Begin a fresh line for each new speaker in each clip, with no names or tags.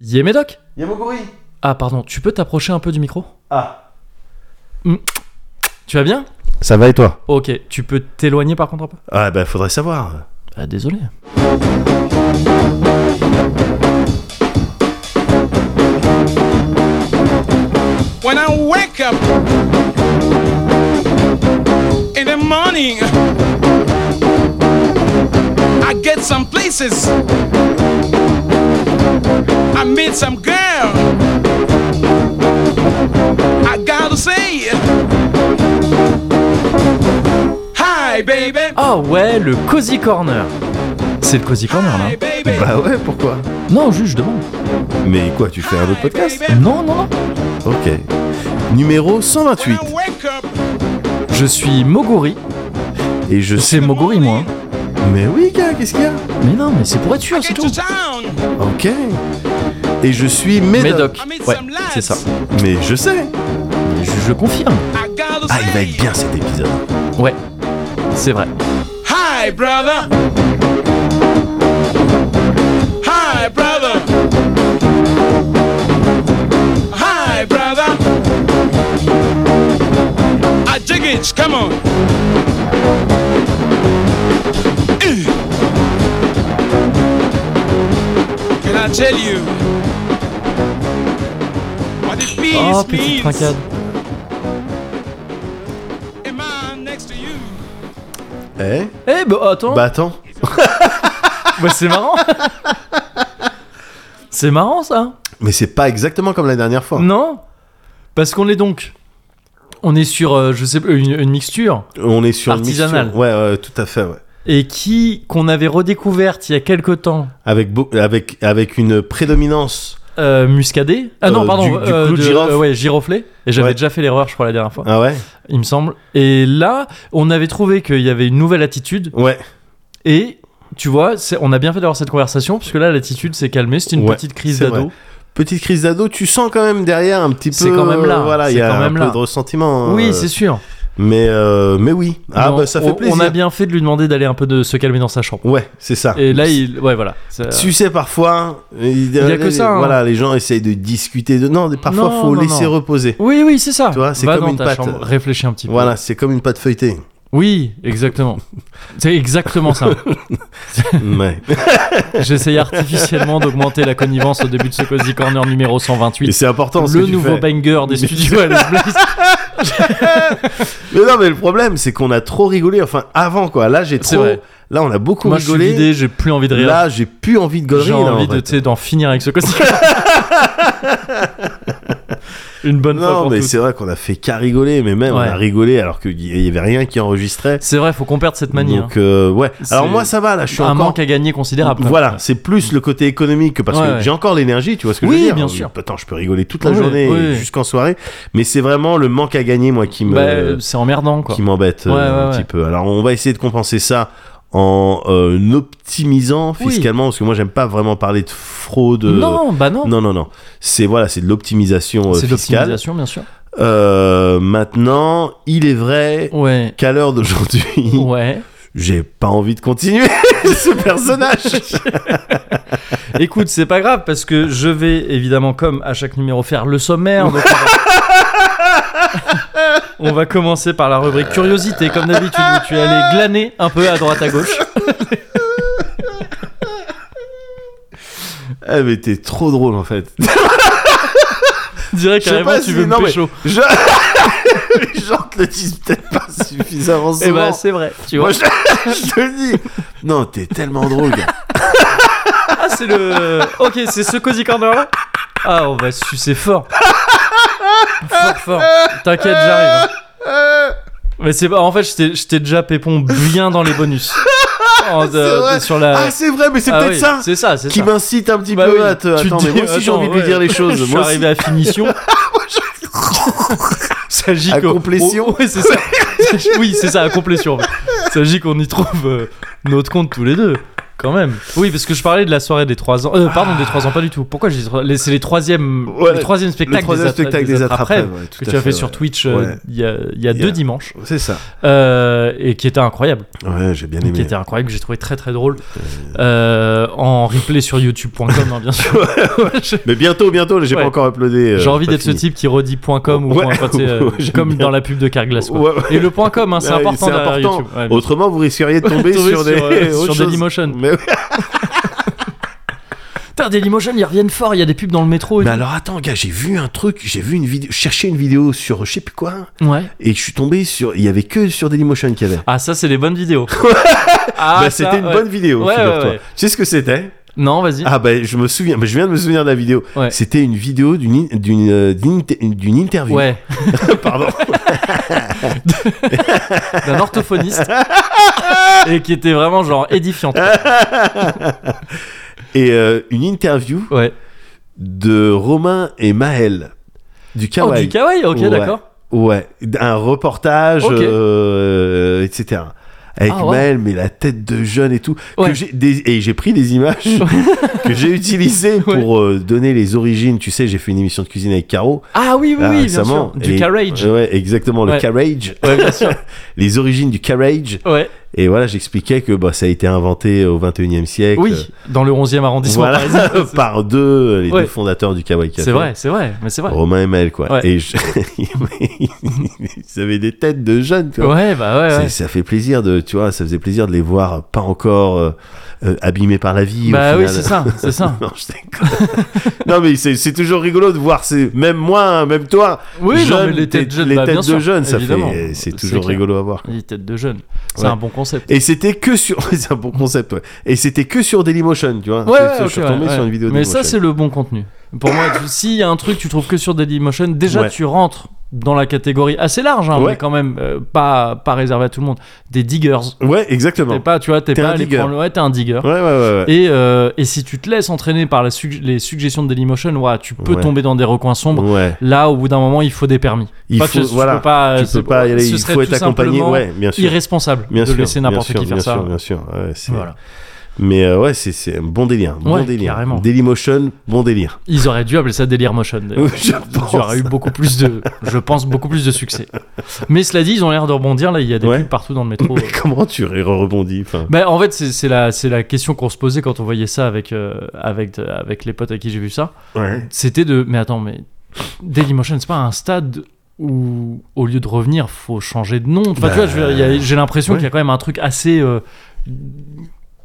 Yé Médoc
Yamoguri
Ah pardon, tu peux t'approcher un peu du micro
Ah,
Tu vas bien
Ça va et toi
Ok, tu peux t'éloigner par contre un peu
Ah bah faudrait savoir.
Ah désolé.
when I wake up in the morning. I get some places, I meet some girl. I gotta say, hi, baby.
Ah ouais, le Cozy Corner C'est le Cozy Corner là
Hi, baby.
Bah ouais, pourquoi
Non, juste je demande.
Mais quoi, tu fais un autre podcast
Hi, baby.
Non, non, non.
Ok. Numéro
When
128.
I wake up
Je suis Moguri.
Et je sais...
C'est Moguri moi. hein.
Mais oui, gars, qu'est-ce qu'il y a
Mais non, mais c'est pour être sûr, c'est
get
tout.
to town.
Ok. Et je suis Médoc.
Médoc.
I meet
Ouais,
some lads.
c'est ça.
Mais je sais.
Je, je confirme.
I gotta
Ah, il va
say,
être bien cet épisode.
Ouais, c'est vrai.
Hi, brother. Hi, brother. Hi, brother. I dig it. Come on. Eh. Can I tell you what it means?
Oh, petite
means?
trincade.
A man next to you.
Eh
Eh bah attends,
Bah attends.
Bah, c'est marrant. c'est marrant ça.
Mais c'est pas exactement comme la dernière fois.
Non Parce qu'on est donc. On est sur, euh, je sais pas, une, une mixture.
On est sur une
Artisanal.
mission. Ouais, ouais, tout à fait, ouais.
Et qui, qu'on avait redécouverte il y a quelque temps,
Avec, beau- avec, avec une prédominance.
euh, muscadée. Ah non,
Euh,
pardon,
du- du clou de
de-
girofle.
euh, ouais, giroflée. Et j'avais
Ouais.
déjà fait l'erreur, je crois, la dernière fois,
Ah ouais
il me semble. Et là, on avait trouvé qu'il y avait une nouvelle attitude.
Ouais.
Et tu vois, c'est- on a bien fait d'avoir cette conversation, puisque là, l'attitude s'est calmée. C'était une
Ouais,
petite crise
c'est
d'ado.
vrai. Petite crise d'ado, tu sens quand même derrière un petit peu.
C'est quand même là,
Voilà, il y
c'est
a
quand
un
même
peu
là.
de ressentiment. euh,
Oui, c'est sûr.
Mais, euh, mais oui. Ah
Non,
bah ça
on-
fait plaisir.
On a bien fait de lui demander d'aller un peu de se calmer dans sa chambre.
Ouais, c'est ça. Euh,
Et là, il. Ouais, voilà. C'est-
Tu sais, parfois, il
y a que ça, hein.
Voilà, les gens essayent de discuter. De... Non, parfois,
Non,
faut
non,
laisser
non.
reposer.
Oui, oui, c'est ça.
Tu vois, c'est
Va
comme
dans
une
ta
pâte.
chambre, réfléchis un petit peu.
Voilà, c'est comme une pâte feuilletée.
Oui, exactement. C'est exactement ça.
ouais.
J'essayais artificiellement d'augmenter la connivence au début de ce Cozy Corner numéro
Et
128.
c'est important. ce
Le
que tu
nouveau
fais.
banger des
Mais-
studios à Los Blaze.
Mais non, mais le problème, c'est qu'on a trop rigolé. Enfin, avant, quoi. Là, j'ai
C'est
trop.
vrai.
Là, on a beaucoup
Moi, je suis
rigolé.
vidé, j'ai plus envie de rire.
Là, j'ai plus envie de gaulerie.
j'ai
là, en
envie de,
fait.
tu sais, d'en finir avec ce Cozy Corner. Une bonne fois
Non,
pour
mais
toutes.
c'est vrai qu'on a fait qu'à rigoler. Mais même, on
Ouais.
a rigolé alors qu'il y avait rien qui enregistrait.
C'est vrai, faut qu'on perde cette manie. hein.
Donc, euh, ouais. Alors,
C'est
moi, ça va. Là, je suis
Un
encore.
manque à gagner considérable.
Voilà, c'est plus le côté économique que parce
hein. Ouais,
que
ouais.
j'ai encore l'énergie, tu vois ce que
Oui,
je veux dire
bien sûr.
Attends, je peux rigoler toute la
Ouais,
journée
ouais.
et jusqu'en soirée, mais c'est vraiment le manque à gagner moi qui me
Bah, c'est emmerdant, quoi.
qui m'embête euh,
Ouais, ouais,
un
ouais.
petit peu. Alors on va essayer de compenser ça en euh, optimisant
Oui.
fiscalement parce que moi j'aime pas vraiment parler de fraude. euh,
Non, bah non.
non, non, non. C'est voilà, c'est de l'optimisation euh,
c'est de
fiscale.
l'optimisation, bien sûr.
Euh, maintenant, il est vrai
Ouais.
qu'à l'heure d'aujourd'hui,
Ouais.
j'ai pas envie de continuer ce personnage.
Écoute, c'est pas grave parce que je vais évidemment, comme à chaque numéro, faire le sommaire. donc on, va... on va commencer par la rubrique curiosité, comme d'habitude, où tu es allé glaner un peu à droite à gauche.
Ah mais t'es trop drôle en fait.
Direct,
Je sais
carrément,
pas
tu
si-
veux me
non, mais-
pécho.
Je... Les gens te le disent peut-être pas suffisamment souvent.
Eh ben, c'est vrai, tu vois.
Moi, je... je te le dis. Non, t'es tellement drôle, gars.
Ah, c'est le. Ok, c'est ce Cozy Corner là Ah, on va sucer fort. Fort, fort. T'inquiète, j'arrive. hein. Mais c'est pas. En fait, je t'ai- je t'ai déjà pépon bien dans les bonus. En- de-
C'est vrai.
sur la.
Ah, c'est vrai, mais c'est
Ah
peut-être
oui,
ça
C'est ça, c'est
qui
ça.
m'incite un petit
Bah
peu
oui,
à te.
tu
Attends,
te
mais
dis,
moi aussi, j'ai envie de
attends,
lui dire
ouais.
les choses.
Je suis
moi aussi.
arrivé à finition. S'agit
À
qu'au-
complétion.
au- Oh, ouais, c'est ça. oui, c'est ça, à complétion. en fait. S'agit qu'on y trouve euh, notre compte tous les deux. Quand même. Oui, parce que je parlais de la soirée des 3 ans. Euh, pardon, des 3 ans, pas du tout. Pourquoi j'ai dit trois- les- C'est les troisièmes,
Ouais,
les troisièmes spectacles
le troisième
des, attra-
spectacle
des
des
attrapes
attrapes
rêves
ouais,
que
tout à
tu as fait,
ouais.
sur Twitch euh,
Ouais.
il y a, il y a
Il y a-
deux dimanches
C'est ça.
euh, et qui était incroyable.
Ouais, j'ai bien
Qui
aimé.
était incroyable, que j'ai trouvé très très drôle. Euh, en replay sur youtube.com, hein, bien sûr. Je-
Mais bientôt, bientôt, j'ai
Ouais.
pas encore uploadé. euh,
J'ai envie
pas
d'être ce
fini.
type qui redit .com ou
Ouais,
point- enfin, tu sais, euh,
ouais, j'aime
comme
bien.
dans la pub de Carglass. quoi.
Ouais, ouais.
Et le point .com, hein, c'est
Ouais,
important
c'est
derrière
important.
YouTube. Ouais, bien
Autrement, vous risqueriez de tomber,
Tomber
sur des
sur, euh,
autre
sur
chose.
Dailymotion.
Mais,
Putain, Dailymotion, ils reviennent fort, il y a des pubs dans le métro. et
mais
tout.
alors attends, gars, j'ai vu un truc, j'ai vu une vidéo, je cherchais une vidéo sur je sais plus quoi,
Ouais.
et je suis tombé sur, il y avait que sur Dailymotion qu'il y avait.
Ah, ça, c'est les bonnes vidéos. ah,
Bah,
ça,
c'était une
ouais.
bonne vidéo,
Ouais,
figure-toi.
ouais, ouais.
Tu sais ce que c'était
Non, vas-y.
Ah bah je me souviens, bah, je viens de me souvenir de la vidéo.
Ouais.
C'était une vidéo d'une in- d'une euh, d'une inter- d'une interview.
ouais.
Pardon.
D'un orthophoniste. et qui était vraiment, genre, édifiante.
Ah. Et euh, une interview
Ouais.
de Romain et Maël du
Oh,
Kawaii.
du kawaii, ok,
Ouais.
d'accord.
Ouais, un reportage,
Ok.
euh, etc. Avec
Ah ouais.
Maël, mais la tête de jeune et tout. que
Ouais.
j'ai des- et j'ai pris des images que j'ai utilisées
Ouais.
pour euh, donner les origines. Tu sais, j'ai fait une émission de cuisine avec Caro
Ah oui, oui,
là,
oui, bien
récemment.
sûr. Du
Et-
carriage.
Ouais, exactement, le
Ouais.
carriage.
Ouais, bien sûr.
les origines du carriage.
Ouais.
Et voilà, j'expliquais que bah, ça a été inventé au 21 e siècle.
Oui, dans le 11e arrondissement
Voilà,
parisien. C'est-
par deux, les
Ouais.
deux fondateurs du Kawaii Café.
C'est vrai, c'est vrai, mais c'est vrai.
Romain et Maël, quoi.
Ouais.
Et je... ils avaient des têtes de jeunes, quoi.
Ouais, bah ouais.
C'est-
ouais.
Ça fait plaisir de, tu vois, ça faisait plaisir de les voir euh, pas encore euh, euh, abîmés par la vie. au
Bah oui,
final.
c'est ça, c'est ça.
non, je déconne. non, mais c'est c'est toujours rigolo de voir, ces... même moi, hein, même toi,
Oui, non,
jeunes,
mais les têtes
tes-
jeunes,
les
bah, bien
têtes de
sûr,
jeunes, ça
évidemment.
fait, c'est
C'est
toujours
clair.
rigolo à voir. quoi.
Les têtes de jeunes. C'est
Ouais.
un bon concept.
Et c'était que sur, c'est un bon concept, ouais. Et c'était que sur Dailymotion, tu vois.
Ouais,
Je-
ouais,
je
ok,
suis retombé
ouais, ouais.
sur une vidéo
Mais
Dailymotion.
ça, c'est le bon contenu. Pour moi, tu- s'il y a un truc que tu trouves que sur Dailymotion, déjà
Ouais.
tu rentres dans la catégorie assez large, hein,
Ouais.
mais quand même euh, pas, pas réservé à tout le monde. Des diggers.
Ouais, exactement.
T'es pas, tu vois, t'es
T'es
pas
un
allé
digger.
prendre- Ouais, t'es un digger.
Ouais, ouais, ouais. ouais.
Et, euh, et si tu te laisses entraîner par la sug- les suggestions de Dailymotion, ouais, tu peux
Ouais.
tomber dans des recoins sombres.
Ouais.
Là, au bout d'un moment, il faut des permis.
Il
Pas
faut,
que- tu
voilà,
peux pas,
tu
c'est-
peux pas y aller,
ce
il
serait
faut
tout
être accompagné.
simplement
Ouais, bien sûr.
irresponsable
Bien
de
sûr,
laisser
bien
n'importe qui
sûr,
faire
bien
ça.
sûr, bien sûr. Ouais, c'est-
Voilà.
Mais euh, ouais, c'est- c'est un bon délire. Bon
Ouais,
délire.
carrément.
Dailymotion, bon délire.
Ils auraient dû appeler ça Délire Motion. d'ailleurs.
Je pense.
Tu aurais eu beaucoup plus de, je pense, beaucoup plus de succès. Mais cela dit, ils ont l'air de rebondir. Là, il y a des
Ouais.
pubs partout dans le métro.
Mais comment tu aurais rebondi enfin,
Bah, en fait, c'est c'est la, c'est la question qu'on se posait quand on voyait ça avec, euh, avec, de- avec les potes à qui j'ai vu ça.
ouais.
C'était de, mais attends, mais Dailymotion, c'est pas un stade où, au lieu de revenir, faut changer de nom. Enfin, tu vois, je veux dire, il y a- j'ai l'impression
Bah, ouais.
qu'il y a quand même un truc assez. euh,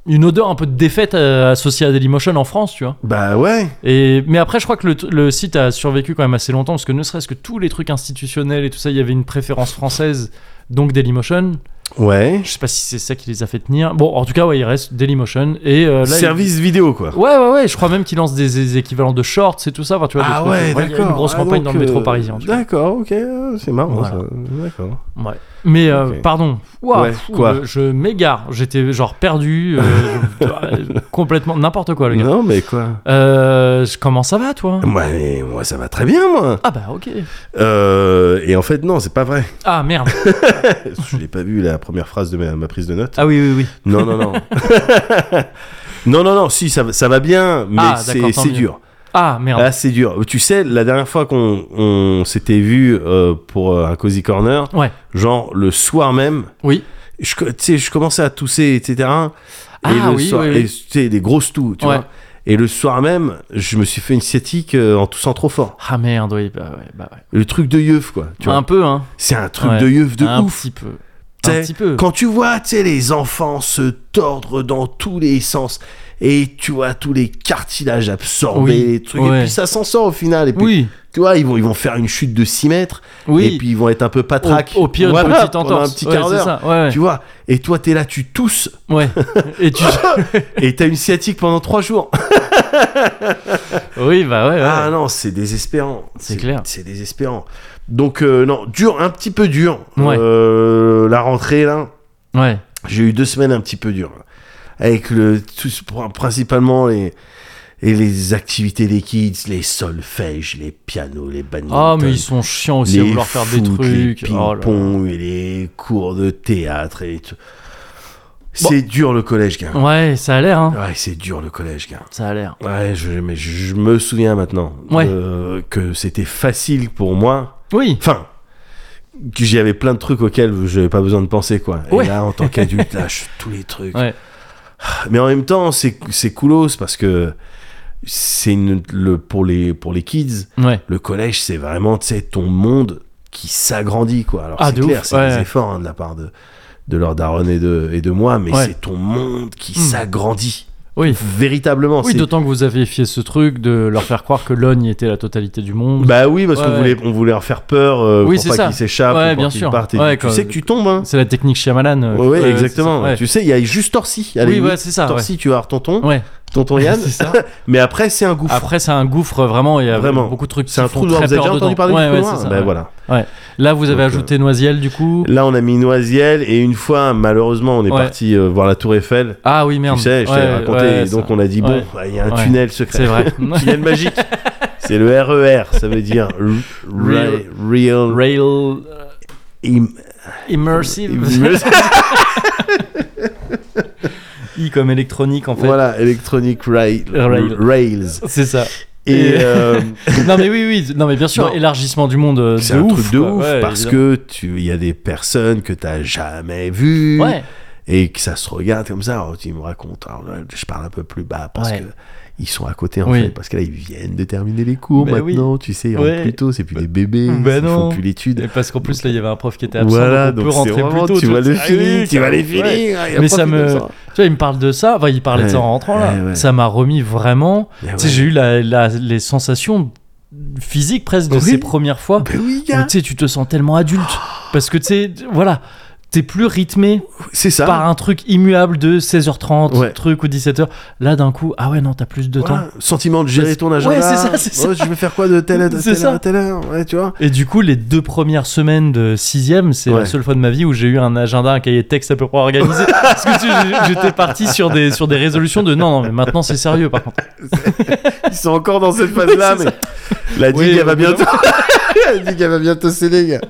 une odeur un peu de défaite euh, associée à Dailymotion en France, tu vois.
Bah ouais.
Et, mais après, je crois que le, le site a survécu quand même assez longtemps, parce que ne serait-ce que tous les trucs institutionnels et tout ça, il y avait une préférence française, donc Dailymotion.
Ouais.
Je sais pas si c'est ça qui les a fait tenir. Bon, en tout cas, ouais, il reste Dailymotion. Et, euh, là,
Service vidéo, quoi.
il- Ouais, ouais, ouais, je crois même qu'il lance des, des équivalents de shorts et tout ça. Enfin, tu vois, des
Ah
trucs-
ouais,
il y a
d'accord.
une grosse
Ah,
campagne dans
donc,
le métro
euh,
parisien. en tout cas.
D'accord, ok, euh, c'est marrant
Voilà.
ça. D'accord.
Ouais. Mais euh,
Ok.
pardon, Ouah,
Ouais,
fou,
quoi.
euh, je m'égare. J'étais genre perdu, euh, je- complètement n'importe quoi, le gars.
Non, mais quoi
Euh, comment ça va, toi
Moi, mais moi, ça va très bien, moi.
Ah bah ok.
Euh, et en fait, non, c'est pas vrai.
Ah merde.
Je l'ai pas vu la première phrase de ma, ma prise de notes.
Ah oui, oui, oui.
Non, non, non. non, non, non. Si, ça, va- ça va bien, mais
Ah,
c'est
d'accord, tant
c'est
mieux.
dur.
Ah merde.
Là, c'est dur. Tu sais, la dernière fois qu'on on s'était vu euh, pour euh, un cozy corner,
Ouais.
genre le soir même,
Oui.
je, co- tu sais, je commençais à tousser, etc.
Ah,
et le
oui,
soir,
oui, oui.
et tu sais, des grosses toux, tu
Ouais.
vois. Et le soir même, je me suis fait une sciatique euh, en toussant trop fort.
Ah merde, oui, bah ouais, bah ouais.
Le truc de yeuf, quoi. Tu
un
vois.
peu, hein.
C'est un truc
Ouais.
de yeuf de
un
ouf.
petit peu.
Tu
Un
sais,
petit peu.
Quand tu vois, tu sais, les enfants se tordre dans tous les sens et tu vois tous les cartilages absorbés,
Oui,
les trucs,
ouais.
et puis ça s'en sort au final. Et puis,
Oui,
tu vois, ils vont, ils vont faire une chute de 6 mètres
oui.
et puis ils vont être un peu
au,
patraque.
au pire, une
Voilà,
petite
pendant
entorse.
un petit
Ouais,
quart
c'est
d'heure.
ça, ouais,
Tu vois, et toi t'es là, tu Ah. tousses,
ouais. Et tu...
et t'as une sciatique pendant 3 jours.
Oui, bah ouais, ouais.
Ah non, c'est désespérant.
C'est clair.
C'est désespérant. Donc, euh, non, dur, un petit peu dur.
Ouais.
Euh, la rentrée, là.
Ouais.
J'ai eu deux semaines un petit peu dures. hein. Avec le, tout, ce- principalement les, et les activités des kids, les solfèges, les pianos, les badminton.
Ah, mais ils sont chiants aussi à
les
vouloir faire des Oh
foot, les
trucs. Oh là là.
ping-pong et les cours de théâtre et tout. C'est dur le collège, gars.
Ouais, ça a l'air, hein.
Ouais, c'est dur le collège, gars.
Ça a l'air.
Ouais, je, mais je je me souviens maintenant
Ouais.
euh, que c'était facile pour moi.
Oui.
Enfin, que j'y avais plein de trucs auxquels je n'avais pas besoin de penser, quoi.
Ouais.
Et là, en tant qu'adulte, là, je fais tous les trucs.
Ouais.
Mais en même temps, c'est c'est coolos parce que c'est une- le pour les pour les kids,
Ouais.
le collège, c'est vraiment tu sais ton monde qui s'agrandit, quoi. Alors
Ah,
c'est
de
clair,
ouf,
c'est
ouais.
des efforts hein, de la part de de leur daronne et de et de moi, mais
Ouais.
c'est ton monde qui
Mm.
s'agrandit
Oui.
véritablement.
Oui,
c'est-
d'autant que vous avez fié ce truc de leur faire croire que l'ogne était la totalité du monde.
Bah oui, parce
Ouais,
qu'on
ouais.
voulait, on voulait leur faire peur euh,
Oui, c'est
pour
ça.
pas qu'ils s'échappent,
Ouais,
ou pour
bien
qu'ils
sûr.
partent. Et
Ouais,
tu
quand-
sais que tu tombes, hein.
C'est la technique Shyamalan. euh,
Ouais, ouais,
c'est
exactement.
ça, ouais.
Tu sais, il y a juste Torsi. à la
Oui,
limite.
ouais, c'est ça,
Torsi, tu vas voir tonton,
Ouais.
tonton Yann.
C'est ça.
Mais après, c'est un gouffre.
Après, c'est un gouffre vraiment. Il y a
Vraiment.
beaucoup de trucs.
c'est
qui
un
font
trou noir.
très
Vous avez
peur
déjà entendu
dedans.
parler
Ouais,
du
ouais,
trou noir
c'est ça,
Bah
ouais.
voilà.
Là, vous avez
Donc, euh,
ajouté Noisiel du coup.
Là, on a mis Noisiel et une fois, malheureusement, on est
Ouais.
parti euh, voir la Tour Eiffel.
Ah oui, merde.
Tu sais, je
Ouais,
t'avais raconté.
ouais,
et donc,
ça.
on a dit bon,
Ouais.
bah, il y a un
Ouais.
tunnel secret.
C'est vrai.
tunnel magique. C'est le RER. Ça veut dire r-
Real-
Real,
Rail euh,
Im-
immersive. I comme électronique en fait.
Voilà, Electronic Rail-
Rail.
Rails.
C'est ça.
Et
Et-
euh,
Non mais oui oui, non mais bien sûr,
Non.
élargissement du monde euh, de
c'est un
ouf,
truc de
quoi.
ouf
Ouais,
parce
évidemment.
que tu, il y a des personnes que t'as jamais vues
Ouais.
et que ça se regarde comme ça. Alors, tu me racontes. alors là, je parle un peu plus bas parce
Ouais.
que ils sont à côté en
Oui.
fait parce que là ils viennent de terminer les cours
Bah oui.
maintenant. Tu sais, ils rentrent
Ouais.
plus tôt, c'est plus des bébés,
Bah
ils
non.
font plus l'étude.
Et parce qu'en plus là il y avait un prof qui était absent,
Voilà,
donc on
donc
peut rentrer
c'est vraiment,
plus tôt.
tu vois le
Ah oui,
feeling, tu
carrément.
vas les
Ouais.
feeling.
Mais ça me- Tu vois, il me parle de ça, enfin il parlait de ça en
Ouais.
rentrant là.
Ouais, ouais.
Ça m'a remis vraiment, tu sais j'ai eu la, la- les sensations physiques presque de
Oui.
ces premières fois
Ben oui,
où
gars,
tu sais tu te sens tellement adulte parce que tu sais voilà, t'es plus rythmé
c'est ça.
par un truc immuable de 16h30
Ah. Ouais.
truc ou 17h. Là d'un coup, ah ouais non, t'as plus de temps.
Voilà, sentiment de gérer
Parce-
ton
Ouais,
agenda.
c'est ça, c'est ça.
Ouais, je vais faire quoi de telle heure, de
C'est
telle heure,
ça.
à telle heure. Ouais, tu vois.
Et du coup, les deux premières semaines de sixième, c'est la
Ouais.
seule fois de ma vie où j'ai eu un agenda, un cahier de texte à peu près organisé. Parce que tu sais, j'ai- j'étais parti sur des, sur des résolutions de non, non, mais maintenant c'est sérieux par contre.
Ils sont encore dans cette phase-là,
Oui, c'est
mais la digue,
Oui,
elle va
évidemment.
bientôt. la digue, elle va bientôt céder, gars.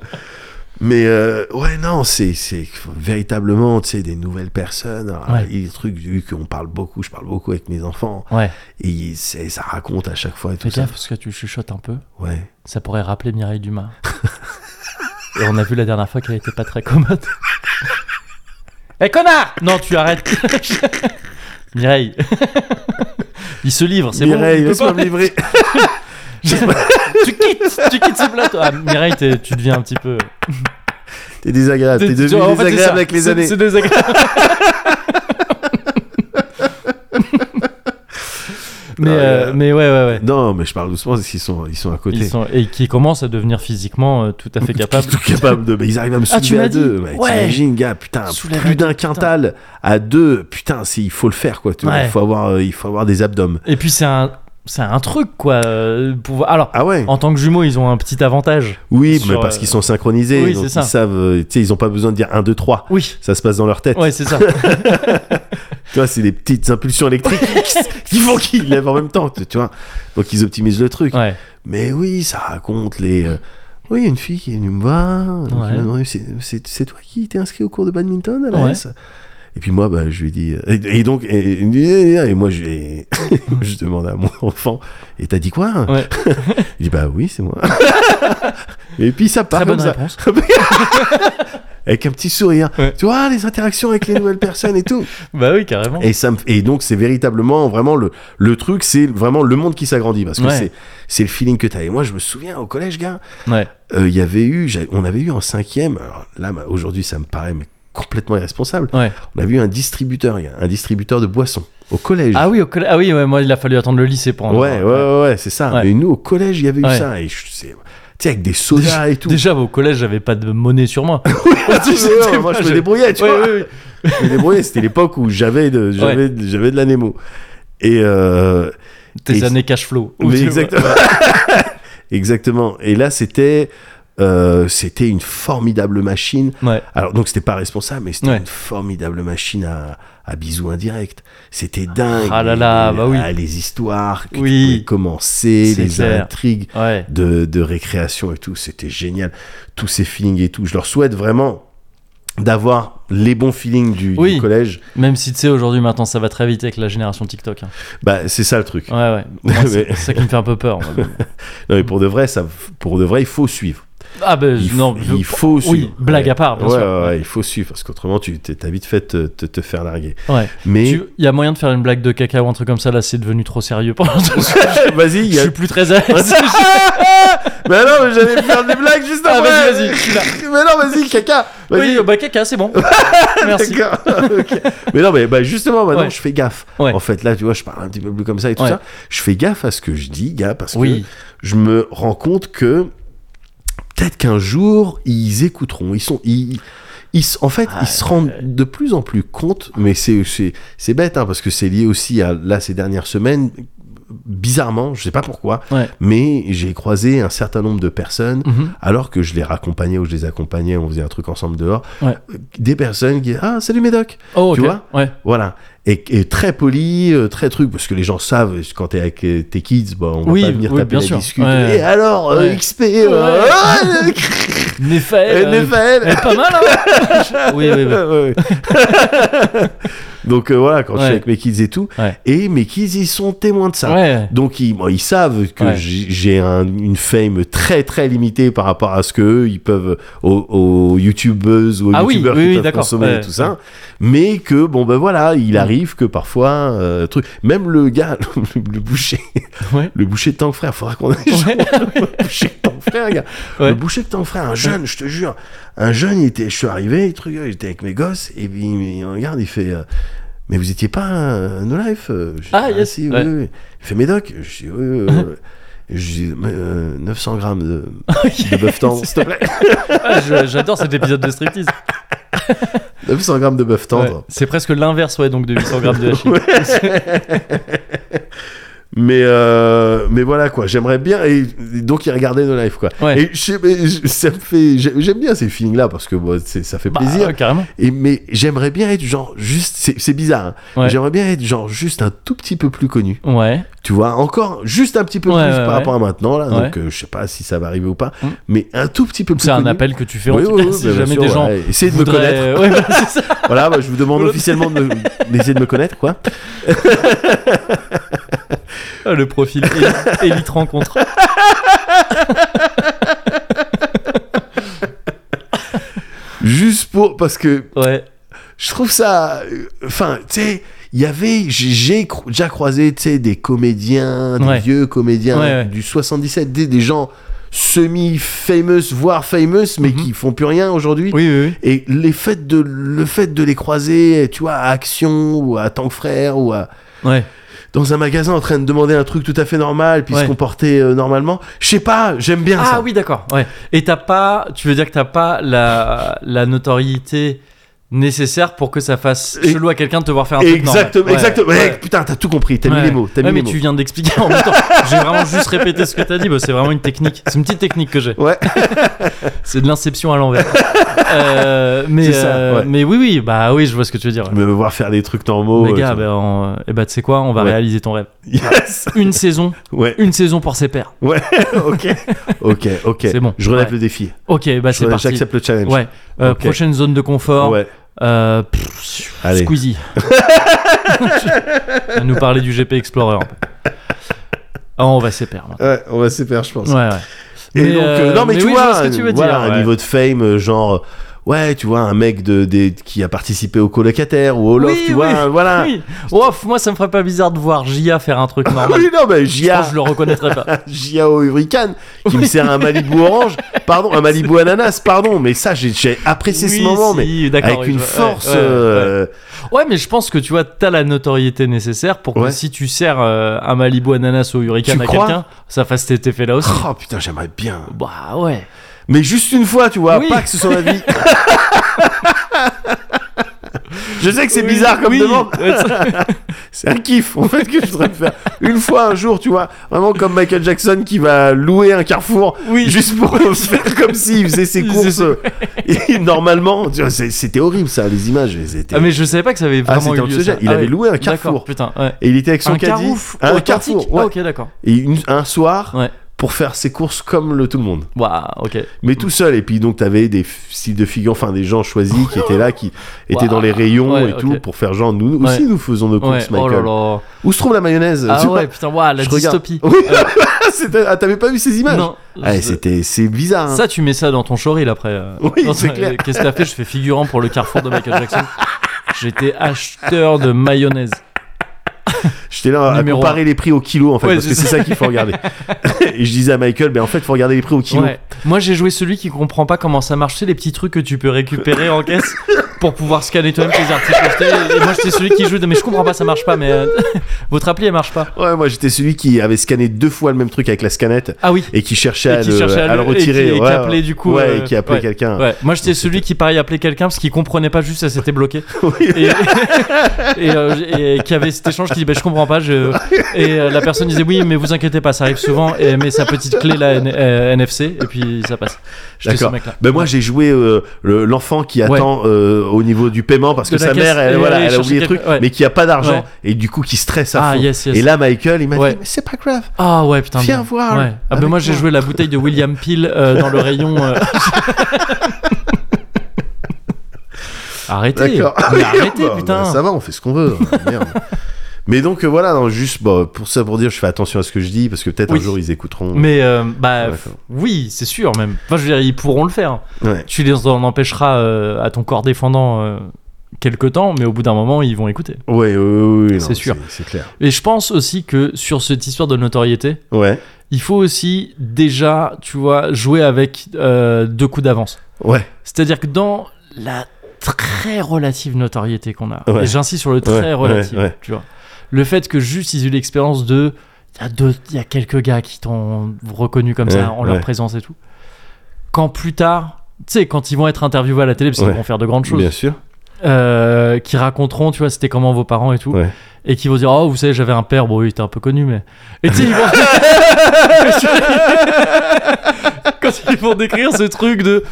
Mais euh, ouais, non, c'est c'est véritablement, tu sais, des nouvelles personnes. Alors,
Ouais.
Il y a des trucs, vu qu'on parle beaucoup, je parle beaucoup avec mes enfants,
Ouais,
et c'est- ça raconte à chaque fois et tout
fais
ça.
gaffe parce que tu chuchotes un peu.
Ouais.
Ça pourrait rappeler Mireille Dumas. Et on a vu la dernière fois qu'elle était pas très commode. Eh connard Non, tu arrêtes Mireille Il se livre, c'est bon.
Mireille,
il peut
laisse-moi
pas.
me livrer.
tu quittes, tu quittes ce plateau. Ah, Mireille, t'es- tu deviens un petit peu.
T'es désagréable. T'es devenu
en fait, c'est ça.
désagréable avec les
C'est-
années.
C'est désagréable. mais,
Ah,
euh,
ouais.
mais ouais, ouais, ouais.
Non, mais je parle doucement parce qu'ils sont, ils sont à côté.
Ils sont, et qui commencent à devenir physiquement euh, tout à fait capables.
Tout capable de. Mais ils arrivent à me
Ah, tu
soulever
m'as
à
dit.
deux. Ouais,
Ouais.
T'imagines, gars, putain,
Soulève à
plus d'un
deux,
quintal à deux. Putain, c'est, il faut le faire, quoi. tu vois.
Ouais.
Il, faut avoir, euh, il faut avoir des abdoms.
Et puis c'est un, c'est un truc quoi. euh, Pour... Alors,
Ah ouais
en tant que jumeaux, ils ont un petit avantage.
Oui,
Sur,
mais parce
euh,
qu'ils sont synchronisés.
oui,
donc
c'est ça.
ils savent, euh, tu sais, ils ont pas besoin de dire 1, 2, 3.
Oui.
Ça se passe dans leur tête.
Ouais, c'est ça.
Tu vois, c'est des petites impulsions électriques qui- qui font qu'ils lèvent en même temps, tu tu vois. Donc ils optimisent le truc.
Ouais.
Mais oui, ça raconte les. euh, Oui, il y a une fille qui est venue me voir. euh, qui m'a demandé, C'est- C'est c'est toi qui t'es inscrit au cours de badminton à la
Ouais.
S Et puis moi, bah, je lui dis. euh, Et, et donc, et, et- et- et moi, je, lui- je demande à mon enfant Et t'as dit quoi
Ouais.
Il dit Bah oui, c'est moi. et puis ça part
Très
comme
bonne
ça,
réponse.
avec un petit sourire.
Ouais.
Tu vois, les interactions avec les nouvelles personnes et tout.
Bah oui, carrément.
Et, ça me- et donc, c'est véritablement vraiment le, le truc, c'est vraiment le monde qui s'agrandit parce que
Ouais.
c'est- c'est le feeling que t'as. Et moi, je me souviens au collège, gars.
Ouais.
Euh, il y avait eu, j'avais- on avait eu en cinquième, alors là ma- aujourd'hui ça me paraît mais complètement irresponsable,
Ouais.
on avait eu un distributeur, il y a un distributeur de boissons au collège.
Ah oui, au colla- ah oui, ouais, moi il a fallu attendre le lycée pour. en
ouais, ouais,
avoir.
ouais, ouais, c'est ça.
Ouais.
Mais nous au collège il y avait eu
Ouais.
ça, et je- c'est- tu sais avec des sodas et tout.
Déjà, au collège, j'avais pas de monnaie sur moi.
Ouais, ouais, moi je me débrouillais, tu vois. Je me débrouillais, c'était l'époque où j'avais de, j'avais, de- j'avais de la Nemo. Et euh,
Tes
Et-
années cash flow.
mais
Tu vois.
exactement. exactement. Et là c'était, euh, c'était une formidable machine
Ouais.
Alors donc c'était pas responsable, mais c'était
Ouais.
une formidable machine à, à bisous indirects. C'était dingue.
Ah là
Les-
là,
les,
bah oui.
ah, les histoires que
Oui.
tu pouvais commencer,
C'est
les
clair.
intrigues
Ouais.
de, de récréation et tout, c'était génial. Tous ces feelings et tout, je leur souhaite vraiment d'avoir les bons feelings du, du
Oui.
collège.
Même si tu sais, aujourd'hui, maintenant, ça va très vite avec la génération TikTok. hein.
Bah, c'est ça le truc.
Ouais, ouais. Moi, c'est c'est
Mais-
ça qui me fait un peu peur. en fait.
Non, mais pour de vrai, ça, pour de vrai, il faut suivre.
Ah, ben,
Il, f-
non. je-
il faut suivre.
Oui, blague
Ouais.
à part, bien
Ouais,
sûr.
ouais, ouais, il faut suivre parce qu'autrement, tu t'es- t'as vite fait te, te, te faire larguer.
Ouais.
Mais
Tu- Il y a moyen de faire une blague de caca ou un truc comme ça, là c'est devenu trop sérieux pour
vas-y, il
Je
y a-
suis plus très à l'aise.
Mais non, mais j'allais faire des blagues juste
Ah,
après.
vas-y, vas-y, je suis là.
Mais non, vas-y, caca.
Oui,
Vas-y.
bah caca, c'est bon. Merci.
D'accord. Ok. Mais non, mais bah, justement, maintenant,
Ouais.
je fais gaffe.
Ouais.
En fait, là, tu vois, je parle un petit peu plus comme ça et tout
Ouais.
ça. Je fais gaffe à ce que je dis, gars, parce
Oui,
que je me rends compte que peut-être qu'un jour, ils écouteront. Ils sont. Ils... ils s- en fait,
Ah,
ils se rendent de plus en plus compte, mais c'est c'est- c'est bête, hein, parce que c'est lié aussi à, là, ces dernières semaines, bizarrement, je sais pas pourquoi,
Ouais.
mais j'ai croisé un certain nombre de personnes
Mhm.
alors que je les raccompagnais ou je les accompagnais, on faisait un truc ensemble dehors,
Ouais.
euh, des personnes qui ah salut Médoc,
Oh, ok.
Tu vois
ouais.
voilà, et, et très poli, euh, très truc, parce que les gens savent quand t'es avec euh, tes kids, bah, on
Oui,
va pas venir
oui,
taper
bien
la
sûr.
discute.
Ouais.
Et alors euh,
Ouais.
XP, euh,
Ouais.
ah,
Néphaël, euh,
NFL.
elle est pas mal, hein Oui, oui, oui.
Ouais, ouais. Donc euh, voilà, quand je
Ouais.
suis avec mes kids et tout,
Ouais.
et mes kids ils sont témoins de ça.
Ouais.
Donc ils, bon, ils savent que
Ouais.
j'ai j'ai un- une fame très très limitée par rapport à ce que eux, ils peuvent aux, aux youtubeuses ou aux
Ah oui,
youtubeurs
oui, oui,
qui peuvent
d'accord,
consommer
ouais.
et tout ça, mais que bon ben voilà, il arrive que parfois euh, truc, même le gars, le, le boucher,
Ouais.
le boucher de Tank Frère, faudra qu'on aille
Ouais.
le boucher de Tank Frère, gars.
Ouais.
le boucher de Tank Frère, un jeune, je te jure, un jeune, il était, je suis arrivé, truc, euh, j'étais avec mes gosses et puis il me regarde, il fait. euh, mais vous étiez pas un, un No Life euh, je dis,
Ah, yes,
si, oui,
ouais.
oui. Il fait Médoc Je dis, oui, oui, oui. Je dis, mais, euh, 900 grammes de, de bœuf tendre, s'il te plaît.
Ah, je- J'adore cet épisode de striptease.
900 grammes de bœuf
Ouais.
tendre.
C'est presque l'inverse, ouais, donc de 800 grammes de hachis.
Mais, euh, mais voilà, quoi. J'aimerais bien. Et, et donc, il regardait No Life, quoi.
Ouais.
Et je sais- mais je- ça me fait. j'ai- J'aime bien ces feelings-là parce que bon, c'est- ça fait
Bah,
plaisir.
ouais, carrément.
Et, mais j'aimerais bien être genre juste. C'est c'est bizarre. hein.
Ouais.
J'aimerais bien être genre juste un tout petit peu plus connu.
Ouais.
Tu vois, encore juste un petit peu
Ouais,
plus
ouais,
par
ouais.
rapport à maintenant, là. Donc,
Ouais.
euh, je sais pas si ça va arriver ou pas,
Mm.
mais un tout petit peu plus.
C'est un
connu.
appel que tu fais en
Oui,
tout
oui,
cas,
oui, bah,
si
bien
jamais
sûr,
des gens.
ouais. Essayez de me
voudraient-
connaître.
Ouais, bah, c'est ça.
voilà, bah, je vous demande
Voilà.
officiellement de me- d'essayer de me connaître, quoi.
Ah, Le profil éli- élite rencontre.
Juste pour. Parce que
Ouais.
je trouve ça. euh, Enfin, tu sais, il y avait. J'ai j'ai cro- déjà croisé, tu sais, des comédiens, des
Ouais.
vieux comédiens
Ouais, ouais.
du 77, des, des gens semi-famous, voire famous, mais
Mhm.
qui font plus rien aujourd'hui.
Oui, oui, oui.
Et les fait de, le fait de les croiser, tu vois, à Action ou à Tank Frère ou à,
Ouais.
dans un magasin en train de demander un truc tout à fait normal, puis
Ouais.
se comporter euh, normalement, je sais pas, j'aime bien
Ah
ça.
oui, d'accord. Ouais. Et t'as pas, tu veux dire que t'as pas la, la notoriété nécessaire pour que ça fasse
Et-
chelou à quelqu'un de te voir faire un truc normal.
Exactement,
Ouais,
exactement.
ouais.
Ouais, Putain, t'as tout compris, t'as
Ouais.
mis les mots, t'as
Ouais,
mis
mais
les mots.
tu viens d'expliquer en même temps. J'ai vraiment juste répété ce que t'as dit. Bah, c'est vraiment une technique. C'est une petite technique que j'ai.
Ouais.
C'est de l'inception à l'envers. Euh, mais
C'est ça,
euh,
ouais.
mais oui, oui. Bah oui, je vois ce que tu veux dire.
Me voir faire des trucs normaux.
Les
euh,
gars,
tu-
bah, on- eh bah, tu sais quoi, on va
Ouais.
réaliser ton rêve.
Yes.
Une saison,
Ouais.
une saison pour ses pairs.
Ouais. ok. Ok. Ok.
C'est bon.
Je relève
Ouais.
le défi.
Ok, bah
Je
c'est
relève-
parti.
J'accepte le challenge.
Ouais. Euh,
Ok.
Prochaine zone de confort.
Ouais.
Euh, pff,
Allez.
Squeezie. à nous parler du GP Explorer. Ah, on va s'épaire maintenant.
Ouais, on va se faire, je pense.
Ouais, ouais.
Et
Mais,
donc, euh,
euh,
non, mais,
mais
tu
oui, je
vois,
vois ce que tu veux
voilà,
dire,
un
ouais.
niveau de fame, euh, genre, ouais, tu vois, un mec de, des- qui a participé au colocataire ou au love,
Oui,
tu
oui,
vois, un- voilà. Ah
Oui. Ouf, moi ça me ferait pas bizarre de voir Jia faire un truc normal.
Oui, non, mais
Je pense
Jia,
que je le reconnaîtrais pas.
Jia au Hurricane, qui me sert un Malibu orange, pardon, un Malibu ananas, pardon, mais ça, j'ai- j'ai apprécié ce
Oui,
moment,
si,
mais
d'accord,
avec
oui,
une
je vois.
force.
Ouais, ouais, ouais.
euh,
Ouais, mais je pense que tu vois, t'as la notoriété nécessaire pour que
Ouais.
si tu sers euh, un Malibu ananas au Hurricane
Tu
à
crois
quelqu'un, ça fasse cet effet-là aussi.
Oh putain, j'aimerais bien.
Bah ouais.
Mais juste une fois, tu vois,
Oui.
pas que ce soit ma vie. Je sais que c'est
Oui,
bizarre comme
oui.
demande.
Ouais, ça-
C'est un kiff, en fait, que je voudrais me faire. Une fois, un jour, tu vois, vraiment comme Michael Jackson qui va louer un carrefour
Oui.
juste pour faire comme s'il faisait ses
Il
courses.
faisait
Et normalement, tu vois, c'est- c'était horrible ça, les images. elles étaient-
Ah, mais je savais pas que ça avait
Ah,
vraiment
c'était
eu lieu.
anxiogène.
ça.
Il
Ah
avait
ouais.
loué un
D'accord,
carrefour.
Putain, ouais.
Et il était avec son
un
caddie.
carrefour
Un
au
carrefour.
Quantique
ouais.
Ah, ok d'accord
Et une- un soir,
ouais
pour faire ses courses comme le tout le monde.
Waouh, ok.
Mais tout seul. Et puis donc, t'avais des f- styles de figure, enfin des gens choisis qui étaient là, qui étaient dans les rayons
Ouais,
et tout,
ok.
pour faire genre, nous aussi
Ouais.
nous faisons nos
Ouais,
courses,
oh là
Michael.
là.
Où se trouve la mayonnaise
Ah
Tu vois
ouais, putain, waouh, la
Je regarde.
dystopie.
Oui, C'était- ah, t'avais pas vu ces images
Non.
Ah,
je-
c'était c'est bizarre. hein.
Ça, tu mets ça dans ton showreel après. euh.
Oui,
Dans
c'est
ton-
clair.
Qu'est-ce que t'as fait Je fais figurant pour le carrefour de Michael Jackson. J'étais acheteur de mayonnaise.
J'étais là à
Numéro
comparer les prix au kilo en fait
Ouais,
parce que
c'est
c'est ça qu'il faut regarder. et je disais à Michael, ben en fait, faut regarder les prix au kilo.
Ouais. Moi, j'ai joué celui qui comprend pas comment ça marche. C'est les petits trucs que tu peux récupérer en caisse pour pouvoir scanner toi-même tes articles. J'étais- Et moi, j'étais celui qui joue. Mais je comprends pas, ça marche pas. Mais euh, votre appli, elle marche pas.
Ouais, moi j'étais celui qui avait scanné deux fois le même truc avec la scanette
Ah oui.
et qui cherchait,
Et
à,
qui
le,
cherchait à
le
le- et
retirer.
qui- et qui
ouais,
appelait, du coup,
Ouais,
euh,
et qui appelait
ouais.
quelqu'un.
Ouais. Moi, j'étais celui qui pareil appelait quelqu'un parce qu'il comprenait pas juste, ça s'était bloqué. et, et, euh, et qui avait cet échange qui dit bah, je comprends pas je... et euh, la personne disait oui mais vous inquiétez pas ça arrive souvent et elle met sa petite clé là N- euh, NFC et puis ça passe j'étais ce
D'accord.
mec là
Ben moi j'ai joué euh, le- l'enfant qui
Ouais.
attend euh, au niveau du paiement parce
De
que
la
sa
caisse,
mère
et
elle, voilà,
aller
elle a
chercher
oublié le
quelque-
truc
ouais.
mais qui a pas d'argent
Ouais.
et du coup qui stresse à
ah
fond.
yes yes
Et là Michael il m'a
Ouais.
dit mais c'est pas grave,
ah ouais putain
viens
merde.
voir.
Ouais. Ah ben
avec
moi j'ai
moi.
joué la bouteille de William Peel euh, dans le rayon. euh. arrêtez.
D'accord.
Mais
Ah oui,
arrêtez
bah,
putain.
bah, ça va, on fait ce qu'on veut. hein, merde. Mais donc euh, voilà, non, juste bah, pour ça, pour dire, je fais attention à ce que je dis parce que peut-être
Oui.
un jour ils écouteront.
Mais euh, bah
Ouais,
f-
ça va.
oui, c'est sûr même. Enfin je veux dire ils pourront le faire.
Ouais.
Tu les en empêcheras euh, à ton corps défendant euh, quelque temps, mais au bout d'un moment ils vont écouter.
Ouais, ouais, ouais, ouais, non,
C'est sûr.
C'est clair.
Et je pense aussi que sur cette histoire de notoriété,
Ouais,
il faut aussi déjà, tu vois, jouer avec euh, deux coups d'avance.
ouais,
C'est-à-dire que dans la très relative notoriété qu'on a,
Ouais.
et j'insiste sur le très
Ouais,
relative,
ouais, ouais.
tu vois, le fait que juste ils aient eu l'expérience de il y a deux- il y, a quelques gars qui t'ont reconnu comme
Ouais,
ça en leur
ouais.
présence et tout, quand plus tard, tu sais, quand ils vont être interviewés à la télé, parce qu'ils
Ouais.
vont faire de grandes
bien
choses,
sûr.
euh, qui raconteront, tu vois, c'était comment vos parents et tout,
Ouais.
et qui vont dire, oh, vous savez, j'avais un père, bon, il était un peu connu, mais. Et tu sais, ils vont. Quand ils vont décrire ce truc de.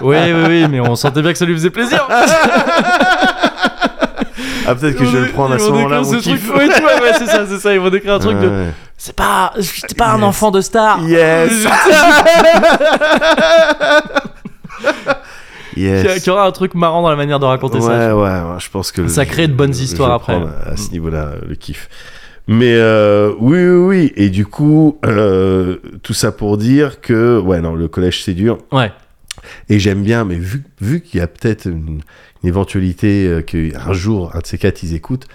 Oui, oui, oui, mais on sentait bien que ça lui faisait plaisir.
Ah peut-être que je vais le prendre à
Ils
ce
vont
moment-là.
décrire
mon
ce truc.
kiff.
Ouais, tu vois, ouais, c'est ça, c'est ça. Ils vont décrire un truc de.
Ouais.
C'est pas. J'étais pas un
Yes.
enfant de star. Ah.
Yes,
Qui,
yes.
qui aura un truc marrant dans la manière de raconter
ouais,
ça.
Ouais, ouais, je pense que
Ça
je-
crée de bonnes
je-
histoires
je
après. Mm.
prends À à ce niveau-là, le kiff. Mais euh, oui, oui, oui. Et du coup, euh, tout ça pour dire que, ouais, non, le collège c'est dur.
Ouais.
Et j'aime bien, mais vu, vu qu'il y a peut-être une, une éventualité euh, qu'un jour, un de ces quatre, ils écoutent,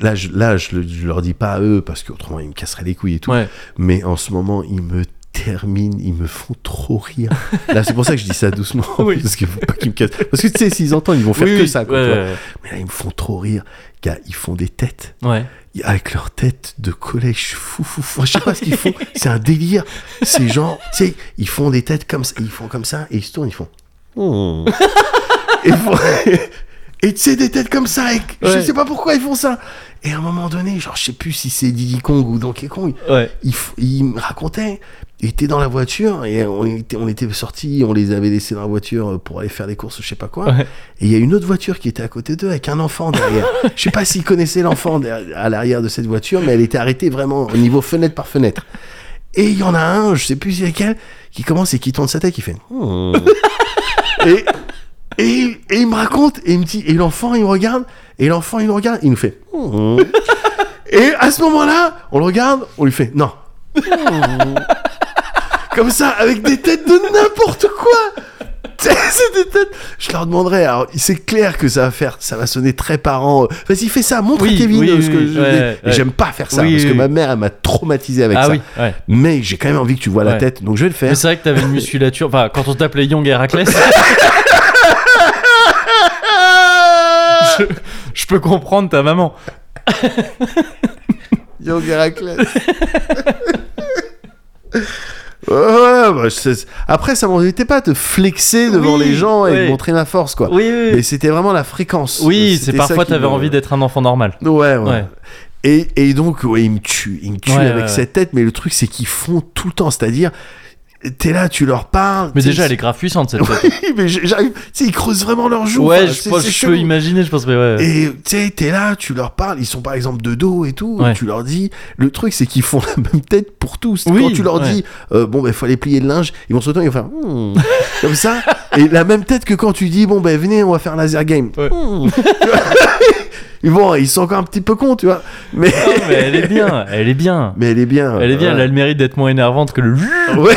là, je, là, je, le- je leur dis pas à eux, parce qu'autrement, ils me casseraient les couilles et tout.
Ouais.
Mais en ce moment, ils me terminent, ils me font trop rire. Là, c'est pour ça que je dis ça doucement,
Oui.
parce qu'il faut pas qu'ils me cassent. Parce que tu sais, s'ils entendent, ils vont faire
Oui,
que
oui,
ça. quoi, tu vois.
Ouais.
Mais là, ils me font trop rire. Gars, ils font des têtes.
ouais.
Ils- Avec leur tête de collège fou, fou, fou. Je sais pas ce qu'ils font. C'est un délire. Ces gens, tu sais, ils font des têtes comme ça. Ils font comme ça et ils se tournent, ils font. Hmm. et ils font- et tu sais, des têtes comme ça. et que- Je
Ouais.
sais pas pourquoi ils font ça. Et à un moment donné, genre, je sais plus si c'est Diddy Kong ou Donkey Kong,
Ouais.
il, f- il me racontait. Il était dans la voiture et on était, on était sortis, on les avait laissés dans la voiture pour aller faire des courses, je sais pas quoi.
Ouais.
Et il y a une autre voiture qui était à côté d'eux avec un enfant derrière. je sais pas s'ils connaissaient l'enfant derrière- à l'arrière de cette voiture, mais elle était arrêtée vraiment au niveau fenêtre par fenêtre. Et il y en a un, je sais plus lequel, qui commence et qui tourne sa tête, qui fait. Hmm. et, et, il- et il me raconte, et il me dit, et l'enfant il me regarde, et l'enfant il me regarde, il nous fait. Hmm. Et à ce moment-là, on le regarde, on lui fait non.
Hmm.
Comme ça, avec des têtes de n'importe quoi. C'est des têtes. Je leur demanderai. Alors, c'est clair que ça va faire, ça va sonner très parent. Vas-y, fais ça, montre
Oui,
à Kevin
oui,
euh, ce que
oui,
je
ouais,
dis.
ouais.
Et J'aime pas faire ça
Oui,
parce
oui,
que
oui.
ma mère elle m'a traumatisé avec
Ah
ça.
oui. Ouais.
Mais j'ai quand même envie que tu vois la
Ouais.
tête, donc je vais le faire.
Mais c'est vrai que t'avais une musculature. Enfin, quand on t'appelait Young Héraclès. je, je peux comprendre ta maman.
Young Héraclès. Ouais, ouais, bah, c'est- Après, ça m'embêtait pas de flexer devant
Oui,
les gens et
ouais.
de montrer ma force, quoi.
Oui, oui.
Mais c'était vraiment la fréquence.
Oui,
Euh,
c'est
c'était
parfois
ça qui
t'avais
me-
envie d'être un enfant normal.
Ouais, ouais.
Ouais.
Et, et donc, ouais, il me tue. Il me tue
Ouais,
avec
ouais,
cette tête, mais le truc, c'est qu'ils font tout le temps. C'est-à-dire, t'es là, tu leur parles.
Mais
t'es-
déjà, elle est grave puissante cette tête.
Oui, mais j'- j'arrive. Tu sais, ils creusent vraiment leurs joues.
ouais,
Enfin,
je,
c'est-
pense,
c'est
je
chelou.
peux imaginer, je pense, mais ouais. ouais.
Et tu sais, t'es là, tu leur parles, ils sont par exemple de dos et tout,
Ouais.
tu leur dis, le truc c'est qu'ils font la même tête pour tous.
Oui,
Quand tu leur
ouais.
dis, euh, bon ben faut aller plier le linge, ils vont se retourner, ils vont faire, Hmm. comme ça, et la même tête que quand tu dis, bon ben venez, on va faire un laser game.
Ouais.
Hmm. Ils vont, ils sont encore un petit peu cons, tu vois, mais,
Non, mais elle est bien, elle est bien.
mais elle est bien. euh,
Elle est bien, elle a le mérite d'être moins énervante que le
Ouais, Ouais,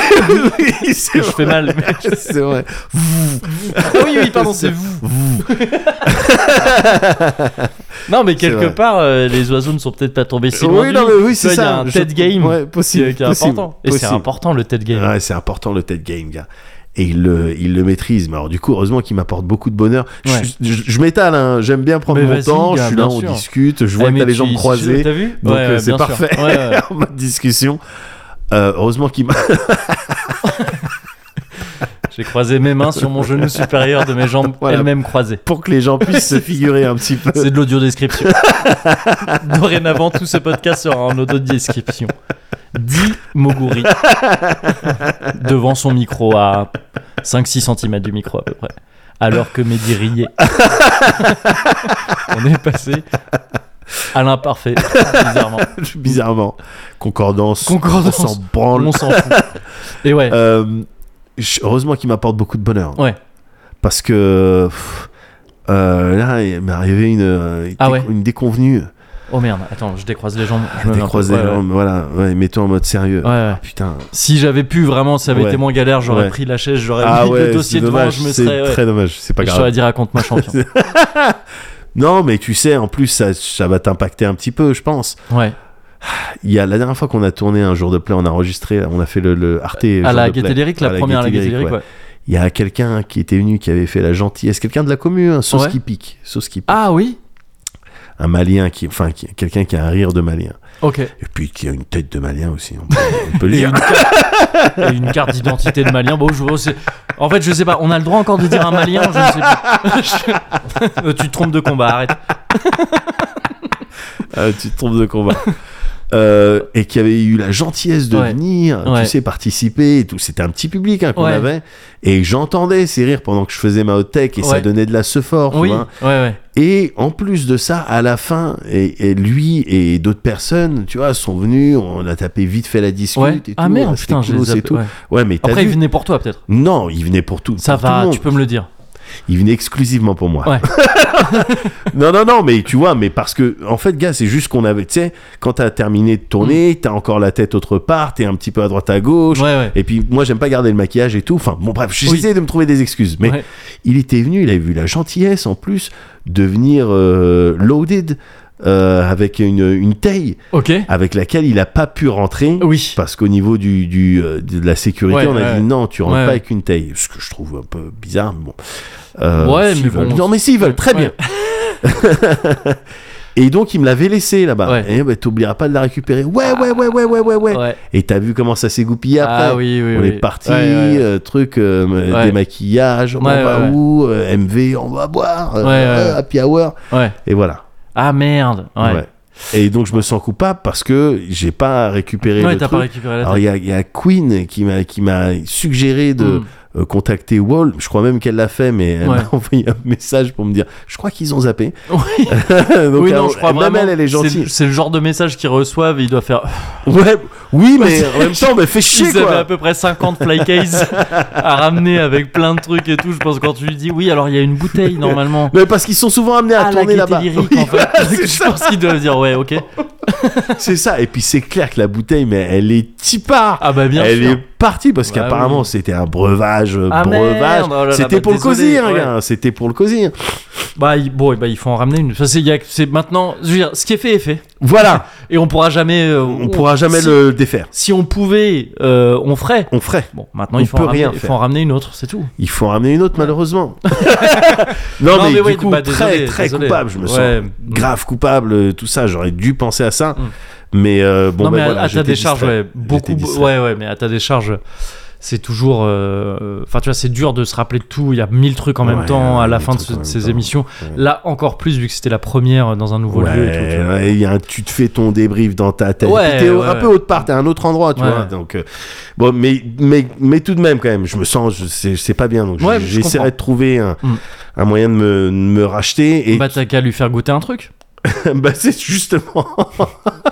oui, c'est
que je fais
vrai.
mal. mais-
C'est vrai.
oui, oui, pardon, c'est vous. non, mais quelque
vrai.
part, euh, les oiseaux ne sont peut-être pas tombés si loin.
oui,
du
non,
lit.
mais oui,
Tu
c'est
vois,
ça.
Il y a un
Je-
TED game
Ouais,
qui, euh,
possible.
qui est
possible,
important. Et c'est
possible.
important le TED game.
Ouais, c'est important le tête game, gars. Et il le, il le maîtrise. Mais alors, du coup, heureusement qu'il m'apporte beaucoup de bonheur. Je-
Ouais.
Je, je, m'étale, hein. j'aime bien prendre
Mais
mon
vas-y,
temps.
gars,
je suis
bien
là, on
sûr.
discute. Je
Ah,
vois que
mais
t'as les
tu-
jambes
si tu-
croisées
T'as vu
Donc,
Ouais,
euh,
ouais,
c'est
bien sûr.
parfait.
Ouais, ouais.
en mode discussion. Euh, heureusement qu'il m'a.
J'ai croisé mes mains sur mon genou supérieur de mes jambes
Voilà.
elles-mêmes croisées.
pour que les gens puissent se figurer un petit peu.
C'est de l'audio description. Dorénavant, tout ce podcast sera en audio description. Dit Moguri. Devant son micro à 5-6 cm du micro à peu près. Alors que Mehdi riait. On est passé à l'imparfait, bizarrement.
Bizarrement. Concordance.
Concordance.
On s'en branle.
On s'en fout. Et ouais,
Euh, je- heureusement qu'il m'apporte beaucoup de bonheur.
Ouais.
Parce que. pff, euh, là, il m'est arrivé une, euh,
Ah ouais.
une déconvenue.
oh merde, attends, je décroise les jambes. Je me mets un peu-
Ah, Décroiser
ouais, ouais.
l'homme, voilà, ouais, mets-toi en mode sérieux.
Ouais, ouais.
Ah, putain.
Si j'avais pu vraiment, ça avait
Ouais.
été moins galère, j'aurais
Ouais.
pris la chaise, j'aurais
Ah
mis
ouais,
le dossier
c'est
devant,
dommage,
je me
c'est
serais. ouais.
très dommage, c'est pas
Et je
grave.
t'aurais dit raconte-moi champion.
Non, mais tu sais, en plus, ça, ça va t'impacter un petit peu, je pense.
Ouais.
Il y a la dernière fois qu'on a tourné un jour de play, on a enregistré, on a fait le, le Arte.
À
jour
la
de play.
Gaieté Lyrique, la
À
première à la
Gaieté
Gaieté
Lyrique,
Lyrique,
ouais.
ouais.
Il y a quelqu'un qui était venu, qui avait fait la gentillesse, quelqu'un de la commune, hein, sauce
Ouais.
qui pique, sauce qui pique.
Ah oui
Un malien qui, enfin, qui- quelqu'un qui a un rire de malien.
Ok.
Et puis qui a une tête de malien aussi, on peut, on peut le
Et
dire.
une carte, et une carte d'identité de malien. Bon, je, bon, c'est- en fait, je sais pas, on a le droit encore de dire un malien, je ne sais pas. Je- tu te trompes de combat, arrête.
Ah, tu te trompes de combat. Euh, et qui avait eu la gentillesse de
Ouais.
venir,
Ouais.
tu sais, participer et tout. C'était un petit public hein, qu'on
Ouais.
avait. Et j'entendais ces rires pendant que je faisais ma haute tech et ça
Ouais.
donnait de la sephore. tu
Oui, ouais,
vois.
ouais.
Et en plus de ça, à la fin, et, et lui et d'autres personnes, tu vois, sont venus. On a tapé vite fait la discute
ouais.
et tout.
Ah merde,
c'était
putain, je
coolos
les
et
ai
tout.
ouais.
Ouais, mais t'as
Après, il
vu.
venait pour toi, peut-être.
Non, il venait pour tout.
Ça
pour tout le
va,
monde.
tu peux me le dire.
Il venait exclusivement pour moi.
Ouais.
non, non, non, mais tu vois, mais parce que, en fait, gars, c'est juste qu'on avait, tu sais, quand t'as terminé de tourner, t'as encore la tête autre part, t'es un petit peu à droite à gauche.
Mm. Ouais, ouais.
Et puis, moi, j'aime pas garder le maquillage et tout. Enfin, bon, bref, j'essayais de me trouver des excuses. Mais
Ouais.
il était venu, il avait vu la gentillesse, en plus, de venir euh, loaded euh, avec une, une taille
Ok.
avec laquelle il a pas pu rentrer.
Oui.
Parce qu'au niveau du, du, euh, de la sécurité,
Ouais,
on a
ouais.
dit non, tu rentres
Ouais,
pas
ouais.
avec une taille. Ce que je trouve un peu bizarre, mais bon. Euh,
Ouais,
s'ils
mais
veulent-
bon,
Non, mais s'ils veulent, très bien. Et donc, il me l'avait laissé là-bas.
Ouais. Ah.
Et ben, t'oublieras pas de la récupérer. Ouais, ouais, ouais, ouais, ouais, ouais, ouais.
Ouais. ouais.
Et t'as vu comment ça s'est goupillé après.
Ah oui, oui,
On
oui.
est parti,
Ouais, ouais,
euh, truc, euh, m-
Ouais.
démaquillage, on
Ouais,
va
ouais,
où, euh, MV, on va boire, euh,
Ouais, ouais,
euh, happy hour.
ouais. Ouais.
Et voilà.
Ah merde. Ouais.
Ouais. Et donc, je me sens coupable parce que j'ai pas récupéré
Ouais,
le
t'as
truc.
pas récupéré la
Alors
tête.
il y, a- il y a Queen qui m'a qui m'a suggéré de
Hmm.
euh, contacter Wall. Je crois même qu'elle l'a fait, mais elle
Ouais.
m'a envoyé un message pour me dire. Je crois qu'ils ont zappé.
Oui.
Donc,
oui, non,
alors,
je crois
même
vraiment.
elle, elle est
c'est-
gentille.
C'est le genre de message qu'ils reçoivent et ils doivent faire.
Ouais, oui, mais
c'est-
en même temps, mais fait chier
Ils avaient à
quoi.
peu près 50 fly cases à ramener avec plein de trucs et tout. Je pense que quand tu lui dis oui, alors il y a une bouteille normalement.
Mais parce qu'ils sont souvent amenés à,
à Ah, la
tourner
gaieté
là-bas.
lyrique
Oui,
en fait.
c'est
je
ça,
pense qu'ils doivent dire ouais, ok.
c'est ça. Et puis c'est clair que la bouteille, mais elle est tipard.
Ah bah bien
elle
sûr.
est partie parce
Bah
qu'apparemment
oui.
c'était un breuvage, euh,
Ah
breuvage.
merde, oh là là,
c'était
bah
pour le
désolé,
cosir,
ouais.
gars. C'était pour le cosir.
Bah il- bon, eh bah, il faut en ramener une. Ça, c'est il y a- c'est maintenant. Je veux dire, ce qui est fait est fait.
Voilà.
Et on pourra jamais. euh,
On pourra jamais
si,
le défaire.
Si on pouvait, euh, on ferait.
On ferait.
Bon, maintenant
On
il faut, en
peut rien
ramener, il faut
faire.
en ramener une autre, c'est tout.
Il faut en ramener une autre, malheureusement. non,
Non,
mais,
mais
du
ouais,
coup,
bah,
très,
désolé,
très
désolé.
coupable. Je me
Ouais.
sens grave coupable, euh, tout ça. J'aurais dû penser à ça.
Mm.
Mais euh, bon,
non
ben
mais à-
voilà,
à ta
j'étais
décharge,
distrait.
ouais, beaucoup,
J'étais distrait.
ouais, ouais, mais à ta décharge, c'est toujours. euh, Enfin, tu vois, c'est dur de se rappeler de tout. Il y a mille trucs en même
Ouais,
temps à
ouais,
la
mille
fin de,
trucs
ce-
en
de
même
ces
temps.
émissions.
Ouais.
Là, encore plus, vu que c'était la première euh, dans un nouveau
Ouais,
lieu. Et tout, tu vois.
ouais, il y a un, tu te fais ton débrief dans ta tête.
Ouais,
Puis t'es au-
ouais,
un
ouais.
peu autre part, t'es à un autre endroit, tu
Ouais.
vois. Donc, euh, bon, mais, mais, mais tout de même, quand même, je me sens, je- c'est c'est pas bien. Donc, je-
Ouais, je comprends.
j'essaierai de trouver un,
Mm.
un moyen de me, de me racheter. Et
Bah, t'as qu'à lui faire goûter un truc.
bah, c'est justement.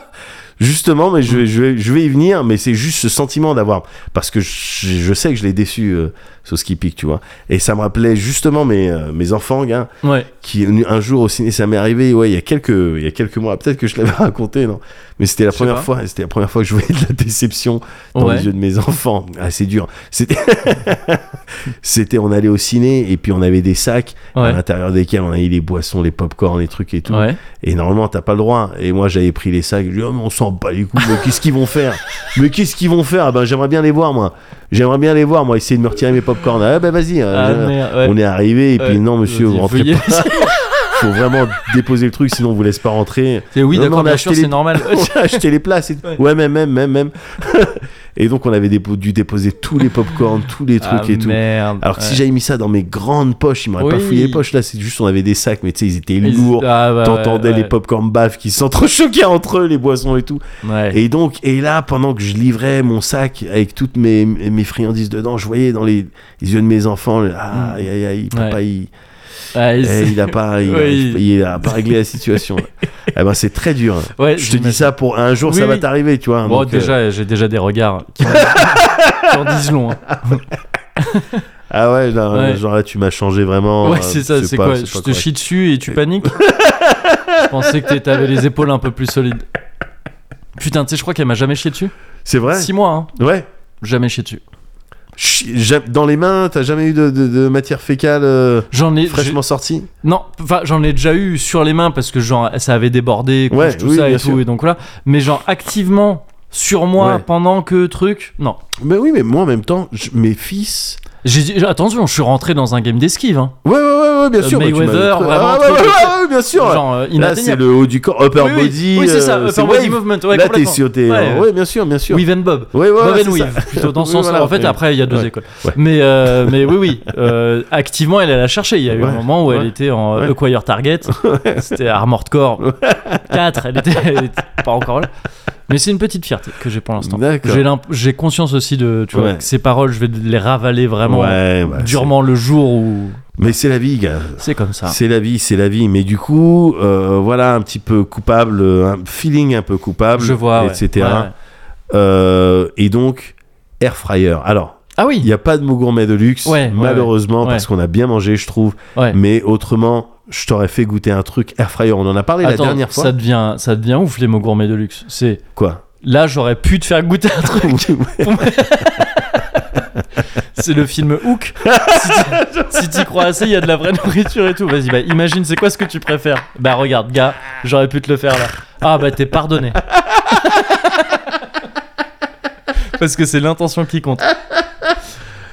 Justement, mais je, vais- je, vais, je vais y venir, mais c'est juste ce sentiment d'avoir. Parce que je, je sais que je l'ai déçu, euh, sur Skippy, tu vois. Et ça me rappelait justement mes, euh, mes enfants, gars
Ouais.
qui un jour au ciné ça m'est arrivé ouais il y a quelques il y a quelques mois peut-être que je l'avais raconté non mais c'était la
sais
première
pas.
fois c'était la première fois que je voyais de la déception dans
Ouais.
les yeux de mes enfants ah c'est dur c'était c'était on allait au ciné et puis on avait des sacs à
Ouais.
l'intérieur desquels on avait les boissons les pop-corn les trucs et tout
Ouais.
et normalement t'as pas le droit et moi j'avais pris les sacs je dis oh, mais on s'en bat les couilles mais qu'est-ce qu'ils vont faire mais qu'est-ce qu'ils vont faire Ah ben j'aimerais bien les voir moi j'aimerais bien les voir moi essayer de me retirer mes pop-corn ah ben vas-y euh,
Ah,
j'aimerais-
merde, ouais.
on est arrivé et
Ouais.
puis non monsieur
Vas-y,
vous rentrez
veuillez-
faut vraiment déposer le truc, sinon on vous laisse pas rentrer.
C'est- oui,
Non, mais
d'accord,
on a
bien
acheté
sûr,
les-
c'est normal.
On a acheté les places. et-
Ouais.
Ouais, même, même, même, même. et donc on avait dépo- dû déposer tous les popcorn, tous les trucs
Ah,
et tout.
merde.
Alors que si
Ouais.
j'avais mis ça dans mes grandes poches, ils m'auraient pas
Oui.
fouillé les poches là. C'est juste on avait des sacs, mais tu sais, ils étaient
Ils-
lourds.
Ah, bah,
T'entendais
ouais,
les
ouais.
popcorn baffes qui s'entrechoquaient entre eux, les boissons et tout.
Ouais.
Et donc, et là, pendant que je livrais mon sac avec toutes mes, mes friandises dedans, je voyais dans les, les yeux de mes enfants, le- ah, aïe, aïe, aïe,
Mm.
papa,
Ouais.
il,
Ouais,
eh,
Ah, c'est-
il a pas, il,
Ouais,
il-
il-
il a pas réglé la situation. là. eh ben, c'est très dur.
ouais,
Je te
j'imagine.
dis ça pour un jour,
Oui,
ça va
oui.
t'arriver, tu vois.
Bon,
donc, euh,
déjà, j'ai déjà des regards qui en, qui en disent long. hein.
Ah ouais, là,
Ouais.
genre là, tu m'as changé vraiment.
ouais,
euh,
c'est ça, c'est
pas-
quoi
c'est
Je
pas
te
correct.
chie dessus et tu paniques Je pensais que t'es- t'avais les épaules un peu plus solides. Putain, tu sais, je crois qu'elle m'a jamais chié dessus.
C'est vrai
6 mois, hein.
Ouais.
Jamais chié dessus.
Chi- ja- Dans les mains, t'as jamais eu de, de- de matière fécale euh,
J'en ai.
fraîchement sortie
j'ai- Non, enfin, j'en ai déjà eu sur les mains parce que, genre, ça avait débordé, couche,
Ouais,
tout
oui,
ça et
bien
tout.
sûr.
Et donc, là. Mais, genre, activement, sur moi,
Ouais.
pendant que truc. Non.
Mais oui, mais moi en même temps, je- mes fils.
J'ai dit- attention, je suis rentré dans un game d'esquive. Hein.
Ouais, ouais, ouais, ouais bien
Euh,
sûr. bah, tu m'as-
Mayweather,
Ah,
vraiment,
ouais, ouais,
truc-
ouais, ouais, bien sûr.
Genre, euh,
là, c'est
inatteignable.
le haut du corps, upper
Oui, oui.
body.
Oui, c'est ça,
euh,
upper
wave.
body movement. Ouais,
Là, t'es
complètement.
sur tes. euh,
Ouais.
Ouais, bien sûr, bien sûr.
Weave and Bob.
Ouais, ouais,
Bob
ouais,
and
c'est ça.
Weave, plutôt dans ce
Oui,
sens.
voilà.
en fait,
Ouais.
après, il y a deux
Ouais.
écoles.
Ouais.
Mais, euh, mais oui, oui, euh, activement, elle, elle a cherché. Il y a eu un
Ouais.
moment où elle
Ouais.
était en
Ouais.
Acquire Target. C'était Armored Core 4. Elle était, elle était pas encore là. Mais c'est une petite fierté que j'ai pour l'instant.
D'accord.
J'ai l'imp- J'ai conscience aussi de tu vois,
Ouais.
que ces paroles, je vais les ravaler vraiment
Ouais, bah, c'est-
euh, durement le jour où
Mais c'est la vie, gars.
c'est comme ça.
C'est la vie, c'est la vie. Mais du coup, euh, voilà, un petit peu coupable, euh, un feeling un peu coupable,
Je vois. ouais.
etc.
Ouais, ouais.
Euh, et donc, air fryer. Alors,
Ah
il
oui,
n'y a pas de mot gourmet de luxe,
Ouais, ouais,
malheureusement,
ouais.
parce qu'on a bien mangé, je trouve.
ouais.
Mais autrement, je t'aurais fait goûter un truc air fryer. On en a parlé
Attends,
la dernière fois.
Ça devient, ça devient ouf les mots gourmets de luxe. C'est
Quoi
là j'aurais pu te faire goûter un truc. C'est le film Hook. si tu- si t'y crois assez, il y a de la vraie nourriture et tout. Vas-y, bah imagine, c'est quoi ce que tu préfères Bah regarde, gars, j'aurais pu te le faire là. Ah bah t'es pardonné. Parce que c'est l'intention qui compte.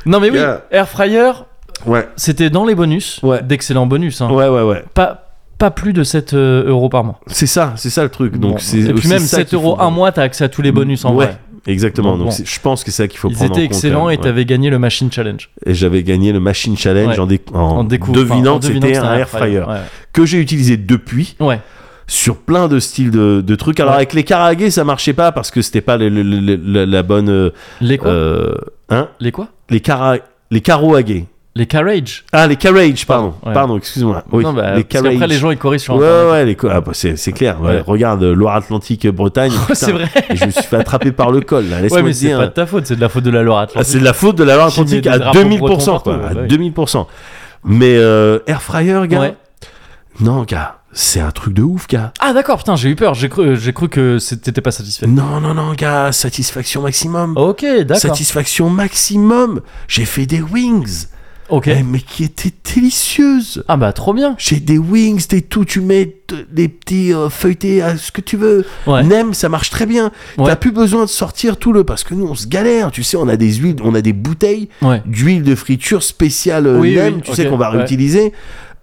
Non mais oui,
Gars.
air fryer,
Ouais,
c'était dans les bonus,
Ouais.
d'excellents bonus. hein.
ouais, ouais, ouais.
Pas, pas plus de 7 euh, euros par mois.
C'est ça, c'est ça le truc.
Bon.
Donc, c'est
et puis
aussi
même
ça
7
qu'il faut
euros un
prendre.
mois, t'as accès à tous les bonus en
ouais,
vrai.
Exactement.
Bon,
Donc,
bon.
c'est- je pense que c'est ça qu'il faut
Ils
prendre en
étaient
compte. euh,
excellents
quand même.
et t'avais gagné le Machine Challenge.
Ouais. Et j'avais gagné le Machine Challenge
Ouais.
en, déc- en
en découvrant,
devinant
en
que c'était un air fryer. Que j'ai utilisé depuis.
Ouais. ouais.
sur plein de styles de, de trucs. Alors
Ouais.
avec les karaagés, ça marchait pas parce que c'était pas le- le- le- le- la bonne. euh,
Les quoi
euh, hein
Les quoi
Les kara les karoagés.
Les carriage.
Ah les carriage, pardon,
Ouais.
pardon, excuse-moi. Oui,
non, bah,
les
parce qu'après
carriage.
les gens ils corrigent sur
Ouais,
Internet.
ouais, ouais, les co- ah, bah, c'est c'est clair. ouais.
Ouais.
Regarde euh, Loire-Atlantique, euh, Bretagne. putain,
c'est vrai.
et je me suis fait attraper par le col. Là. Laisse-moi
Ouais, mais
te
c'est
dire.
pas de ta faute, c'est de la faute de la Loire
Ah, c'est
Atlantique.
de la faute de la Loire-Atlantique
Qui met
à
des drapeaux
2000
bretons
quoi,
partout,
à
ouais.
2000 Mais euh, air fryer, gars.
Ouais.
Non, gars, c'est un truc de ouf, gars.
Ah d'accord, putain, j'ai eu peur, j'ai cru, j'ai cru que c'est- t'étais pas satisfait.
Non, non, non, gars, satisfaction maximum.
Ok, d'accord.
Satisfaction maximum. J'ai fait des wings,
Ok.
Eh, mais qui étaient délicieuses.
Ah bah trop bien.
J'ai des wings, des tout, tu mets de- des petits euh, feuilletés, à ce que tu veux.
Ouais.
Nem, ça marche très bien.
Ouais.
T'as plus besoin de sortir tout le, parce que nous on se galère, tu sais, on a des huiles, on a des bouteilles
Ouais.
d'huile de friture spéciale euh,
Oui,
Nem,
oui,
tu
ok,
sais qu'on va
ouais.
réutiliser.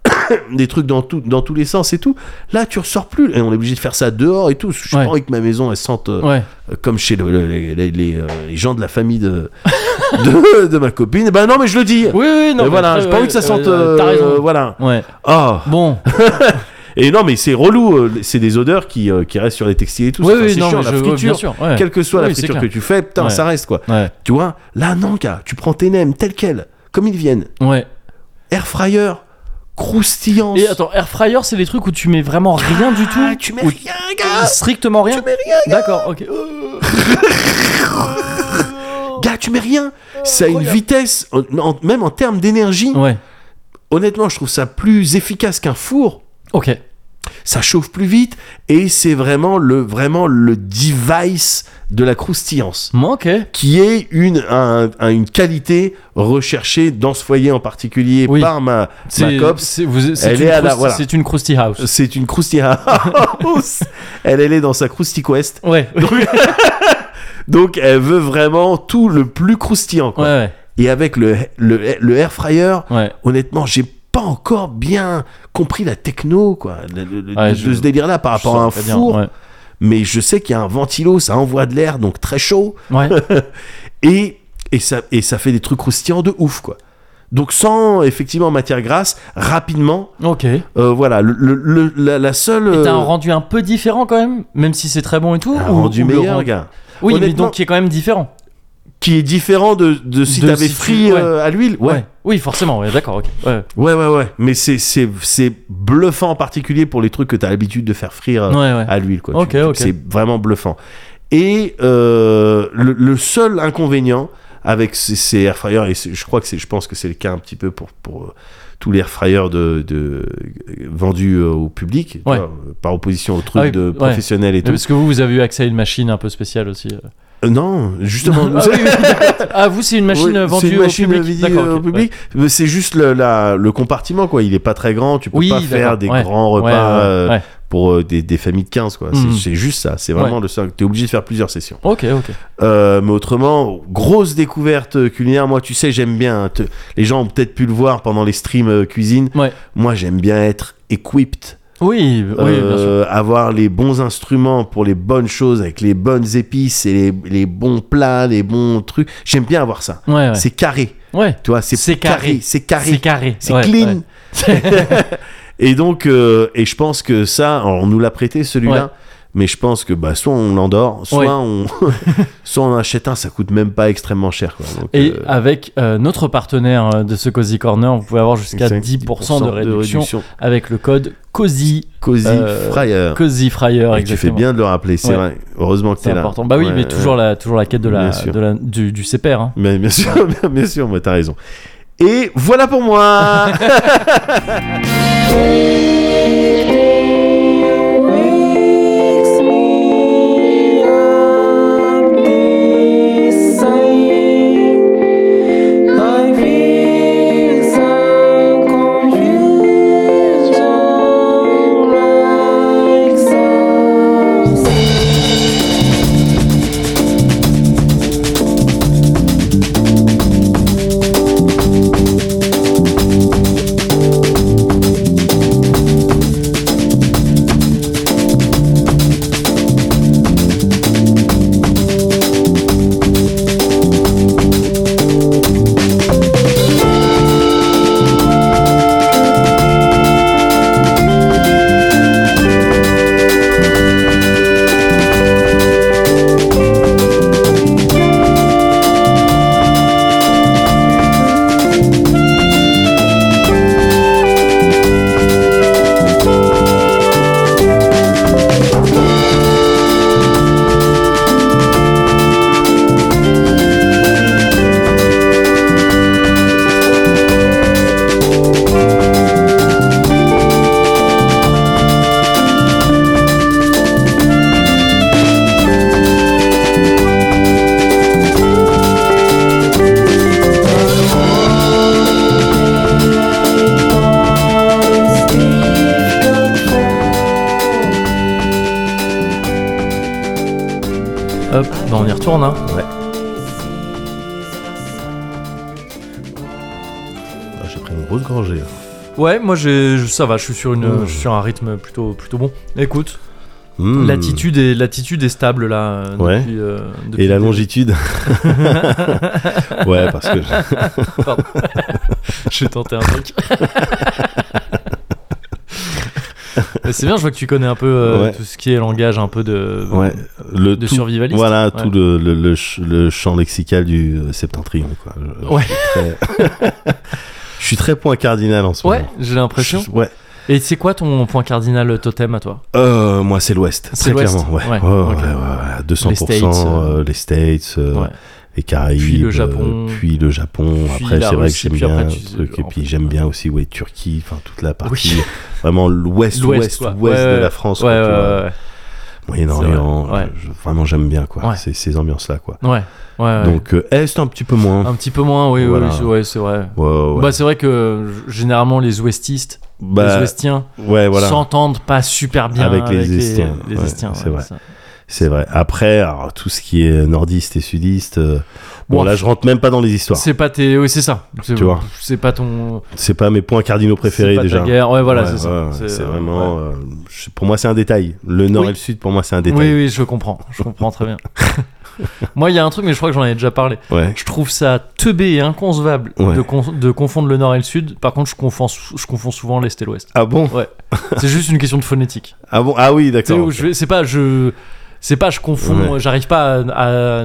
des trucs dans, tout, dans tous les sens et tout. Là, tu ressors plus. Et on est obligé de faire ça dehors et tout. Je suis
Ouais.
pas envie que ma maison, elle sente euh,
Ouais.
euh, comme chez le- le- les, les- les, euh, les gens de la famille de, de, de ma copine, ben non, mais je le dis.
Oui, oui, non.
Et
mais
voilà,
très-
j'ai pas envie que ça
ouais,
sente.
euh, T'as
euh,
raison.
voilà.
Ouais.
Ah.
Bon.
Et non, mais c'est relou. euh, c'est des odeurs qui, euh, qui restent sur les textiles et tout.
Oui,
Enfin,
oui,
c'est
non,
chiant,
mais
la
je- ouais,
friture.
bien sûr, ouais.
Quelle que soit la
Oui, c'est
friture que
clair.
tu fais, putain,
Ouais.
ça reste quoi.
Ouais.
Tu vois, là, non, gars, tu prends tes nems tels quels, comme ils viennent.
Ouais.
Air fryer, croustillant.
Et attends, air fryer, c'est les trucs où tu mets vraiment rien du tout.
Ah, tu mets
Ou-
rien, gars.
Strictement rien.
Tu mets rien, gars.
D'accord, ok. Oh.
Gars, tu mets rien. Ça a une vitesse, en- en- même en termes d'énergie.
Ouais.
Honnêtement, je trouve ça plus efficace qu'un four.
Ok.
Ça chauffe plus vite et c'est vraiment le vraiment le device de la croustillance.
Moi, ok.
qui est une, un- un- une qualité recherchée dans ce foyer en particulier
Oui.
par ma, ma
C'est
copse.
c'est- vous- c'est
Elle
une
est à la-
crousti-
voilà.
c'est une Krusty House.
C'est une croustilla house. elle, elle est dans sa Krusty Quest.
Ouais. Ouais,
Donc, elle veut vraiment tout le plus croustillant. quoi.
ouais.
Et avec le, le, le air fryer,
Ouais.
honnêtement, j'ai pas encore bien compris la techno, quoi. Le- le- le-
Ouais,
de,
je-
de ce délire-là par
Je
rapport à un
saurais pas dire,
four.
Ouais.
Mais je sais qu'il y a un ventilo, ça envoie de l'air, donc très chaud.
Ouais.
et, et, ça, et ça fait des trucs croustillants de ouf quoi. Donc sans effectivement matière grasse, rapidement,
Ok. Et
euh, voilà, le, le- le- la, la seule... euh,
t'as un rendu un peu différent quand même, même si c'est très bon et tout.
un
ou-
rendu
ou le
meilleur,
rendu-
gars,
Oui, mais
Honnêtement-
donc qui est quand même différent.
qui est différent de, de si
De
t'avais
si tu-
frit
ouais.
euh, à l'huile. Ouais.
Oui, forcément. Ouais, d'accord. Ok. Ouais.
ouais, ouais, ouais, Mais c'est, c'est, c'est bluffant en particulier pour les trucs que t'as l'habitude de faire frire euh,
Ouais, ouais.
à l'huile. Quoi.
Ok,
Tu- tu-
ok.
C'est vraiment bluffant. Et euh, le, le seul inconvénient avec ces, ces air fryers, et c'est- je crois que c'est, je pense que c'est le cas un petit peu pour, pour euh, tous les air fryers de, de- vendus euh, au public, tu
Ouais.
vois, euh, par opposition au truc
Ah oui,
de
ouais.
professionnel et tout.
Parce que vous, vous avez eu accès à une machine un peu spéciale aussi. euh.
Euh, non, justement. nous-
Ah, oui, oui, d'accord. Ah, vous, c'est une machine
Oui,
euh, vendue
c'est une machine
au
vendue,
public. D'accord,
euh, au
ok.
public. Mais C'est juste le, la- le compartiment, quoi. Il est pas très grand. Tu peux
Oui,
pas faire
d'accord,
des
ouais.
grands
Ouais, ouais,
repas euh,
ouais.
pour euh, des, des familles de 15, quoi. C'est-
Mhm.
C'est juste ça. C'est vraiment le seul. T'es obligé de faire plusieurs sessions.
Ok, ok.
Euh, mais autrement, grosse découverte euh, culinaire. Moi, tu sais, j'aime bien. hein, te- Les gens ont peut-être pu le voir pendant les streams euh, cuisine.
Ouais.
Moi, j'aime bien être equipped,
Oui, oui, bien sûr.
Euh, avoir les bons instruments pour les bonnes choses, avec les bonnes épices et les, les bons plats, les bons trucs. J'aime bien avoir ça.
Ouais, ouais.
C'est carré,
Ouais.
tu vois.
C'est carré.
C'est carré.
C'est carré.
C'est
Ouais,
clean.
ouais.
et donc, euh, et je pense que ça, alors, on nous l'a prêté celui-là.
Ouais.
Mais je pense que bah, soit on l'endort, soit,
Ouais.
on... soit on en achète un, ça coûte même pas extrêmement cher. quoi. Donc,
Et
euh,
avec euh, notre partenaire euh, de ce Cozy Corner, vous pouvez avoir jusqu'à 10%,
exact,
de, réduction avec le code COZY.
Cozy
Euh,
Fryer.
COZY Fryer,
Et tu fais
exactement.
bien de le rappeler, c'est
Ouais.
vrai. Heureusement que t'es
C'est
là.
important. Bah oui,
Ouais,
mais toujours, la, toujours la quête de la,
Bien sûr.
de la- du, du CPR. hein.
Mais bien sûr, bien- bien sûr, moi, t'as raison. Et voilà pour moi Ah,
Hop, bah on y retourne. Hein.
Ah, J'ai pris une grosse gorgée. hein. là.
Ouais, moi j'ai- je- ça va, je suis sur, une,
Mmh.
je suis sur un rythme plutôt, plutôt bon. Écoute,
Hmm.
L'attitude est, l'attitude est stable là. euh,
Ouais.
Depuis, euh, depuis
Et la
le début.
longitude Ouais, parce que
Pardon. J'ai tenté un truc. Mais c'est bien, je vois que tu connais un peu euh,
Ouais.
tout ce qui est langage un peu de,
ouais, le
de
tout-
survivaliste.
Voilà,
Ouais.
tout le, le, le ch- le champ lexical du euh, septentrion. Quoi. Je,
Ouais.
Je suis, très... je suis très point cardinal en ce
Ouais,
moment.
j'ai l'impression.
Je- ouais.
Et c'est quoi ton point cardinal totem à toi
Euh, moi, c'est l'Ouest.
C'est
Très
l'Ouest.
clairement. Ouais.
Ouais,
Ouais, ouais,
ok.
ouais, ouais, ouais. 200%.
Les
Les
States,
States,
euh,
les, States euh,
Ouais.
les Caraïbes.
Puis le Japon.
euh, puis le Japon.
Puis
après,
la
c'est vrai que
Russie,
j'aime
puis
bien.
après,
ce
tu-
truc. Et
en
puis,
fait,
j'aime
ouais.
bien aussi ouais, Turquie. Enfin, toute la partie.
Oui.
Vraiment l'Ouest,
L'Ouest,
Ouest,
quoi.
Ouest
Ouais,
de
ouais.
la France.
Ouais,
quoi,
ouais,
tu vois.
ouais.
Moyen-Orient.
C'est vrai, ouais.
je- je- vraiment, j'aime bien quoi.
Ouais.
Ces, ces ambiances-là. quoi.
Ouais, ouais, ouais.
Donc, euh, Est, un petit peu moins.
un petit peu moins, oui, oui,
Voilà.
oui, c'est- ouais, c'est vrai.
Ouais, ouais, ouais.
Bah, c'est vrai que g- généralement les ouestistes,
Bah,
les ouestiens,
ouais, voilà.
s'entendent pas super bien
Avec les
estiens.
Estiens,
Les
ouais,
Estiens,
c'est
ouais,
vrai.
ça.
C'est vrai. Après, alors, tout ce qui est nordiste et sudiste, euh, bon,
Bon,
là, je rentre même pas dans les histoires.
C'est pas tes, oui, c'est ça. C'est-
Tu vois.
c'est pas ton
C'est pas mes points cardinaux préférés
c'est pas ta
déjà.
guerre. Ouais, voilà,
Ouais,
c'est ça.
ouais, C'est
euh,
vraiment.
ouais.
euh, je- pour moi, c'est un détail. Le nord
Oui.
et le sud, pour moi, c'est un détail.
Oui, oui, je comprends, je comprends très bien. Moi, il y a un truc, mais je crois que j'en ai déjà parlé.
Ouais.
Je trouve ça teubé et inconcevable
Ouais.
de, con- de confondre le nord et le sud. Par contre, je confonds, sou- je confonds souvent l'est et l'ouest.
Ah bon
C'est juste une question de phonétique.
Ah bon Ah oui,
Tu sais,
d'accord.
où je vais- c'est pas je, c'est pas je confonds.
Ouais.
J'arrive pas à, à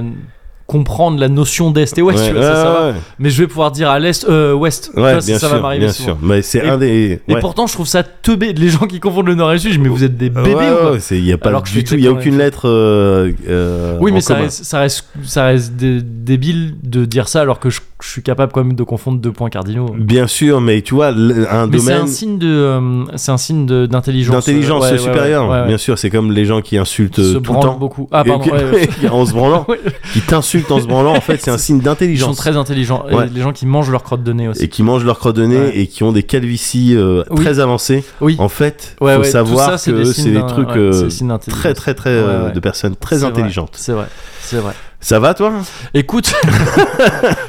comprendre la notion d'est et ouest.
Ouais,
tu vois, ça, ça va.
ouais,
Mais je vais pouvoir dire à l'est, euh, ouest.
ouais,
Tu vois, ça,
bien
ça va
sûr,
m'arriver
bien
souvent.
sûr. Mais c'est
Et-
un des.
Et
ouais.
pourtant, je trouve ça teubé. Les gens qui confondent le nord et le sud, je dis, mais vous êtes des bébés
Ouais,
ou quoi
ouais, c'est- Il n'y a pas
Alors que
du
c'était
tout. Il y a
quand même-
aucune lettre. euh, euh,
Oui,
en
mais ça
commun.
reste, ça, reste, ça reste dé- débile de dire ça alors que je, je suis capable quand même de confondre deux points cardinaux.
Bien sûr, mais tu vois, l- un
Mais c'est
domaine.
un signe de, euh, c'est un signe de- d'intelligence.
d'intelligence
euh, ouais, ouais,
supérieure.
ouais, ouais.
Bien sûr, c'est comme les gens qui insultent
Se
euh, tout le
branlent
temps.
beaucoup. Ah pardon.
Et-
ouais, ouais.
en se branlant,
Ouais.
qui t'insultent en se branlant, en fait, c'est un signe
Ils sont
d'intelligence.
très intelligents. Et
Ouais.
les gens qui mangent leur crotte de nez aussi.
Et qui mangent leur cordonné
Ouais.
et qui ont des calvities euh,
Oui.
très avancées.
Oui.
En fait,
Ouais,
faut
ouais, tout
savoir
ça, c'est
que
des
c'est
signes
des
d'un-
trucs
ouais,
euh,
c'est des signes d'intelligence.
très, très, très euh,
Ouais, ouais.
de personnes très
C'est vrai.
intelligentes.
C'est vrai. C'est vrai.
Ça va, toi
Écoute,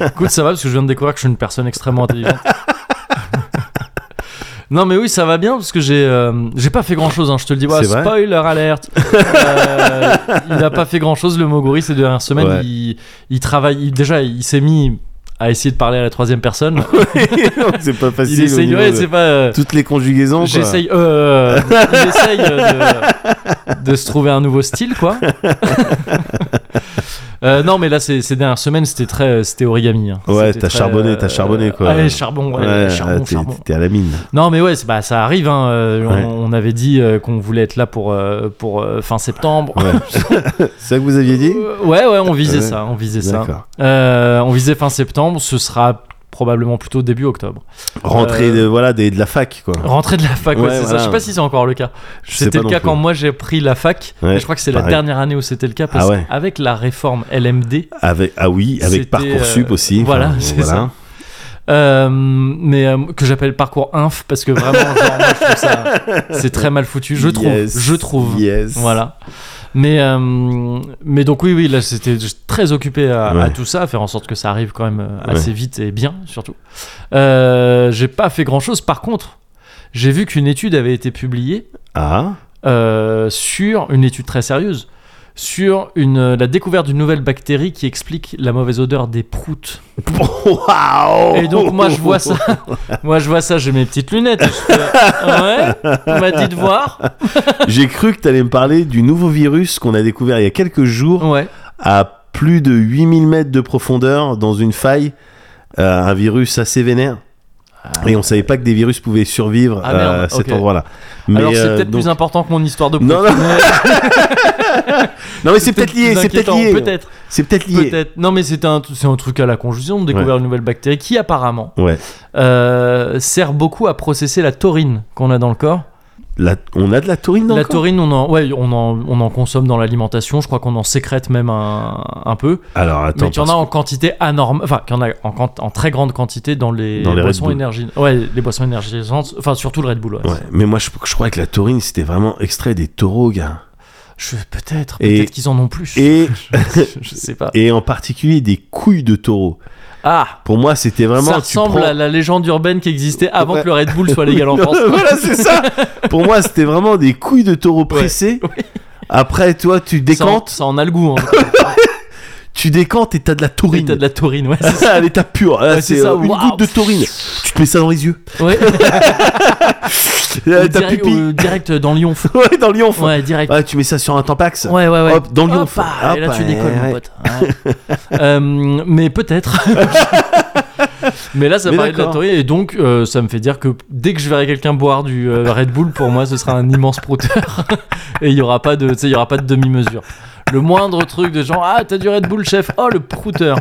écoute, ça va parce que je viens de découvrir que je suis une personne extrêmement intelligente. Non mais oui ça va bien parce que j'ai euh, j'ai pas fait grand chose je te le dis voilà,
C'est vrai
spoiler alerte Euh, il a pas fait grand chose le Moguri ces dernières semaines
Ouais.
il, il travaille il- déjà il s'est mis à essayer de parler à la troisième personne
C'est pas facile.
il
au
essaye
niveau
ouais,
de-
c'est pas euh,
Toutes les conjugaisons. quoi.
j'essaye euh, il essaye euh, de, de se trouver un nouveau style quoi Euh, non mais là ces, ces dernières semaines c'était très c'était origami hein.
Ouais,
C'était
t'as
très,
charbonné,
euh,
t'as charbonné, quoi.
ah ouais, charbon ouais,
Ouais,
charbon,
t'es-
charbon.
T'es à la mine.
non mais ouais c'est- bah, ça arrive hein, euh, on-
Ouais.
on, avait dit euh, qu'on voulait être là pour euh, pour euh, fin septembre
Ouais. c'est ça que vous aviez dit
Euh, ouais ouais on visait
Ouais.
ça on visait ça
D'accord.
Euh, on visait fin septembre ce sera probablement plutôt début octobre
Rentrer
Euh,
de, voilà, des- de la fac, quoi.
rentrée de la fac ouais,
Ouais,
c'est ça
voilà.
je sais pas si c'est encore le cas
Je sais
C'était
pas
le
non
cas
plus.
quand moi j'ai pris la fac.
Ouais,
et je crois que c'est la
pareil.
dernière année où c'était le cas parce
Ah ouais.
qu'avec la réforme LMD,
Avec, ah oui,
C'était,
avec Parcoursup
euh,
aussi.
voilà,
Enfin,
c'est ça. euh, mais euh, que j'appelle parcours inf parce que vraiment, genre, moi, je trouve ça, c'est très mal foutu. Je trouve,
Yes,
je trouve.
yes.
Voilà. Mais euh, mais donc oui oui là c'était juste très occupé à,
Ouais.
à tout ça, à faire en sorte que ça arrive quand même euh,
Ouais.
assez vite et bien surtout. Euh, j'ai pas fait grand chose. Par contre, j'ai vu qu'une étude avait été publiée
Ah,
euh, sur une étude très sérieuse sur une, euh, la découverte d'une nouvelle bactérie qui explique la mauvaise odeur des proutes.
Waouh
Et donc moi je vois ça, moi je vois ça, j'ai mes petites lunettes. et je fais, ouais, on m'a dit de voir.
J'ai cru que t'allais me parler du nouveau virus qu'on a découvert il y a quelques jours
Ouais.
à plus de 8000 mètres de profondeur dans une faille. Euh, un virus assez vénère. Et on savait pas que des virus pouvaient survivre euh,
Ah, merde,
à cet
ok.
endroit-là. Mais,
Alors c'est
euh,
peut-être
donc-
plus important que mon histoire de proutes.
Non, non, non, mais c'est peut-être lié,
plus
c'est peut-être
inquiétant,
lié.
Peut-être,
C'est peut-être lié.
peut-être. Non mais c'est un, c'est un truc à la conjonction de découvrir une nouvelle bactérie qui apparemment
Ouais.
euh, sert beaucoup à processer la taurine qu'on a dans le corps.
La- on a de la taurine dans
La
le corps
taurine, on en, ouais, on en, on en consomme dans l'alimentation. Je crois qu'on en sécrète même un, un peu.
Alors attends.
mais qu'il y en a en quantité anorme, enfin, qu'il y en a en, quant- en très grande quantité dans les,
Dans les Red
boissons
Bull.
énergisantes. Ouais, les boissons énergisantes. Enfin, surtout le Red Bull. ouais.
Ouais, mais moi je, je croyais que la taurine c'était vraiment extrait des taureaux, gars.
Je- peut-être,
Et-
peut-être qu'ils en ont plus.
Et,
je, je sais pas.
et en particulier des couilles de taureaux.
ah,
Pour moi c'était vraiment.
ça
tu
ressemble
prends-
à la légende urbaine qui existait avant
Ouais.
que le Red Bull soit légal en
Non,
France.
voilà, c'est ça. Pour moi c'était vraiment des couilles de taureaux pressées Après, toi, tu
Ça en-
décantes,
Ça en a le goût. Hein.
tu décantes et t'as de la
Oui, t'as
taurine.
de la taurine, ouais. c'est
À l'état pur, Là,
Ouais,
c'est
c'est ça,
euh, une
waouh.
goutte de taurine. Tu te mets ça dans les yeux.
ça. Ouais.
Euh, Ta
direct,
pupille.
euh, direct dans Lyon.
Ouais, dans Lyon. enfin.
Ouais, direct.
Ouais, tu mets ça sur un tampax.
Ouais, ouais, ouais.
Hop, dans Lyon.
Hop,
enfin.
ah, et là,
Hop,
tu décolles,
ouais.
mon pote. Ouais. Euh, mais peut-être. mais là, ça
Mais
parlait de la
d'accord.
taurine. Et donc, euh, ça me fait dire que dès que je verrai quelqu'un boire du euh, Red Bull, pour moi, ce sera un immense prouteur. et il n'y aura pas de, tu sais, il y aura pas de demi-mesure. Le moindre truc de genre, ah, t'as du Red Bull, chef. Oh, le prouteur.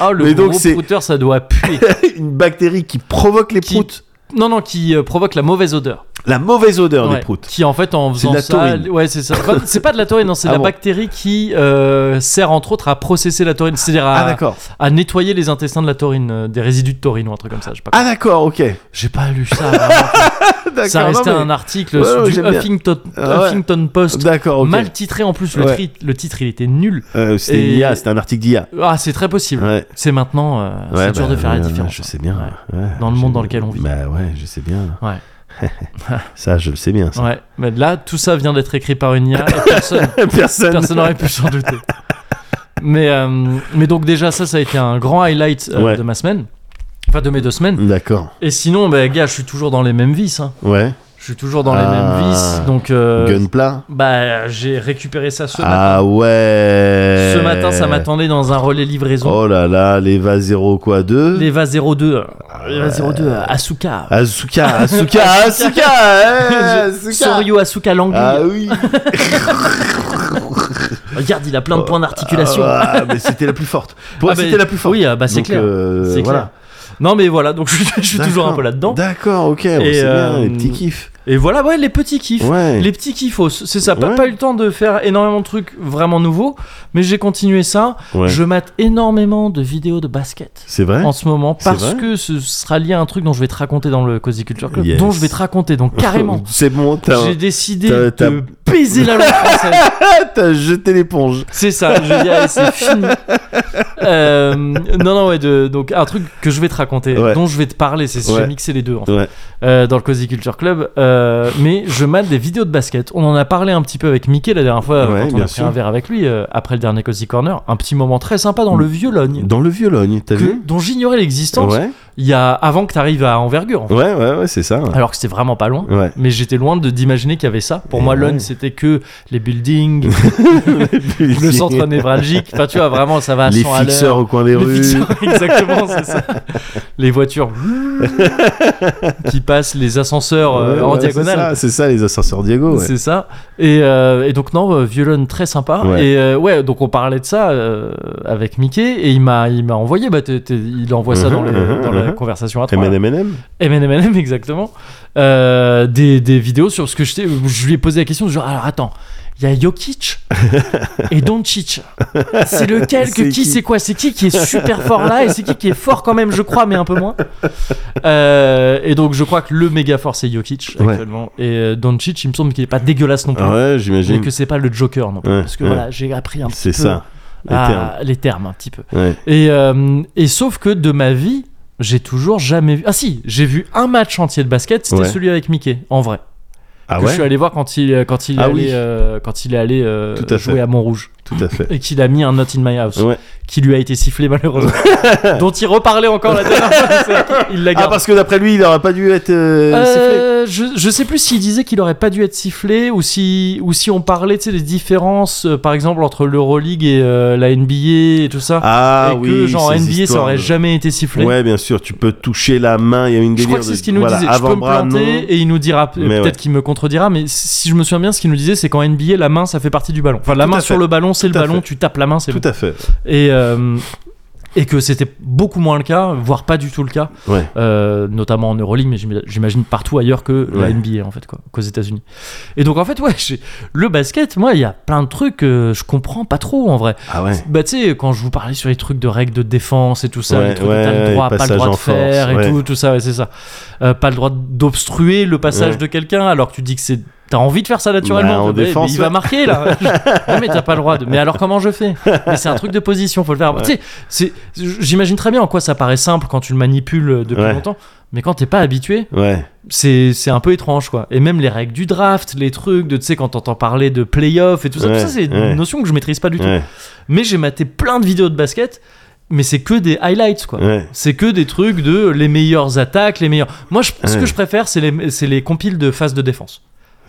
Oh, le
Mais donc,
gros
c'est-
prouteur, ça doit puer.
Une bactérie qui provoque les
Qui-
proutes.
Non, non, qui euh, provoque la mauvaise odeur.
La mauvaise odeur
Ouais.
des proutes.
Qui en fait en
C'est
faisant
de la
ça,
taurine.
ouais c'est ça. Enfin, c'est pas de la taurine, non, c'est
Ah
de la
bon.
bactérie qui euh, sert entre autres à processer la taurine, c'est-à-dire
Ah,
à,
d'accord.
à nettoyer les intestins de la taurine, euh, des résidus de taurine ou un truc comme ça. J'ai pas,
Ah d'accord, ok.
j'ai pas lu ça. vraiment. ça restait un article
Ouais,
sur
ouais,
du
j'aime bien.
Huffington,
Ah ouais.
Huffington Post,
D'accord, ok.
mal titré en plus. Le,
Ouais.
tri- le titre il était nul.
Euh, c'était une
Et-
IA, c'était un article d'IA.
Ah c'est très possible.
Ouais.
C'est maintenant, euh,
Ouais,
c'est dur
bah,
de faire la
ouais, ouais,
différence. hein.
Je sais bien. ouais,
Dans le monde
je-
dans lequel on vit.
Bah ouais, je sais bien.
Ouais.
ça, je le sais bien. ça.
Ouais, mais là tout ça vient d'être écrit par une IA. et personne
Personne.
Personne n'aurait pu s'en douter. Mais, euh, mais donc déjà ça, ça a été un grand highlight euh,
Ouais. Mm.
de ma semaine. Enfin, de mes deux semaines.
D'accord.
Et sinon, bah, gars, je suis toujours dans les mêmes vices. hein.
Ouais.
Je suis toujours dans
Ah.
les mêmes vices. Donc, euh,
Gunpla.
bah, j'ai récupéré ça ce matin.
Ah ouais.
Ce matin, ça m'attendait dans un relais livraison.
Oh là là, l'Eva 0 quoi 2.
L'Eva 02. euh,
Ah
L'Eva 02, euh, Asuka.
Asuka, Asuka, Asuka, hein, Asuka.
Soryu Asuka Langley.
Ah oui.
Regarde, il a plein de points d'articulation.
Ah, mais c'était la plus forte. Pour
Ah,
c'était
bah,
la plus forte.
Oui, ah, bah, c'est
Donc,
clair.
euh,
c'est clair.
voilà.
Non, mais voilà, donc je, suis toujours un
D'accord.
peu là-dedans.
D'accord, ok. bon,
Et,
c'est bien,
euh,
les petits kiffs.
Et voilà, ouais, les petits kiffs.
Ouais.
Les petits kiffos, c'est ça. Pas,
Ouais.
pas eu le temps de faire énormément de trucs vraiment nouveaux, mais j'ai continué ça.
Ouais.
Je mate énormément de vidéos de basket
C'est vrai.
en ce moment
C'est
parce
vrai
que ce sera lié à un truc dont je vais te raconter dans le Cozy Culture Club,
Yes.
dont je vais te raconter, donc carrément.
C'est bon, t'as
J'ai décidé
t'as- t'as-
de baiser la langue française.
t'as jeté l'éponge.
C'est ça, je dis, allez, c'est fini. Euh, non, non, ouais, de- donc un truc que je vais te raconter,
Ouais.
dont je vais te parler, c'est
Ouais.
j'ai mixé les deux en fait,
Ouais.
euh, dans le Cozy Culture Club. euh, mais je mate des vidéos de basket. On en a parlé un petit peu avec Mickey la dernière fois, euh,
Ouais,
quand on a
bien
pris
sûr.
un verre avec lui euh, après le dernier Cozy Corner. Un petit moment très sympa dans le Vieux-Logne,
Dans le viologne, Mm. t'as
que-
vu
dont j'ignorais l'existence
Ouais,
il y a, avant que tu arrives à Envergure, en fait.
ouais, ouais, ouais, c'est ça.
alors que c'était vraiment pas loin.
Ouais.
Mais j'étais loin de d'imaginer qu'il y avait ça. Pour
Et
moi,
Eh ouais.
Logne, c'était que les buildings, le centre névralgique. Enfin, tu vois, vraiment, ça va à
Les
100 à l'heure.
fixeurs au coin des
Les
rues.
fixeurs, exactement, c'est ça. Les voitures qui passent, les ascenseurs euh,
Ouais,
en
ouais,
diagonale.
C'est ça, c'est ça, les ascenseurs Diego. ouais.
C'est ça. Et, euh, et donc non, euh, violonne très sympa.
Ouais.
Et euh, ouais, donc on parlait de ça euh, avec Mickey et il m'a il m'a envoyé, bah, t'es- t'es- il envoie ça dans, les-
Mhm, mhm,
dans la
mhm.
conversation à trois. là.
MNMNM
MNMNM exactement Euh, des, des vidéos sur ce que je t'ai- je lui ai posé la question genre alors attends il y a Jokic et Doncic c'est lequel que
C'est
qui,
qui
c'est quoi c'est qui qui est super fort là et c'est qui qui est fort quand même je crois mais un peu moins Euh, et donc je crois que le méga fort c'est Jokic
Ouais. Ah
actuellement et euh, Doncic il me semble qu'il est pas dégueulasse non plus
Ouais,
mais
j'imagine.
que c'est pas le Joker non plus
Ouais,
parce que
ouais.
voilà j'ai appris un petit
C'est
peu
ça. Les
à-
termes.
les termes un petit peu
Ouais.
et, euh, et sauf que de ma vie, j'ai toujours jamais vu. Ah si, j'ai vu un match entier de basket, c'était
Ouais.
celui avec Mickey, en vrai.
Ah
que je suis
ouais
allé voir quand il, quand il est
Ah
allé,
oui.
euh, quand il est allé euh,
Tout à fait.
jouer à Montrouge.
Tout à fait.
Et qu'il a mis un Not in My House,
Ouais.
qui lui a été sifflé malheureusement. dont il reparlait encore la dernière fois. c'est vrai qu'il l'a
Ah,
gardé.
parce que d'après lui, il aurait pas dû être euh, sifflé.
Euh, je, je sais plus s'il disait qu'il aurait pas dû être sifflé ou si, ou si on parlait tu sais, des différences, euh, par exemple, entre l'Euroleague et euh, la NBA et tout ça.
Ah
et
oui.
que, genre,
ces
NBA, ça
histoires
aurait
de-
jamais été sifflé.
Ouais, bien sûr, tu peux toucher la main, il y a une
Je
délire
crois que c'est
de-
ce qu'il nous
voilà,
disait. Je peux me
avant-bras,
planter
non.
et il nous dira, euh,
Mais
peut-être
ouais.
qu'il me contredira, mais si je me souviens bien, ce qu'il nous disait, c'est qu'en NBA, la main, ça fait partie du ballon. Enfin, la
Tout
main
à
sur
fait.
le ballon, c'est le
Tout à
ballon,
fait.
tu tapes la main, c'est bon.
Tout à fait.
Et, euh, et que c'était beaucoup moins le cas, voire pas du tout le cas,
Ouais.
euh, notamment en Euroleague, mais j'im- j'imagine partout ailleurs que
Ouais.
la NBA, en fait, quoi, qu'aux États-Unis. Et donc, en fait, ouais, j'ai- le basket, moi, il y a plein de trucs que je comprends pas trop, en vrai.
Ah ouais.
Bah, tu sais, quand je vous parlais sur les trucs de règles de défense et tout ça,
Ouais,
les trucs de
ouais,
t'as le droit,
ouais,
pas le
passage
droit de
en force,
faire et
ouais.
tout, tout ça, ouais, c'est ça. Euh, pas le droit d'obstruer le passage
Ouais.
de quelqu'un alors que tu dis que c'est T'as envie de faire ça naturellement.
Bah, en
Ouais, mais
défense,
il
ouais.
va marquer là. Ouais, mais t'as pas le droit de. Mais alors comment je fais Mais c'est un truc de position, faut le faire. Tu sais, c'est- j'imagine très bien en quoi ça paraît simple quand tu le manipules euh, depuis
Ouais.
longtemps. Mais quand t'es pas habitué,
Ouais.
c'est c'est un peu étrange quoi. Et même les règles du draft, les trucs de tu sais quand t'entends parler de playoff et tout ça, tout
Ouais,
ça c'est
ouais.
une notion que je maîtrise pas du tout.
Ouais.
Mais j'ai maté plein de vidéos de basket, mais c'est que des highlights quoi.
Ouais.
C'est que des trucs de les meilleures attaques, les meilleurs. Moi, je- ce
Ouais.
que je préfère, c'est les, c'est les compiles de phases de défense.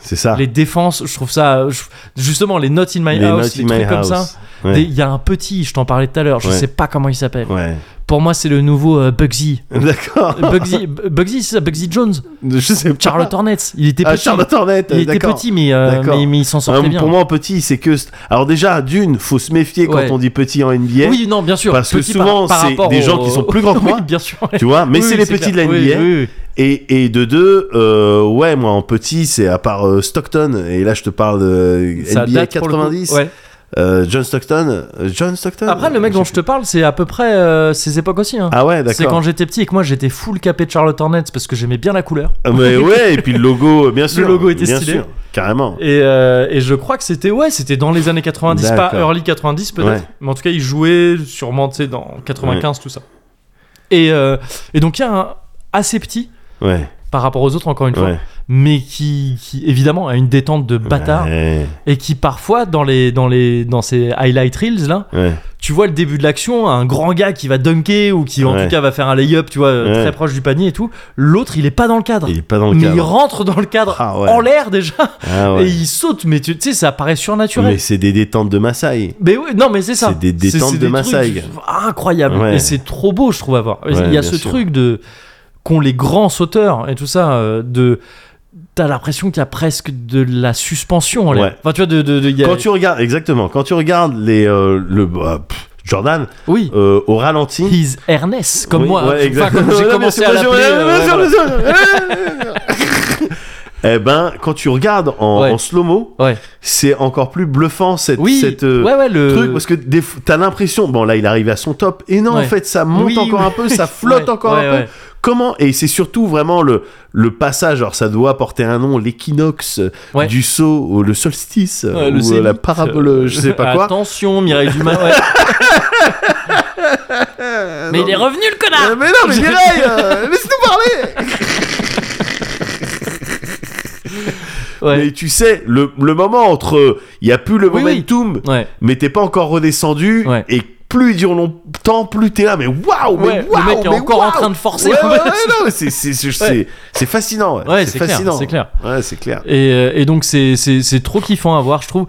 C'est ça.
Les défenses, je trouve ça. je- justement, les Not in My House, les
Not in My
trucs comme ça.
House.
Des-
Ouais.
Il y a un petit, je t'en parlais tout à l'heure, je
Ouais.
sais pas comment il s'appelle.
Ouais.
Pour moi, c'est le nouveau euh, Bugsy. Euh,
D'accord.
Bugsy, Bu- Bugsy, c'est ça, Bugsy Jones.
Je sais pas.
Charlotte Hornets. Il était
Ah,
petit.
Charlotte Hornet.
il était
d'accord.
petit, mais, euh,
D'accord.
mais, mais il s'en sortait
Euh,
bien.
pour moi, petit, c'est que. Alors, déjà, d'une, faut se méfier quand
Ouais.
on dit petit en NBA.
oui, non, bien sûr.
Parce que
petit par-
souvent,
par
c'est
rapport
des
au-
gens qui sont plus grands que moi.
Oui, bien sûr.
Tu vois, mais
Oui,
c'est
oui,
les petits
clair.
de la
Oui,
NBA.
oui, oui.
Et, et de deux, euh, ouais, moi en petit, c'est à part euh, Stockton, et là je te parle de
Ça
NBA
date pour le coup.
90,
Ouais.
euh, John Stockton. euh, John Stockton
Après, le mec dont je te parle, c'est à peu près euh, ces époques aussi. hein.
Ah ouais,
c'est quand
d'accord.
j'étais petit et que moi j'étais full capé de Charlotte Hornets parce que j'aimais bien la couleur.
Ah, Mais ouais, et puis le logo, euh, bien sûr.
logo était
bien
stylé.
sûr, carrément.
Et, euh, et je crois que c'était ouais, c'était dans les années 90, pas
D'accord.
early 90 peut-être.
Ouais.
Mais en tout cas, il jouait sûrement tu sais, dans 95 tout ça. Et, euh, et donc il y a un assez petit
Ouais,
par rapport aux autres encore une fois,
ouais.
mais qui, qui, évidemment a une détente de bâtard
Ouais,
et qui parfois dans les dans les dans ces highlight reels là,
ouais.
tu vois le début de l'action, un grand gars qui va dunker ou qui en
Ouais.
tout cas va faire un layup, tu vois, euh,
Ouais.
très proche du panier et tout. L'autre, il est pas dans le cadre.
Il est pas dans le
mais il
cadre.
rentre dans le cadre
Ah ouais.
en l'air déjà
Ah ouais.
et il saute, mais tu tu sais, ça paraît surnaturel.
Mais c'est des détentes de Masai.
Mais ouais, non, mais c'est ça.
C'est des détentes
c'est
de
trucs
Masai.
Incroyable.
Ouais.
Et c'est trop beau, je trouve, à voir.
Ouais,
Il y
bien
a ce
sûr.
truc de. qu'ont les grands sauteurs et tout ça, euh, de. T'as l'impression qu'il y a presque de la suspension en l'air.
Ouais.
Enfin, tu vois, de. de- de- il y a-
Quand tu regardes, exactement, quand tu regardes les, euh, le, bah, pff, Jordan
Oui.
euh, au ralenti,
He's Ernest, comme
Oui,
moi. hein.
ouais,
Enfin,
exactement.
comme j'ai
Ouais,
commencé
bien
à
sûr,
l'appeler.
bien
euh,
sûr,
voilà.
bien sûr, bien sûr. Eh ben, quand tu regardes en,
Ouais.
en slow-mo,
Ouais.
c'est encore plus bluffant cette,
Oui.
cette, euh,
ouais, ouais, le
truc parce que des fois, t'as l'impression, bon là il arrive à son top, et non
Ouais.
en fait ça monte
Oui,
encore
oui.
un peu, ça flotte
Ouais,
encore
ouais,
un peu.
ouais.
Comment Et c'est surtout vraiment le le passage. Alors ça doit porter un nom, l'équinoxe euh,
Ouais.
du saut, ou le solstice,
Ouais, le
ou euh, la
zénith,
parabole,
euh,
je sais pas quoi.
Attention, Mireille Dumas. ouais. mais il est revenu le
Euh,
connard.
mais non, mais Mireille, euh, laisse-nous parler.
Ouais.
Mais tu sais, le, le moment entre. euh, Il n'y a plus le
Oui,
momentum,
Ouais.
mais t'es pas encore redescendu.
Ouais.
Et plus il dure longtemps, plus t'es là. Mais waouh, mais
Ouais, le
waouh,
mec est
mais
encore en
waouh.
train de forcer.
Ouais, ouais, ouais, non, mais c'est- c'est- c'est- c'est- c'est fascinant. Ouais,
Ouais, c'est clair,
fascinant.
c'est clair.
Ouais, c'est clair.
Et, euh, et donc c'est c'est- c'est trop kiffant à voir, je trouve.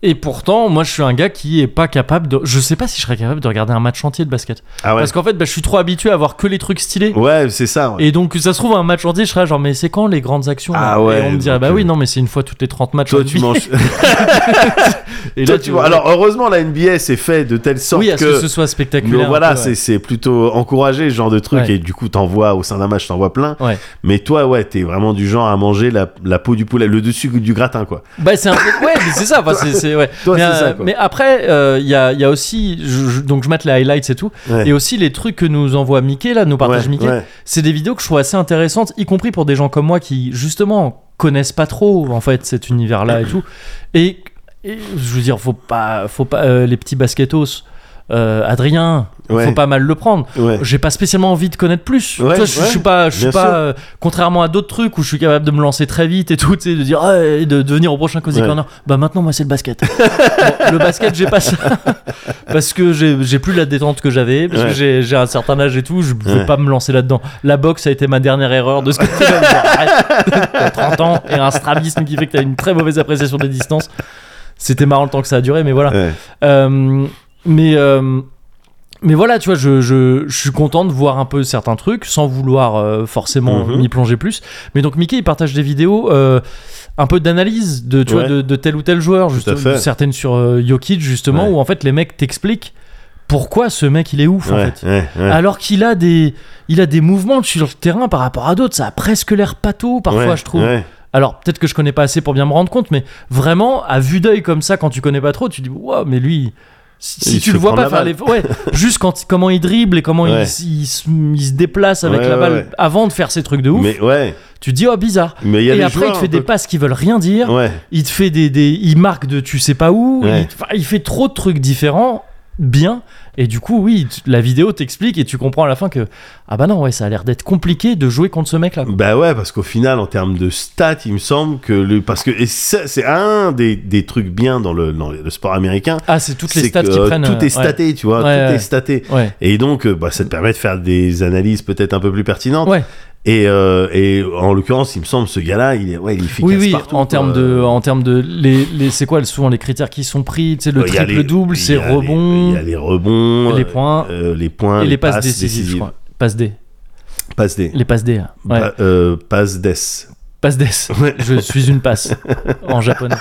Et pourtant, moi, je suis un gars qui est pas capable de. Je sais pas si je serais capable de regarder un match entier de basket.
Ah ouais,
Parce qu'en fait, bah, je suis trop habitué à voir que les trucs stylés.
ouais c'est ça. ouais.
Et donc, ça se trouve, un match entier, je serais genre, mais c'est quand les grandes actions là
Ah ouais,
Et on me dirait,
donc,
bah
euh,
oui, non, mais c'est une fois toutes les 30 matchs.
Toi,
en
tu
NBA.
manges.
Et
Toi,
là,
tu manges. Alors, heureusement, la NBA s'est fait de telle sorte
oui, à ce que
que.
ce soit spectaculaire.
mais
un
voilà,
peu, ouais.
c'est- c'est plutôt encouragé ce genre de truc
Ouais.
et du coup t'en vois au sein d'un match, t'en vois plein.
Ouais.
Mais toi, ouais, t'es vraiment du genre à manger la, la peau du poulet, le dessus du gratin quoi.
Bah, c'est un peu- Ouais, mais c'est ça. enfin, c'est- c'est- ouais.
Toi,
mais,
c'est
euh,
ça, quoi.
mais après, euh, il y, a, il y a aussi. je- je- donc, je mate les highlights et tout.
Ouais.
Et aussi les trucs que nous envoie Mickey, là, nous partage
Ouais,
Mickey.
ouais.
C'est des vidéos que je trouve assez intéressantes, y compris pour des gens comme moi qui, justement, connaissent pas trop, en fait, cet univers-là et tout. Et, et, je veux dire, faut pas. Faut pas euh, les petits baskettos. euh, Adrien,
Ouais.
faut pas mal le prendre.
Ouais.
j'ai pas spécialement envie de connaître plus.
Ouais,
Tu vois, je, je
ouais,
suis pas, je
bien
suis
sûr.
pas euh, contrairement à d'autres trucs où je suis capable de me lancer très vite et tout, tu sais, de dire ah, et de devenir au prochain Cozy
Ouais.
Corner. Bah maintenant moi c'est le basket. Bon, le basket j'ai pas ça parce que j'ai j'ai plus la détente que j'avais parce
Ouais.
que j'ai- j'ai un certain âge et tout, je veux
Ouais.
pas me lancer là-dedans. La boxe a été ma dernière erreur de ce côté-là. Genre, arrête. T'as 30 ans et un strabisme qui fait que t'as une très mauvaise appréciation des distances. C'était marrant le temps que ça a duré, mais voilà.
Ouais.
Euh, mais euh, mais voilà, tu vois, je, je, je suis content de voir un peu certains trucs sans vouloir euh, forcément
Mhm.
m'y plonger plus. Mais donc Mickey, il partage des vidéos euh, un peu d'analyse de, tu
Ouais.
vois, de, de tel ou tel joueur, juste,
à fait.
certaines sur euh, Jokic justement,
Ouais.
où en fait les mecs t'expliquent pourquoi ce mec il est ouf en
Ouais,
fait. Ah,
ouais, ouais.
Alors qu'il a des, il a des mouvements sur le terrain par rapport à d'autres, ça a presque l'air pâteau parfois
Ouais,
je trouve.
ouais.
Alors peut-être que je connais pas assez pour bien me rendre compte, mais vraiment à vue d'œil comme ça, quand tu connais pas trop, tu dis waouh, mais lui, si, si
Il
tu
se
le vois
prend
pas
la
faire les, ouais, juste quand comment il dribble et comment il
Ouais.
s- il, se, il se déplace avec
Ouais,
la
ouais,
balle
ouais.
avant de faire ces trucs de ouf,
Mais ouais,
tu dis oh bizarre.
Mais il y a
Et
des
après
joueurs
il te
un
fait des
peu-
passes qui veulent rien dire.
Ouais.
Il te fait des, des il marque de tu sais pas où.
Ouais.
Il, te- enfin, il fait trop de trucs différents, bien. Et du coup oui, tu- la vidéo t'explique et tu comprends à la fin que ah bah non ouais ça a l'air d'être compliqué de jouer contre ce mec là.
Bah ouais, parce qu'au final, en termes de stats, il me semble que le, parce que et ça, c'est un des, des trucs bien dans le, dans le sport américain,
Ah c'est toutes les
c'est
stats
que
qui
euh,
prennent.
tout
euh,
est staté, tu vois,
Ouais,
tout
ouais.
est staté.
Ouais. ouais.
Et donc, euh, bah, ça te permet de faire des analyses peut-être un peu plus pertinentes.
Ouais.
Et, euh, et en l'occurrence, il me semble, ce gars-là, il est, ouais, il est efficace
Oui, oui,
partout,
en
quoi.
termes de, en termes de, les, les- c'est quoi souvent les critères qui sont pris, tu sais, le
Euh, Il y a les-
triple-double,
il y
c'est
a les-
rebond,
Il y a les rebonds,
les points
euh, les points,
et les passes décisives, je
décisives.
crois. Passes D,
Passes des.
les passes D, ouais.
Pa- euh, passes des.
Passe des.
Ouais.
Je suis une passe en japonais.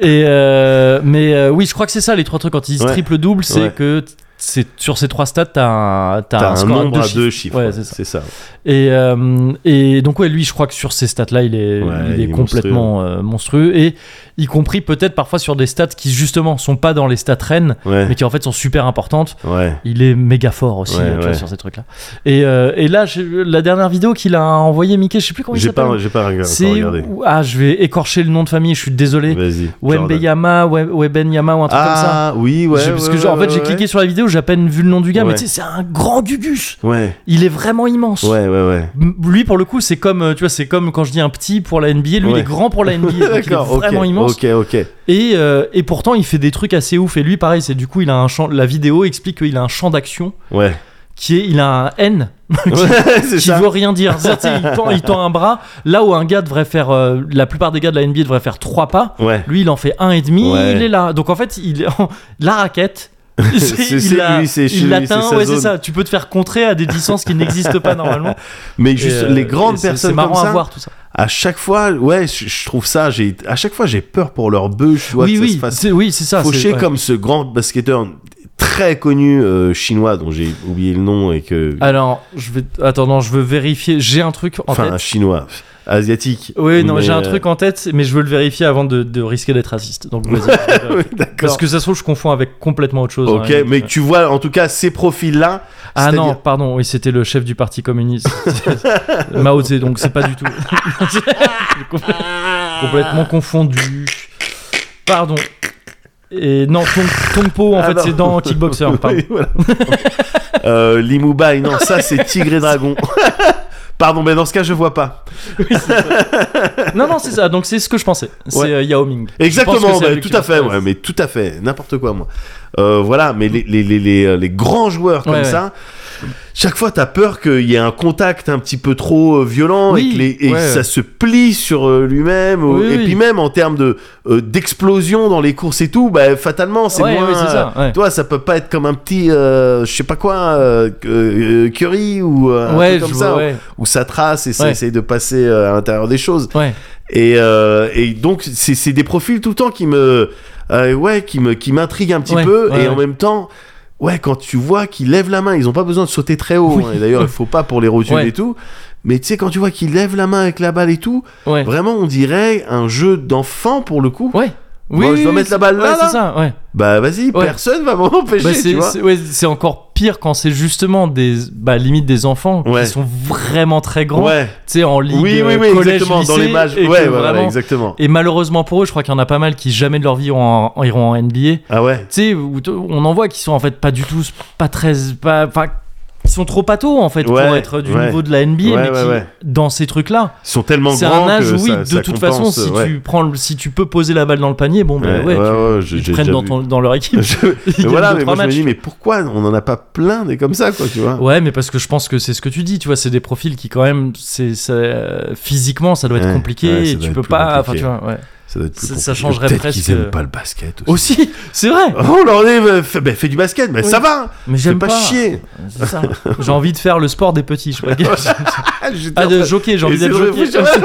Et euh, mais euh, oui, je crois que c'est ça les trois trucs. Quand ils disent
Ouais.
triple double, c'est
Ouais.
que t- c'est sur ces trois stats, t'as un, t'as
T'as un
score
nombre à
chiffres.
deux chiffres.
Ouais,
ouais,
c'est ça.
c'est ça.
Et, euh, et donc ouais, lui, je crois que sur ces stats-là, il est,
Ouais,
il est
il est
complètement euh, monstrueux. et y compris peut-être parfois sur des stats qui justement sont pas dans les stats reines,
Ouais,
mais qui en fait sont super importantes.
ouais.
Il est méga fort aussi
Ouais,
euh, tu vois,
ouais.
sur ces trucs-là. Et, euh, et là, j'ai- la dernière vidéo qu'il a envoyée, Mickey, je sais plus comment il
J'ai pas,
s'appelle.
j'ai pas regardé. encore
C'est
regardé.
ah, je vais écorcher le nom de famille. Je suis désolé.
Vas-y. Jordan.
Wembeyama, We- Webenyama ou un truc comme ça.
Ah oui, ouais.
Je- parce
ouais,
que genre, en
ouais,
fait, j'ai
ouais,
cliqué sur la vidéo, j'ai à peine vu le nom du gars, mais
Ouais.
tu sais, c'est un grand gugus.
Ouais,
Il est vraiment immense.
ouais, ouais, ouais.
M- Lui, pour le coup, c'est comme, euh, tu vois, c'est comme quand je dis un petit pour la NBA, lui, il
Ouais.
est grand pour la NBA, donc il est
D'accord, ok,
vraiment immense.
Ok, ok.
Et, euh, et pourtant, il fait des trucs assez ouf. Et lui, pareil, c'est du coup, il a un champ. La vidéo explique qu'il a un champ d'action
Ouais.
qui est, il a un N
Ouais, c'est
qui
ça.
veut rien dire. C'est-à-dire, tu sais, il, tend, il tend un bras. Là où un gars devrait faire, euh, la plupart des gars de la NBA devraient faire trois pas,
Ouais.
lui, il en fait un et demi.
Ouais.
Il est là. Donc en fait, il est en- la raquette.
C'est-
il
c'est
la-
lui, c'est chez
il
lui,
l'atteint,
c'est sa
ouais, c'est
zone.
ça. Tu peux te faire contrer à des distances qui n'existent pas normalement.
Mais juste
Et, euh,
les
et
grandes
c'est-
personnes
C'est marrant
comme ça,
à voir tout ça.
à chaque fois, ouais, je, je trouve ça, j'ai, à chaque fois, j'ai peur pour leur bœuf, je vois
oui,
que ça se
oui,
fasse
c'est oui, c'est ça.
faucher
c'est- ouais.
comme ce grand basketteur très connu euh, chinois dont j'ai oublié le nom et que,
Alors, je vais. Attends, non, je veux vérifier. J'ai un truc Ah, en
enfin, un
tête.
chinois, asiatique.
Oui, non,
Mais,
j'ai un
euh,
truc en tête, mais je veux le vérifier avant de, de risquer d'être raciste. Donc, vas-y.
oui,
Parce
D'accord.
que ça se trouve, je confonds avec complètement autre chose.
euh, Ok,
hein.
mais tu vois, en tout cas, ces profils-là.
Ah non,
c'est-à-dire-
pardon, oui, c'était le chef du parti communiste. Mao Tse, donc c'est pas du tout. J'ai compl- complètement confondu. Pardon. Et non, Tong- Tongpo, en
Ah
fait,
non.
c'est dans Kickboxer. Pardon.
Oui, voilà. euh, Limoubaï, non, ça c'est Tigre et Dragon. Pardon, mais dans ce cas, je vois pas.
Non, non, c'est ça. Donc, c'est ce que je pensais. C'est
Ouais.
euh, Yao Ming. Je pense
Exactement,
que c'est
bah,
avec
tout
qui
à
va se
fait,
passer.
ouais, mais tout à fait, n'importe quoi, moi. Euh, voilà, mais les, les, les, les, euh, les grands joueurs comme
Ouais, ouais.
ça, chaque fois, t'as peur qu'il y ait un contact un petit peu trop euh, violent
Oui,
et que, les- et
ouais.
ça se plie sur euh, lui-même. ou-
Oui,
et
oui.
puis même en termes de, euh, d'explosion dans les courses et tout, bah, fatalement, c'est
Ouais,
moins... euh,
ouais, c'est ça, ouais.
Toi, ça peut pas être comme un petit, euh, je sais pas quoi, euh, euh, Curry ou euh, un
Ouais,
truc
je
comme
vois,
ça,
ouais.
où ça trace et ça
Ouais.
essaye de passer euh, à l'intérieur des choses.
Ouais.
Et, euh, et donc, c'est c'est des profils tout le temps qui me. euh, ouais, qui me- qui m'intriguent un petit
Ouais,
peu.
ouais,
et en
ouais.
même temps, ouais, quand tu vois qu'ils lèvent la main, ils ont pas besoin de sauter très haut.
Oui.
hein, et d'ailleurs, il faut pas pour les rotules
Ouais.
et tout. Mais tu sais, quand tu vois qu'ils lèvent la main avec la balle et tout,
Ouais.
vraiment, on dirait un jeu d'enfant pour le coup.
Ouais.
Moi, je dois mettre la
c'est-
balle là,
ouais,
là
c'est ça, ouais.
Bah, vas-y,
Ouais.
personne va m'en empêcher,
Bah,
tu
c'est
vois.
c'est- ouais, c'est encore pire quand c'est justement des bah, limite des enfants
Ouais.
qui sont vraiment très grands,
Ouais.
tu sais en ligue
Oui, oui, oui,
euh, collège,
exactement. dans
lycée,
les matchs.
et
Ouais,
que
ouais, ouais,
vraiment-
exactement.
Et malheureusement pour eux, je crois qu'il y en a pas mal qui jamais de leur vie iront en, en- iront en NBA. Tu
Ah ouais.
sais, où t- on en voit qui sont en fait pas du tout pas très pas enfin ils sont trop patos en fait pour
Ouais,
être du
ouais.
niveau de la NBA,
Ouais,
mais
ouais,
qui
ouais.
dans ces trucs là.
Ils sont tellement
C'est
grands
un âge
que
où, oui,
ça-
de
ça
toute façon,
compense,
si
ouais.
tu prends, le- si tu peux poser la balle dans le panier, bon, bah,
Ouais,
ouais,
ouais,
tu-
ouais, j'ai-
ils te
j'ai
prennent
déjà
dans,
vu.
ton- dans leur équipe.
Je-
Ils
Mais
gagnent
voilà,
deux,
mais
trois
moi je me
matchs.
dis, mais pourquoi on n'en a pas plein des comme ça, quoi, tu vois
Ouais, mais parce que je pense que c'est ce que tu dis, tu vois, c'est des profils qui quand même, c'est ça- euh, physiquement, ça doit être
Ouais,
compliqué,
ouais, ça
et
doit
tu
être
peux
plus
pas, enfin tu
compliqué.
vois, ouais.
Ça doit être plus
Ça- ça
compliqué.
changerait
Peut-être
presque-
qu'ils aiment pas le basket aussi.
Aussi, c'est vrai.
Oh, on leur dit, bah, fais, bah, fais du basket, mais
Oui.
ça va
Mais
Fais
j'aime
pas,
pas.
chier
C'est ça. J'ai envie de faire le sport des petits, je crois.
Ah, j'étais
ah,
en
de
train-
jockey, j'ai
Et
envie
c'est
d'être
vrai,
jockey.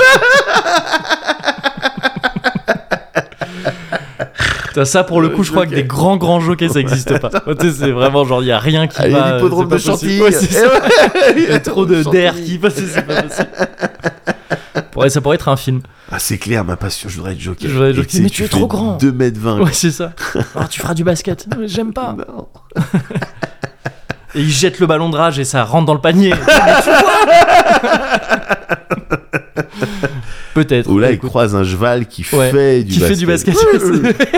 Putain, ça pour le coup, je crois que
Euh, Jockey.
des grands grands jockeys ça n'existe pas. Tu sais, c'est vraiment genre il y a rien qui
Ah, il y
va.
a
euh,
l'hippodrome
c'est pas
de Chantilly
possible. Ouais, c'est ça.
Eh ouais,
Il y a trop de
l'hippodrome
d'air
Chantilly.
qui passe, c'est pas possible. Ouais, ça pourrait être un film.
Ah, c'est clair, ma passion, je voudrais être jockey.
Je voudrais être
Et
jockey.
sais,
Mais tu es trop
fais
grand.
2m20.
Ouais, c'est ça. Alors, Oh, tu feras du basket. Non, mais J'aime pas.
Non.
Et il jette le ballon de rage et ça rentre dans le panier. Mais tu vois Peut-être.
Où là, il
Écoute.
croise un cheval qui
Ouais.
fait du
Qui
basket.
fait du basket.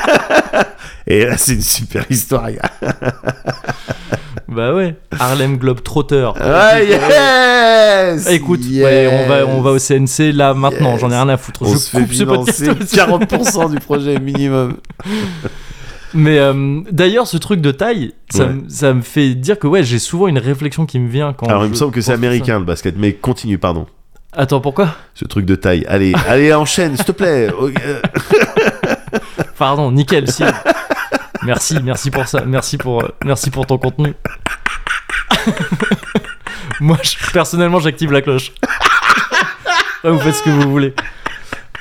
Et là, c'est une super histoire. gars.
bah ouais. Harlem Globetrotter. Ah,
Ah, yes
Écoute,
Yes
ouais, on, va, on va au CNC là maintenant,
Yes.
j'en ai rien à foutre.
On
je
se fait
coupe ce
financer
podcast.
40% du projet minimum.
Mais euh, d'ailleurs, ce truc de taille, ça,
Ouais.
me- ça me fait dire que ouais, j'ai souvent une réflexion qui me vient quand.
Alors, il
je
me semble que c'est
pense à ça.
américain le basket, mais continue, pardon.
Attends, pourquoi
Ce truc de taille. Allez, allez, enchaîne, s'il te plaît. Oh, euh,
Pardon, nickel, si. merci, merci pour ça, merci pour, euh, merci pour ton contenu. Moi, je- personnellement, j'active la cloche. Après, vous faites ce que vous voulez.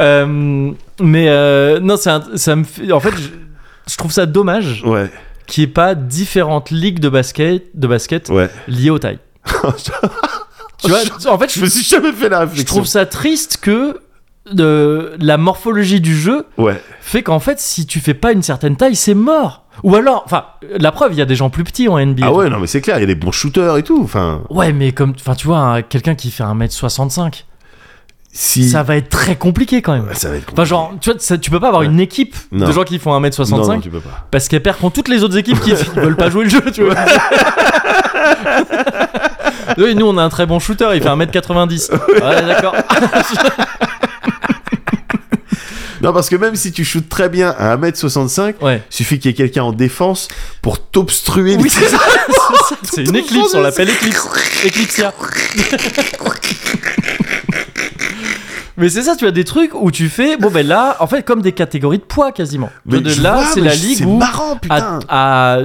Euh, mais euh, non, c'est un- ça me fait. En fait, je, je trouve ça dommage
Ouais,
qu'il n'y ait pas différentes ligues de basket, de basket
ouais.
liées aux tailles. tu vois, en fait,
Je
je,
me suis jamais fait la
je
réflexion.
trouve ça triste que de, la morphologie du jeu
Ouais,
fait qu'en fait, si tu fais pas une certaine taille, c'est mort. Ou alors, enfin, la preuve, il y a des gens plus petits en NBA.
ah ouais, non, mais c'est clair, il y a des bons shooters et tout. Enfin,
Ouais, mais comme, enfin, tu vois, un- quelqu'un qui fait 1m65,
si.
ça va être très compliqué quand même.
Ouais, ça va être compliqué.
Enfin, genre, tu vois, ça- tu peux pas avoir
Ouais.
une équipe
Non.
de gens qui font
non, non,
1m65
tu peux pas.
parce qu'elles perdent contre toutes les autres équipes qui qui veulent pas jouer le jeu, tu vois. Oui, nous, on a un très bon shooter, il fait 1m90. Ouais, d'accord.
Non, parce que même si tu shootes très bien à 1m65,
Ouais.
suffit qu'il y ait quelqu'un en défense pour t'obstruer. le-
Oui, c'est ça. c'est ça. C'est une
Tout
éclipse,
le
on
monde
l'appelle éclipse. Éclipsia. Mais c'est ça, tu as des trucs où tu fais, bon ben là, en fait, comme des catégories de poids quasiment.
Mais
de
je
là,
vois,
c'est
mais
la
je-
ligue
C'est
où
marrant,
à,
putain.
à,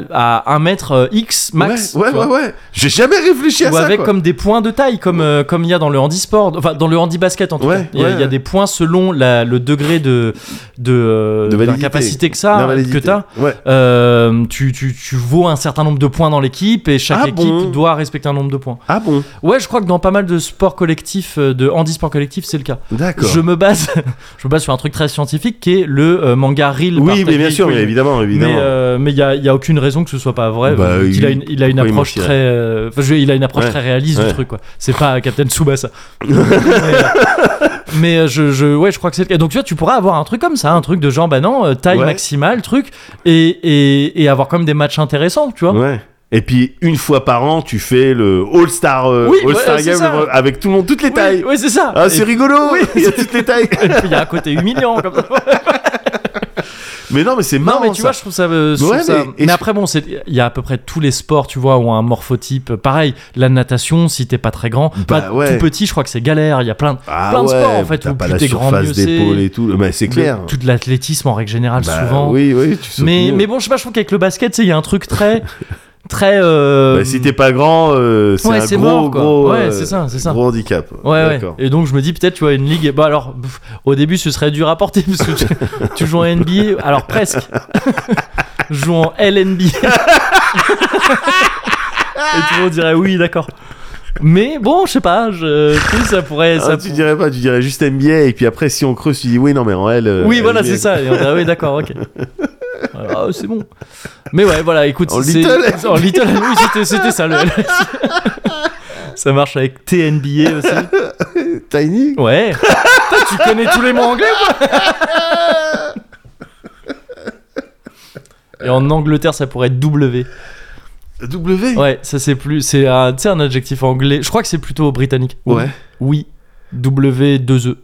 à 1 mètre euh, X max,
Ouais, ouais,
tu vois.
ouais. ouais. J'ai jamais réfléchi à
ou
ça.
avec
quoi.
comme des points de taille, comme euh, comme il y a dans le handisport, enfin dans le handibasket en tout
Ouais,
cas. Il y a-
ouais,
il y a
ouais.
des points selon la, le degré de de, euh,
De validité.
d'incapacité que
La
ça,
validité.
que t'as.
Ouais.
Euh, tu, tu, tu vaux un certain nombre de points dans l'équipe et chaque
Ah
équipe
bon
doit respecter un nombre de points.
Ah bon
Ouais, je crois que dans pas mal de sports collectifs, euh, de handisport collectif, c'est le cas.
D'accord.
Je me base, je me base sur un truc très scientifique qui est le euh, manga Reel. par
Oui, mais
Ted
bien sûr,
Gateway.
mais évidemment,
Mais
évidemment.
euh, mais il n'y a, aucune raison que ce soit pas vrai.
Bah,
vu qu'il
il-
a une, il a une
pourquoi il
approche
mentirait
très, euh, enfin, je veux dire, il a une approche
Ouais.
très réaliste du
Ouais.
truc quoi. C'est pas Captain Tsubasa. mais euh, mais, euh, je, je- ouais, je crois que c'est le cas. Donc tu vois, tu pourras avoir un truc comme ça, un truc de genre bah non, euh, taille
Ouais.
maximale, truc, et, et, et avoir quand même des matchs intéressants, tu vois.
Ouais. Et puis une fois par an, tu fais le All Star,
Oui,
All Star
voilà, c'est
Game
ça.
euh, avec tout le monde, toutes les
Oui,
tailles.
oui, c'est ça.
Ah,
Et
c'est rigolo.
Oui.
Il y a toutes les tailles.
puis- et puis, il y a un côté humiliant comme ça.
mais non, mais c'est
Non,
marrant.
mais tu
ça.
vois, je trouve ça. euh, je
Ouais,
trouve ça-
mais-
mais,
et je-
après, bon, c'est- il y a à peu près tous les sports, tu vois, ont un morphotype. euh, Pareil, la natation, si t'es pas très grand,
Bah
pas
ouais.
tout petit, je crois que c'est galère. Il y a plein de.
ah,
plein de
ouais,
sports, en fait,
t'as
où
pas
plus
la
t'es grand,
surface
mieux
d'épaule
c'est.
et tout. Mais c'est clair.
Tout de l'athlétisme en règle générale,
Bah,
souvent.
Oui, oui. Tu sautes
mais,
mieux.
mais bon, je sais pas, je trouve qu'avec le basket, tu sais, il y a un truc très. très euh,
Bah, si t'es pas grand, euh, c'est
Ouais,
un
c'est
gros,
mort, quoi.
gros,
Ouais,
euh,
c'est ça, c'est ça.
gros handicap.
Ouais, ouais.
D'accord.
Et donc je me dis peut-être tu vois une ligue. Bah alors pff, au début ce serait dur à porter parce que tu, tu joues en NBA. Alors presque. je joue en LNB. Et tout le monde dirait oui d'accord. Mais bon je sais pas. Je tu sais, ça pourrait.
Ah,
Ça
tu
pour-
dirais pas, tu dirais juste NBA et puis après si on creuse, tu dis oui non mais en elle. euh,
Oui voilà
NBA.
c'est ça. Et on dirait oui d'accord ok. Ah, c'est bon. Mais ouais voilà écoute.
En
c'est-
Little
En little. Oui c'était c'était ça le. ça marche avec TNBA aussi.
Tiny.
Ouais. Putain, tu connais tous les mots anglais ou pas Et en Angleterre, ça pourrait être W.
W.
Ouais, ça c'est plus. C'est un, tu sais, un adjectif anglais. Je crois que c'est plutôt britannique. Oui.
Ouais.
Oui. W2E.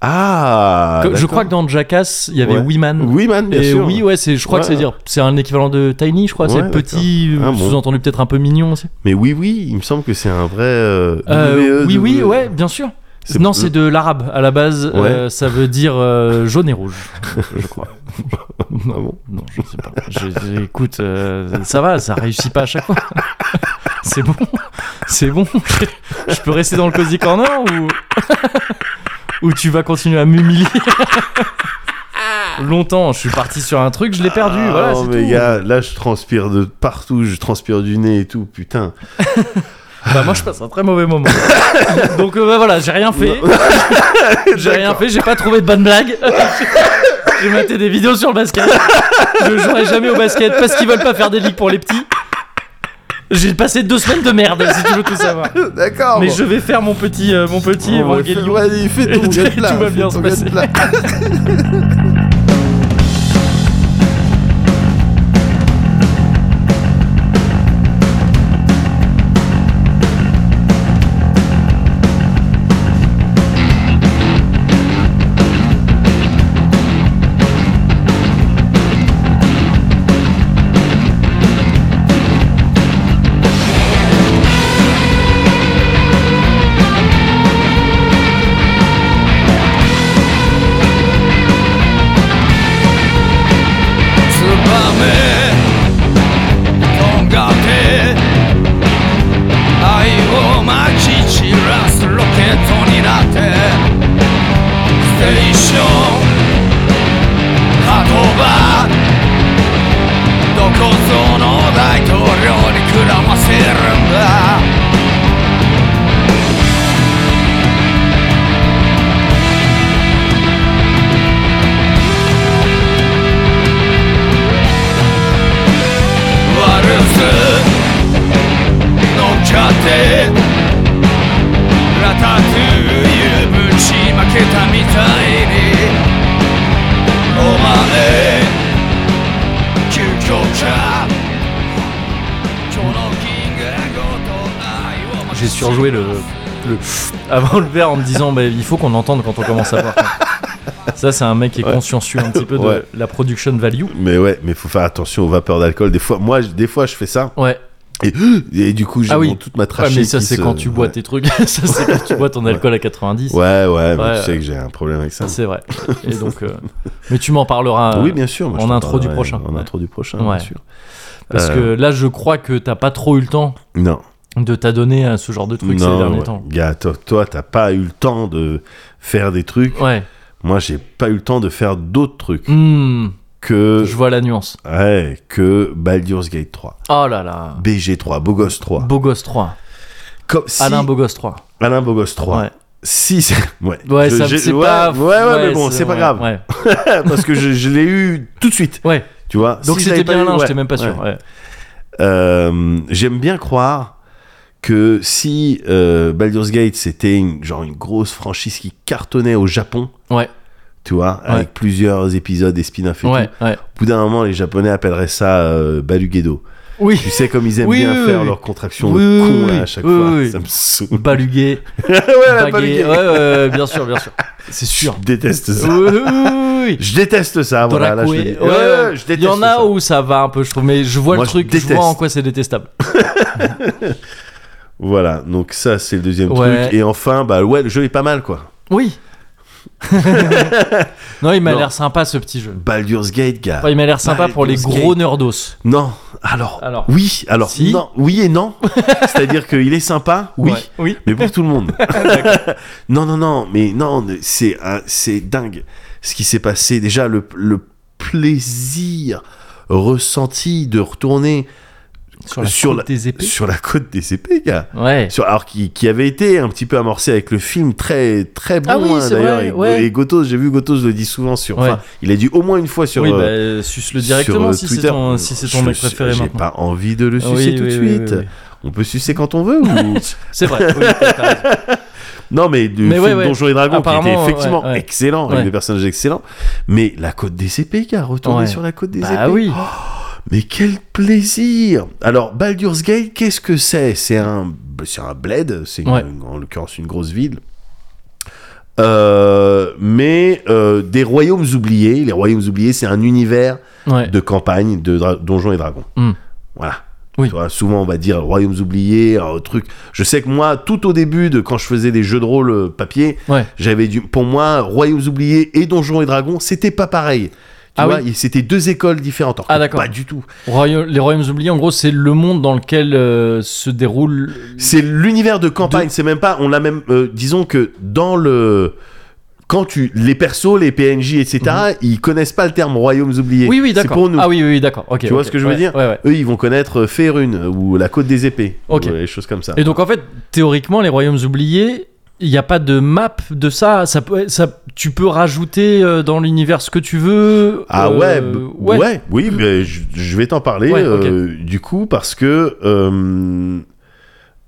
Ah.
je crois que dans Jackass, il y avait
Ouais.
Weeman.
Oui man, bien
Et
sûr.
oui, ouais, c'est, je crois que
Ouais.
c'est dire, c'est un équivalent de tiny, je crois,
Ouais,
c'est petit,
d'accord. Ah, bon.
sous-entendu peut-être un peu mignon aussi.
Mais oui oui, il me semble que c'est un vrai. euh,
Euh,
W,
oui, oui,
W.
ouais, bien sûr.
C'est-
Non, c'est de l'arabe à la base.
Ouais.
euh, ça veut dire euh, jaune et rouge, je crois. non,
Ah bon
non, je sais pas. Je- je- écoute, euh, ça va, ça réussit pas à chaque fois. c'est bon, c'est bon. je peux rester dans le cozy corner ou ou tu vas continuer à m'humilier longtemps. Je suis parti sur un truc, je l'ai perdu.
Ah,
voilà,
non,
c'est
mais
tout.
gars, là je transpire de partout, je transpire du nez et tout, putain.
Bah moi je passe un très mauvais moment. Donc euh, bah, voilà, j'ai rien fait. j'ai rien fait, j'ai pas trouvé de bonne blague. j'ai maté des vidéos sur le basket. Je jouerai jamais au basket parce qu'ils veulent pas faire des ligues pour les petits. J'ai passé deux semaines de merde, si tu veux tout savoir.
D'accord.
Mais
bon.
je vais faire mon petit, euh, mon petit
Ouais,
Evangelion.
fais- vas-y, fais ton
Tout
gars de là,
va
fais
bien
ton
se
gars de
passer.
là.
Se barmer, ton gâté Aïe, machichi, ras, rocket, on irate Station, Hatoba Doko sono daitoryo ni kuramaseru nda Varısı Nokate Ratatouille ぶちまけたみたいにお前究極か今日のキングごと愛を持ち
J'ai surjoué le, le avant le verre en me disant bah, il faut qu'on entende quand on commence à voir. Ça, c'est un mec qui est consciencieux un petit peu de
Ouais.
la production value.
Mais ouais, mais faut faire attention aux vapeurs d'alcool. Des fois, moi, je- des fois, je fais ça
Ouais,
et, et du coup, j'ai
Ah oui.
mon- toute ma
Ouais,
trachée.
mais ça
qui
c'est
se-
quand tu bois
ouais.
tes trucs, ça c'est quand tu bois ton alcool à 90.
Ouais, ouais, mais
Ouais,
tu
ouais.
sais que j'ai un problème avec ça.
C'est vrai. Et donc, euh, mais tu m'en parleras.
oui, bien sûr. moi, je
en
t'en
intro du
parlerai
prochain.
En
Ouais.
intro du prochain,
Ouais.
bien sûr.
euh, Parce que là, je crois que t'as pas trop eu le temps
Non.
de t'adonner à ce genre de truc ces
non,
derniers
ouais.
temps.
Gars, toi, toi, t'as pas eu le temps de faire des trucs.
Ouais.
Moi, j'ai pas eu le temps de faire d'autres trucs
Hmm,
que.
je vois la nuance.
Ouais, que Baldur's Gate 3,
Oh là là.
BG3, Bogos 3.
Bogos 3.
Comme si-
Alain Bogos 3.
Alain Bogos 3.
Ouais.
Si, c'est- ouais.
Ouais,
Je-
ça
j'ai-
c'est
ouais,
pas.
Ouais, ouais, mais bon, c'est pas
ouais,
grave.
Ouais.
parce que je, je l'ai eu tout de suite,
ouais.
tu vois.
Donc
Si
c'était
je l'avais pas
bien
eu,
l'un,
ouais,
j'étais même pas sûr.
ouais.
ouais.
Euh, J'aime bien croire que si euh, Baldur's Gate c'était une, genre une grosse franchise qui cartonnait au Japon,
Ouais.
tu vois, avec plusieurs épisodes et spin-off et
Ouais,
tout,
ouais.
au bout d'un moment les Japonais appelleraient ça euh, Balugedo.
Oui.
Tu sais comme ils aiment
Oui,
bien
oui,
faire
oui.
leurs contractions
Oui,
de
oui,
con là,
oui.
à chaque
Oui,
fois,
oui, oui.
ça me saoule.
Balugué.
ouais, la
bagué.
Balugué.
Ouais, ouais, ouais, bien sûr, bien sûr. C'est sûr.
Je déteste
Oui,
ça.
oui, oui, oui.
Je déteste ça, Ah, voilà, là, je
Dracoué.
le dis.
Ouais,
Ouais,
ouais.
ouais, je déteste
Il y en a
ça.
où ça va un peu, je trouve, mais je vois
Moi,
le
je
truc, je, vois
déteste.
en quoi c'est détestable.
Voilà, donc ça c'est le deuxième
Ouais.
truc. Et enfin, bah ouais, le jeu est pas mal quoi.
Oui. non, il m'a
Non.
l'air sympa ce petit jeu.
Baldur's Gate, gars.
Enfin, il m'a l'air sympa pour les
Baldur's
gros
Gate.
nerdos.
Non, alors,
Alors.
oui, alors,
Si.
non, oui et non. C'est-à-dire qu'il est sympa, oui,
Ouais. Oui.
mais pour tout le monde.
Ah,
non, non, non, mais non, c'est un- c'est dingue ce qui s'est passé. Déjà, le, le plaisir ressenti de retourner
Sur la
Sur
sur
la-
des épées.
sur la côte des épées, gars.
Ouais.
Sur, alors qui, qui avait été un petit peu amorcé avec le film très très bon
Ah oui,
hein,
c'est
d'ailleurs
vrai,
et,
ouais.
et Gotos j'ai vu Gotos le dit souvent sur
Ouais.
enfin il a dit au moins une fois sur
oui,
euh,
bah, suce-le
sur,
directement
euh,
si c'est
Twitter.
ton, si c'est ton
Je-
mec préféré
j'ai
maintenant.
pas envie de le
Ah oui,
sucer tout de
oui, oui,
suite
oui, oui.
on peut sucer quand on veut ou...
C'est vrai. oui, t'as- t'as raison.
non mais du
Mais
film
ouais, ouais.
Donjons et Dragons qui était
Apparemment,
effectivement
ouais, ouais.
excellent avec
Ouais.
des personnages excellents mais la côte des épées gars retourner
Ouais.
sur la côte des
bah
épées Oh,
oui.
mais quel plaisir Alors, Baldur's Gate, qu'est-ce que c'est C'est un, c'est un bled, c'est une-
Ouais.
en l'occurrence une grosse ville. Euh, mais euh, des royaumes oubliés. Les royaumes oubliés, c'est un univers
Ouais.
de campagne de dra- donjons et dragons.
Hmm.
Voilà.
Oui.
Tu vois, souvent on va dire royaumes oubliés, un truc. Je sais que moi, tout au début de quand je faisais des jeux de rôle euh, papier,
Ouais.
j'avais du, pour moi, royaumes oubliés et donjons et dragons, c'était pas pareil. Tu
Ah
vois,
oui.
il- c'était deux écoles différentes. Alors
Ah,
que
d'accord.
Pas du tout.
Roya- les royaumes oubliés, en gros, c'est le monde dans lequel euh, se déroule.
C'est l'univers de campagne,
De-
c'est même pas. On l'a même. euh, disons que dans le. Quand tu. Les persos, les PNJ, etc., ils connaissent pas le terme royaumes oubliés.
Mhm. Oui, oui,
C'est
d'accord.
pour nous.
Ah oui, oui, oui, d'accord. Ok.
Tu vois
ok.
ce que je veux
Ouais,
dire
Ouais, ouais.
Eux, ils vont connaître euh, Faerun euh, ou la côte des épées.
Ok.
Ou, euh, les choses comme ça.
Et donc en fait, théoriquement, les royaumes oubliés, il n'y a pas de map de ça. ça, peut, ça tu peux rajouter euh, dans l'univers ce que tu veux.
Ah
euh,
ouais, b- ouais, oui, mais je, je vais t'en parler
Ouais, ok.
euh, du coup parce que euh,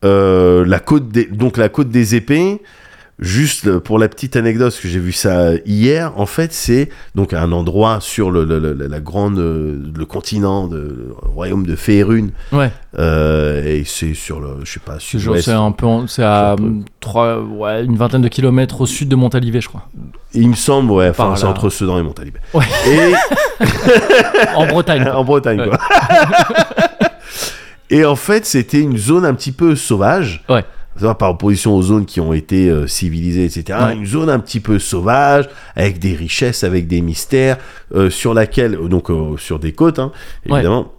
euh, la côte des, donc la côte des épées. Juste euh, pour la petite anecdote, parce que j'ai vu ça hier, en fait, c'est donc un endroit sur le, le- le- la grande, euh, le continent, de, le royaume de Féerune,
Ouais.
euh, et c'est sur le, je sais pas,
C'est genre,
sud-ouest.
c'est un peu, en- c'est à
un peu.
hum, trois, ouais, une vingtaine de kilomètres au sud de Montalivet, je crois.
Il me semble, ouais, enfin,
Par
c'est
là.
entre Sedan et Montalibé.
Ouais.
Et
En Bretagne. quoi.
en Bretagne, quoi. Et en fait, c'était une zone un petit peu sauvage.
Ouais.
Tu vois, Par opposition aux zones qui ont été euh, civilisées, etc.
Ouais.
Une zone un petit peu sauvage, avec des richesses, avec des mystères, euh, sur laquelle, donc euh, sur des côtes, hein,
Ouais.
évidemment,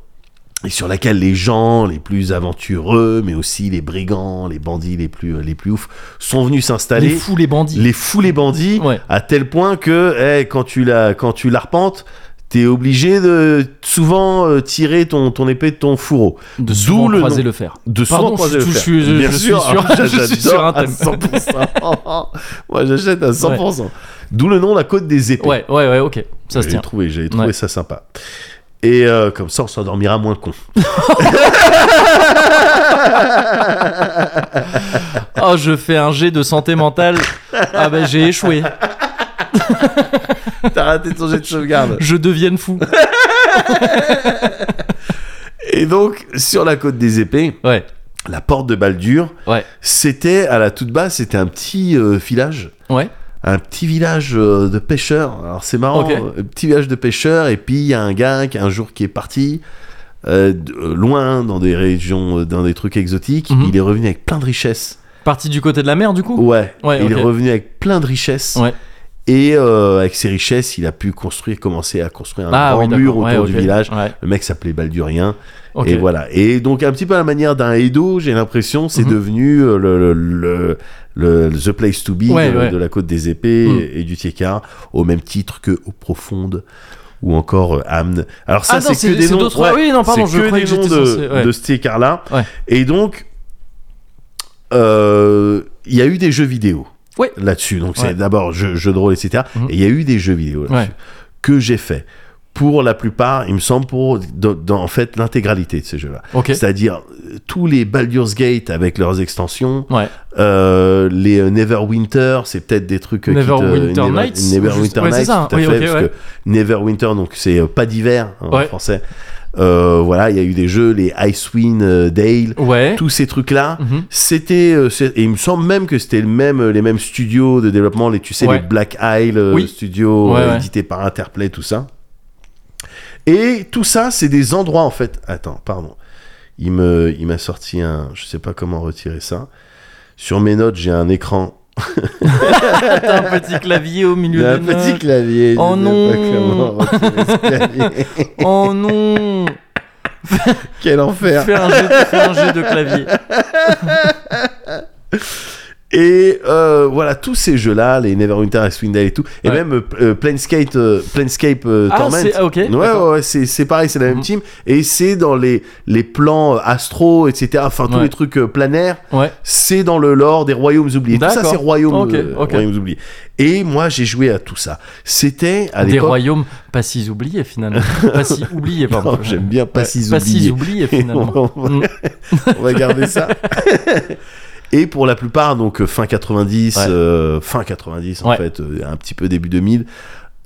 et sur laquelle les gens les plus aventureux, mais aussi les brigands, les bandits les plus, euh, les plus ouf, sont venus s'installer
les fous, les bandits.
les fous les bandits
Ouais.
à tel point que eh, quand tu la quand tu l'arpentes t'es obligé de souvent euh, tirer ton, ton épée de ton fourreau
De souvent
D'où le
croiser
nom.
le fer.
de
Pardon,
souvent croiser
je
le
suis-
fer.
je suis- je-
Bien
je suis
sûr,
sur-
ah,
je suis hein,
j'adore
sur un
à
thème.
100%. moi j'achète à 100% d'où le nom la côte des épées
Ouais, ouais, ouais, ok. Ça se
j'avais
tient.
trouvé j'avais trouvé
Ouais.
ça sympa et euh, comme ça on s'endormira moins con
Oh, je fais un jet de santé mentale. Ah ben, j'ai échoué.
t'as raté ton jet de sauvegarde
Je devienne fou.
et donc sur la côte des épées
Ouais,
la porte de Baldur
ouais,
c'était à la toute base c'était un petit euh, filage
ouais.
un petit village euh, de pêcheurs. Alors c'est marrant,
Ok.
euh, petit village de pêcheurs, et puis il y a un gars qui un jour qui est parti euh, d- euh, loin dans des régions, euh, dans des trucs exotiques.
Mhm.
Il est revenu avec plein de richesses.
Parti du côté de la mer, du coup
Ouais,
Ouais,
il
ok.
est revenu avec plein de richesses.
Ouais.
Et euh, avec ces richesses, il a pu construire, commencer à construire un
Ah,
grand
oui, d'accord.
mur autour
Ouais,
du
ok.
village.
Ouais,
Le mec s'appelait Baldurien.
ok.
Et voilà. Et donc, un petit peu à la manière d'un Edo, j'ai l'impression, c'est
Mhm.
devenu euh, le, le, le- le- The Place to Be
Ouais,
de,
ouais.
de la Côte des Épées
Mhm.
et du Tiekar, au même titre que Au Profonde ou encore euh, Amn. Alors, ça,
Ah non,
c'est que des noms.
d'autres.
ouais,
oui, non, pardon,
c'est
je
que
croyais
des
que
noms
j'étais
de,
censé- ouais.
de cet écart-là.
Ouais.
Et donc, euh, il y a eu des jeux vidéo
Ouais.
là-dessus. Donc, c'est
Ouais.
d'abord jeux, jeux de rôle, etc.
Mhm.
Et il y a eu des jeux vidéo là-dessus
Ouais.
que j'ai fait. Pour la plupart, il me semble, pour dans, dans, en fait l'intégralité de ces jeux-là.
Ok.
C'est-à-dire euh, tous les Baldur's Gate avec leurs extensions,
Ouais.
euh, les euh, Neverwinter, c'est peut-être des trucs euh, qui te-
Neverwinter
Never-
Nights,
Neverwinter
ou juste- ouais, c'est
Nights,
ça,
tout à
oui,
fait,
ok,
parce
ouais.
que Neverwinter, donc c'est euh, pas d'hiver hein, en
Ouais.
français. Euh, voilà, il y a eu des jeux, les Icewind euh, Dale,
Ouais.
tous ces trucs-là.
Mhm.
C'était, euh, c'est- et il me semble même que c'était le même, euh, les mêmes studios de développement, les, tu sais,
Ouais.
les Black Isle euh,
Oui.
Studios,
Ouais,
euh,
ouais.
édités par Interplay, tout ça. Et tout ça, c'est des endroits en fait. Attends, pardon. Il me, il m'a sorti un, je sais pas comment retirer ça. Sur mes notes, j'ai un écran,
T'as un petit clavier au milieu
Il y a un
des
petit
notes.
clavier.
Oh
je sais
non.
pas comment retirer ce clavier.
Oh non
Quel enfer.
Fais un jeu de, fais un jet de clavier.
Et euh, voilà, tous ces jeux-là, les Neverwinter, Swindale et tout, et
Ouais.
même euh, euh, Planescape, euh, Planescape euh,
Ah,
Torment.
c'est- ah, ok,
Ouais,
d'accord.
ouais, ouais, c'est c'est pareil, c'est la même
Mhm.
team. Et c'est dans les, les plans euh, astro, etc. Enfin, tous
Ouais.
les trucs euh, planaires,
Ouais.
c'est dans le lore des royaumes oubliés. Tout ça,
D'accord.
c'est royaumes,
Ok,
euh,
ok.
royaumes oubliés. Et moi, j'ai joué à tout ça. C'était à
Des
l'époque.
royaumes pas si oubliés finalement. Pas si oubliés, pardon.
Non, J'aime bien pas
Ouais,
si
Pas si
oubliés.
oubliés
Et
finalement.
on va-
Mm.
on va garder ça. Et pour la plupart, donc euh, fin 90,
Ouais.
euh, fin 90 en
Ouais.
fait, euh, un petit peu début 2000,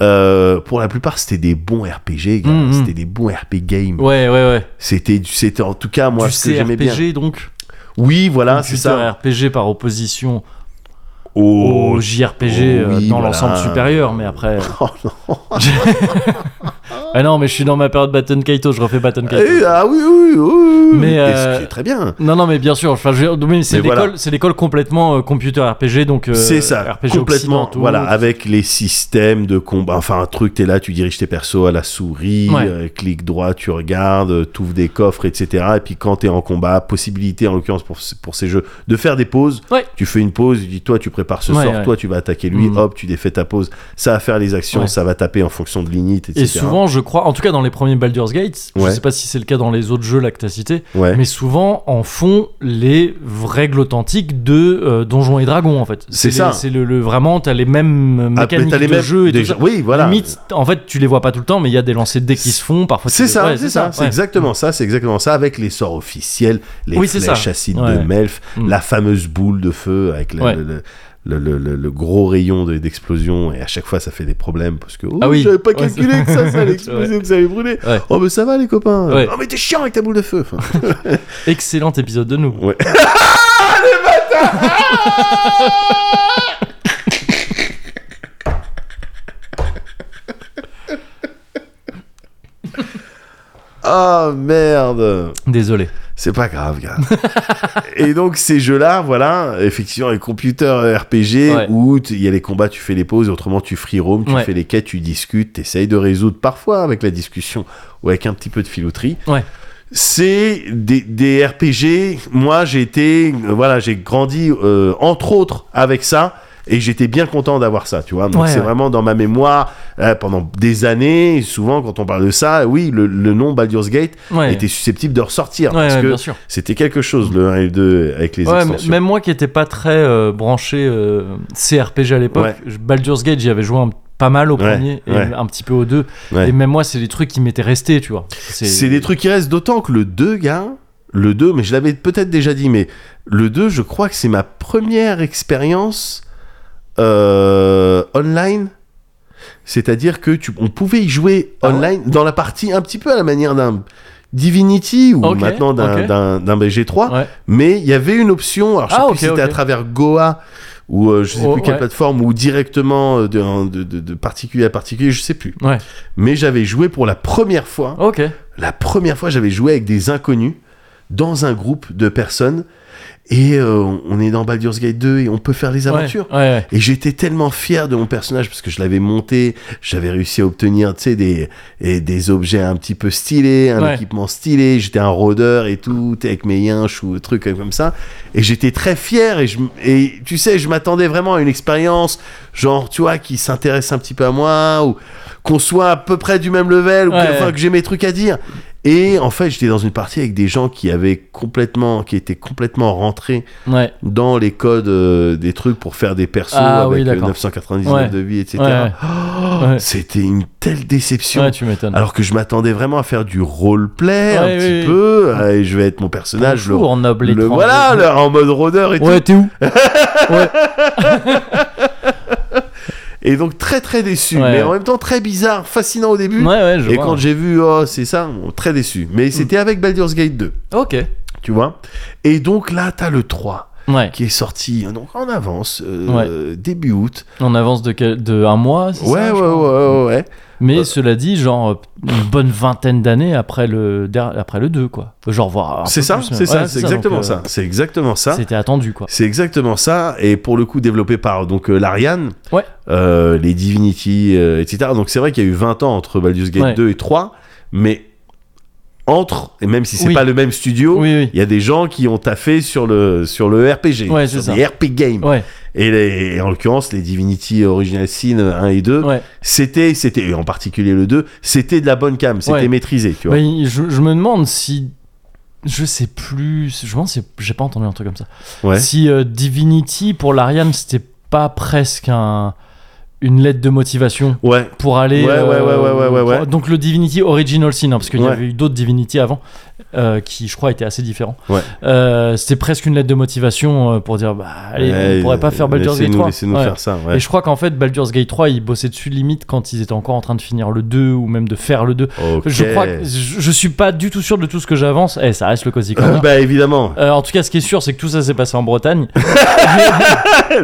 euh, pour la plupart c'était des bons RPG, gars.
Mhm.
c'était des bons RP games.
Ouais, ouais, ouais.
C'était, du- c'était en tout cas moi
du
ce que j'aimais bien.
CRPG donc.
Oui, voilà, c'est
Computer
ça.
RPG par opposition
Oh,
au JRPG
oh
euh,
oui,
dans
voilà.
l'ensemble supérieur, mais après. euh,
oh non.
Ah non, mais je suis dans ma période Baton Kaito, je refais Baton Kaito.
Eh, ah oui, oui, oui, oui.
Mais,
Et
euh,
ce qui est très bien.
Non, non, mais bien sûr. Enfin, je veux dire, mais c'est
Mais
l'école,
voilà.
c'est l'école complètement euh, computer RPG, donc euh,
c'est ça,
RPG
complètement.
occidentaux.
Voilà, avec les systèmes de combat. Enfin, un truc, t'es là, tu diriges tes persos à la souris,
Ouais.
euh, clic droit, tu regardes, euh, t'ouvres des coffres, etc. Et puis quand t'es en combat, possibilité en l'occurrence pour, ce- pour ces jeux de faire des pauses.
Ouais.
Tu fais une pause, tu dis toi, tu prépares ce
Ouais,
sort,
ouais.
toi, tu vas attaquer lui,
Mhm.
hop, tu défais ta pause. Ça va faire les actions,
Ouais.
ça va taper en fonction de l'init, etc.
Et souvent souvent, je crois, en tout cas dans les premiers Baldur's Gate,
Ouais.
je sais pas si c'est le cas dans les autres jeux là que t'as cité,
Ouais.
mais souvent en font les règles authentiques de euh, Donjons et Dragons en fait.
C'est
les-
ça.
C'est le, le- vraiment, t'as les mêmes
Ah, mais
mécaniques
t'as les
de
mêmes-
jeu et
des
tout ça.
jeux- Oui, voilà.
Limite, en fait, tu les vois pas tout le temps, mais il y a des lancers de dés qui se font. Parfois, tu
C'est
les-
ça,
ouais,
c'est ça, c'est
ouais.
exactement ça, c'est exactement ça, avec les sorts officiels, les
Oui, c'est ça.
flèches acides de
Ouais.
Melf,
Mm.
la fameuse boule de feu avec le,
Ouais.
le- le- le- le- le- le gros rayon de- d'explosion, et à chaque fois ça fait des problèmes parce que, oh,
Ah oui.
j'avais pas
Ouais,
calculé
c'est-
que ça, ça allait exploser, que ça allait brûler.
Ouais.
Oh, mais ça va les copains,
Ouais.
oh, mais t'es chiant avec ta boule de feu. Enfin,
Excellent épisode de nous.
Ouais. Ah merde!
Désolé.
C'est pas grave, gars. et donc, ces jeux-là, voilà, effectivement, les computers RPG,
Ouais.
où t- il y a les combats, tu fais les pauses, autrement, tu free roam, tu
Ouais.
fais les quêtes, tu discutes, t'essayes de résoudre parfois avec la discussion ou avec un petit peu de filouterie.
Ouais.
C'est des, des RPG. Moi, j'ai été, euh, voilà, j'ai grandi, euh, entre autres, avec ça. Et j'étais bien content d'avoir ça, tu vois. Donc
Ouais,
c'est
ouais.
vraiment dans ma mémoire euh, pendant des années. Souvent, quand on parle de ça, oui, le, le nom Baldur's Gate
Ouais.
était susceptible de ressortir
Ouais,
parce
ouais,
que
bien sûr.
c'était quelque chose le 1 et le 2 avec les
Ouais, m-
extensions.
même moi qui n'étais pas très euh, branché euh, CRPG à l'époque,
Ouais.
je- Baldur's Gate, j'y avais joué un- pas mal au
Ouais,
premier et
ouais.
un petit peu au deux.
Ouais.
Et même moi, c'est des trucs qui m'étaient restés, tu vois.
C'est des trucs qui restent d'autant que le 2 gars, le 2 mais je l'avais peut-être déjà dit mais le 2 je crois que c'est ma première expérience euh, online. C'est-à-dire que tu on pouvait y jouer
Ah ouais
online dans la partie un petit peu à la manière d'un Divinity ou
Ok,
maintenant d'un
ok.
d'un- d'un BG3
Ouais.
mais il y avait une option alors je sais
Ah,
plus
ok,
si c'était à
ok.
travers Goa ou euh, je sais
Oh,
plus quelle
ouais.
plateforme ou directement euh, de, en- de- de- de particulier à particulier je sais plus
Ouais.
mais j'avais joué pour la première fois
Ok.
la première fois, j'avais joué avec des inconnus dans un groupe de personnes. Et euh, on est dans Baldur's Gate 2 et on peut faire les
Ouais,
aventures.
Ouais, ouais.
Et j'étais tellement fier de mon personnage parce que je l'avais monté, j'avais réussi à obtenir tu sais, des, et des objets un petit peu stylés, un
Ouais.
équipement stylé, j'étais un rôdeur et tout, t'es avec mes yinches ou trucs comme ça. Et j'étais très fier et, je, et tu sais, je m'attendais vraiment à une expérience, genre, tu vois, qui s'intéresse un petit peu à moi ou qu'on soit à peu près du même level ou que,
Ouais.
enfin, que j'ai mes trucs à dire. Et en fait, j'étais dans une partie avec des gens qui avaient complètement, qui étaient complètement rentrés
Ouais.
dans les codes euh, des trucs pour faire des persos
Ah oui,
avec euh,
d'accord.
999
Ouais.
de vie, etc.
Ouais, ouais.
Oh,
Ouais.
C'était une telle déception.
Ouais, tu m'étonnes.
Alors que je m'attendais vraiment à faire du roleplay un
Ouais,
petit
oui, oui.
peu, euh, et je vais être mon personnage, le,
Bonjour, noble
le-
étranger.
voilà, le- en mode rôdeur et
Ouais,
tout.
t'es où
Et donc très très déçu,
Ouais.
mais en même temps très bizarre, fascinant au
Ouais,
début.
ouais, Mm. je
et
vois.
quand j'ai vu, oh c'est ça, bon, très déçu. Mais c'était avec Baldur's Gate 2,
Ok.
tu vois. Et donc là, t'as le 3
Ouais.
qui est sorti donc en avance euh, début août.
On avance de, quel- de un mois, c'est
Ouais,
ça, je
ouais,
crois Mm.
ouais, ouais, ouais.
Mais
Euh.
cela dit, genre, une bonne vingtaine d'années après le, der- après le 2, quoi. Genre, voir. un peu
C'est ça,
plus, même.
c'est
Ouais,
ça, c'est
donc,
exactement
euh,
ça. C'est exactement ça.
C'était attendu, quoi.
C'est exactement ça. Et pour le coup, développé par donc euh, l'Ariane,
Ouais.
euh, les Divinity, euh, etc. Donc c'est vrai qu'il y a eu 20 ans entre Baldur's Gate
Ouais.
2 et 3, mais entre, et même si c'est
Oui.
pas le même studio,
Oui, oui.
il y a des gens qui ont taffé sur le, sur le RPG,
Ouais,
sur
c'est
les RP Games.
Ouais,
Et, les- et en l'occurrence, les Divinity Original Sin 1 et 2,
ouais.
c'était, c'était, et en particulier le 2, c'était de la bonne cam, c'était
Ouais.
maîtrisé, tu vois.
Mais je, je me demande si. Je sais plus. Je pense que c'est- j'ai pas entendu un truc comme ça.
Ouais.
Si euh, Divinity pour l'Ariane, c'était pas presque un, une lettre de motivation
Ouais,
pour aller. euh,
Ouais, ouais, ouais, ouais, ouais, ouais, ouais.
Donc le Divinity Original Sin, hein, parce qu'il y
Ouais.
avait eu d'autres Divinity avant. euh, qui je crois étaient assez différents.
Ouais.
Euh, c'était presque une lettre de motivation euh, pour dire bah allez
Ouais,
on pourrait pas faire Baldur's Gate
laissez-nous-
3.
Laissez-nous
Ouais.
faire ça. ouais.
Et je crois qu'en fait Baldur's Gate 3 ils bossaient dessus limite quand ils étaient encore en train de finir le 2 ou même de faire le 2
Ok.
je crois que je, je suis pas du tout sûr de tout ce que j'avance. Eh, ça reste le Cozy Corner.
bah évidemment,
Euh, en tout cas, ce qui est sûr, c'est que tout ça s'est passé en Bretagne.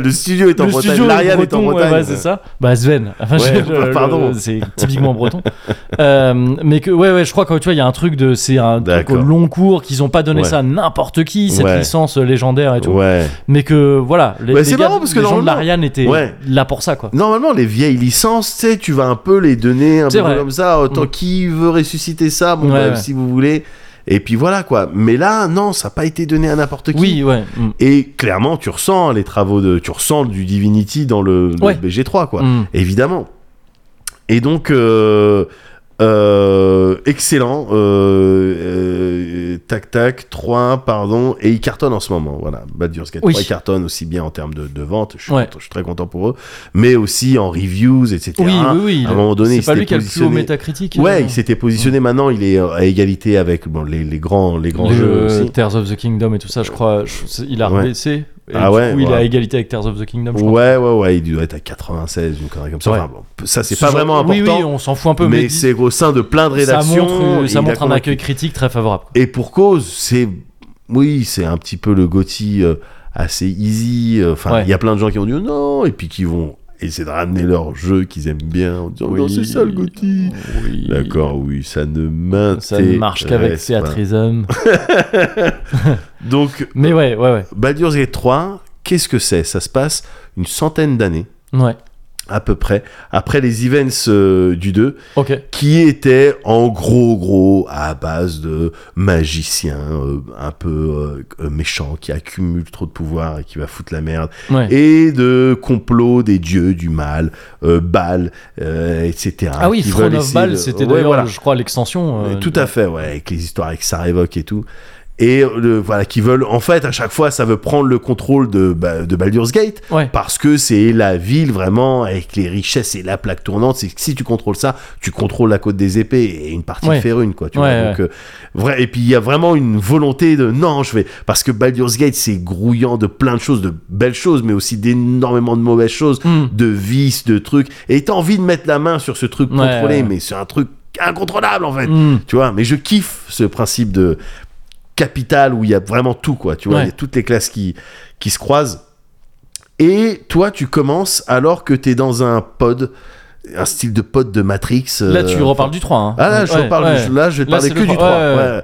le studio est en
le
Bretagne,
studio
l'Ariane est
breton,
en
ouais,
Bretagne.
ouais, c'est ça. Bah Sven. Enfin,
Ouais,
je- je-
pardon.
le- C'est typiquement breton. Euh, mais que ouais, ouais, je crois que tu vois, il y a un truc de, c'est un truc au
D'accord.
long cours qu'ils ont pas donné
Ouais.
ça à n'importe qui cette
Ouais.
licence légendaire et tout.
Ouais.
Mais que voilà, les,
Ouais,
les
c'est
gars-
marrant parce que
les gens de
normalement-
l'Ariane étaient
Ouais.
là pour ça quoi.
Normalement, les vieilles licences, tu sais, tu vas un peu les donner un
C'est
peu
vrai.
comme ça. Autant
Mm.
qui veut ressusciter ça, bon,
Ouais,
bref,
ouais.
si vous voulez. Et puis voilà quoi. Mais là, non, ça n'a pas été donné à n'importe qui.
Oui, ouais. mm,
Et clairement, tu ressens les travaux de, tu ressens du Divinity dans le, le
Ouais.
BG3 quoi.
mm.
Évidemment. Et donc, euh, Euh, excellent. euh, euh, tac tac 3, pardon. Et ils cartonnent en ce moment. Voilà. Baldur's Gate
Oui.
3 ils cartonnent aussi bien en termes de, de vente. Je suis,
Ouais.
content- je suis très content pour eux. Mais aussi en reviews, etc.
Oui, oui, oui.
À un moment donné,
c'est
il
pas
s'était
lui qui a le plus haut
positionné-
métacritique. euh,
Ouais, il s'était positionné. Maintenant, il est euh, à égalité avec bon, les, les grands, les grands
Le
jeux aussi.
Tears of the Kingdom et tout ça, je crois. je- c'est- il a
Ouais.
rebaissé. Et
Ah
du
ouais,
coup, il est à
ouais.
égalité avec Tears of the Kingdom, je crois.
Ouais, ouais, ouais, il doit être à 96, une connerie comme ça.
Ouais.
Enfin, bon, ça, c'est
Ce
pas
genre-
vraiment important.
Oui, oui, on s'en fout un peu, mais,
mais
dis-
c'est au sein de plein de
ça
rédactions.
montre, euh,
et
ça
il a
montre un
convaincu.
accueil critique très favorable.
Et pour cause, c'est. Oui, c'est un petit peu le gothi euh, assez easy. euh, Enfin,
Ouais.
il y a plein de gens qui ont dit oh non, et puis qui vont essayer de ramener leur jeu qu'ils aiment bien en disant non, c'est ça le gothi.
Oui.
D'accord, oui, ça ne m'intéresse
Ça ne marche qu'avec
pas.
Theatrism.
Donc,
Mais ouais, ouais, ouais.
Baldur's Gate 3, qu'est-ce que c'est Ça se passe une centaine d'années,
Ouais.
à peu près, après les events euh, du 2,
Ok.
qui était en gros gros à base de magicien euh, un peu euh, euh, méchant qui accumule trop de pouvoir et qui va foutre la merde
Ouais.
et de complot des dieux du mal euh, Baal euh, etc
ah oui,
qui
Throne
veulent
of
essayer
Ball,
de-
c'était
Ouais,
d'ailleurs,
voilà.
je crois, l'extension. euh,
Et tout à fait ouais avec les histoires avec Sarevok et tout et euh, le, voilà qui veulent en fait à chaque fois ça veut prendre le contrôle de, Ba- de Baldur's Gate
fait. Ouais.
parce que c'est la ville vraiment avec les richesses et la plaque tournante. C'est que si tu contrôles ça, tu contrôles la côte des épées et une partie
Ouais.
de Férune, quoi. Tu
Ouais,
vois.
ouais.
Donc, euh, vrai. Et puis il y a vraiment une volonté de non, je vais parce que Baldur's Gate c'est grouillant de plein de choses, de belles choses, mais aussi d'énormément de mauvaises choses,
Hmm.
de vices, de trucs. Et t'as envie de mettre la main sur ce truc
Ouais,
contrôlé,
ouais.
mais c'est un truc incontrôlable en fait.
Hmm.
Tu vois, mais je kiffe ce principe de capital où il y a vraiment tout, quoi. Tu vois, il
Ouais.
y a toutes les classes qui, qui se croisent. Et toi, tu commences alors que t'es dans un pod, un style de pod de Matrix.
Là,
euh,
tu
enfin,
reparles du 3. Hein.
Ah là, je
Ouais,
reparle,
ouais.
là, je vais te
Là,
parler
c'est
que
le
du 3.
trois, ouais, ouais.
ouais.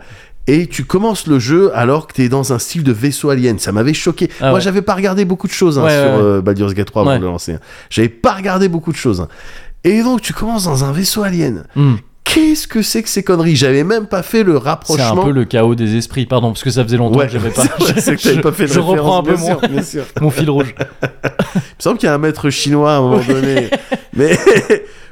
Et tu commences le jeu alors que t'es dans un style de vaisseau alien. Ça m'avait choqué.
Ah
Moi,
ouais.
j'avais pas regardé beaucoup de choses hein,
Ouais,
sur
ouais, ouais.
euh, Baldur's Gate 3 avant
Ouais.
de le lancer. hein. J'avais pas regardé beaucoup de choses. hein. Et donc, tu commences dans un vaisseau alien.
Hmm.
Qu'est-ce que c'est que ces conneries J'avais même pas fait le
C'est un
rapprochement.
peu le chaos des esprits, pardon, parce que ça faisait longtemps que j'avais pas.
je sais que t'avais pas fait de
je reprends un peu
référence,
mon,
bien sûr, bien sûr.
mon fil rouge.
Il me semble qu'il y a un maître chinois à un moment donné. Mais,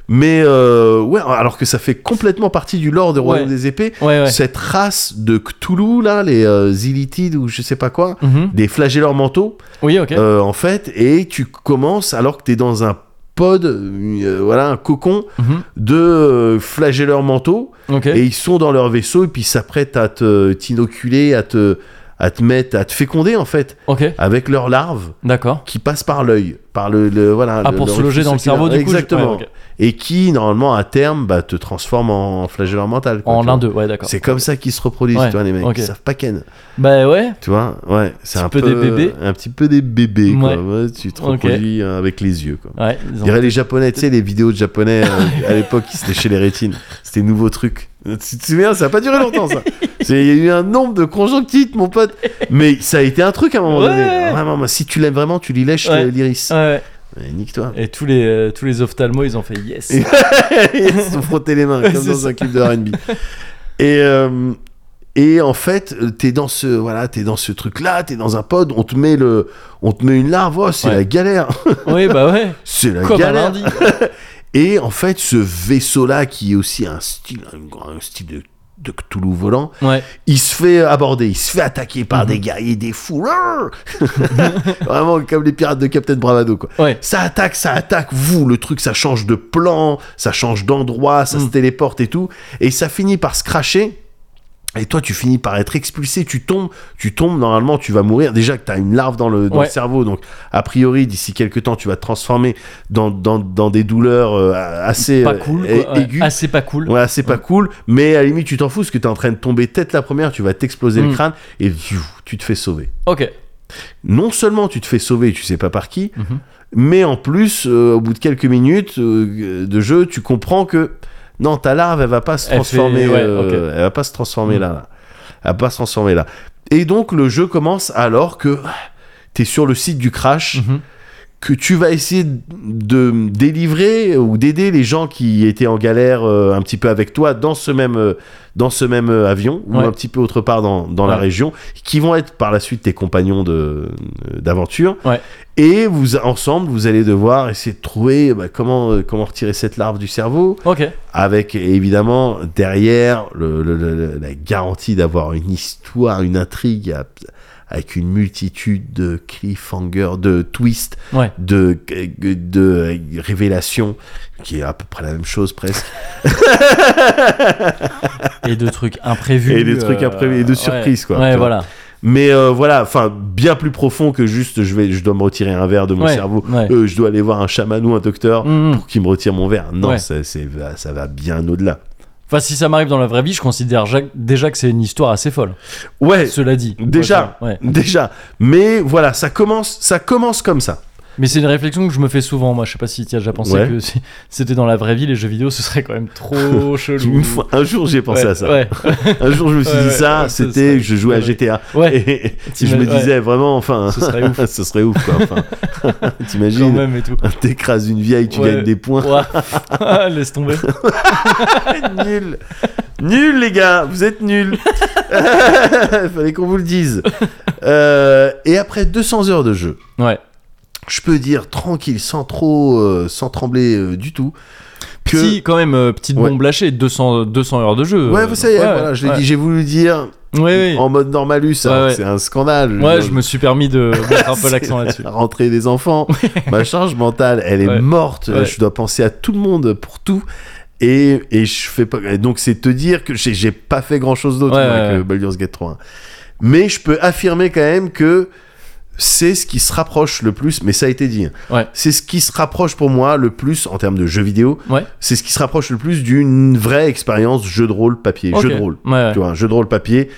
mais euh, ouais, alors que ça fait complètement partie du lore des Royaume
Ouais.
des Épées.
Ouais, ouais.
Cette race de Cthulhu, là, les euh, Zilitides ou je sais pas quoi,
Mhm.
des flagelleurs mentaux,
Oui, ok.
euh, en fait, et tu commences alors que t'es dans un pod, euh, voilà, un cocon
Mhm.
de euh, flagelleurs mentaux.
Ok.
Et ils sont dans leur vaisseau et puis ils s'apprêtent à te t'inoculer, à te à te mettre, à te féconder en fait,
Ok.
avec leurs larves
D'accord.
qui passent par l'œil, par le, le- voilà.
Ah, pour se loger dans le cerveau, du coup. je-
Exactement.
ouais, ok.
Et qui normalement à terme bah, te transforme en flagelleur mental. quoi,
En
tu
l'un
vois.
d'eux, ouais, d'accord.
C'est comme ça qu'ils se reproduisent,
Ouais,
tu vois, les mecs.
ok.
Ils savent pas ken.
Bah ouais.
Tu vois, ouais, c'est
Petit
un
peu des bébés.
Un petit peu des bébés, quoi.
Ouais.
Ouais, tu te
Ok.
reproduis euh, avec les yeux, quoi.
Ouais. ils
Je
ont-
dirais les japonais, tu sais, les vidéos de japonais euh, à l'époque, c'était chez les rétines. C'était nouveau truc. Tu te souviens, ça a pas duré longtemps, ça. C'est- Il y a eu un nombre de conjonctites, mon pote. Mais ça a été un truc à un moment
Ouais.
donné. Vraiment, moi, si tu l'aimes vraiment, tu lui lèches
Ouais.
le- l'iris.
Ouais,
Mais Nique-toi.
ouais. Et tous les, euh, tous les ophtalmos, ils ont fait yes.
Et- Ils se sont frottés les mains,
Ouais,
comme
c'est
dans
ça.
un clip de RB. Et. euh, et en fait, euh, t'es dans ce voilà, t'es dans ce truc-là, t'es dans un pod, on te met le, on te met une larve, oh, c'est
Ouais.
la galère,
oui, bah ouais.
c'est la
Comme un
galère.
lundi.
Et en fait, ce vaisseau-là, qui est aussi un style, un, un style de, de Cthulhu volant,
Ouais.
il se fait aborder, il se fait attaquer par
Mhm.
des guerriers, des fous. Roar Vraiment comme les pirates de Captain Bravado, quoi.
Ouais.
Ça attaque, ça attaque, vous, le truc, ça change de plan, ça change d'endroit, ça se
Mhm.
téléporte et tout. Et ça finit par se cracher. Et toi, tu finis par être expulsé, tu tombes, tu tombes, normalement, tu vas mourir. Déjà que tu as une larve dans le, dans
Ouais.
le cerveau, donc a priori, d'ici quelques temps, tu vas te transformer dans, dans, dans des douleurs euh, assez
Pas
euh,
cool.
a-
Quoi. ouais.
aiguës.
Assez pas cool.
Ouais, c'est pas cool, mais à la limite, tu t'en fous parce que t'es en train de tomber tête la première, tu vas t'exploser
Mm.
le crâne et pfiou, tu te fais sauver.
Ok.
Non seulement tu te fais sauver, tu sais pas par qui,
Mhm.
mais en plus, euh, au bout de quelques minutes euh, de jeu, tu comprends que non, ta larve, elle va pas se
Elle
transformer,
fait- ouais, Mhm.
euh, elle va pas se transformer là, là. elle va pas se transformer là. Et donc le jeu commence alors que t'es sur le site du crash,
Mhm.
que tu vas essayer de délivrer ou d'aider les gens qui étaient en galère euh, un petit peu avec toi dans ce même, euh, dans ce même euh, avion ou
Ouais.
un petit peu autre part dans, dans la
Ouais.
région, qui vont être par la suite tes compagnons de- euh, d'aventure.
Ouais.
Et vous, ensemble, vous allez devoir essayer de trouver bah, comment, euh, comment retirer cette larve du cerveau
Ok.
avec évidemment derrière le- le- le- la garantie d'avoir une histoire, une intrigue à- avec une multitude de cliffhangers, de twists,
Ouais.
de, de révélations, qui est à peu près la même chose presque,
Et de trucs imprévus.
et des trucs
euh,
imprévus, et de
ouais.
surprises quoi. tu
Ouais,
vois.
voilà.
Mais euh, voilà, enfin bien plus profond que juste je vais, je dois me retirer un verre de mon
Ouais,
cerveau,
ouais.
euh, je dois aller voir un chaman ou un docteur
Mm, mm.
pour qu'il me retire mon verre. Non,
Ouais.
ça, c'est- ça va bien au-delà.
Enfin, si ça m'arrive dans la vraie vie, je considère ja- déjà que c'est une histoire assez folle.
Ouais.
Cela dit.
Eh, Déjà.
Ouais.
Déjà, mais voilà, ça commence, ça commence comme ça.
Mais c'est une réflexion que je me fais souvent. Moi, je sais pas si tu as déjà pensé
Ouais.
que si c'était dans la vraie vie, les jeux vidéo, ce serait quand même trop chelou.
Une fois- un jour, j'ai pensé
Ouais,
à ça.
Ouais.
Un jour, je me suis
Ouais,
dit
ouais,
ça.
ouais, ce
c'était,
serait-
je jouais à
ouais.
GTA
Ouais.
et, et je
T'imagines-
me disais vraiment, enfin,
Ce serait ouf.
ce serait ouf, quoi. enfin.
Quand
T'imagines,
même et tout.
t'écrases une vieille, tu
Ouais.
gagnes des points.
Ouah. Laisse tomber.
Nul, nul, les gars, vous êtes nuls. Fallait qu'on vous le dise. Euh, et après 200 heures de jeu,
Ouais.
je peux dire tranquille, sans trop, euh, sans trembler euh, du tout. Que...
Petit, quand même, euh, petite
Ouais.
bombe lâchée, 200, 200 heures de jeu.
Ouais,
euh,
vous savez,
ouais,
voilà, je l'ai
ouais.
dit, Oh, j'ai voulu dire
Ouais, ouais.
en mode normalus,
Ouais,
alors que
ouais.
c'est un scandale.
Ouais, je me suis permis de mettre un peu
C'est
l'accent là-dessus.
la rentrée des enfants, ma charge mentale, elle est
Ouais.
morte.
Ouais.
Je dois penser à tout le monde pour tout. Et, et je fais pas. et Donc, c'est te dire que j'ai j'ai pas fait grand chose d'autre
Ouais,
moi,
ouais,
que
ouais.
Baldur's Gate 3. Mais je peux affirmer quand même que c'est ce qui se rapproche le plus, mais ça a été dit. hein.
Ouais.
C'est ce qui se rapproche pour moi le plus en termes de jeux vidéo.
Ouais.
C'est ce qui se rapproche le plus d'une vraie expérience jeu de rôle papier,
Ok.
jeu de rôle
Ouais, ouais.
tu vois, un jeu de rôle papier.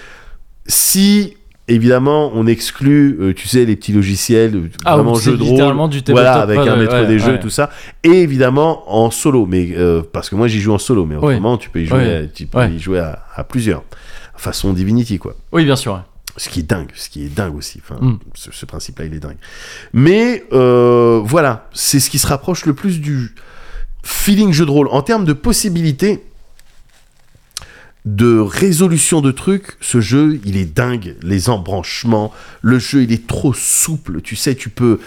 Si, évidemment, on exclut, euh, tu sais, les petits logiciels, euh,
Ah,
vraiment
c'est
jeu de
littéralement
rôle,
du tabletop,
voilà, avec
ouais,
un maître
ouais,
des jeux,
ouais.
tout ça, et évidemment en solo, mais euh, parce que moi j'y joue en solo, mais
Oui.
autrement tu peux y jouer,
Ouais.
à- tu peux
Ouais.
y jouer à, à plusieurs, façon Divinity quoi.
Oui, bien sûr. ouais.
Ce qui est dingue, ce qui est dingue aussi. Enfin,
Mm.
ce, ce principe-là, il est dingue. Mais euh, voilà, c'est ce qui se rapproche le plus du feeling jeu de rôle. En termes de possibilités de résolution de trucs, ce jeu, il est dingue. Les embranchements, le jeu, il est trop souple. Tu sais, tu peux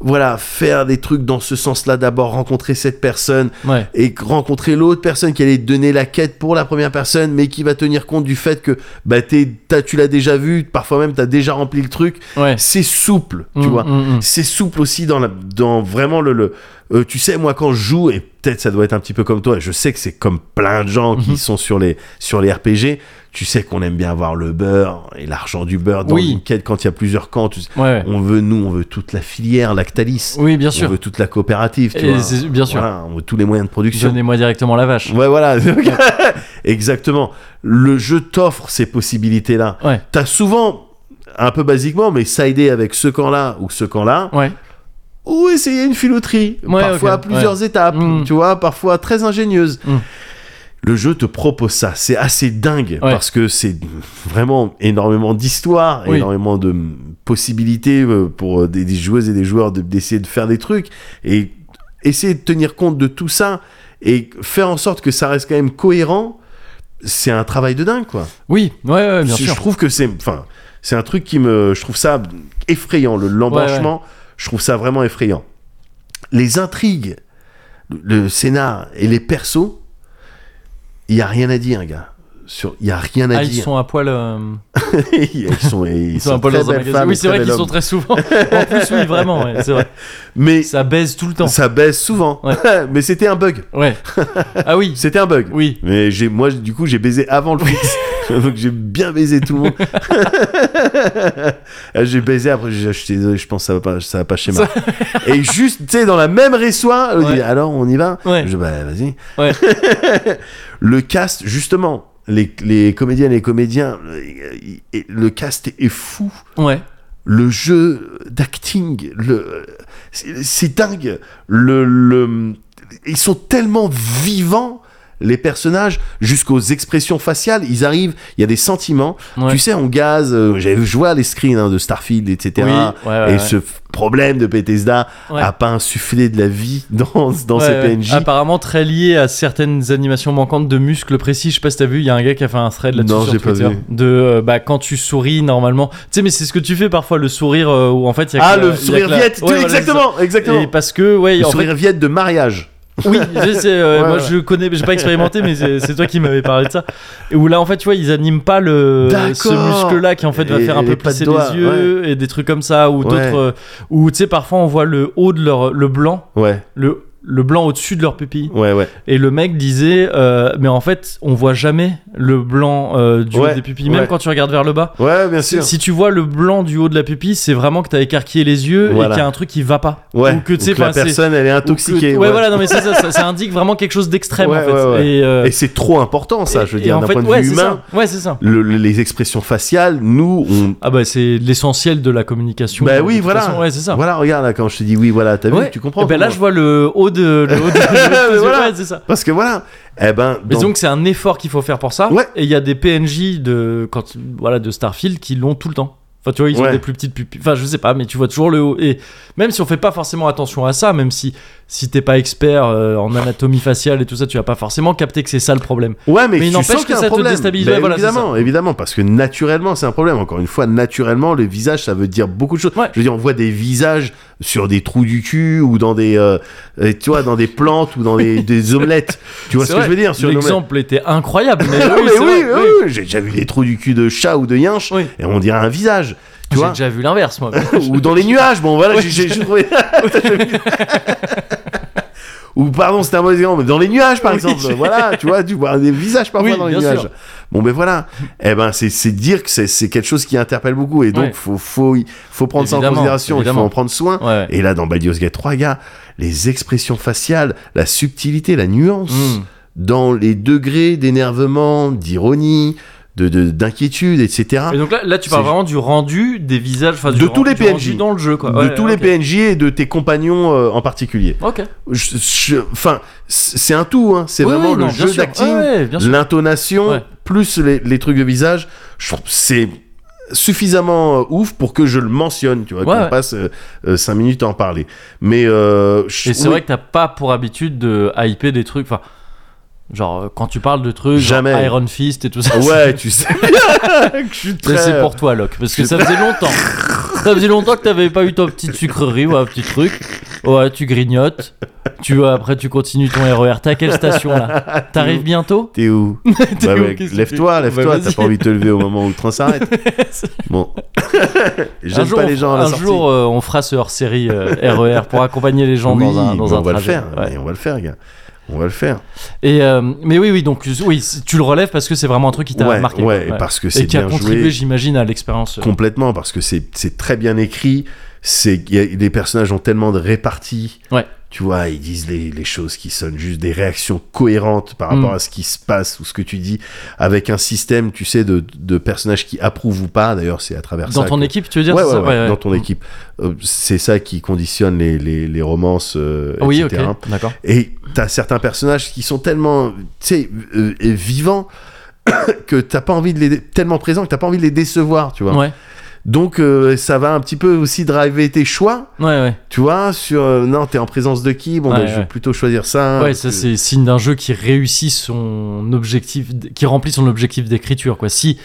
voilà, faire des trucs dans ce sens-là. D'abord, rencontrer cette personne
Ouais.
et rencontrer l'autre personne qui allait te donner la quête pour la première personne, mais qui va tenir compte du fait que bah, t'es- t'as- tu l'as déjà vu, parfois même tu as déjà rempli le truc.
Ouais.
C'est souple, tu
Mm,
vois.
mm, mm.
C'est souple aussi dans, la, dans vraiment le. le euh, tu sais, moi, quand je joue, et peut-être ça doit être un petit peu comme toi, et je sais que c'est comme plein de gens
Mm-hmm.
qui sont sur les, sur les RPG, tu sais qu'on aime bien avoir le beurre et l'argent du beurre dans
Oui.
une quête quand il y a plusieurs camps. tu sais.
Ouais.
On veut, nous, on veut toute la filière Lactalis.
Oui, bien
On
sûr.
veut toute la coopérative, tu
Et
vois.
c'est- bien sûr.
Voilà, on veut tous les moyens de production.
Donnez-moi directement la vache.
Ouais, voilà. Exactement. Le jeu t'offre ces possibilités-là.
Ouais.
T'as souvent, un peu basiquement, mais sidé avec ce camp-là ou ce camp-là,
Ouais.
ou essayer une filouterie.
Ouais,
parfois
ok,
à plusieurs étapes,
Mm.
tu vois, parfois très ingénieuse.
Mm.
Le jeu te propose ça. C'est assez dingue
Ouais.
parce que c'est vraiment énormément d'histoires,
Oui.
énormément de possibilités euh, pour des, des joueuses et des joueurs de- d'essayer de faire des trucs et essayer de tenir compte de tout ça et faire en sorte que ça reste quand même cohérent. C'est un travail de dingue, quoi.
Oui, ouais, ouais, bien
je,
sûr.
je trouve que c'est, enfin, c'est un truc qui me, je trouve ça effrayant. Le l'embranchement, je trouve ça vraiment effrayant. Les intrigues, le- le scénar et les persos, il y a rien à dire, gars. Sur, il y a rien à
Ah, ils
dire.
sont à poil. euh,
ils sont, ils
Ils sont
sont
un poil
très
dans un
belles
magasin.
femmes et
Oui, c'est
très
vrai qu'ils
belles
sont
hommes.
très souvent. En plus, oui, vraiment. ouais, c'est vrai.
Mais
Ça baise tout le temps.
ça baisse souvent.
Ouais.
Mais c'était un bug.
Ouais. Ah oui.
C'était un bug.
Oui.
Mais j'ai, moi, du coup, j'ai baisé avant le fixe. Donc j'ai bien baisé tout le monde. Ah, j'ai baisé après, j'ai acheté, je pense que ça va pas, ça va pas chez moi. Et juste, tu sais, dans la même résoie, on
Ouais.
dit, alors on y va
Ouais.
Je dis, bah vas-y.
Ouais.
le cast, justement, les, les comédiennes et les comédiens, le, le cast est fou
Ouais.
le jeu d'acting, le c'est c'est dingue. Le, le- ils sont tellement vivants les personnages jusqu'aux expressions faciales. Ils arrivent, il y a des sentiments.
Ouais.
Tu sais, on gaz, euh, j'avais joué à les screens hein, de Starfield, etc.
Oui, ouais, ouais,
et
ouais.
ce f- problème de Bethesda
Ouais.
a pas insufflé de la vie dans, dans
Ouais,
ces
ouais.
PNJ.
Apparemment très lié à certaines animations manquantes de muscles précis. Je sais pas si t'as vu, il y a un gars qui a fait un thread là-dessus
Non,
sur
j'ai pas
Twitter.
vu.
De euh, bah quand tu souris normalement. Tu sais, mais c'est ce que tu fais parfois le sourire euh, où en fait il y a
Ah,
que la-
le
il y a
sourire
que la-
viette,
Ouais, voilà,
exactement,
c'est ça.
exactement.
Et parce que ouais,
Le
en fait,
sourire viette de mariage.
Oui, je sais, euh,
Ouais,
moi
ouais.
je connais, mais j'ai pas expérimenté, mais c'est c'est toi qui m'avais parlé de ça. Et où là, en fait, tu vois, ils animent pas le
D'accord.
ce muscle-là qui en fait va
Et-
faire un
et
peu
les pattes
plisser
doigts,
les yeux et des trucs comme ça, ou
Ouais.
d'autres, euh, ou tu sais, parfois on voit le haut de leur, le blanc,
Ouais,
le le blanc au-dessus de leur pupille.
ouais, ouais.
Et le mec disait, euh, mais en fait, on voit jamais le blanc euh, du
Ouais,
haut des pupilles, même
ouais.
quand tu regardes vers le bas.
Ouais, bien sûr.
Si tu vois le blanc du haut de la pupille, c'est vraiment que t'as écarquillé les yeux et
Voilà.
qu'il y a un truc qui va pas.
Ouais.
Ou que tu sais,
la
enfin, c'est-
personne, elle est
ou
intoxiquée.
que- Ouais, voilà, non, mais c'est ça, ça, ça indique vraiment quelque chose d'extrême
Ouais,
en fait.
ouais, ouais.
Et, euh,
Et c'est trop important, ça, je veux
et-
dire,
et en
d'un
fait,
point de
ouais,
vue
c'est
humain.
ça. Ouais, c'est ça.
le- le- les expressions faciales, nous, on.
Ah bah c'est l'essentiel de la communication.
Bah
de
oui,
toute
voilà.
façon. Ouais, c'est ça.
Voilà, regarde, là, quand je te dis oui, voilà, t'as
Ouais.
vu, tu comprends.
Eh ben là,
comment-
je vois le haut de. Le haut de- le haut de-
Voilà.
ouais, c'est ça.
Parce que voilà, eh ben.
Mais
dans-
donc c'est un effort qu'il faut faire pour ça.
Ouais.
Et il y a des PNJ de quand voilà de Starfield qui l'ont tout le temps. Enfin tu vois ils ont
Ouais.
des plus petites pupilles. Enfin je sais pas mais tu vois toujours le haut. Et même si on fait pas forcément attention à ça, même si si t'es pas expert euh, en anatomie faciale et tout ça, tu vas pas forcément capter que c'est ça le problème.
Ouais, mais,
Mais il
tu
n'empêche
sens
que
qu'il y a
ça
un
te
problème.
déstabilise,
Bah,
ouais, voilà,
évidemment, évidemment, parce que naturellement, c'est un problème. Encore une fois, naturellement, le visage, ça veut dire beaucoup de choses.
Ouais.
Je veux dire, on voit des visages sur des trous du cul ou dans des, euh, euh, tu vois, dans des plantes ou dans des, des omelettes. Tu vois
C'est
ce que
vrai,
je veux dire sur une omelette
L'exemple était incroyable. Mais,
Non,
oui,
mais
c'est
oui,
vrai,
oui,
oui.
oui, j'ai déjà vu des trous du cul de chat ou de yinche
Oui.
et on dirait un visage. Tu
J'ai
vois
déjà vu l'inverse moi.
ou dans les nuages. Bon, voilà, j'ai- j'ai j'ai trouvé. Ou pardon, c'était un mauvais exemple, mais dans les nuages par
Oui,
exemple,
j'ai-
voilà, tu vois, tu vois des visages parfois
Oui,
dans les
bien
nuages.
sûr.
Bon, ben voilà, eh ben c'est c'est dire que c'est- c'est quelque chose qui interpelle beaucoup et donc
Ouais.
faut faut y- faut prendre ça en
Évidemment,
considération, il
évidemment.
faut en prendre soin.
Ouais, ouais.
Et là, dans Baldur's Gate 3, gars, les expressions faciales, la subtilité, la nuance,
Mm.
dans les degrés d'énervement, d'ironie, de de- d'inquiétude, etc.
Et donc là, là, tu parles
C'est-
vraiment du rendu des visages, enfin, du
De
ren-
tous les
du rendu
PNJ.
dans le jeu, quoi.
de tous les PNJ et de tes compagnons euh, en particulier.
Ok.
Je- je- Enfin, c- c'est un tout, hein. c'est
Oui,
vraiment
oui,
le
non, bien
jeu
sûr.
d'acting,
Ouais, ouais, bien sûr.
l'intonation,
Ouais.
plus les, les trucs de visage. Je trouve que c'est suffisamment euh, ouf pour que je le mentionne, tu vois,
Ouais,
qu'on
ouais.
passe 5 minutes à en parler. Mais euh, je-
Et c'est
oui,
vrai que t'as pas pour habitude de hyper des trucs, enfin, genre euh, quand tu parles de trucs, genre
Jamais.
Iron Fist et tout ça.
ouais, tu sais bien que je suis
c'est-
très. euh,
C'est pour toi, Locke, parce que ça faisait longtemps. ça faisait longtemps que t'avais pas eu ta petite sucrerie ou un petit truc. Ouais, tu grignotes. Tu vois, après tu continues ton RER. T'es à quelle station là T'arrives bientôt
T'es où
T'es
Bah
où
ouais,
Qu'est-ce que
Lève-toi,
tu-
lève-toi,
Bah,
t'as
vas-y.
pas envie de te lever au moment où le train s'arrête. Bon.
Un
J'aime
jour,
pas
on-
les gens à la
Un
sortie.
jour, euh, on fera ce hors-série euh, RER pour accompagner les gens
Oui,
dans un,
mais
dans
on
un
va
trajet.
le faire,
Ouais.
mais on va le faire, gars. On va le faire.
Et, euh, mais oui, oui, donc oui, c- tu le relèves parce que c'est vraiment un truc qui t'a
ouais,
marqué.
ouais,
quoi. Ouais.
parce que
Et
c'est
qui a
bien
contribué,
joué
j'imagine, à l'expérience. euh,
complètement, parce que c'est c'est très bien écrit. C'est il y a- les personnages ont tellement de réparties.
Ouais.
Tu vois, ils disent les, les choses qui sonnent juste des réactions cohérentes par rapport
Mm.
à ce qui se passe ou ce que tu dis, avec un système, tu sais, de, de personnages qui approuvent ou pas. D'ailleurs, c'est à travers ça.
Dans ton
que-
équipe, tu veux dire
Ouais,
c'est
ouais,
ça Mm.
ouais, dans ton équipe. Euh, c'est ça qui conditionne les, les, les romances, euh,
Ah Oui, ok,
etc.
d'accord.
Et t'as certains personnages qui sont tellement, tu sais, euh, euh, vivants que t'as pas envie de les tellement présents que t'as pas envie de les décevoir, tu vois.
Ouais,
Donc euh, ça va un petit peu aussi driver tes choix,
ouais, ouais.
tu vois. Sur euh, non, t'es en présence de qui Bon,
Ouais,
ben, je
ouais.
vais plutôt choisir ça. hein,
ouais, ça c'est signe d'un jeu qui réussit son objectif, d- qui remplit son objectif d'écriture. Quoi. Si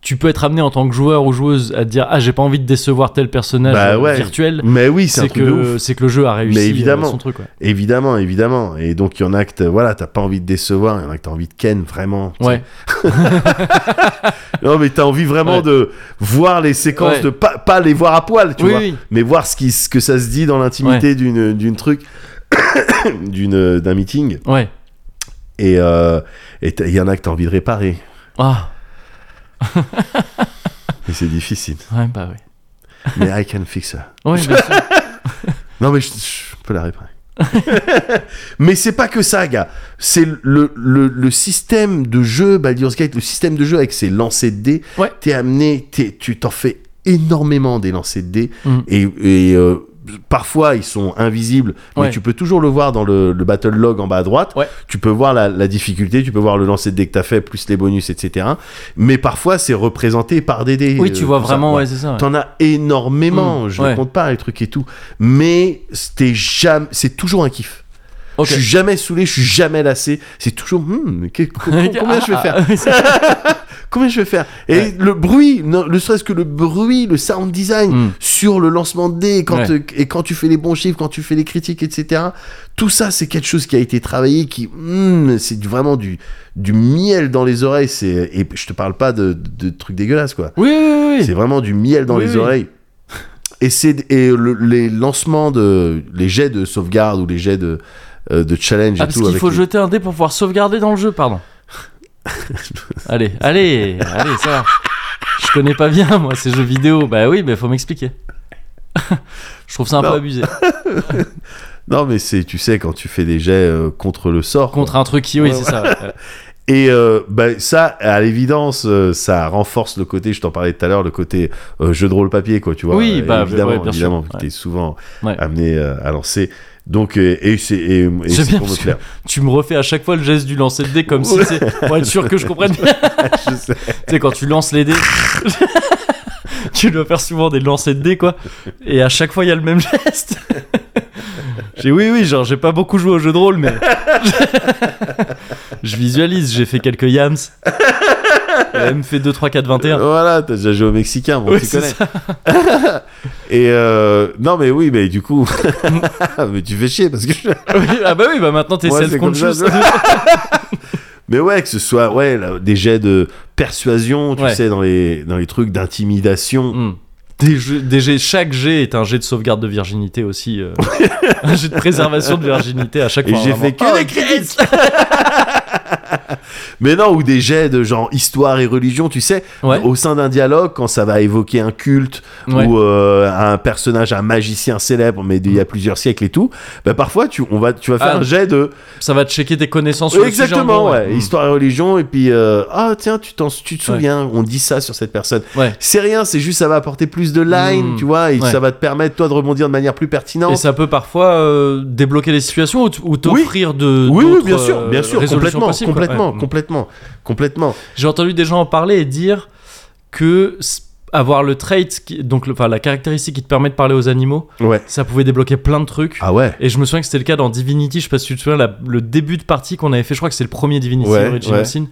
tu peux être amené en tant que joueur ou joueuse à te dire ah j'ai pas envie de décevoir tel personnage
Bah
euh,
ouais.
virtuel,
Mais oui, c'est un
c'est
truc de
que
ouf.
c'est que le jeu a réussi
Mais
euh,
évidemment.
son truc. ouais.
Évidemment, évidemment. Et donc il y en a que t'as- voilà, t'as pas envie de décevoir, il y en a que t'as envie de ken vraiment. tu sais.
Ouais.
Non, mais t'as envie vraiment
Ouais.
de voir les séquences,
Ouais.
de pas, pas les voir à poil, tu
Oui,
vois,
oui.
mais voir ce, qui, ce que ça se dit dans l'intimité d'une, d'une truc, d'une, d'un meeting.
Ouais.
Et euh, et t'as- il y en a que t'as envie de réparer.
Ah.
Et c'est difficile.
Ouais, bah oui.
Mais I can fix her.
Ouais, bien sûr.
Non, mais je, je peux la réparer. mais c'est pas que ça, gars. C'est le, le, le système de jeu, Baldur's Gate, le système de jeu avec ses lancers de dés.
Ouais.
T'es amené, t'es- tu t'en fais énormément des lancers de dés.
Mm.
Et, et, euh, parfois ils sont invisibles, mais
Ouais.
tu peux toujours le voir dans le, le battle log en bas à droite.
Ouais.
Tu peux voir la, la difficulté, tu peux voir le lancer de dés que t'as fait, plus les bonus, etc. Mais parfois c'est représenté par des dés.
Oui,
euh,
tu vois
tout ça,
vraiment,
ouais.
ouais, c'est ça. ouais.
T'en as énormément,
Mm,
je ne
ouais.
compte pas les trucs et tout. Mais c'était jamais, c'est toujours un kiff.
Ok.
Je suis jamais saoulé, je suis jamais lassé. C'est toujours, hmm, mais qu'est- co- co- combien
Ah,
je vais faire
faire
Combien je vais faire Et
Ouais.
le bruit, non, ne serait-ce que le bruit, le sound design
Mm.
sur le lancement de dés, quand,
Ouais.
euh, et quand tu fais les bons chiffres, quand tu fais les critiques, etc. Tout ça, c'est quelque chose qui a été travaillé, qui, hmm, c'est du- vraiment du, du miel dans les oreilles. c'est- Et je te parle pas de, de trucs dégueulasses, quoi.
Oui, oui, oui,
C'est
oui.
vraiment du miel dans
Oui,
les
oui.
oreilles. Et, c'est, et le- les lancements de. les jets de sauvegarde ou les jets de, euh, de challenge
Ah,
et
parce
tout.
qu'il
avec
faut
les-
jeter un dé pour pouvoir sauvegarder dans le jeu, pardon. allez, allez, allez, ça va. Je connais pas bien, moi, ces jeux vidéo. Bah oui, mais faut m'expliquer. Je trouve ça un
Non.
peu abusé.
Non, mais c'est, tu sais, quand tu fais des jets euh, contre le sort. quoi.
Contre un truc qui, oui,
Ouais,
c'est ça. ouais.
Et euh, bah, ça, à l'évidence, euh, ça renforce le côté, je t'en parlais tout à l'heure, le côté euh, jeu de rôle papier, quoi, tu vois.
Oui,
Euh,
bah,
évidemment,
ouais, bien sûr,
évidemment,
ouais.
t'es souvent
Ouais.
amené euh, à lancer. Donc, euh, et c'est, et- et
C'est
c'est
bien
pour me
parce que-
plaire.
Tu me refais à chaque fois le geste du lancer de dé comme si
Ouais.
c'est pour être sûr que je comprenne bien.
Je sais.
tu sais, quand tu lances les dés, tu dois faire souvent des lancers de dés, quoi. Et à chaque fois, il y a le même geste. j'ai oui, oui, genre, j'ai pas beaucoup joué au jeu de rôle, mais. je visualise, j'ai fait quelques yams. J'ai même fait 2, 3, 4, 21.
Voilà, t'as déjà joué au Mexicain, bon,
Ouais,
tu
c'est
connais.
ça.
Et euh, non, mais oui, mais du coup, mais tu fais chier parce que. je-
Oui, ah bah oui, bah maintenant t'es
Ouais, c'est comme
self-conscious.
ça, Mais ouais, que ce soit ouais là, des jets de persuasion, tu
Ouais.
sais, dans les dans les trucs d'intimidation.
Hmm. Des jeux- des jets- chaque jet est un jet de sauvegarde de virginité aussi. euh, un jet de préservation de virginité à chaque
Et
fois.
j'ai
vraiment.
fait que
Oh,
des
yes
Mais non, ou des jets de genre histoire et religion, tu sais,
Ouais.
au sein d'un dialogue quand ça va évoquer un culte
Ouais.
ou euh, un personnage, un magicien célèbre, mais d'il y a plusieurs siècles et tout. Bah parfois tu on va tu vas faire
Ah.
un jet de
Ça va te checker tes connaissances sur le sujet en
Exactement,
gros,
ouais.
Hmm.
Histoire et religion, et puis, euh, ah tiens, tu, t'en- tu te souviens, on dit ça sur cette personne.
Ouais.
C'est rien, c'est juste ça va apporter plus de line,
Mm.
tu vois, et
Ouais.
ça va te permettre, toi, de rebondir de manière plus
Et
pertinente.
ça peut parfois euh, débloquer les situations ou t- ou t'offrir de.
oui, oui,
d'autres,
bien sûr,
euh,
bien sûr,
résolutions
complètement,
possibles, quoi.
complètement,
Ouais. Mm.
complètement, complètement.
J'ai entendu des gens en parler et dire que s- avoir le trait, qui- donc le- enfin, la caractéristique qui te permet de parler aux animaux,
Ouais.
ça pouvait débloquer plein de trucs.
Ah ouais.
Et je me souviens que c'était le cas dans Divinity, je sais pas si tu te souviens, la- le début de partie qu'on avait fait, je crois que c'est le premier Divinity
Ouais,
Original
ouais.
Sin,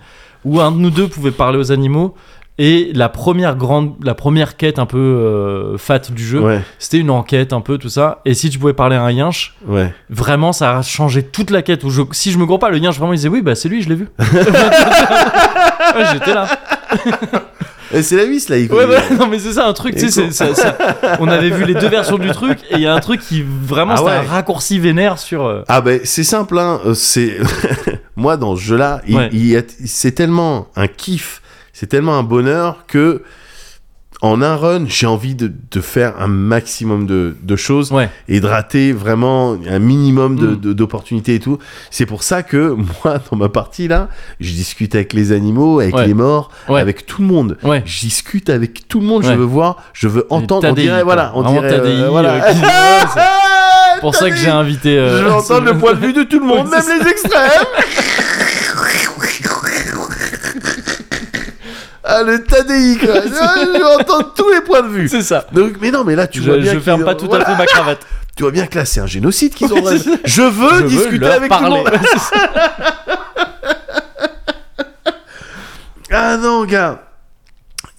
où un de nous deux pouvait parler aux animaux. Et la première grande, la première quête un peu euh, fat du jeu,
Ouais,
c'était une enquête un peu tout ça et si tu pouvais parler à un yinche
ouais.
vraiment ça a changé toute la quête où je- si je me gourre pas le yinche vraiment il disait oui bah c'est lui je l'ai vu Ouais, j'étais là
Et c'est la vis là. il-
ouais bah, non mais c'est ça un truc tu sais
Et
c'est- ça- ça- on avait vu les deux versions du truc et il y a un truc qui vraiment
Ah
c'était
ouais.
un raccourci vénère sur euh,
Ah ben c'est simple, hein. euh, c'est moi dans ce jeu-là, il-
Ouais.
il y a- c'est tellement un kiff, c'est tellement un bonheur que en un run, j'ai envie de, de faire un maximum de, de choses
ouais
et de rater vraiment un minimum de-
Mm.
de- d'opportunités de, et tout. C'est pour ça que moi, dans ma partie là, je discute avec les animaux, avec
Ouais.
les morts,
Ouais.
avec tout le monde.
ouais
Je discute avec tout le monde, je
Ouais.
veux voir, je veux entendre. On
TADI,
dirait,
quoi.
voilà, on
Vraiment
dirait. euh,
TADI,
voilà.
euh, qui- Ouais, c'est pour ça que
TADI.
j'ai invité euh,
Je veux entendre le point de vue de tout le monde,
Ouais,
même
c'est
les extrêmes. Ah, le TADI, quoi. Je veux entendre tous les points de vue.
c'est ça
Donc, mais non, mais là, tu
je,
vois bien.
je
qu'ils-
ferme pas tout
voilà,
à fait ma cravate
Tu vois bien que là, c'est un génocide qu'ils
Oui,
ont.
c'est ça.
Je veux
je
discuter
veux leur
avec tout le
parler
monde. Ah non, gars.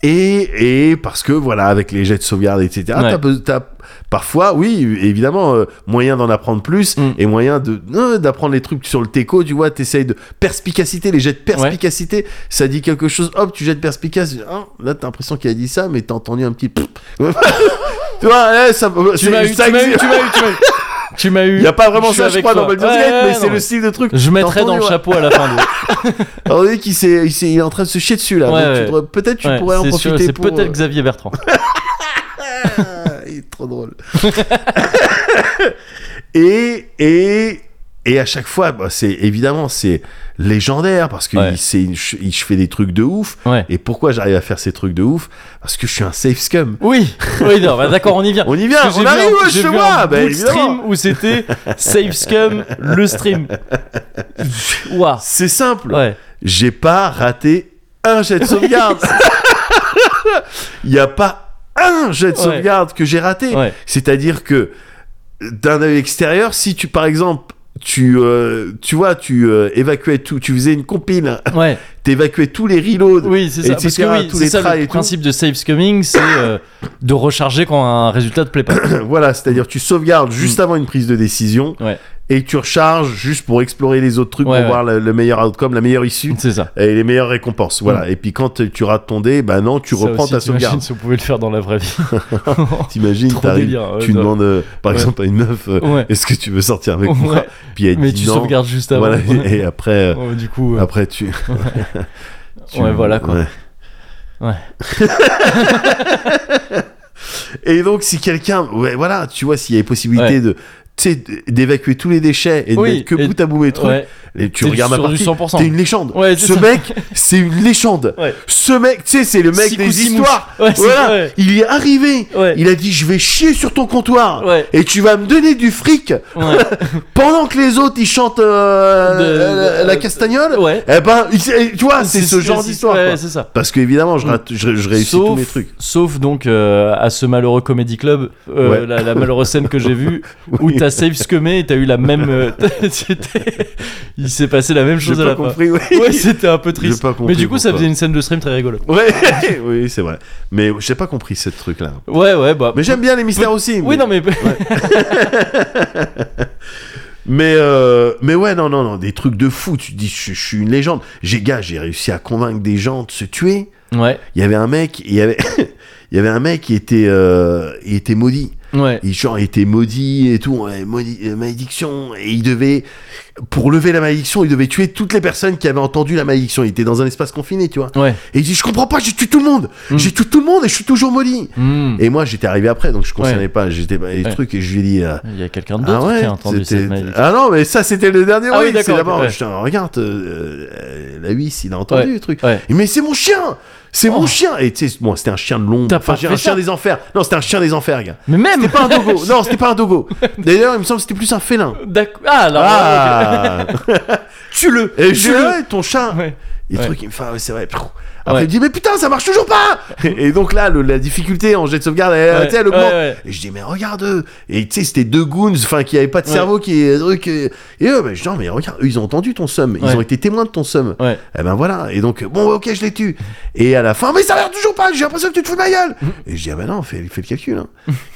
Et, et parce que, voilà, avec les jets de sauvegarde, etc.,
Ouais.
t'as peu- t'as parfois, oui, évidemment, euh, moyen d'en apprendre plus
Mm.
et moyen de euh, d'apprendre les trucs sur le teco, tu vois, t'essayes de perspicacité, les jets de perspicacité, ça dit quelque chose, hop, tu jettes perspicace, Ah, là, t'as l'impression qu'il a dit ça, mais t'as entendu un petit... pfff. tu vois, eh, ça...
tu m'as eu tu m'as eu tu m'as eu tu m'as eu tu m'as eu
Il n'y a pas vraiment
Je suis
ça, je
avec
crois,
toi.
dans Baldur's
Ouais,
Gate,
ouais,
mais
non,
c'est le
mais-
style de truc.
Je mettrai
T'as
dans le
entendu, ouais.
chapeau à la fin de.
Alors, vous voyez qu'il s'est- il s'est- il est en train de se chier dessus là.
Ouais,
Donc, tu
ouais.
devrais- Peut-être tu
Ouais,
pourrais en
c'est sûr,
profiter
C'est
pour. euh,
peut-être Xavier Bertrand.
Ah, il est trop drôle. et, et Et à chaque fois, bah, c'est évidemment c'est légendaire parce que
Ouais.
il- c'est une ch- il- je fais des trucs de ouf.
Ouais.
Et pourquoi j'arrive à faire ces trucs de ouf Parce que je suis un safe scum.
Oui, oui, non, bah, d'accord, on y vient.
On y vient,
Parce que
on
j'ai vu
arrive,
un-
ouais,
j'ai
je te
vu
vois,
un
bah,
bout de
évidemment.
stream où c'était Save Scum, le stream. Waouh.
C'est simple.
Ouais.
J'ai pas raté un jet de sauvegarde. Il n'y a pas un jet de
Ouais.
sauvegarde que j'ai raté.
Ouais.
C'est-à-dire que d'un œil extérieur, si tu, par exemple, tu, euh, tu vois, tu euh, évacuais tout, tu faisais une compile,
Ouais.
t'évacuais tous les reloads.
Oui, c'est ça.
etc.,
Parce que oui,
tous
c'est
les
ça
trails
le
et tout.
principe de Save Scumming, c'est euh, de recharger quand un résultat te plaît pas.
voilà, c'est-à-dire tu sauvegardes juste avant une prise de décision
Mm. Ouais.
et tu recharges juste pour explorer les autres trucs
Ouais,
pour
ouais.
voir le, le meilleur outcome, la meilleure issue
C'est ça.
et les meilleures récompenses. Voilà. Et puis quand t- tu rates ton dé, bah non, tu
Mm. Ça
reprends
aussi,
ta
t'imagines
sauvegarde.
si on pouvait le faire dans la vraie vie.
T'imagines,
Trop
t'arrives,
délire, ouais,
tu
ça.
demandes euh, par
Ouais.
exemple à une meuf, euh,
Ouais.
est-ce que tu veux sortir avec moi
Ouais.
Puis elle
Mais
dit
tu
non.
sauvegardes juste avant.
Voilà. Et, et après, euh,
Ouais, du coup, euh,
après tu. tu-
Ouais, voilà, quoi. Ouais.
et donc si quelqu'un, ouais, voilà, tu vois, s'il y avait possibilité de, tu sais, d- d'évacuer tous les déchets et de
Oui,
mettre que
et-
bout à bout les trucs.
ouais.
Et tu
T'es
regardes ma
sur du
partie,
100%.
t'es une légende.
Ouais, c'est
Ce
ça.
mec, c'est une légende.
Ouais.
Ce mec, tu sais, c'est le mec
Six
des
coups, six
histoires.
mouches. Ouais, c'est
voilà,
ça, ouais.
il y est arrivé.
Ouais.
Il a dit, je vais chier sur ton comptoir.
Ouais.
Et tu vas me donner du fric
Ouais.
pendant que les autres ils chantent euh,
De-
la-
de-
la castagnole.
Ouais.
Eh ben, il- eh, tu vois, c'est ce genre
c'est-
d'histoire.
ouais,
quoi.
c'est ça.
Parce que évidemment, je, rate- je, je réussis tous mes trucs.
sauf donc euh, à ce malheureux comedy club, euh,
Ouais.
la, la malheureuse scène que j'ai vue où
Oui.
t'as save scummé et t'as eu la même. euh, c'était- Il s'est passé la même
J'ai
chose à
pas
la fin.
compris. oui.
Ouais, c'était un peu
J'ai
triste.
pas compris.
Mais du coup, ça
pourquoi.
faisait une scène de stream très rigolo.
Ouais, oui, c'est vrai. Mais j'ai pas compris ce truc-là.
Ouais, ouais, bah.
Mais j'aime bien les mystères aussi.
Oui, non, mais.
Mais, euh, mais ouais, non, non, non, des trucs de fou. Tu te dis, je, je suis une légende. J'ai gars, j'ai réussi à convaincre des gens de se tuer.
ouais,
Il y avait un mec, il y avait, il y avait un mec qui était, euh, il était maudit.
ouais.
Il, genre, il était maudit et tout, ouais, maudit- euh, malédiction. Et il devait, pour lever la malédiction, il devait tuer toutes les personnes qui avaient entendu la malédiction. Il était dans un espace confiné, tu vois.
Ouais.
Et il dit, je comprends pas, j'ai tué tout le monde.
Mm.
J'ai tué tout le monde et je suis toujours maudit.
Hmm.
Et moi, j'étais arrivé après, donc je comprenais
Ouais.
pas. J'étais pas les
Ouais.
trucs et je lui ai dit. euh,
Il y a quelqu'un d'autre qui a entendu
c'était-
cette malédiction.
Ah non, mais ça, c'était le dernier.
Ah oui,
oui, c'est
d'accord,
d'abord.
ouais.
putain, regarde, euh, euh, la huisse, il a entendu
Ouais,
le truc.
ouais.
Mais c'est mon chien C'est
Oh.
mon chien Et tu sais, bon, c'était un chien de l'ombre.
T'as
Enfin,
pas
j'ai
fait
un chien
ça
des enfers. Non, c'était un chien des enfers, gars.
Mais même
C'était pas un dogo. non, c'était pas un dogo. D'ailleurs, il me semble que c'était plus un félin.
D'accord. Ah, là,
Ah
Tue-le
Et je ouais, ton chat
Ouais.
Et le
Ouais.
truc, il me fait, ah ouais, c'est vrai. Après,
Ouais.
il me dit, mais putain, ça marche toujours pas Et donc là, le- la difficulté en jet de sauvegarde, elle,
Ouais,
tu sais, elle
ouais,
augmente.
ouais.
Et je dis, mais regarde eux Et tu sais, c'était deux goons, enfin, qui avaient pas de
Ouais.
cerveau, qui. euh, truc, euh, Et eux, ben, je dis, non, mais regarde, eux, ils ont entendu ton somme, ils
Ouais.
ont été témoins de ton somme.
Ouais.
Et ben voilà, et donc, bon, ok, je les tue. Et à la fin, mais ça l'air toujours pas, j'ai l'impression que tu te fous de ma gueule Et je dis, ah ben non, fais, fais le calcul. hein.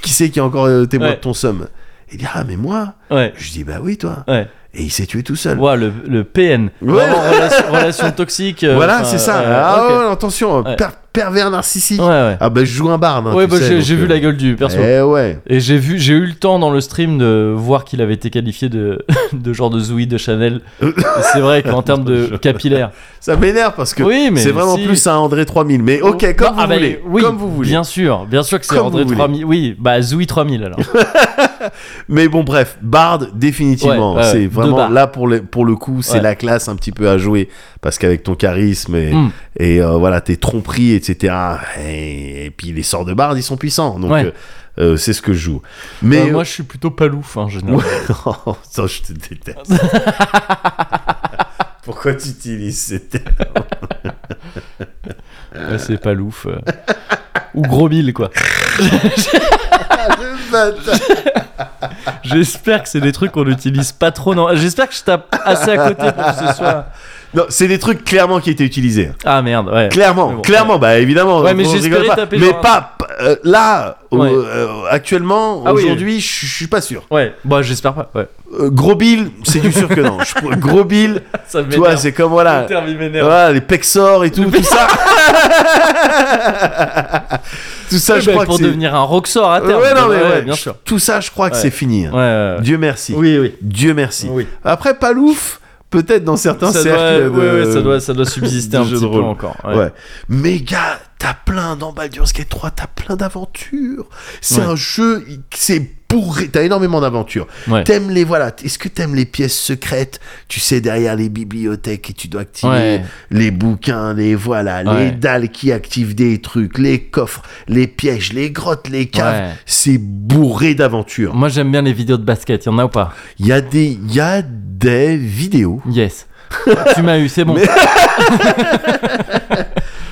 qui c'est qui est encore euh, témoin
Ouais.
de ton somme Il dit, ah, mais moi
Ouais.
Je dis, bah oui, toi.
Ouais.
Et il s'est tué tout seul.
Ouah, le, le PN.
Ouais.
Vraiment, relation, relation toxique. euh,
voilà,
enfin,
c'est ça.
euh,
ah
ok.
ouais, attention,
Ouais.
per- pervers narcissique.
Ouais, ouais.
Ah ben je joue un barde. hein,
ouais,
tu
bah,
sais,
j'ai
donc,
j'ai vu
euh,
la gueule du perso.
Eh ouais.
Et j'ai vu, j'ai eu le temps dans le stream de voir qu'il avait été qualifié de, de genre de Zoui de Chanel. Et c'est vrai qu'en termes de capillaire.
Ça m'énerve parce que
Oui, mais
c'est vraiment
si.
plus un André 3000. Mais ok, comme
Non,
vous
ah bah,
voulez.
oui,
comme vous voulez.
Bien sûr, bien sûr que c'est
Comme
André
vous voulez.
3000. Oui, bah Zoui 3000 alors.
Mais bon, bref, barde définitivement.
Ouais, ouais,
c'est
de
vraiment
barde.
là pour le pour le coup, c'est
Ouais.
la classe un petit peu à jouer parce qu'avec ton charisme et,
Mm.
et euh, voilà tes tromperies, etc. Et, et puis les sorts de barde, ils sont puissants. Donc
Ouais.
euh, euh, c'est ce que je joue. Mais
Euh, moi, je suis plutôt palouf en général.
Ouais. Oh, ça, je te déteste. Pourquoi tu utilises ces termes
Ouais, c'est palouf. euh. Ou gros mille quoi.
Ah,
J'espère que c'est des trucs qu'on n'utilise pas trop. Non, j'espère que je tape assez à côté pour que ce soit.
Non, c'est des trucs clairement qui étaient utilisés.
Ah merde, ouais.
Clairement,
Mais bon,
clairement, bah évidemment.
Ouais, mais
on
j'espérais
rigole pas.
taper
Mais
dans-
pas pas- euh, là, au-
Ouais.
euh, actuellement,
Ah oui,
aujourd'hui, je je suis pas sûr.
Ouais, bah j'espère pas. Ouais.
Euh, gros Bill, c'est du sûr que non. Je pourrais- gros Bill,
Ça me
tu vois, c'est comme
Le
voilà.
terme, il m'énerve.
Voilà, les Pexors et tout, tout ça. tout ça,
Eh
je
ben,
crois
pour
que c'est.
devenir un rockstar à terme.
Ouais, non, mais
Ouais,
ouais,
bien
je-
sûr.
Tout ça, je crois que
Ouais.
c'est fini. hein.
Ouais, ouais, ouais.
Dieu merci.
Oui, oui.
Dieu merci.
Oui.
Après, Palouf, peut-être dans certains
Ça doit,
cercles.
ouais,
de-
ouais, ça doit, ça doit subsister
de
un
jeux
petit
de
peu
rôle.
encore. Ouais.
Ouais. Mais gars, t'as plein dans Baldur's Gate 3, t'as plein d'aventures. C'est
Ouais.
un jeu, c'est bourré, t'as énormément d'aventures.
Ouais.
T'aimes les voilà. Est-ce que t'aimes les pièces secrètes Tu sais derrière les bibliothèques et tu dois activer
Ouais.
les bouquins, les voilà, les
Ouais.
dalles qui activent des trucs, les coffres, les pièges, les grottes, les caves.
Ouais. Mm.
C'est bourré d'aventures.
Moi j'aime bien les vidéos de basket, y en a ou pas
Il y a des, il y a des vidéos,
Yes. tu m'as eu, c'est bon.
Mais-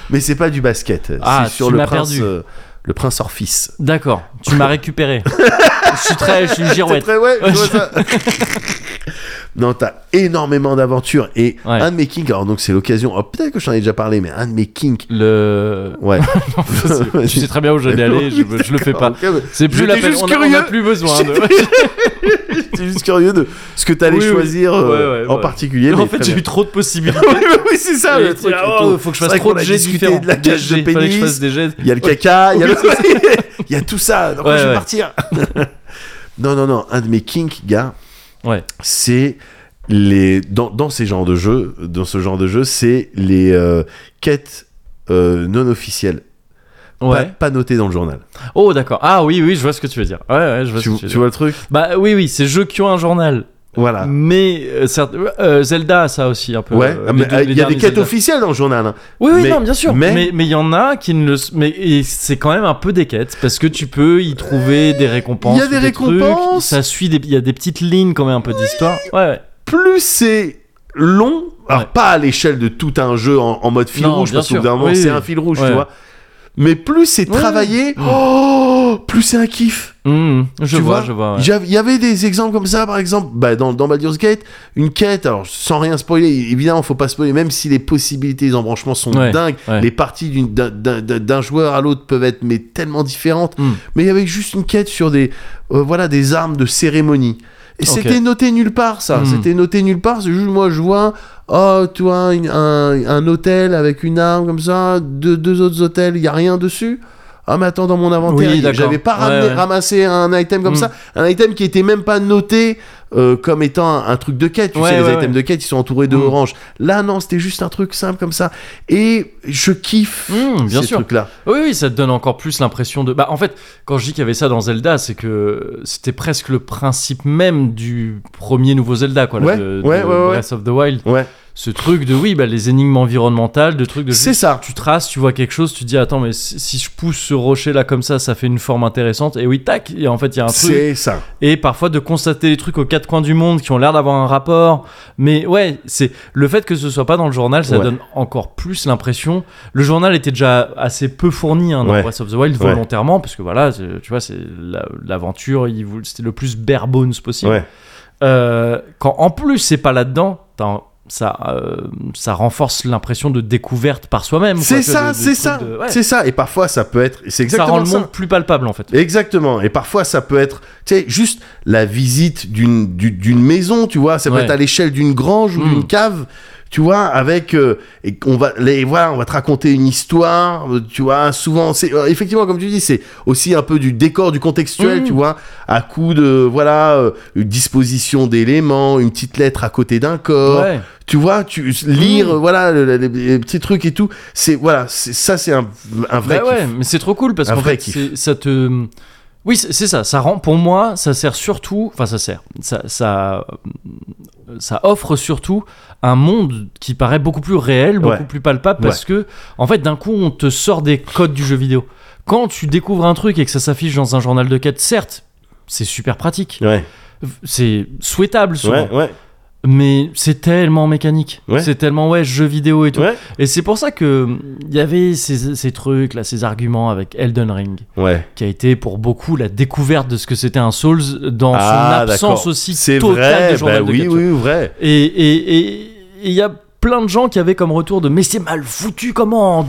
mais c'est pas du basket.
Ah,
c'est sur
tu
le
m'as
prince,
perdu.
euh, le prince Orphis.
D'accord, tu m'as récupéré. je suis très, je suis une
C'est
girouette.
très- ouais, je
Ouais,
vois
je-
ça. Non, t'as énormément d'aventures et
Ouais.
un de mes kinks. Alors donc c'est l'occasion. oh, Peut-être que je t'en ai déjà parlé, mais un de mes kinks.
Le.
Ouais.
Je sais très bien où j'allais aller, je, je le fais pas. C'est plus
J'étais
la peine,
juste
on a, on a
curieux.
plus besoin de.
J'étais juste curieux de ce que t'allais
Oui, oui.
choisir euh,
Ouais, ouais,
en
ouais.
particulier.
en
mais
fait
très
j'ai
bien.
eu trop de possibilités.
oui, oui, oui, c'est ça
Et
le
tu
truc.
dis, ah,
et
oh,
tout.
faut que je fasse
C'est vrai
trop
qu'on
de
a
jets
discuté
différents.
de la cage de
Des jets, fallait que je
pénis.
fasse des jets.
Il y a le caca, il y a,
Oui,
le- il y a tout ça. Donc
Ouais,
je vais
ouais.
partir. non, non, non. Un de mes kinks, gars,
Ouais.
c'est les dans, dans ces genres de jeux, dans ce genre de jeu, c'est les euh, quêtes euh, non officielles, pas,
Ouais.
pas notées dans le journal.
Oh d'accord. Ah oui oui, je vois ce que tu veux dire. Ouais ouais, je vois
Tu,
ce que tu veux
tu
dire.
vois le truc
Bah oui oui, c'est jeux qui ont un journal.
Voilà.
Mais euh, certes- euh, Zelda a ça aussi un peu.
Ouais,
euh,
ah,
les
mais,
deux-
euh,
les
il y a des
derniers
quêtes
Zelda.
officielles dans le journal. hein.
Oui, oui,
Mais-
non, bien sûr.
mais-
Mais mais il y en a qui ne le. s- Mais et c'est quand même un peu des quêtes parce que tu peux y trouver des récompenses.
Euh, il y a des
ou trucs.
récompenses.
ça suit des. Il y a des petites lignes quand même un peu d'histoire. Ouais, ouais.
Plus c'est long, alors
Ouais.
pas à l'échelle de tout un jeu en, en mode fil
Non,
rouge,
bien
parce que
sûr.
d'un moment
Oui,
c'est
oui.
un fil rouge, tu
Ouais.
vois. Mais plus c'est
Ouais.
travaillé, oh, plus c'est un kiff.
Mmh, je
Tu
vois, je vois. ouais.
J'av- Il y avait des exemples comme ça, par exemple, bah, dans, dans Baldur's Gate, une quête, alors sans rien spoiler, évidemment, faut pas spoiler, même si les possibilités des embranchements sont
Ouais,
dingues,
ouais.
les parties d'une- d'un- d'un d'un joueur à l'autre peuvent être mais tellement différentes.
Mm.
Mais il y avait juste une quête sur des, euh, voilà, des armes de cérémonie. Et
Ok.
c'était noté nulle part, ça.
Mm.
C'était noté nulle part. C'est juste, moi, je vois, oh, toi, une- un, un hôtel avec une arme comme ça, deux, deux autres hôtels, il y a rien dessus. Ah, mais attends, dans mon inventaire,
Oui,
il-
d'accord.
j'avais pas
Ouais,
ramené,
ouais.
ramasser un item comme
Mm.
ça, un item qui était même pas noté euh, comme étant un, un truc de quête. Tu
Ouais,
sais, les
ouais,
items
ouais.
de quête, ils sont entourés de
Mm.
orange. Là, non, c'était juste un truc simple comme ça. Et je kiffe
Mmh, bien
ces
sûr.
trucs-là.
Oui, oui, ça te donne encore plus l'impression de. Bah, en fait, quand je dis qu'il y avait ça dans Zelda, c'est que c'était presque le principe même du premier nouveau Zelda, quoi. là,
Ouais,
de,
ouais,
de
ouais, ouais.
Breath of the Wild.
Ouais,
Ce truc de, oui, bah, les énigmes environnementales, de trucs de.
c'est ça.
tu traces, tu vois quelque chose, tu te dis attends mais si si je pousse ce rocher là comme ça, ça fait une forme intéressante et oui tac et en fait il y a un truc
C'est ça.
et parfois de constater les trucs aux quatre coins du monde qui ont l'air d'avoir un rapport mais ouais c'est le fait que ce soit pas dans le journal ça
Ouais.
donne encore plus l'impression le journal était déjà assez peu fourni hein, dans
Ouais.
Breath of the Wild
Ouais.
volontairement parce que voilà c'est- tu vois c'est la- l'aventure il voulait- c'était le plus bare bones possible
Ouais.
euh, quand en plus c'est pas là-dedans, t'as- ça, euh, ça renforce l'impression de découverte par soi-même. quoi,
C'est
tu vois, de-
ça,
de
c'est
trucs
ça.
de- ouais.
C'est ça. Et parfois, ça peut être. C'est
Ça rend
exactement
le
ça.
monde plus palpable en fait.
Exactement. Et parfois, ça peut être, tu sais, juste la visite d'une du- d'une maison, tu vois. Ça peut
Ouais.
être à l'échelle d'une grange ou
Mm.
d'une cave, tu vois, avec euh, et on va les voilà, on va te raconter une histoire, euh, tu vois. Souvent, c'est euh, effectivement comme tu dis, c'est aussi un peu du décor, du contextuel,
Mm.
tu vois, à coup de voilà euh, une disposition d'éléments, une petite lettre à côté d'un corps,
Ouais.
tu vois, tu lire
Mm.
euh, voilà le- le- les, les petits trucs et tout. C'est voilà, c'est- ça c'est un, un vrai.
Bah
kiff.
ouais, mais c'est trop cool parce
Un
qu'en
vrai
fait
kiff.
c'est- ça te oui, c'est c'est ça, ça rend pour moi, ça sert surtout, enfin ça sert, ça, ça, ça offre surtout un monde qui paraît beaucoup plus réel, beaucoup
Ouais.
plus palpable, parce que en fait d'un coup on te sort des codes du jeu vidéo. Quand tu découvres un truc et que ça s'affiche dans un journal de quête, certes, c'est super pratique,
Ouais,
c'est souhaitable souvent,
ouais, ouais,
mais c'est tellement mécanique,
Ouais.
c'est tellement ouais jeu vidéo et tout.
ouais,
Et c'est pour ça que mm, il y avait ces, ces trucs là, ces arguments avec Elden Ring,
ouais.
qui a été pour beaucoup la découverte de ce que c'était un Souls dans
Ah,
son absence
d'accord.
aussi
C'est
totale
vrai,
de journal
bah
de
oui,
quête.
oui, vrai.
Et et- et- et il y a plein de gens qui avaient comme retour de mais c'est mal foutu comment en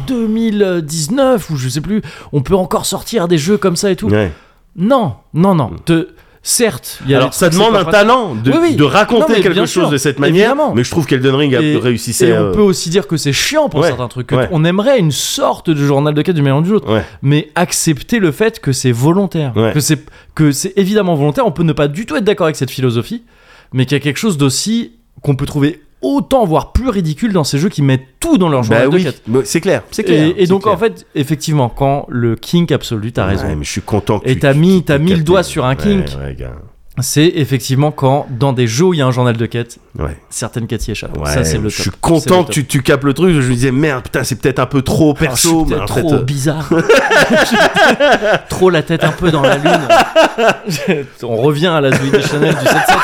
2019 ou je sais plus on peut encore sortir des jeux comme ça et tout
Ouais. Mm.
non non non te- certes il y a
Alors
des
ça
trucs,
demande
c'est
un
pas
talent de,
Oui, oui.
de
Non,
raconter
mais
quelque
bien
chose
sûr,
de cette manière,
évidemment.
mais je trouve qu'Elden Ring a
Et-
réussissait.
Et
euh,
on peut aussi dire que c'est chiant pour
ouais,
certains trucs. que
ouais.
On aimerait une sorte de journal de quête du mélange du l'autre.
euh, Ouais.
Mais accepter le fait que c'est volontaire.
Ouais.
Que c'est que c'est évidemment volontaire. On peut ne pas du tout être d'accord avec cette philosophie, mais qu'il y a quelque chose d'aussi qu'on peut trouver autant, voire plus ridicule dans ces jeux qui mettent tout dans leur
Bah
journal de
oui,
quête.
mais c'est clair. C'est clair.
Et, et
c'est
donc,
clair.
en fait, effectivement, quand le kink absolu, t'as raison.
Ouais, mais je suis content que
Et
tu-
t'as
tu-
mis-
tu-
t'as
tu
mis le
captes.
doigt sur un
Ouais,
kink.
ouais, gars.
C'est effectivement quand, dans des jeux où il y a un journal de quête,
Ouais.
certaines quêtes y échappent.
Ouais,
Ça, c'est le top.
je suis
C'est le
content
top.
que tu, tu capes le truc. Je me disais, merde, putain, c'est peut-être un peu trop perso.
Ah, je suis
mais en
peut-être
fait,
trop
euh,
bizarre. trop la tête un peu dans la lune. On revient à la Zoé des Chanel du 7-7.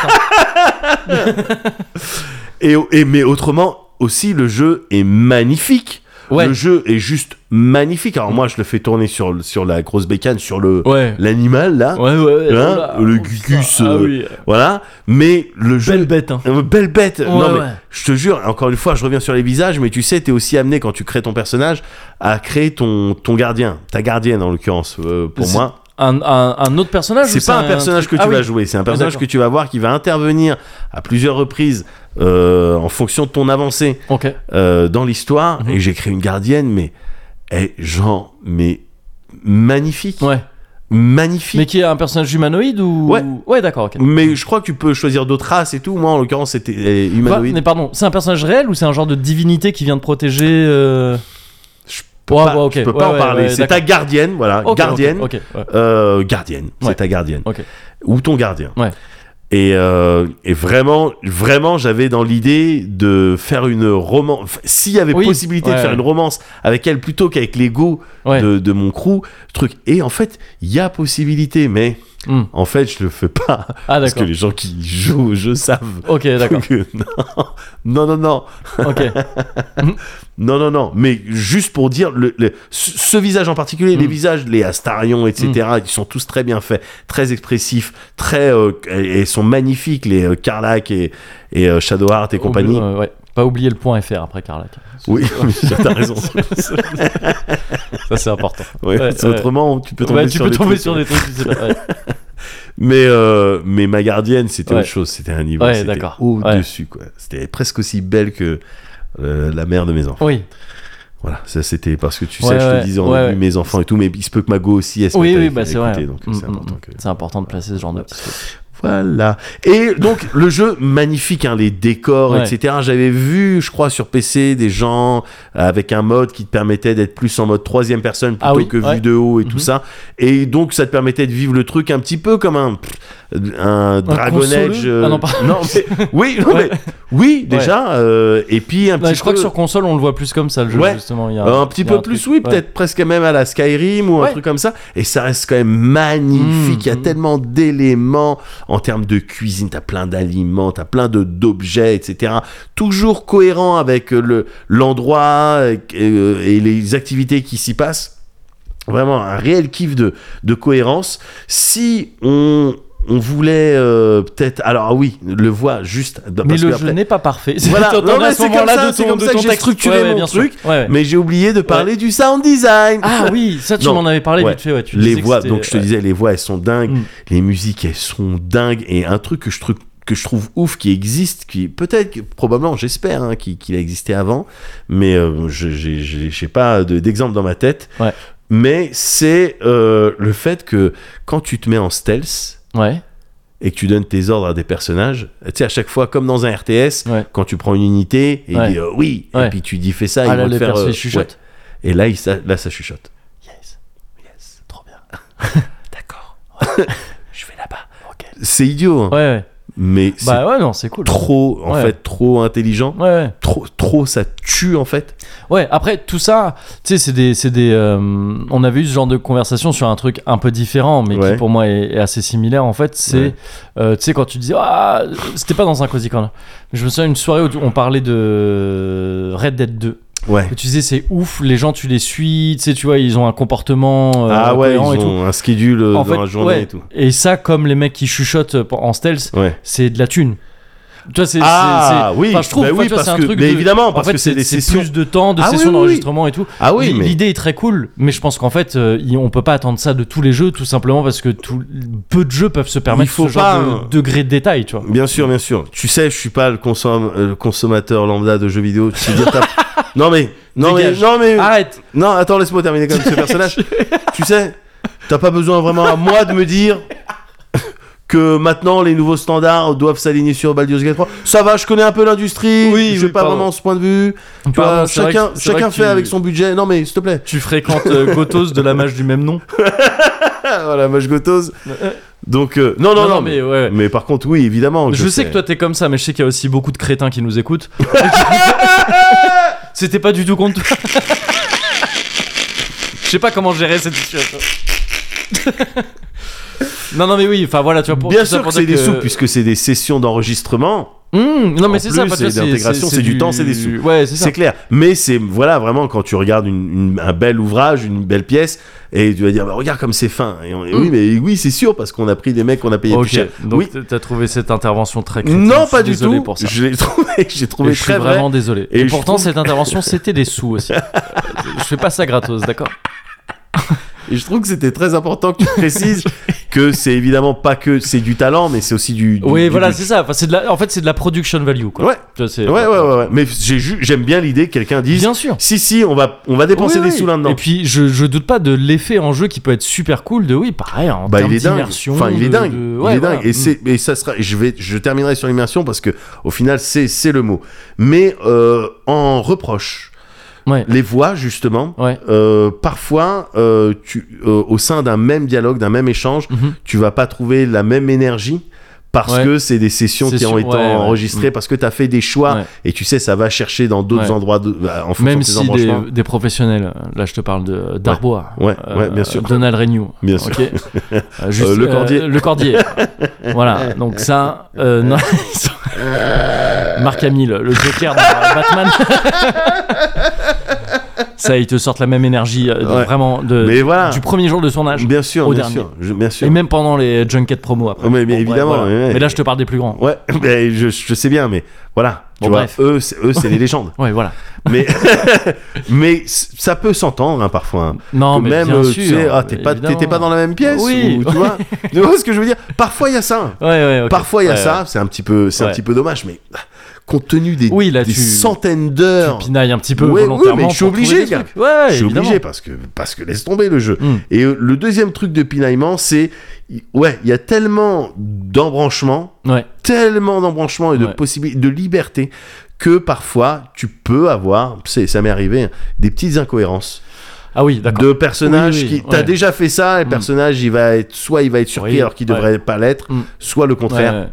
hein.
et, et- mais autrement, aussi, le jeu est magnifique.
Ouais.
Le jeu est juste magnifique. Alors, moi, je le fais tourner sur, le- sur la grosse bécane, sur le
Ouais.
l'animal, là.
Ouais, ouais.
Hein,
oh là,
le
oh,
Gugus,
putain, ah
euh,
oui.
Voilà. Mais le jeu.
Belle bête, hein.
Euh, Belle bête. non, mais
ouais.
je te jure, encore une fois, je reviens sur les visages, mais tu sais, t'es aussi amené quand tu crées ton personnage à créer ton, ton gardien, ta gardienne en l'occurrence, euh, pour
C'est-
moi.
Un, un- un autre personnage ou
C'est pas un personnage que
truc-
tu
Ah oui.
vas jouer, c'est un personnage
d'accord.
que tu vas voir qui va intervenir à plusieurs reprises euh, en fonction de ton avancée
Ok.
euh, dans l'histoire.
Mhm.
Et j'ai créé une gardienne, mais, eh, genre, mais magnifique,
Ouais.
magnifique.
Mais qui est un personnage humanoïde ou.
Ouais.
d'accord, ok.
Mais je crois que tu peux choisir d'autres races et tout. Moi, en l'occurrence, c'était euh, humanoïde.
Mais pardon, c'est un personnage réel ou c'est un genre de divinité qui vient de protéger. euh,
Je
peux
Pas-
ok.
Je peux
Ouais,
pas en
ouais,
parler.
ouais,
c'est ta
d'accord.
gardienne, voilà,
Ok, ok,
gardienne.
Ok, ouais.
Euh, gardienne,
Ouais.
c'est ta gardienne.
Ok.
Ou ton gardien.
Ouais.
Et, euh, et vraiment, vraiment, j'avais dans l'idée de faire une romance. Enfin, S'il y avait
Oui,
possibilité
ouais,
de faire
ouais.
une romance avec elle plutôt qu'avec l'ego
Ouais.
de, de mon crew, truc. Et en fait, il y a possibilité, mais
Hmm.
en fait, je le fais pas.
Ah,
parce que
d'accord.
les gens qui jouent au jeu savent.
Ok, d'accord.
que non, non, non, non.
ok.
Non, non, non, mais juste pour dire, le, le- ce, ce visage en particulier, les
Mm.
visages, les Astarion, etc.,
Hmm.
ils sont tous très bien faits, très expressifs, très. euh, et et sont magnifiques, les euh, Karlak et, et euh, Shadowheart et compagnie.
Oublie- euh, ouais. Pas oublier le point FR après Carlac.
Oui, t'as raison.
Ça, c'est important.
Ouais,
Ouais,
c'est
ouais.
Autrement, tu peux tomber,
Ouais, tu
sur,
peux
des
tomber
trucs.
sur des trucs, tu sais pas. Ouais.
Mais, euh, mais ma gardienne, c'était
Ouais.
autre chose, c'était un niveau.
Ouais,
c'était
d'accord.
Au-dessus, quoi. C'était presque aussi belle que. euh, la mère de mes enfants.
Oui,
Voilà, ça c'était parce que tu sais,
Ouais,
je
ouais,
te disais en
ouais,
début
ouais.
mes enfants et tout, mais il se peut que ma go aussi elle se
oui,
mette à
oui,
éc-
bah c'est
à
vrai.
écouter, donc euh,
Mm,
c'est
mm,
important
mm.
que.
C'est important de placer ce genre de petites choses.
Voilà. Et donc, le jeu, magnifique, hein, les décors,
Ouais.
etc. J'avais vu, je crois, sur PC, des gens avec un mode qui te permettait d'être plus en mode troisième personne plutôt
Ah oui,
que
ouais.
vue de haut et
Mhm.
tout ça. Et donc, ça te permettait de vivre le truc un petit peu comme un, pff, un Dragon
consoleux
Age. euh,
Ah non, pardon.
mais- oui, non,
Ouais.
mais- oui, déjà. euh, et puis, un petit
Non, je crois
peu-
que sur console, on le voit plus comme ça, le jeu,
Ouais.
justement. Il y a,
euh, un petit
Ah, il y a
peu
un
plus,
truc.
oui,
Ouais.
peut-être presque même à la Skyrim ou un
Ouais.
truc comme ça. Et ça reste quand même magnifique.
Mmh,
Il y a
mmh.
tellement d'éléments en termes de cuisine. T'as plein d'aliments, t'as plein de d'objets, etc. Toujours cohérent avec euh, le l'endroit euh, euh, et les activités qui s'y passent. Vraiment un réel kiff de, de cohérence. Si on, on voulait euh, peut-être. Alors, ah oui, le voit juste.
Mais
parce
le
que
jeu
après-
n'est pas parfait.
Voilà.
T'entends
Non, mais
à ce
c'est comme
moment-là
ça,
de
c'est
ton-
comme
de
ça
ton
que j'ai
texte.
structuré
Ouais, ouais,
mon
bien sûr.
truc.
Ouais, ouais.
Mais j'ai oublié de parler du sound design.
Ah oui, ça, tu
Non.
m'en avais parlé
Ouais.
vite fait. Ouais, tu
les
disais que
voix,
c'était- euh,
donc je te
ouais.
disais, les voix elles sont dingues,
Mm.
les musiques elles sont dingues, et un truc que je, tru- que je trouve ouf qui existe, qui peut-être, que- probablement, j'espère, hein, qui- qu'il a existé avant, mais euh, je j'ai- j'ai j'ai pas de- d'exemple dans ma tête.
Ouais.
Mais c'est euh, le fait que quand tu te mets en stealth
Ouais,
et que tu donnes tes ordres à des personnages, tu sais, à chaque fois, comme dans un RTS,
Ouais.
quand tu prends une unité et
Ouais.
il dit, euh, oui,
Ouais.
et puis tu dis fais ça,
ah
ils
là,
vont te
les
faire.
persos,
euh,
ils chuchotent.
ouais. Et là, il, sa- là, ça chuchote.
Yes,
Yes.
trop bien.
D'accord.
Je vais là-bas. Ok.
C'est idiot, hein,
Ouais, ouais.
mais c'est
Bah ouais, non, c'est cool.
trop en
Ouais.
fait trop intelligent
Ouais, ouais.
trop trop ça tue en fait
Ouais, après tout ça, tu sais, c'est des. c'est des euh, on avait eu ce genre de conversation sur un truc un peu différent, mais
Ouais.
qui pour moi est, est assez similaire en fait. C'est.
Ouais.
euh, tu sais, quand tu disais. Ah, c'était pas dans un Cozy Corner. Mais Je me souviens d'une soirée où tu- on parlait de Red Dead 2.
ouais
Et tu disais, c'est ouf, les gens, tu les suis, tu sais, tu vois, ils ont un comportement. euh,
ah ouais ils
cohérent et tout.
ont un schedule euh,
En
dans
fait,
la journée
ouais.
et tout
Et ça, comme les mecs qui chuchotent euh, en stealth,
ouais
c'est de la thune. Tu vois, c'est.
ah
c'est- c'est-
oui
enfin, je trouve,
bah
enfin,
oui
tu vois,
parce
c'est un
que
truc
mais
de-
évidemment
en
parce
fait,
que c'est des sessions
plus de temps, de
Ah oui,
sessions
oui, oui.
d'enregistrement et tout.
ah oui
L'i-
mais
L'idée est très cool, mais je pense qu'en fait, euh, y- on peut pas attendre ça de tous les jeux, tout simplement parce que tout, peu de jeux peuvent se permettre
faut
ce genre
pas,
de
hein.
degré de détail, tu vois.
bien sûr bien sûr tu sais je suis pas le, consomme- euh, le consommateur lambda de jeux vidéo tu sais dire t'as- non mais non mais
Dégage.
non mais
Arrête
non attends laisse-moi terminer quand même ce personnage tu sais t'as pas besoin vraiment à moi de me dire que maintenant les nouveaux standards doivent s'aligner sur Baldur's Gate 3. Ça va, je connais un peu l'industrie,
Oui,
j'ai
oui,
pas
pardon.
vraiment ce point de vue. Tu
Pardon,
vois,
c'est vrai
chacun
que- c'est vrai
chacun
que
fait
tu-
avec son budget. Non mais s'il te plaît.
Tu fréquentes euh, Gotos de la mage du même nom
Ah, voilà, moche gotose. Donc euh, non, non non mais,
mais ouais.
mais par contre oui, évidemment.
Je sais que toi t'es comme ça, mais je sais qu'il y a aussi beaucoup de crétins qui nous écoutent. C'était pas du tout contre toi. Je sais pas comment gérer cette situation. non, non, mais oui, enfin voilà, tu vois, pour
Bien
tout ça
sûr que
pour
c'est
dire
des sous puisque c'est des sessions d'enregistrement.
Hmm, non, mais
En
c'est ça,
plus,
enfin, tu vois,
c'est d'intégration, c'est du temps, c'est des sous.
Ouais, c'est ça.
C'est clair, mais c'est voilà vraiment quand tu regardes une- une- un bel ouvrage, une belle pièce, et tu vas dire bah, regarde comme c'est fin. Et on- et oui mais oui c'est sûr parce qu'on a pris des mecs qu'on a payé
Ok,
plus cher.
donc
oui.
t'as trouvé cette intervention très critique.
Non pas du
désolé
tout.
pour ça.
Je l'ai trouvé, j'ai
Et
trouvé
je suis
très vrai.
vraiment désolé.
Et
Et,
je
pourtant,
trouve-
cette intervention, c'était des sous aussi. Euh, je fais pas ça gratos, d'accord
Et je trouve que c'était très important que tu précises que c'est évidemment pas que c'est du talent, mais c'est aussi du. du-
Oui,
du-
voilà,
du-
c'est ça. Enfin, c'est de la... En fait, c'est de la production value, quoi.
Ouais.
Tu vois, c'est-
Ouais, ouais, ouais, ouais. Mais j'ai ju- j'aime bien l'idée que quelqu'un dise
Bien sûr.
si, si, on va, on va dépenser
Oui,
des
oui.
sous là-dedans.
Et puis, je, je doute pas de l'effet en jeu qui peut être super cool de oui, pareil, en
Bah,
termes
il est dingue.
d'immersion,
Enfin, il est
de-
dingue.
de-
il
ouais,
est dingue.
voilà. Mm.
Et c'est, et ça sera. Je vais, je terminerai sur l'immersion parce que au final, c'est, c'est le mot. Mais euh, en reproche,
Ouais. Oh.
les voix justement.
Ouais.
euh, parfois, euh, tu, euh, au sein d'un même dialogue, d'un même échange,
Mhm.
tu vas pas trouver la même énergie parce
Ouais.
que c'est des sessions
C'est
qui ont
sûr,
été
ouais, ouais.
enregistrées, parce que tu as fait des choix
Ouais.
et tu sais, ça va chercher dans d'autres
Ouais.
endroits de- bah, en fonction
Même
de tes
si
embranchements.
des, des professionnels, euh, là je te parle de d'Arbois, euh,
Ouais, ouais, bien sûr.
Donald Renew,
Bien sûr.
juste,
Euh, Le Cordier.
le Cordier. voilà, donc ça, euh, non, ils sont- Marc Hamill, le Joker dans Batman. ça, ils te sortent la même énergie, euh, de-
Ouais.
vraiment, de,
Mais voilà.
du premier jour de tournage.
Bien sûr,
au
bien
dernier.
sûr, je- bien sûr.
Et même pendant les junkets promo après.
Ouais, mais bien
bref,
évidemment,
voilà.
ouais, ouais.
Mais là, je te parle des plus grands.
Ouais, mais je, je sais bien, mais voilà.
Bon,
tu vois,
bref.
eux, c'est, eux, c'est des légendes.
Ouais, voilà.
Mais, mais c- ça peut s'entendre hein, parfois. hein.
Non,
Que
mais
même,
bien
euh,
sûr.
tu sais, ah, t'es pas,
évidemment.
t'étais pas dans la même pièce.
Oui.
ou, tu vois, tu vois ce que je veux dire Parfois, il y a ça. hein.
Ouais, ouais, ok.
Parfois, il y a
Ouais,
ça. C'est un petit peu, c'est un
Ouais.
petit peu dommage, mais compte tenu des,
Oui, là,
des
tu-
centaines
Tu
d'heures.
pinailles un petit peu
Ouais, oui,
volontairement.
mais je suis
pour trouver
obligé,
des
gars.
trucs. Ouais, ouais,
je suis
évidemment.
obligé parce que parce que laisse tomber le jeu.
Mm.
Et euh, le deuxième truc de pinaillement, c'est il- ouais, il y a tellement d'embranchements
Ouais.
tellement d'embranchements et de
Ouais.
possibilités, de liberté, que parfois tu peux avoir, c'est, ça m'est arrivé, hein, des petites incohérences
Ah oui, d'accord.
de personnages
Oui, oui,
qui. T'as
ouais.
déjà fait ça, et le
Mm.
personnage, il va être, soit il va être surpris
Oui,
alors qu'il
ouais.
devrait pas l'être,
Mm.
soit le
Ouais,
contraire.
Ouais,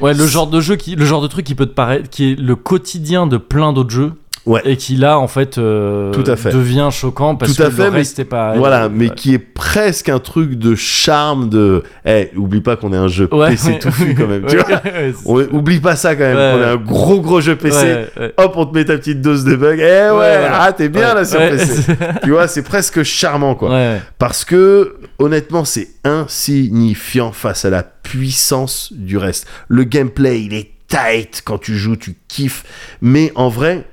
Ouais, le genre de jeu qui, le genre de truc qui peut te paraître, qui est le quotidien de plein d'autres jeux.
Ouais.
Et qui là, en fait, euh,
Tout à fait.
devient choquant parce
Tout à
que
fait,
le
mais-
reste est pas.
Voilà, mais
Ouais.
qui est presque un truc de charme de. Eh, oublie pas qu'on est un jeu
Ouais,
PC
ouais.
touffu quand même, tu
Ouais,
vois.
ouais, c'est-
On- oublie pas ça quand même,
Ouais,
qu'on est
ouais.
un gros gros jeu PC.
ouais, ouais.
Hop, on te met ta petite dose de bug. Eh ouais,
voilà.
ah, t'es Oh, bien
Ouais,
là sur
ouais.
PC. tu vois, c'est presque charmant quoi.
Ouais,
Parce que, honnêtement, c'est insignifiant face à la puissance du reste. Le gameplay, il est tight quand tu joues, tu kiffes. Mais en vrai,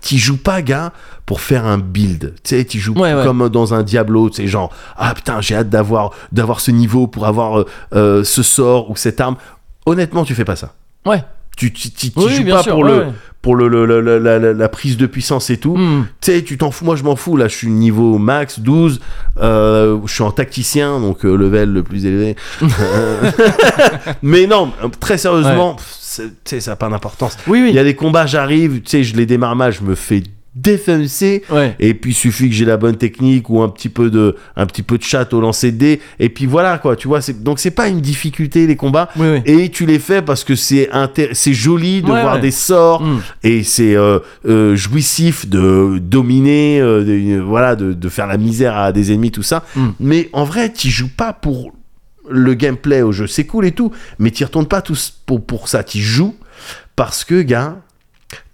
t'y joues pas, gars, pour faire un build. Tu sais, t'y joues
Ouais, ouais.
comme dans un Diablo, tu sais, genre, ah putain, j'ai hâte d'avoir, d'avoir ce niveau pour avoir euh, euh, ce sort ou cette arme. Honnêtement, tu fais pas ça.
Ouais.
Tu tu- tu- tu
Oui,
joues
bien
pas
sûr,
pour,
ouais,
le,
ouais.
pour le, le- le- la- la- la- la prise de puissance et tout.
Hmm.
Tu sais, tu t'en fous, moi je m'en fous, là je suis niveau max 12, euh, je suis en tacticien, donc euh, level le plus élevé. Euh, Mais non, très sérieusement, pff, c'est- tu sais, ça n'a pas d'importance.
Oui,
Il y
oui.
a des combats, j'arrive, tu sais, je les démarre mal, je me fais défoncer,
Ouais.
et puis il suffit que j'ai la bonne technique ou un petit peu de, un petit peu de chat au lancer de dés, et puis voilà quoi, tu vois, c'est- donc c'est pas une difficulté les combats,
Oui, oui.
et tu les fais parce que c'est intér- c'est joli de
Ouais,
voir
ouais.
des sorts
Hmm.
et c'est euh, euh, jouissif de dominer, euh, de- euh, voilà, de, de faire la misère à des ennemis, tout ça.
Mm.
Mais en vrai, tu joues pas pour le gameplay au jeu, c'est cool et tout, mais tu retournes pas tous pour, pour ça. Tu joues parce que, gars,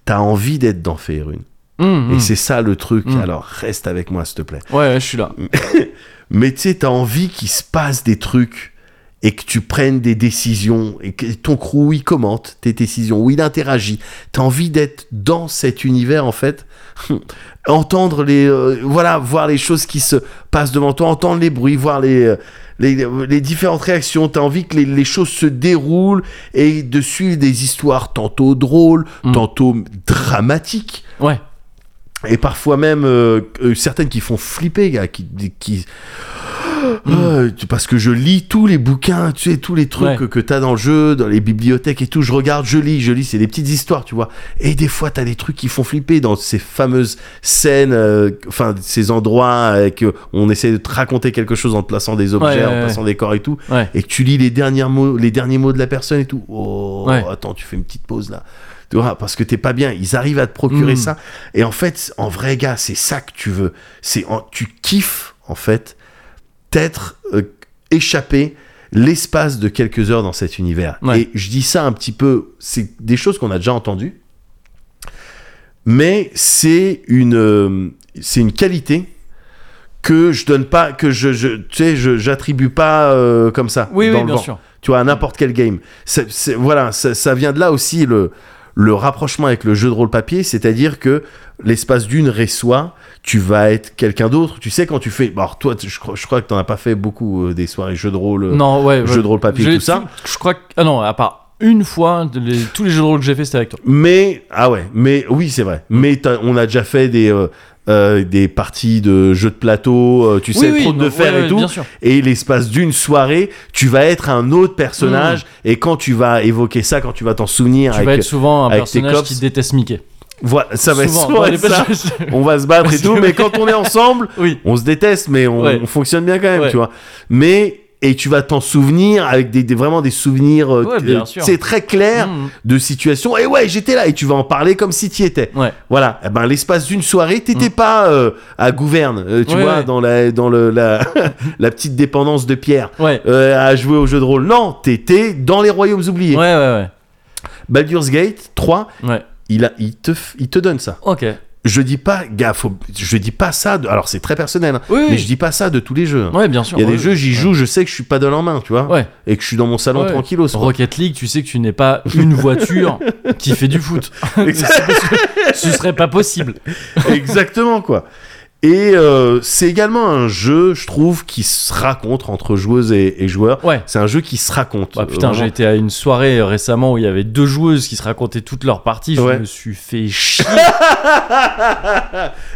t'as envie d'être dans Faerun.
Hmm,
Et
hmm.
c'est ça le truc.
Mm.
Alors reste avec moi, s'il te plaît.
Ouais, ouais, je suis là.
Mais tu sais, t'as envie qu'il se passe des trucs et que tu prennes des décisions et que ton crew il commente tes décisions ou il interagit. T'as envie d'être dans cet univers en fait, entendre les, euh, voilà, voir les choses qui se passent devant toi, entendre les bruits, voir les euh, les, les différentes réactions, t'as envie que les, les choses se déroulent et de suivre des histoires tantôt drôles,
Mm.
tantôt dramatiques
Ouais.
et parfois même euh, euh, certaines qui font flipper, gars, qui, qui
Hmm.
euh, tu- parce que je lis tous les bouquins, tu sais, tous les trucs
Ouais.
que, que t'as dans le jeu, dans les bibliothèques et tout. Je regarde, je lis, je lis, c'est des petites histoires, tu vois. Et des fois, t'as des trucs qui font flipper dans ces fameuses scènes, euh, enfin, ces endroits euh, que on essaie de te raconter quelque chose en te plaçant des objets,
Ouais, ouais,
en
ouais.
plaçant des corps et tout.
Ouais.
Et que tu lis les derniers mots, les derniers mots de la personne et tout. Oh,
Ouais.
attends, tu fais une petite pause là. Tu vois, parce que t'es pas bien. Ils arrivent à te procurer
Mm.
ça. Et en fait, en vrai, gars, c'est ça que tu veux. C'est en- tu kiffes en fait t'être euh, échappé l'espace de quelques heures dans cet univers.
Ouais.
Et je dis ça un petit peu. C'est des choses qu'on a déjà entendues, mais c'est une euh, c'est une qualité que je donne pas que je, je tu sais je- j'attribue pas euh, comme ça
Oui,
dans
oui,
le
bien
vent
sûr.
tu vois, à n'importe quel game. C'est- c'est- voilà, ça, ça vient de là aussi le, le rapprochement avec le jeu de rôle papier, c'est-à-dire que l'espace d'une réçoit, tu vas être quelqu'un d'autre. Tu sais, quand tu fais. bon, alors, toi, tu- je crois, je crois que t'en as pas fait beaucoup euh, des soirées jeux de rôle. euh,
Non, ouais.
jeu
ouais.
de rôle papier,
J'ai-
tout ça.
Je crois que. Ah non, à part une fois, de- les- tous les jeux de rôle que j'ai fait, c'était avec toi.
Mais, ah ouais, mais oui, c'est vrai. Mais t'as- on a déjà fait des. euh, euh, des parties de jeux de plateau, euh, tu sais,
oui, oui,
trop de
non,
faire
ouais,
et
ouais,
tout.
Bien sûr.
et l'espace d'une soirée, tu vas être un autre personnage. Et quand tu vas évoquer ça, quand tu vas t'en souvenir,
Mm. Tu
avec,
vas être souvent un
avec tes
personnage
cops.
qui déteste Mickey.
voilà, ça va être
Souvent,
souvent
dans
être
les
ça.
personnages-
On va se battre et
Parce que-
tout, mais quand on est ensemble,
Oui.
on se déteste, mais on,
Ouais.
on fonctionne bien quand même,
Ouais.
tu vois. Mais et tu vas t'en souvenir avec des, des- vraiment des souvenirs, euh,
Ouais, bien
euh,
sûr.
c'est très clair
Mmh.
de situation. Et ouais, j'étais là et tu vas en parler comme si t'y étais.
Ouais.
Voilà. Eh ben l'espace d'une soirée, t'étais pas euh, à gouverne, euh, tu
Mm. Ouais,
vois,
ouais.
dans la dans le la, la petite dépendance de Pierre.
Ouais.
euh, à jouer au jeu de rôle. Non, t'étais dans les royaumes oubliés.
Ouais, ouais,
Baldur's Gate 3,
ouais. Ouais.
il, a, il, te, f- il te donne ça.
Ok.
Je dis pas, gars, faut- je dis pas ça. de- alors c'est très personnel, hein,
Oui,
mais
oui.
je dis pas ça de tous les jeux. hein.
Ouais, bien sûr.
Il y a
ouais,
des jeux, j'y
ouais.
joue, je sais que je suis pas dans leur main, tu vois,
Ouais.
et que je suis dans mon salon
Ouais.
tranquillos. quoi.
Rocket League, tu sais que tu n'es pas une voiture qui fait du foot.
Exact-
Ce serait pas possible.
Exactement quoi. Et euh, c'est également un jeu, je trouve, qui se raconte entre joueuses et, et joueurs.
Ouais.
C'est un jeu qui se raconte.
Bah, putain,
euh,
j'ai
vraiment.
été à une soirée euh, récemment où il y avait deux joueuses qui se racontaient toutes leurs parties. Je
Ouais.
me suis fait chier.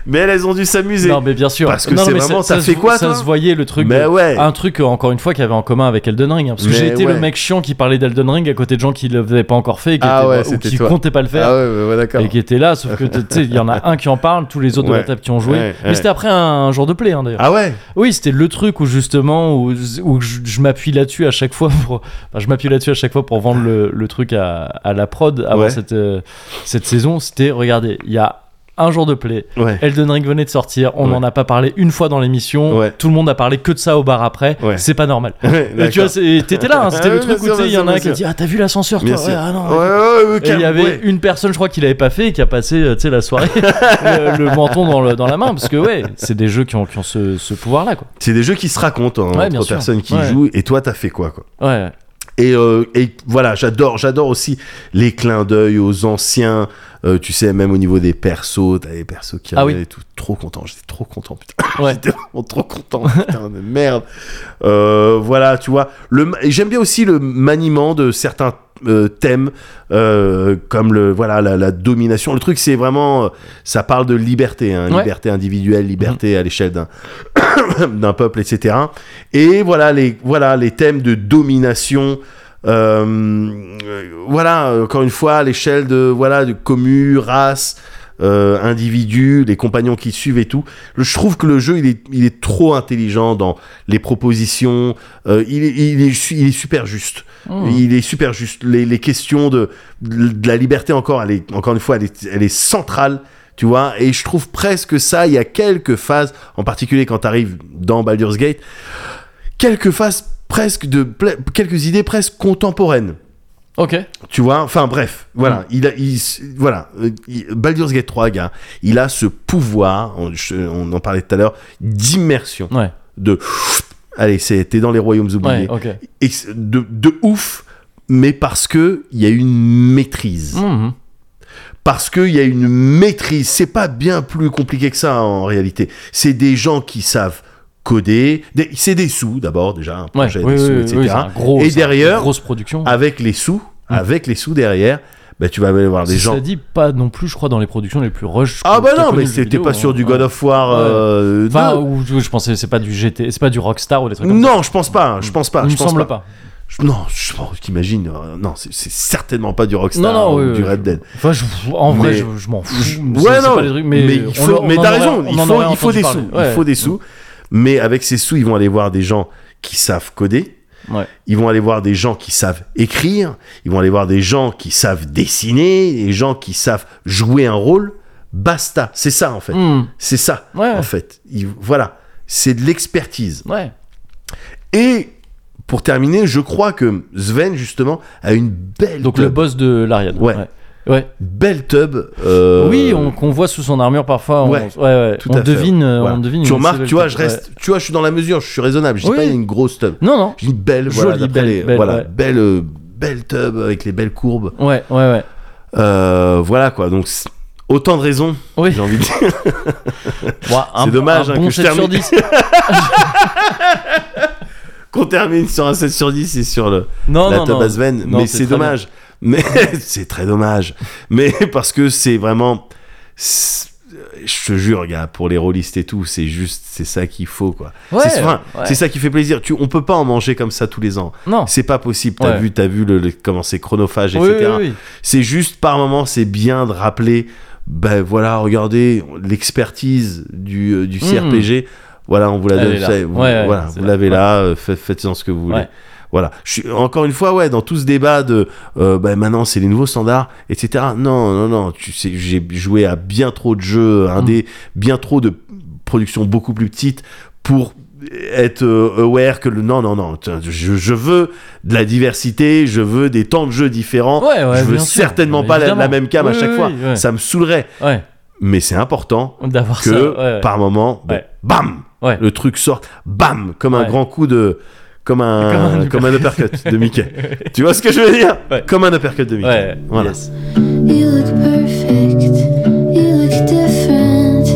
Mais elles, elles ont dû s'amuser.
non, mais bien sûr.
Parce que
Non, non,
c'est
mais
vraiment,
ça,
t'as
se
fait
vo-
quoi,
Ça
toi
se voyait le truc.
Mais
de-
ouais. Ah
Un truc, euh, encore une fois, qu'il y avait en commun avec Elden Ring. hein, parce que
Mais
j'ai été
ouais.
le mec chiant qui parlait d'Elden Ring à côté de gens qui ne l'avaient pas encore fait et qui,
Ah
étaient-
ouais,
ou
c'était
qui
toi.
comptaient pas le faire.
Ah ouais, ouais, ouais, d'accord.
Et qui étaient là, sauf que tu sais, il y en a un qui en parle, tous les autres de
Ouais.
la table qui ont joué.
Ouais,
Mais
ouais.
c'était après un, un jour de play, hein, d'ailleurs.
Ah ouais.
Oui, c'était le truc où justement où, où je, je m'appuie là-dessus à chaque fois pour enfin, je m'appuie là-dessus à chaque fois pour vendre le, le truc à, à la prod avant
Ouais.
cette euh, cette saison, c'était regardez, il y a un jour de play.
Ouais.
Elden Ring venait de sortir, on
Ouais.
n'en a pas parlé une fois dans l'émission.
Ouais.
Tout le monde a parlé que de ça au bar après.
Ouais.
C'est pas normal.
Ouais,
Et tu vois,
d'accord.
c'est- et t'étais là, hein, c'était
Ah
le
oui,
truc
bien
où tu
sûr,
sais, il y en a
bien
un qui a
sûr.
dit Ah, t'as vu l'ascenseur toi
Bien
Ouais,
sûr.
ah, non,
Ouais, ouais, ouais,
et il y
calme,
avait
ouais.
une personne, je crois, qui l'avait pas fait et qui a passé euh, tu sais, la soirée le, le menton dans, le- dans la main. Parce que, ouais, c'est des jeux qui ont, qui ont ce, ce pouvoir-là, quoi.
C'est des jeux qui se racontent hein,
Ouais, bien
entre
sûr.
personnes qui
Ouais.
jouent. Et toi, t'as fait quoi, quoi
Ouais.
et, euh, et voilà, j'adore, j'adore aussi les clins d'œil aux anciens. Euh, tu sais, même au niveau des persos, t'as les persos qui
Ah
arrivent
oui.
et tout. Trop content, j'étais trop content, putain.
Ouais.
j'étais vraiment trop content, putain de merde. Euh, voilà, tu vois. Le, ma- et j'aime bien aussi le maniement de certains euh, thèmes, euh, comme le, voilà, la, la domination. Le truc, c'est vraiment, euh, ça parle de liberté, hein,
Ouais.
liberté individuelle, liberté à l'échelle d'un d'un peuple, etc. Et voilà les, voilà les thèmes de domination. euh, euh, voilà, euh, encore une fois, à l'échelle de, voilà, de communes, races, euh, individus, les compagnons qui suivent et tout. Le- Je trouve que le jeu, il est, il est trop intelligent dans les propositions. euh, il, est, il, est, su- il est super juste.
Mmh.
Il est super juste. Les, les questions de, de la liberté, encore, elle est, encore une fois, elle est, elle est centrale. Tu vois, et je trouve presque ça, il y a quelques phases, en particulier quand tu arrives dans Baldur's Gate, quelques phases presque de pla- quelques idées presque contemporaines.
Ok.
Tu vois, enfin bref, voilà,
Mm.
il a, il s- voilà, euh, il- Baldur's Gate 3, gars, il a ce pouvoir, on, je- on en parlait tout à l'heure, d'immersion,
Ouais.
de, allez, c'est, t'es dans les royaumes oubliés,
Ouais, ok.
Et c'est de, de ouf, mais parce que il y a une maîtrise,
Mmh.
parce que il y a une maîtrise, c'est pas bien plus compliqué que ça en réalité, c'est des gens qui savent coder, des- c'est des sous d'abord déjà, un
Ouais.
projet,
Oui,
des sous,
oui, oui,
etc. Ah,
c'est un gros-
Et
c'est une
derrière,
grosse production.
avec les sous, avec les sous derrière, bah, tu vas aller voir des
Ça
gens.
dit pas non plus, je crois, dans les productions les plus rush.
Ah bah
qu'a
non,
connu
mais
le jeu
c'était
vidéo,
pas
hein.
sur du God of War.
Ouais.
euh,
Enfin,
deux.
ou, je je pensais, c'est pas du GT, c'est pas du Rockstar ou des trucs comme ça.
non, je pense pas. hein, Je pense pas.
il
je
me
pense
semble pas.
pas. Je- non, je pense qu'imagine. euh, non, c'est c'est certainement pas du Rockstar
non,
ou
non, oui,
du
oui,
Red Dead.
Enfin, je- en vrai,
Mais-
je, je m'en fous.
Je-
C'est-
ouais,
c'est
non,
pas des trucs, mais,
il
on-
faut,
on
mais
en
t'as
aurait-
raison,
on
il
en
faut,
aurait
il faut
entendu
des
parler.
sous,
Ouais.
il faut des sous. Mais avec ces sous, ils vont aller voir des gens qui savent coder.
Ouais.
Ils vont aller voir des gens qui savent écrire. Ils vont aller voir des gens qui savent dessiner, des gens qui savent jouer un rôle. Basta, c'est ça en fait.
Hmm,
C'est ça
Ouais.
en fait. Il- voilà, c'est de l'expertise.
ouais.
Et pour terminer, je crois que Sven justement a une belle
Donc
tub,
le boss de l'Ariane.
Ouais.
Ouais. Ouais.
belle tub. euh,
Oui, on- qu'on voit sous son armure parfois. On,
Ouais.
ouais, ouais.
Tout
on
à fait.
devine, euh,
Voilà.
on devine.
Tu
une
remarques,
seule
tu vois,
tête,
je
ouais.
reste, tu vois, je suis dans la mesure, je suis raisonnable. Je dis
Oui.
pas il y a une grosse tub.
Non, non.
Je dis belle, voilà,
Jolie,
d'après
belle,
les-
belle,
voilà,
ouais.
belle, euh, belle tub avec les belles courbes.
Ouais, ouais, ouais.
Euh, voilà quoi. Donc c'est- autant de raisons,
Oui.
j'ai envie de dire.
Bon, un-
C'est dommage,
un
hein,
bon
que je
7 sur
termine.
10.
Qu'on termine sur un 7 sur 10 et sur le,
Oh, Non,
la
non,
tub
non.
à Sven,
Non,
mais
c'est
c'est
très
dommage. Mais c'est très dommage. Mais parce que c'est vraiment. c'est- Je te jure, gars, pour les rôlistes et tout, c'est juste, c'est ça qu'il faut, quoi.
Ouais,
c'est enfin,
ouais.
c'est ça qui fait plaisir. Tu, on peut pas en manger comme ça tous les ans.
Non.
C'est pas possible. T'as
Ouais.
vu, t'as vu le, le- comment c'est chronophage,
Oui,
etc.
oui, oui.
C'est juste par moment, c'est bien de rappeler. Ben voilà, regardez l'expertise du, euh, du
Mhm.
CRPG. Voilà, on vous la
Elle
donne.
est là.
ça, vous-
Ouais, ouais,
voilà,
c'est
vous
là.
l'avez là. euh, faites- Faites-en ce que vous voulez.
Ouais.
Voilà. Je suis, encore une fois, ouais, dans tout ce débat de euh, ben, maintenant c'est les nouveaux standards, etc. Non, non, non. Tu sais, j'ai joué à bien trop de jeux indés,
Hmm.
bien trop de productions beaucoup plus petites pour être euh, aware que le non non non tiens, je, je veux de la diversité je veux des temps de jeu différents
Ouais, ouais,
je veux
bien sûr,
certainement pas la,
évidemment.
la même cam à
Oui,
chaque
oui,
fois
oui, ouais.
ça me saoulerait
Ouais,
mais c'est important
d'avoir ça.
que
ouais, ouais.
par moment bon,
Ouais.
bam
Ouais.
le truc sort bam comme un
Ouais.
grand coup de comme un
Comme
comme un uppercut de Mickey tu vois ce que je veux dire
Ouais.
comme un uppercut de Mickey
Ouais,
voilà
yes.
You look perfect, you look different.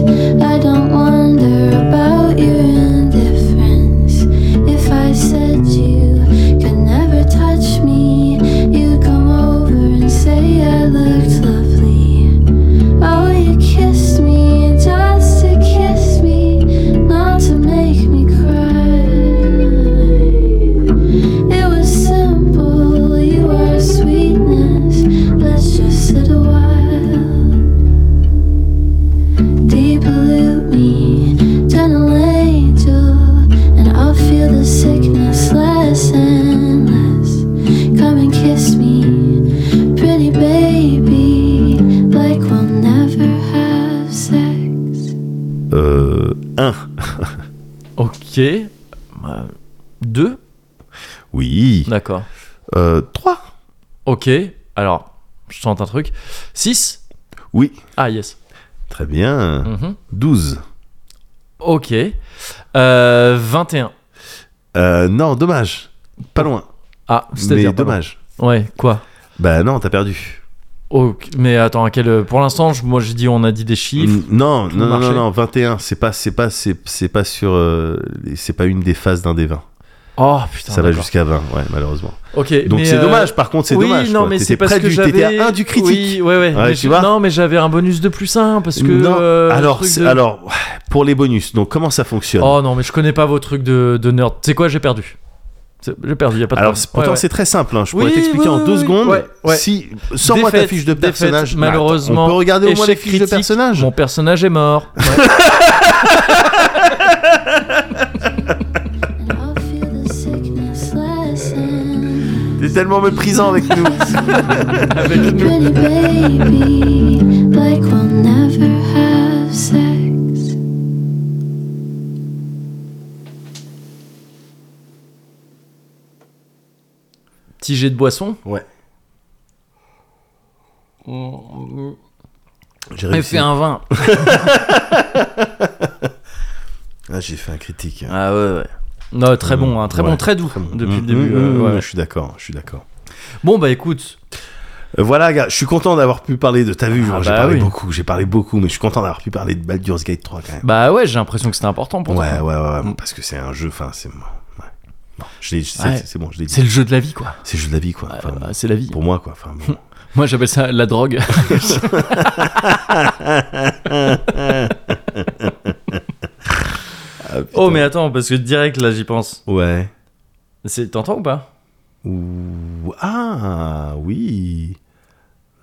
I don't wonder about your indifference. If I said you could never touch me, you'd come over and say I looked lovely. Oh, you kissed me just to kiss me, not to make me cry. It was simple, you were sweetness. Let's just sit a while. Depollute me, gentle angel, and I'll feel the sickness less and less. Come and kiss me, pretty baby, like we'll never have sex.
euh, un
Ok. Euh, Deux
oui
D'accord.
euh, trois
Ok. Alors, je tente un truc. 6
oui
Ah, yes.
très bien
Mhm.
12
Ok. Euh, 21.
euh, non dommage pas loin
Ah,
mais
c'est-à-dire. pardon.
dommage
Ouais, quoi
bah non t'as perdu
Ok, Mais attends, à quel... euh, pour l'instant, je- moi j'ai dit on a dit des chiffres.
Mm, Non,
le
non, non, non,
marché.
non, 21, c'est pas, c'est pas, c'est, c'est pas sur, euh, les- c'est pas une des phases d'un des 20.
Oh putain.
Ça va
d'accord.
jusqu'à 20, ouais, malheureusement.
Ok.
Donc
mais,
c'est
euh,
dommage, par contre, c'est
oui,
dommage.
non,
quoi.
mais
T'étais
c'est parce
près
que
du-
j'avais.
T'étais à 1 du critique.
Oui, ouais, ouais.
Ouais,
mais
tu
je-
vois
non, mais j'avais un bonus de plus 1 parce que.
Non.
euh,
alors,
truc
c'est-
de-
alors, pour les bonus, donc comment ça fonctionne
Oh non, mais je connais pas vos trucs de, de nerd. C'est quoi, j'ai perdu. C'est- J'ai perdu, y a pas de
Alors,
problème.
c'est- pourtant,
Ouais, ouais.
c'est très simple. hein. Je
Oui,
pourrais t'expliquer
oui,
en
oui,
deux
oui.
secondes.
Ouais, ouais.
Si, sors-moi ta
Défaite,
fiche de
défaite,
personnage. Mais attends,
malheureusement,
on peut regarder au moins les
Échec
fiches de
critique,
personnage.
Mon personnage est mort.
And I'll feel the sickness less and less.
T'es tellement méprisant avec nous.
Pretty baby, like we'll never have sex.
Petit jet de boisson.
ouais. J'ai
Et
réussi.
Mm. fait un vin.
Ah, j'ai fait un critique.
Ah ouais, ouais. Non, très bon, hein, très
Ouais.
bon, très doux depuis le
Mm,
début.
mm,
euh,
mm,
ouais.
Je suis d'accord, je suis d'accord.
Bon, bah écoute,
Euh, Voilà, gars, je suis content d'avoir pu parler de. T'as vu,
Ah
j'ai
bah
parlé
oui.
beaucoup, j'ai parlé beaucoup, mais je suis content d'avoir pu parler de Baldur's Gate 3 quand même.
bah ouais, j'ai l'impression que c'était important pour
ouais,
toi.
ouais, ouais, ouais,
Mm.
parce que c'est un jeu, enfin, c'est. ouais. Non, je l'ai- c'est
Ouais.
c'est bon, je l'ai
C'est
dit.
le jeu de la vie, quoi.
C'est le jeu de la vie, quoi. Enfin,
Euh, c'est la vie.
Pour moi, quoi. Enfin, bon.
Moi, j'appelle ça la drogue.
Ah, putain.
oh, mais attends, parce que direct, là, j'y pense.
Ouais.
C'est- T'entends ou pas
Ouh, Ah, oui.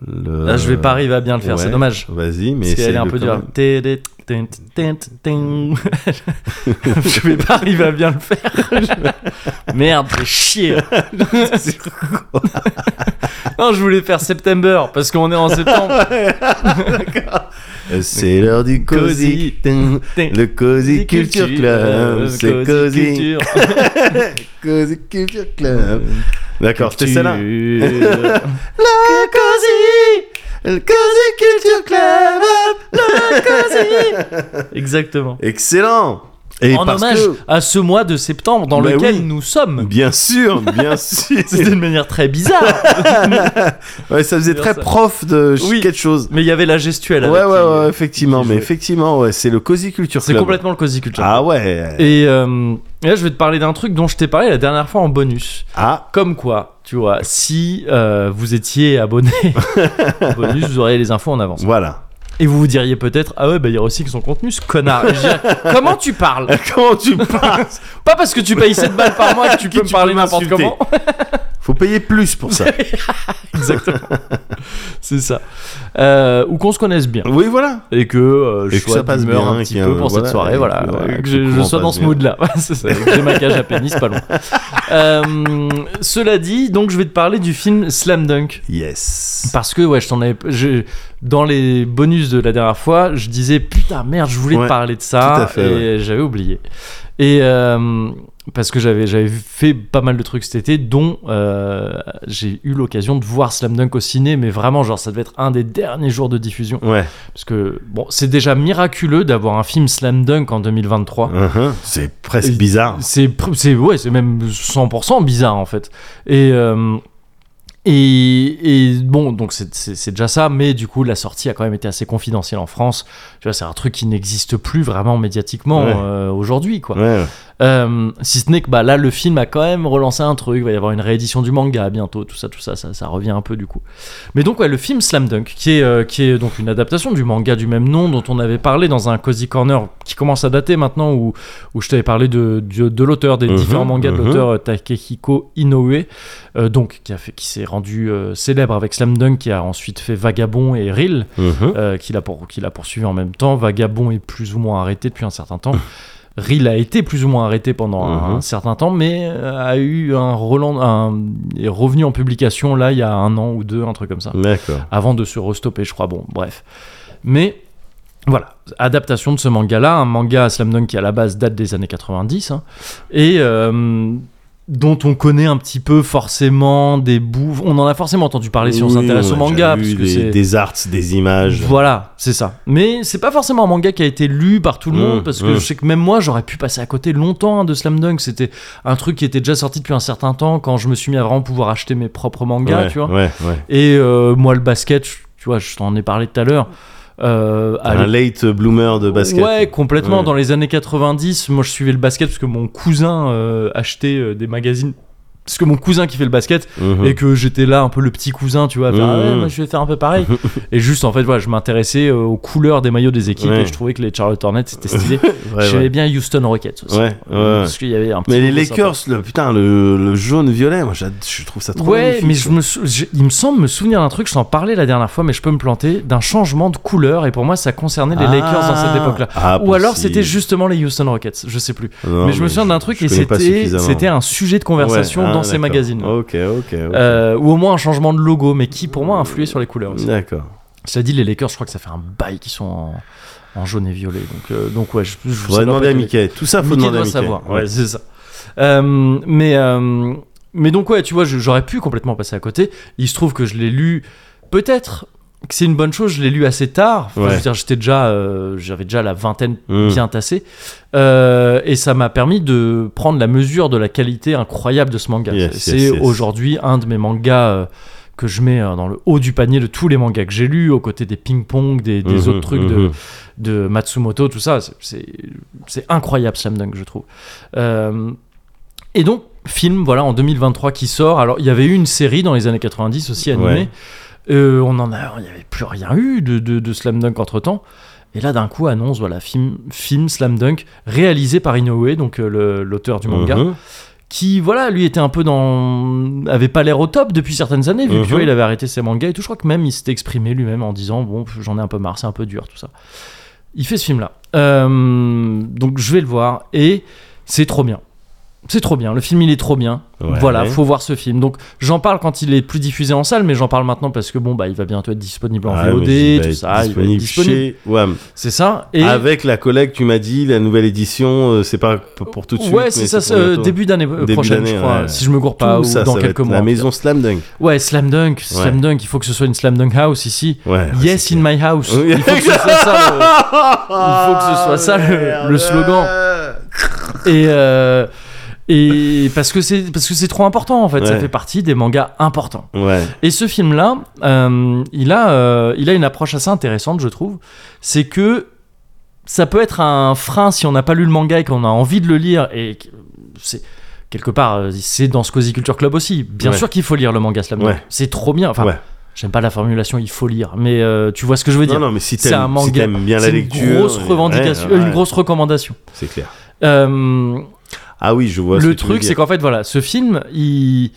Le-
Là, je vais pas arriver à bien le faire, c'est
Ouais,
dommage.
Vas-y, mais
Parce
c'est
qu'elle est un peu dure. Télé, tin, tin, tin. Je vais pas arriver à bien le faire. Je- Merde, fais chier. non, je voulais faire September parce qu'on est en septembre.
Euh, C'est l'heure du
Cozy.
cozy. Tin, Le cozy culture club. C'est cozy.
euh, Culture.
Cozy culture club. D'accord, c'était celle-là.
Culture.
Le cozy. Le cozy culture club.
Exactement.
Excellent. Et
en
parce
hommage
que-
à ce mois de septembre dans
Bah
lequel
oui.
nous sommes.
Bien sûr, bien sûr.
C'était de manière très bizarre.
Ouais, ça faisait
Bien
très
ça.
prof de ch-
Oui.
quelque chose.
Mais il y avait la gestuelle.
Ouais,
avec
ouais,
qui- euh,
ouais, effectivement.
qui
Mais
jouait.
effectivement, ouais, c'est le Cozy Culture
C'est
Club.
complètement le cozy culture.
Ah ouais.
Et, euh, et là, je vais te parler d'un truc dont je t'ai parlé la dernière fois en bonus.
Ah,
Comme quoi, tu vois, si euh, vous étiez abonné en bonus, vous auriez les infos en avance.
voilà.
Et vous vous diriez peut-être, ah ouais, bah il y a aussi que son contenu, ce connard. Et je dirais, Comment tu parles
Comment tu parles
Pas parce que tu payes 7 balles par mois que tu
Que
peux me
tu
parler
peux
n'importe
m'insulter.
comment.
Faut payer plus pour ça.
Exactement. C'est ça. Euh, ou qu'on se connaisse bien.
Oui, voilà.
Et que euh, je
Et que
sois
ça passe
d'humeur
bien,
un petit
qu'il y a
peu
un-
pour
voilà,
cette soirée,
et
voilà.
que, voilà,
que
que
je,
le
je
courant
sois dans
passe
ce
bien.
mood-là. Ouais, c'est ça, que J'ai ma cage à pénis, pas loin. Euh, cela dit, donc je vais te parler du film Slam Dunk.
Yes.
Parce que ouais, je t'en avais, je- dans les bonus de la dernière fois, je disais putain merde, je voulais te
Ouais,
parler de ça
tout à fait,
et j'avais oublié. Et euh, parce que j'avais j'avais fait pas mal de trucs cet été, dont euh, j'ai eu l'occasion de voir Slam Dunk au ciné, mais vraiment genre ça devait être un des derniers jours de diffusion
Ouais.
parce que bon, c'est déjà miraculeux d'avoir un film Slam Dunk en 2023.
Uh-huh. C'est presque
Et-
bizarre.
C'est pr- c'est ouais, c'est même 100% bizarre en fait. Et euh, et, et bon, donc c'est- c'est c'est déjà ça, mais du coup, la sortie a quand même été assez confidentielle en France. Tu vois, c'est un truc qui n'existe plus vraiment médiatiquement
Ouais.
euh, aujourd'hui, quoi.
Ouais.
Euh, si ce n'est que bah, là, le film a quand même relancé un truc. Il va y avoir une réédition du manga bientôt, tout ça, tout ça, ça, ça revient un peu du coup. Mais donc, ouais, le film Slam Dunk, qui est, euh, qui est donc une adaptation du manga du même nom dont on avait parlé dans un Cozy Corner qui commence à dater maintenant, où, où je t'avais parlé de, de, de l'auteur, des
Mhm,
différents mangas de
mhm.
l'auteur euh, Takehiko Inoue, euh, donc qui, a fait- qui s'est rendu euh, célèbre avec Slam Dunk, qui a ensuite fait Vagabond et Reel
Uh-huh.
euh, qu'il a, pour- qu'il a poursuivi en même temps. Vagabond est plus ou moins arrêté depuis un certain temps. Reel a été plus ou moins arrêté pendant un-
Mhm.
un certain temps, mais euh, a eu un relan- un- est revenu en publication là il y a un an ou deux, un truc comme ça,
D'accord.
avant de se restopper, je crois. Bon, bref. Mais voilà, adaptation de ce manga-là, un manga à Slam Dunk qui à la base date des années 90, hein, et euh, dont on connaît un petit peu forcément des bouts. On en a forcément entendu parler si on
Oui,
s'intéresse au
ouais,
manga, parce
j'ai vu
que
des,
c'est
des arts, des images.
voilà, c'est ça. Mais c'est pas forcément un manga qui a été lu par tout le
Mmh,
monde, parce que
mmh.
je sais que même moi, j'aurais pu passer à côté longtemps hein, de Slam Dunk. C'était un truc qui était déjà sorti depuis un certain temps, quand je me suis mis à vraiment pouvoir acheter mes propres mangas,
ouais,
tu vois.
Ouais, ouais.
Et euh, moi, le basket, je- tu vois, je t'en ai parlé tout à l'heure. Euh, à
Un late bloomer de basket.
Ouais, complètement.
Ouais.
Dans les années 90, moi je suivais le basket parce que mon cousin euh, achetait euh, des magazines. Parce que mon cousin qui fait le basket,
Mhm.
et que j'étais là un peu le petit cousin tu vois à faire,
Mhm.
Ah ouais, moi je vais faire un peu pareil et juste en fait voilà je m'intéressais euh, aux couleurs des maillots des équipes
Ouais.
et je trouvais que les Charlotte Hornets c'était stylé
Ouais,
j'aimais
ouais.
bien Houston Rockets aussi
Ouais, ouais, ouais.
parce qu'il y avait un petit
Mais les
logo Euh, sympa.
Lakers, le, putain, le, le jaune violet, moi j'ad- je trouve ça trop
Ouais,
magnifique,
mais je me sou- j'ai- il me semble me souvenir d'un truc, je t'en parlais la dernière fois, mais je peux me planter, d'un changement de couleur, et pour moi ça concernait les
Ah.
Lakers dans cette époque-là.
Ah,
Ou alors
possible.
c'était justement les Houston Rockets, je sais plus.
Non,
mais je me souviens d'un truc
je
et
connais pas
c'était
suffisamment.
c'était un sujet de conversation
Ouais, ah,
dans ces
d'accord.
magazines.
Ok, ok. ok.
Euh, ou au moins un changement de logo, mais qui pour moi a influé sur les couleurs aussi.
D'accord.
Cela dit, les Lakers, je crois que ça fait un bail qu'ils sont en, en jaune et violet. Donc, euh, donc ouais, je, je je sais
Faudrait demander
pas
à
quel-
Mickey. Tout ça, faut
Mickey
demander à
doit
Mickey.
savoir. Ouais,
Ouais.
c'est ça. Euh, mais, euh, mais donc, ouais, tu vois, je- j'aurais pu complètement passer à côté. Il se trouve que je l'ai lu. Peut-être que c'est une bonne chose, je l'ai lu assez tard. Enfin,
Ouais.
Je veux dire, j'étais déjà, euh, j'avais déjà la vingtaine
Mm.
bien tassée. Euh, et ça m'a permis de prendre la mesure de la qualité incroyable de ce manga.
Yes,
c'est
yes, yes.
aujourd'hui un de mes mangas. euh, que je mets euh, dans le haut du panier de tous les mangas que j'ai lus, aux côtés des ping-pong, des, des
Mhm,
autres trucs de,
mhm.
de Matsumoto, tout ça, c'est- c'est c'est incroyable Slam Dunk, je trouve. Euh, et donc, film voilà en 2023 qui sort. Alors il y avait eu une série dans les années 90 aussi animée.
Ouais.
Euh, on en a, il n'y avait plus rien eu de, de, de Slam Dunk entre temps. Et là d'un coup annonce voilà film film Slam Dunk réalisé par Inoue donc euh, le- l'auteur du manga
Mhm.
qui voilà lui était un peu dans avait pas l'air au top depuis certaines années vu que
Mhm.
tu vois, il avait arrêté ses mangas et tout je crois que même il s'était exprimé lui-même en disant bon pff, j'en ai un peu marre c'est un peu dur tout ça il fait ce film là donc je vais le voir et c'est trop bien c'est trop bien le film il est trop bien
Ouais.
voilà faut voir ce film donc j'en parle quand il est plus diffusé en salle mais j'en parle maintenant parce que bon bah il va bientôt être disponible en
Ah, mais
VOD
il va
tout
être
ça il va être
disponible
disponible
chez Wham.
c'est ça et
Avec la collègue, tu m'as dit, la nouvelle édition, euh, c'est pas p- pour tout de suite.
ouais c'est
mais
ça
pour
euh,
bientôt.
début d'année euh,
Début
prochaine
d'année,
je crois
ouais.
si je me gourre
Tout
pas ou
ça,
dans
ça va
quelques
être
mois
La maison Slam Dunk.
Ouais, Slam Dunk, Slam Dunk, il faut que ce soit une Slam Dunk House ici.
Ah Ouais.
yes in my house.
Oui.
Il faut que ce soit ça.
Il
faut que ce soit ça, le- le slogan. le- Et, euh, et parce que c'est parce que c'est trop important en fait. Ça
Ouais.
fait partie des mangas importants.
Ouais.
Et ce film là, il a euh, il a une approche assez intéressante, je trouve. C'est que ça peut être un frein si on n'a pas lu le manga et qu'on a envie de le lire et que- c'est quelque part euh, c'est dans ce Cozy Culture Club aussi. Bien
Ouais.
sûr qu'il faut lire le manga Slam Dunk.
Ouais.
C'est trop bien. Enfin,
ouais.
J'aime pas la formulation, il faut lire, mais euh, tu vois ce que je veux dire.
Non, non, mais si
c'est un
t'aimes si
manga.
t'aimes bien la
c'est une
lecture.
grosse
ouais,
revendication,
ouais,
euh,
ouais,
une grosse recommandation.
C'est clair.
Euh,
Ah oui, je vois. ce
le
que tu veux
truc, c'est
dire.
qu'en fait, voilà, ce film, il,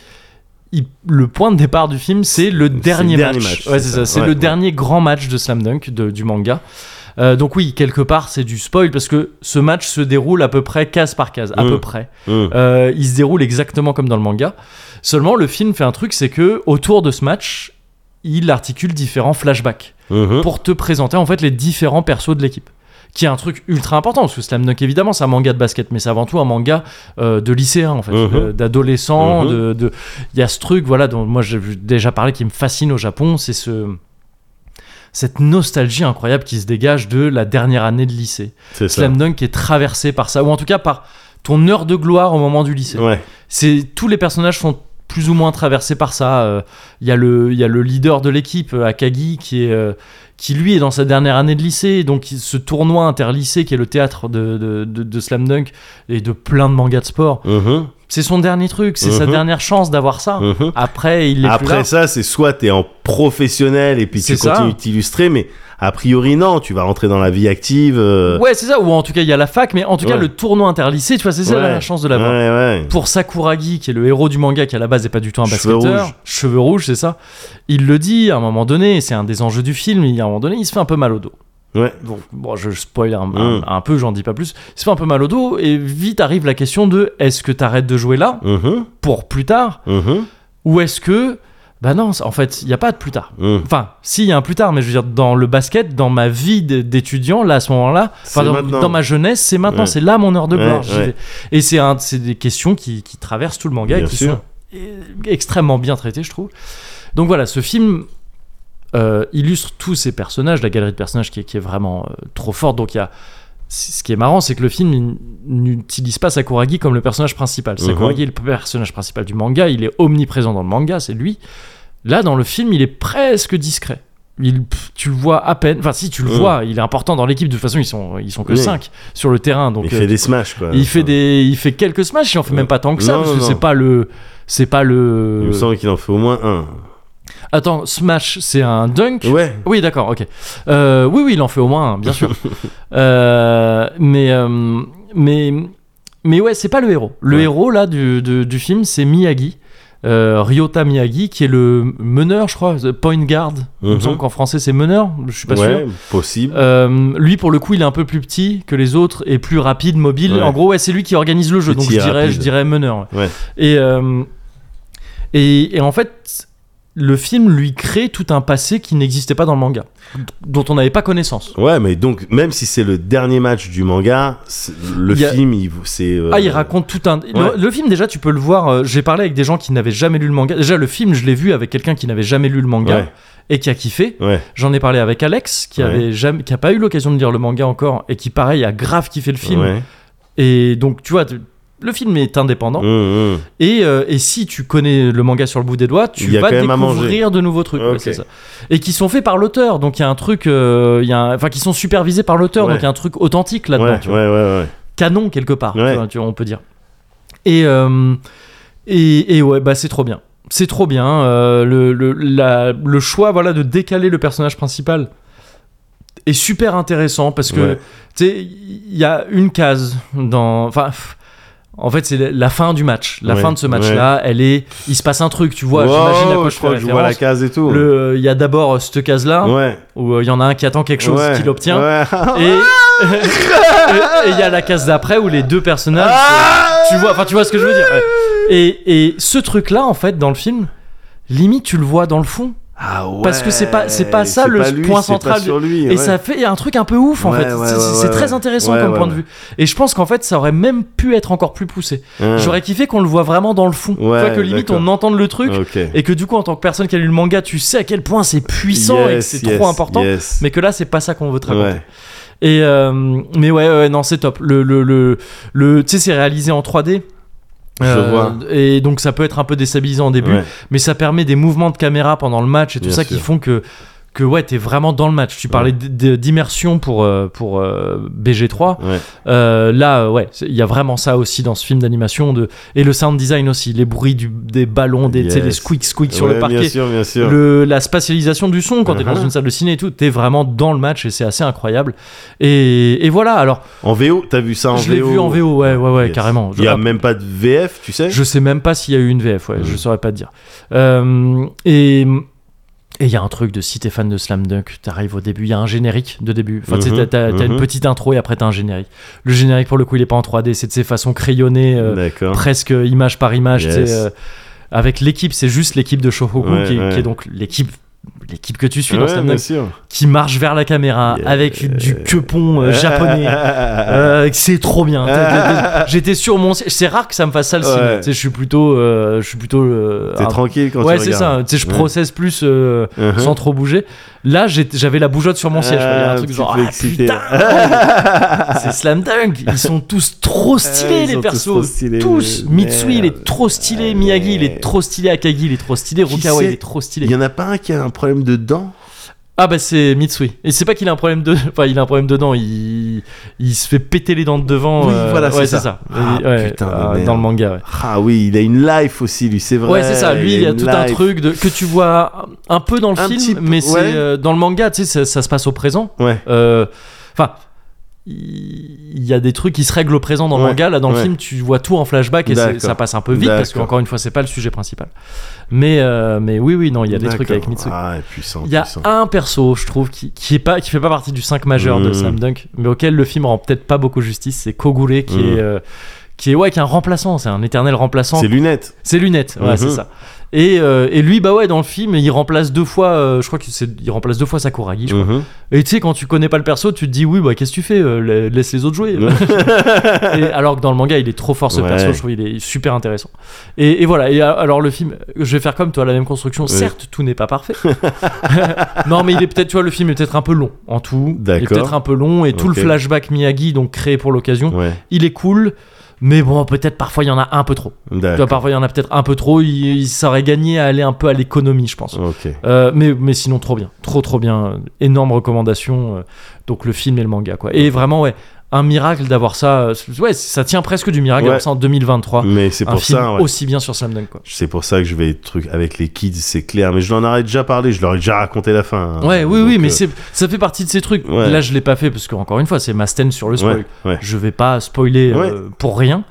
il- le point de départ du film, c'est le dernier match.
dernier match,
ouais, c'est
c'est ça.
ça. C'est
Ouais,
le
ouais.
dernier grand match de Slam Dunk de- du manga. Euh, donc oui, quelque part, c'est du spoil parce que ce match se déroule à peu près case par case, à
Mm.
peu près.
Hum.
Euh, il se déroule exactement comme dans le manga. Seulement, le film fait un truc, c'est que autour de ce match, il articule différents flashbacks
Mhm.
pour te présenter en fait les différents persos de l'équipe. Qui est un truc ultra important, parce que Slam Dunk, évidemment, c'est un manga de basket, mais c'est avant tout un manga euh, de lycéens, en fait,
Mhm.
euh, d'adolescents.
Mhm.
de- de- Il y a ce truc, voilà, dont moi j'ai vu- déjà parlé, qui me fascine au Japon, c'est ce... cette nostalgie incroyable qui se dégage de la dernière année de lycée.
C'est ça.
Slam Dunk est traversé par ça, ou en tout cas par ton heure de gloire au moment du lycée
Ouais.
c'est tous les personnages sont plus ou moins traversés par ça. Euh, Il y a le il y a le leader de l'équipe euh, Akagi qui est euh, qui lui est dans sa dernière année de lycée, donc il- ce tournoi interlycée qui est le théâtre de, de, de- de Slam Dunk et de plein de mangas de sport.
Mhm.
C'est son dernier truc, c'est sa
Mhm.
dernière chance d'avoir ça.
Mhm.
Après il est plus là.
Après ça, c'est soit t'es en professionnel et puis tu
C'est ça.
continues de t'illustrer, mais a priori non, tu vas rentrer dans la vie active. euh,
Ouais c'est ça ou en tout cas il y a la fac mais en tout cas
Ouais.
le tournoi interlycée tu vois c'est ça
Ouais.
la chance de l'avoir.
Ouais, ouais.
pour Sakuragi, qui est le héros du manga, qui à la base n'est pas du tout un
Cheveux
basketteur,
rouges.
cheveux rouges, c'est ça, il le dit à un moment donné, c'est un des enjeux du film, il- à un moment donné, il se fait un peu mal au dos.
Ouais.
Donc, bon, je spoil un,
Mm.
un- un peu, j'en dis pas plus. Il se fait un peu mal au dos, et vite arrive la question de est-ce que t'arrêtes de jouer là,
Mhm.
pour plus tard,
Mhm.
ou est-ce que. Bah non, en fait, il n'y a pas de plus tard.
Mhm.
Enfin, si, il y a un plus tard, mais je veux dire, dans le basket, dans ma vie d- d'étudiant, là, à ce moment-là, enfin,
C'est
dans,
maintenant.
dans ma jeunesse, c'est maintenant,
Ouais.
c'est là mon heure de
Ouais,
gloire. j'y
ouais.
vais. Et c'est un- c'est des questions qui, qui traversent tout le manga et
Bien
qui
sûr.
sont euh, extrêmement bien traitées, je trouve. Donc voilà, ce film euh, illustre tous ces personnages, la galerie de personnages qui est, qui est vraiment euh, trop forte. Donc il y a. c- Ce qui est marrant, c'est que le film il n'utilise pas Sakuragi comme le personnage principal.
Mhm.
Sakuragi est le personnage principal du manga, il est omniprésent dans le manga, c'est lui. Là, dans le film, il est presque discret. Il, pff, tu le vois à peine. Enfin, si tu le
Mhm.
vois, il est important dans l'équipe. De toute façon, ils sont, ils sont que
Oui.
5 sur le terrain. Donc,
Il
euh,
fait des smash quoi.
il fait des, il fait quelques smash. Il en fait même pas tant que ça
Non,
parce
non,
que
non.
c'est pas le, c'est pas
Il
le.
me semble qu'il en fait au moins un.
Attends, smash, c'est un dunk.
Ouais.
Oui, d'accord, ok. Euh, oui, oui, il en fait au moins un, bien sûr. Euh, mais, euh, mais, mais ouais, c'est pas le héros. Le
Ouais.
héros là du, du- du film, c'est Miyagi. Euh, Ryota Miyagi, qui est le meneur, je crois, the point guard. Il me
Mhm.
semble qu'en français c'est meneur, je suis pas sûr.
ouais, possible.
Euh, lui, pour le coup, il est un peu plus petit que les autres et plus rapide, mobile.
Ouais.
En gros, ouais, c'est lui qui organise le jeu.
Petit
donc je
et
dirais,
rapide.
je dirais meneur.
Ouais.
Et, euh, et, et en fait, le film lui crée tout un passé qui n'existait pas dans le manga, dont on n'avait pas connaissance.
Ouais, mais donc, même si c'est le dernier match du manga, c'est- le
Il y a-
film, il- c'est. euh,
Ah, il raconte tout un.
ouais.
Le, le film, déjà, tu peux le voir. euh, J'ai parlé avec des gens qui n'avaient jamais lu le manga. Déjà, le film, je l'ai vu avec quelqu'un qui n'avait jamais lu le manga
Ouais.
et qui a kiffé.
Ouais.
J'en ai parlé avec Alex, qui
Ouais.
avait jamais, qui a pas eu l'occasion de lire le manga encore et qui, pareil, a grave kiffé le film.
Ouais.
Et donc, tu vois, tu- le film est indépendant.
Hum, hum.
Et, euh, et si tu connais le manga sur le bout des doigts, tu
Il y a
vas
quand même à
découvrir de nouveaux trucs. ouais,
Ok.
c'est ça. Et qui sont faits par l'auteur. Donc, il y a un truc. euh, il y a un- Enfin, qui sont supervisés par l'auteur.
Ouais.
Donc, il y a un truc authentique là-dedans.
ouais,
tu
ouais,
vois.
ouais, ouais.
Canon, quelque part. tu
Ouais.
vois, tu vois, on peut dire. Et. euh, Et, et ouais, bah c'est trop bien. C'est trop bien. euh, le, le- la- le choix voilà, de décaler le personnage principal est super intéressant parce que
Ouais.
tu sais, il y a une case dans. Enfin. pff, En fait, c'est la- la fin du match. La
Ouais,
fin de ce match-là, elle est. Il se passe un truc, tu vois.
Wow,
J'imagine à quoi je,
je crois
fais
que je vois la
référence.
case et tout.
Le- Il y a d'abord euh, cette case-là,
Ouais.
où euh, il y en a un qui attend quelque chose
ouais,
qu'il obtient.
ouais.
Et
Oh.
et- et il y a la case d'après où les deux personnages.
Ah
Tu vois, enfin, tu vois ce que je veux dire. ouais. Et, et ce truc-là, en fait, dans le film, limite, tu le vois dans le fond.
Ah ouais.
Parce que c'est pas- c'est pas ça, le
lui,
point
c'est pas
central.
sur lui,
Et
ouais.
ça fait un truc un peu ouf, en
Ouais,
fait.
ouais,
C'est-
ouais,
c'est
ouais,
très
ouais.
intéressant
Ouais,
comme
ouais,
point de
ouais.
vue. Et je pense qu'en fait, ça aurait même pu être encore plus poussé.
Hein.
J'aurais kiffé qu'on le voit vraiment dans le fond. Tu vois,
Ouais,
que limite,
d'accord.
on entende le truc.
Ok.
Et que du coup, en tant que personne qui a lu le manga, tu sais à quel point c'est puissant et que
Yes,
c'est
yes,
trop important.
yes.
Mais que là, c'est pas ça qu'on veut te raconter.
Ouais.
Et euh, mais ouais, ouais, non, c'est top. Le, le, le, le- tu sais, c'est réalisé en 3D.
Je vois.
Et donc ça peut être un peu déstabilisant au début,
Ouais.
mais ça permet des mouvements de caméra pendant le match et tout
Bien
ça
sûr.
qui font que que ouais, t'es vraiment dans le match. Tu parlais d- d- d'immersion pour euh, pour euh, BG3.
Ouais.
Euh, là, euh, ouais, c'est- il y a vraiment ça aussi dans ce film d'animation de et le sound design aussi, les bruits du, des ballons, des tu sais,
Yes.
les squeak squeak sur
Ouais,
le
Bien
parquet.
sûr, bien sûr.
Le, la spatialisation du son quand t'es dans
Mhm.
une salle de ciné et tout, t'es vraiment dans le match et c'est assez incroyable. Et, et voilà, alors
En VO, t'as vu ça en
je
VO
l'ai vu en VO, ouais, ouais, ouais,
Yes.
carrément. Je,
Il y a même pas de VF, tu sais
je sais même pas s'il y a eu une VF, ouais,
Mhm.
je saurais pas te dire. Euh, et. Et il y a un truc de si t'es fan de Slam Dunk, t'arrives au début, il y a un générique de début. Enfin, tu sais,
Mhm,
t'as, t'as- t'as une
mhm.
petite intro et après t'as un générique. Le générique, pour le coup, il est pas en 3D, c'est de ces façons crayonnées. euh,
D'accord.
presque image par image.
Hein Yes.
tu sais, euh, avec l'équipe, c'est juste l'équipe de Shohoku
Ouais,
qui, est-
ouais.
qui est donc l'équipe l'équipe que tu suis dans
Ouais,
Slam
bien
Dunk,
sûr.
qui marche vers la caméra
Yeah.
avec du quepon euh, japonais. Euh, c'est trop bien. T'as- t'as- J'étais sur mon. siège. C'est rare que ça me fasse ça le
Ouais.
ciné. Tu sais, Je suis plutôt. euh, je suis plutôt. euh,
T'es
un-
tranquille quand
Ouais,
tu
c'est
regardes.
ça. Tu sais, je
Ouais.
processe plus euh,
Uh-huh.
sans trop bouger. Là, j'étais- j'avais la bougeotte sur mon siège. Il y a
Ah,
un truc
petit
genre.
peu
Ah,
excité.
putain, c'est slam dunk. Ils sont tous trop stylés,
Ils
les
sont tous
persos.
trop stylés,
Tous.
mais
Mitsui, il est
merde.
trop stylé. Miyagi, il est
merde.
trop stylé. Akagi, il est trop stylé.
Qui
Rukawa, il
sait
est trop stylé.
Il y en a pas un qui a un problème de dents
Ah, bah, c'est Mitsui. Et c'est pas qu'il a un problème de. Enfin, il a un problème dedans. Il, il se fait péter les dents de devant.
Oui,
euh,
voilà,
ouais, c'est
c'est ça.
ça.
Ah,
Et- ouais,
putain de
euh,
merde.
dans le manga, ouais.
Ah oui, il a une life aussi, lui, c'est vrai.
Ouais, c'est ça. Lui, il y a
une
tout un
life.
truc de, que tu vois un peu dans le
Un petit
film,
peu,
mais c'est
ouais.
euh, dans le manga, tu sais, ça, ça se passe au présent.
Ouais.
Euh, Enfin, il y a des trucs qui se règlent au présent dans le
Ouais,
manga. Là, dans le
ouais.
film, tu vois tout en flashback et c'est-
D'accord.
ça passe un peu vite parce
D'accord.
qu'encore une fois, c'est pas le sujet principal. Mais, euh, mais oui, oui, non, il y a des trucs
D'accord.
avec Mitsui.
Ah, hein. ouais, puissant.
Il y a
puissant.
un perso, je trouve, qui, qui, est pas, qui fait pas partie du 5 majeur de
Mhm.
Slam Dunk, mais auquel le film rend peut-être pas beaucoup justice, c'est Kogure, qui
Mhm.
est. euh, qui est, ouais, qui est un remplaçant, c'est un éternel remplaçant.
Ses lunettes.
Ses lunettes, ouais,
Mhm.
c'est ça. Et, euh, et lui, bah ouais, dans le film, il remplace deux fois, euh, je crois qu'il il remplace deux fois Sakuragi. je crois.
Mhm.
Et tu sais, quand tu connais pas le perso, tu te dis, oui, bah qu'est-ce que tu fais euh, la- Laisse les autres jouer.
Uh-huh.
Et alors que dans le manga, il est trop fort ce
Ouais.
perso, je trouve il est super intéressant. Et, et voilà, et a- alors le film, je vais faire comme toi, la même construction. Certes, tout n'est pas parfait. non, mais il est peut-être, tu vois, le film est peut-être un peu long en tout. Il est
D'accord.
peut-être un peu long, et tout le
Ok.
flashback Miyagi, donc créé pour l'occasion,
Ouais,
il est cool. Mais bon, peut-être parfois il y en a un peu trop. Tu vois,
d'accord.
Bah, parfois, il y en a peut-être un peu trop. Il, il s'aurait gagné à aller un peu à l'économie, je pense.
Ok.
Euh, mais, mais sinon, trop bien. Trop, trop bien. Euh, Énorme recommandation. euh, donc, le film et le manga, quoi. Et vraiment, ouais, un miracle d'avoir ça. euh, Ouais, ça tient presque du miracle
Ouais.
d'avoir ça en 2023.
Mais c'est
un
pour
film
ça, ouais.
aussi bien sur Slam Dunk, quoi.
C'est pour ça que je vais être truc avec les kids, c'est clair. Mais je l'en aurais déjà parlé, je leur ai déjà raconté la fin. hein.
Ouais, oui,
Donc,
oui, mais
euh,
c'est ça fait partie de ces trucs.
Ouais.
Là, je l'ai pas fait parce que encore une fois, c'est ma stand sur le spoil.
Ouais, ouais.
Je vais pas spoiler euh, pour rien.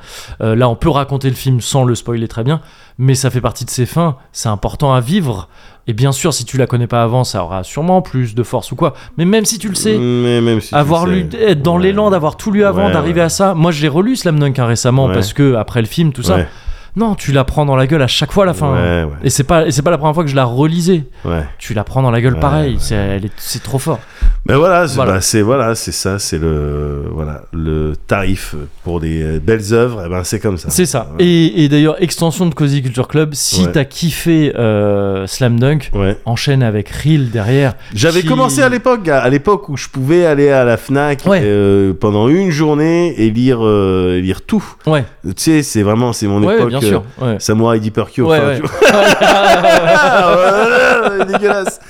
Euh, là, on peut raconter le film sans le spoiler très bien, mais ça fait partie de ses fins. C'est important à vivre. Et bien sûr, si tu la connais pas avant, ça aura sûrement plus de force ou quoi. Mais même si tu le sais,
Mais même Euh, si tu
avoir
le
lu,
sais.
être dans
Ouais.
l'élan d'avoir tout lu avant,
Ouais,
d'arriver
ouais.
à ça. Moi, je l'ai relu Slam Dunk hein, récemment
Ouais.
parce que après le film, tout ça.
Ouais,
Non, tu la prends dans la gueule à chaque fois à la fin. hein.
ouais, ouais,
Et c'est pas, et c'est pas la première fois que je la relisais.
ouais.
Tu la prends dans la gueule
Ouais,
pareil. C'est, elle est- c'est trop fort.
Mais voilà, c'est
Voilà.
bah, c'est voilà, c'est ça, c'est le voilà le tarif pour des euh, belles œuvres. eh ben c'est comme ça.
C'est ça.
Ouais.
Et, et d'ailleurs, extension de Cozy Culture Club, si
Ouais.
t'as kiffé euh, Slam Dunk,
Ouais.
enchaîne avec Reel derrière.
J'avais
qui-
commencé à l'époque, à, à l'époque où je pouvais aller à la Fnac
Ouais.
euh, pendant une journée et lire euh, lire tout.
Ouais,
Tu sais, c'est vraiment c'est mon
ouais,
époque.
bien
euh,
sûr. Ouais.
Samouraï Deeper Kyo,
Ouais,
enfin,
ouais.
tu vois. dégueulasse.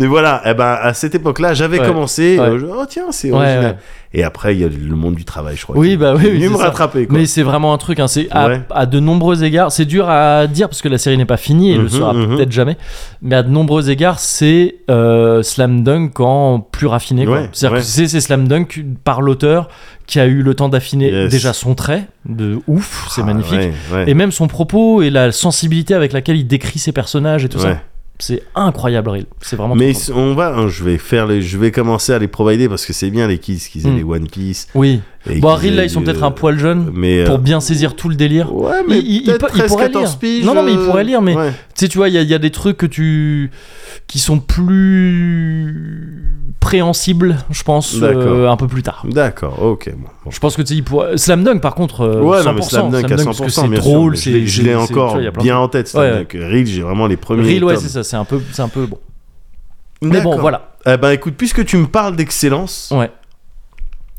Mais voilà, eh ben, à cette époque-là, j'avais
Ouais.
commencé.
Ouais.
euh, je- oh tiens, c'est
Ouais,
original.
ouais.
Et après, il y a le monde du travail, je crois.
Oui,
qui-
bah oui,
qui est
oui,
venu
c'est
me
ça.
rattraper. Quoi.
Mais c'est vraiment un truc, hein, c'est à,
Ouais.
à de nombreux égards, c'est dur à dire parce que la série n'est pas finie et le
Mhm,
sera
mhm.
peut-être jamais, mais à de nombreux égards, c'est euh, Slam Dunk en plus raffiné. quoi.
Ouais,
C'est-à-dire
ouais.
que c'est, c'est Slam Dunk par l'auteur qui a eu le temps d'affiner
Yes.
déjà son trait, de ouf, c'est
Ah,
magnifique.
ouais, ouais.
Et même son propos et la sensibilité avec laquelle il décrit ses personnages et tout
Ouais.
ça, c'est incroyable, Reel. C'est vraiment.
Mais
trop
on va, hein, je vais faire les, je vais commencer à les provider parce que c'est bien les kids, qu'ils aient
Mm.
les One Piece.
cool. Oui.
et
Bon,
qu'ils
Reel là,
aient
ils sont
du-
peut-être un poil jeunes
Mais euh, Oh.
pour bien saisir tout le délire.
ouais, mais
Il- il- il
peut-être
peut- il
13,
pourrait
14
lire.
piges,
Non, non, mais il
euh,
pourrait lire, mais-
ouais.
Tu sais, tu vois, il y, a- il y a des trucs que tu. qui sont plus. préhensibles, je pense, euh,
D'accord.
un peu plus tard.
D'accord, ok. bon, bon.
Je pense que tu sais, il pourrait- Slam Dunk, par contre. euh,
ouais,
100%,
non, mais Slam Dunk à 100%,
parce que c'est
bien sûr,
drôle,
mais je
c'est.
l'ai- je
c'est-
l'ai
c'est- tu
encore
vois, il y a plein de-
bien en tête. Slam
Ouais, ouais.
Dunk. Reel, j'ai vraiment les premiers.
Reel, ouais,
tomes.
c'est ça, c'est un peu, c'est un peu bon. Mais bon,
D'accord.
voilà.
Eh ben écoute, puisque tu me parles d'excellence,
Ouais.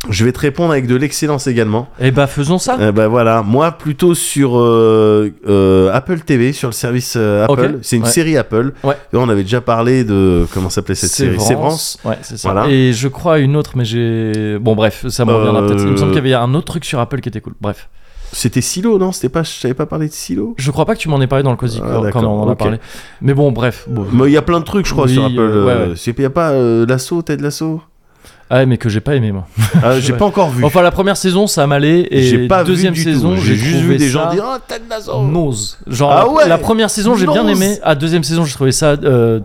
je vais te répondre avec de l'excellence également.
Et bah, faisons ça.
Eh ben voilà, moi plutôt sur euh, euh, Apple TV, sur le service euh, Apple.
Ok.
C'est une
Ouais.
série Apple.
Ouais.
Et on avait déjà parlé de comment s'appelait cette série.
Sévrance. Ouais, c'est ça.
Voilà.
Et je crois une autre, mais j'ai. Bon, bref, ça me reviendra
Euh,
peut-être. Il me semble qu'il y avait un autre truc sur Apple qui était cool. Bref.
C'était Silo, non C'était pas, je t'avais pas parlé de Silo.
Je crois pas que tu m'en aies parlé dans le Cozy
Ah,
quand,
d'accord,
on en a
ok.
parlé. Mais bon, bref. Bon.
Mais il y a plein de trucs, je crois,
Oui,
sur Apple.
euh, ouais, ouais.
Il y a pas euh, Lasso, Ted Lasso.
Ah, ouais, mais que j'ai pas aimé, moi.
Ah, j'ai
Ouais.
pas encore vu.
Enfin, la première saison, ça m'allait.
j'ai
Et
pas
la
vu
deuxième
du tout.
saison,
j'ai juste vu
trouvé
des
ça
gens dire oh, Ted Lasso.
Nose. Genre,
Ah
la-
ouais,
la première saison, j'ai bien
nose.
aimé. La deuxième saison, j'ai trouvé ça euh,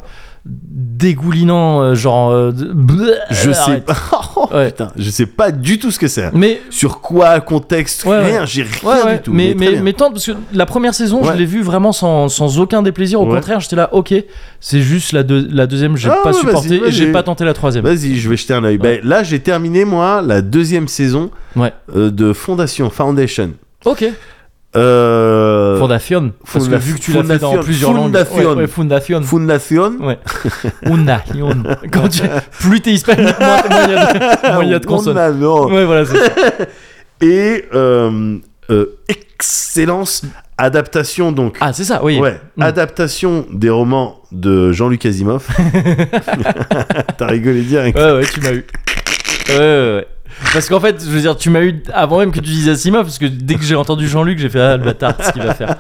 dégoulinant. euh, genre. euh, de- bleh,
Je sais
arrête.
pas.
Ouais.
ben, Oh, Putain, je sais pas du tout ce que c'est.
Mais
Sur quoi, contexte,
Ouais,
rien,
ouais.
j'ai rien
Ouais, ouais,
du tout.
mais,
très
mais,
bien.
mais tant, parce que la première saison,
Ouais.
je l'ai vue vraiment sans, sans aucun déplaisir. Au
Ouais.
contraire, j'étais là, ok, c'est juste la, deux- la deuxième, j'ai
Ah
pas
ouais,
supporté
vas-y, vas-y.
et j'ai pas tenté la troisième.
Vas-y, je vais jeter un oeil.
Ouais.
Ben, là, j'ai terminé, moi, la deuxième saison
Ouais.
euh, de Fondation, Foundation.
Ok,
Euh,
Fondation. Parce que
Fondaf-
vu que tu l'as fait dans
Fondation.
plusieurs langues.
Fondation.
Ouais, ouais, Fondation.
Fondation.
Ouais. Fondation. Quand tu- Plus t'es hispanique, moins moins il y a de- moins il y a de consonnes.
Fondation.
Ouais, voilà, c'est ça.
Et euh, euh, excellence, adaptation, donc.
Ah, c'est ça, oui.
Ouais,
Mm.
adaptation des romans de Jean-Luc Asimov. T'as rigolé direct.
Ouais, ouais, tu m'as eu. Ouais, ouais, ouais. Parce qu'en fait, je veux dire, tu m'as eu avant même que tu dises Asimov, parce que dès que j'ai entendu Jean-Luc, j'ai fait Ah, le bâtard, ce qu'il va faire.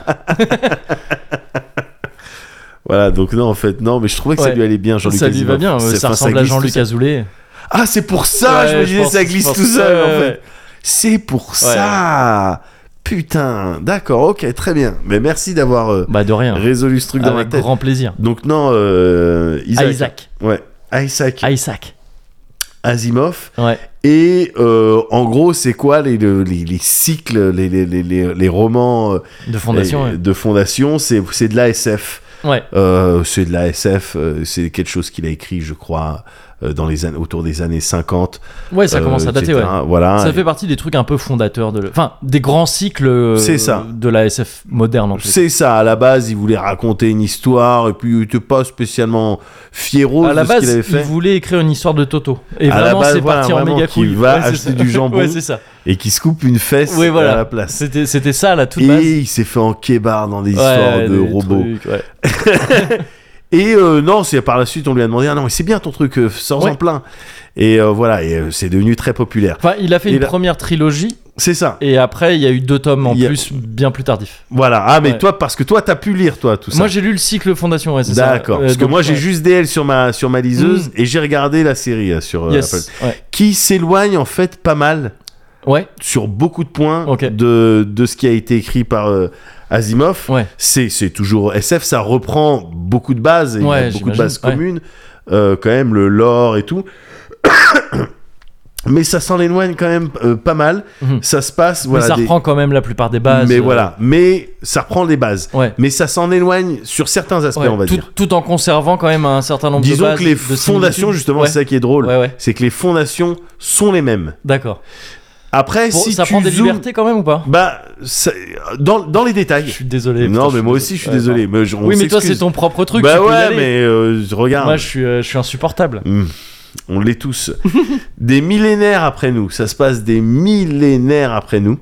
Voilà, donc non, en fait, non, mais je trouvais que ça
Ouais.
lui allait bien, Jean-Luc
ça lui va
Asimov.
bien, euh,
C'est-
ça
enfin,
ressemble à
glisse tout
Jean-Luc
seul.
Azoulay.
Ah, c'est pour ça, je me
Ouais,
disais,
pense-
ça
je
glisse
pense- euh,
tout seul, en
ouais,
fait.
ouais.
C'est pour ça Putain D'accord, ok, très bien. Mais merci d'avoir euh,
Bah de rien.
résolu ce truc dans ma
Avec
tête.
grand plaisir.
Donc non, euh, Isaac.
Isaac.
Ouais. Isaac
Isaac.
Asimov.
Ouais.
Et euh, en gros, c'est quoi les, le- les, les cycles, les, les, les, les, les romans euh,
De fondation.
euh,
ouais.
de fondation C'est c'est de la SF.
Ouais.
Euh, c'est de la SF, euh, c'est quelque chose qu'il a écrit, je crois, euh, dans les années, autour des années 50.
Ouais, ça commence
euh,
à dater,
etc.
ouais.
Voilà.
Ça fait partie des trucs un peu fondateurs de. le- Enfin, des grands cycles euh,
C'est ça.
de la SF moderne en fait.
C'est ça, à la base, il voulait raconter une histoire, et puis il n'était pas spécialement fiero
À la
de ce qu'il
base,
avait
il,
fait.
voulait écrire une histoire de Toto. Et
À la
vraiment,
base,
c'est
voilà,
parti en
vraiment,
méga
qu'il
couille.
va
Ouais, c'est
acheter
ça.
du jambon.
ouais, c'est ça.
Et qui se coupe une fesse
Oui, voilà.
à la place.
C'était, c'était ça, la toute base.
Et il s'est fait en kebard dans des
Ouais,
histoires de
des
robots.
trucs, ouais.
Et euh, non, c'est par la suite, on lui a demandé, ah non, mais c'est bien ton truc, euh, sors-en
Ouais.
plein. Et euh, voilà, et euh, c'est devenu très populaire.
Enfin, il a fait
Et
une
là-
première trilogie
C'est ça.
et après, il y a eu deux tomes en
Il y a-
plus, bien plus tardifs.
Voilà. Ah, mais
Ouais.
toi, parce que toi, t'as pu lire, toi, tout ça.
Moi j'ai lu le cycle Fondation, ouais, c'est ça.
D'accord.
Euh,
parce que
donc,
moi, j'ai
ouais.
juste DL sur ma, sur ma liseuse
Mm.
et j'ai regardé la série là, sur euh,
Yes.
Apple.
Ouais.
Qui s'éloigne, en fait, pas mal.
ouais.
sur beaucoup de points
Ok.
de, de ce qui a été écrit par euh, Asimov.
Ouais.
C'est, c'est toujours SF, ça reprend beaucoup de bases, et il y a
Ouais,
beaucoup de
j'imagine,
bases
ouais.
communes, euh, quand même, le lore et tout. Mais ça s'en éloigne quand même euh, pas mal.
Mhm.
Ça se passe, voilà.
mais ça
des-
reprend quand même la plupart des bases.
mais
euh,
voilà, mais ça reprend les bases.
Ouais.
Mais ça s'en éloigne sur certains aspects,
Ouais,
on va
tout,
dire.
tout en conservant quand même un certain nombre de
Disons
bases.
que les
de
fondations,
similitudes.
justement,
Ouais.
c'est ça qui est drôle.
Ouais, ouais.
C'est que les fondations sont les mêmes.
D'accord.
Après,
Pour-
si
ça
tu
prend des
zoomes-
libertés quand même ou pas
Bah, ça- dans, dans les détails.
Je suis désolé.
Non,
putain,
mais moi aussi, je suis désolé. Mais je- on
Oui, mais toi
s'excuse.
c'est ton propre truc.
Bah
tu peux y
ouais,
aller.
mais euh, regarde,
Moi je suis, euh, je suis insupportable.
Hmm, on l'est tous. des millénaires après nous, ça se passe des millénaires après nous.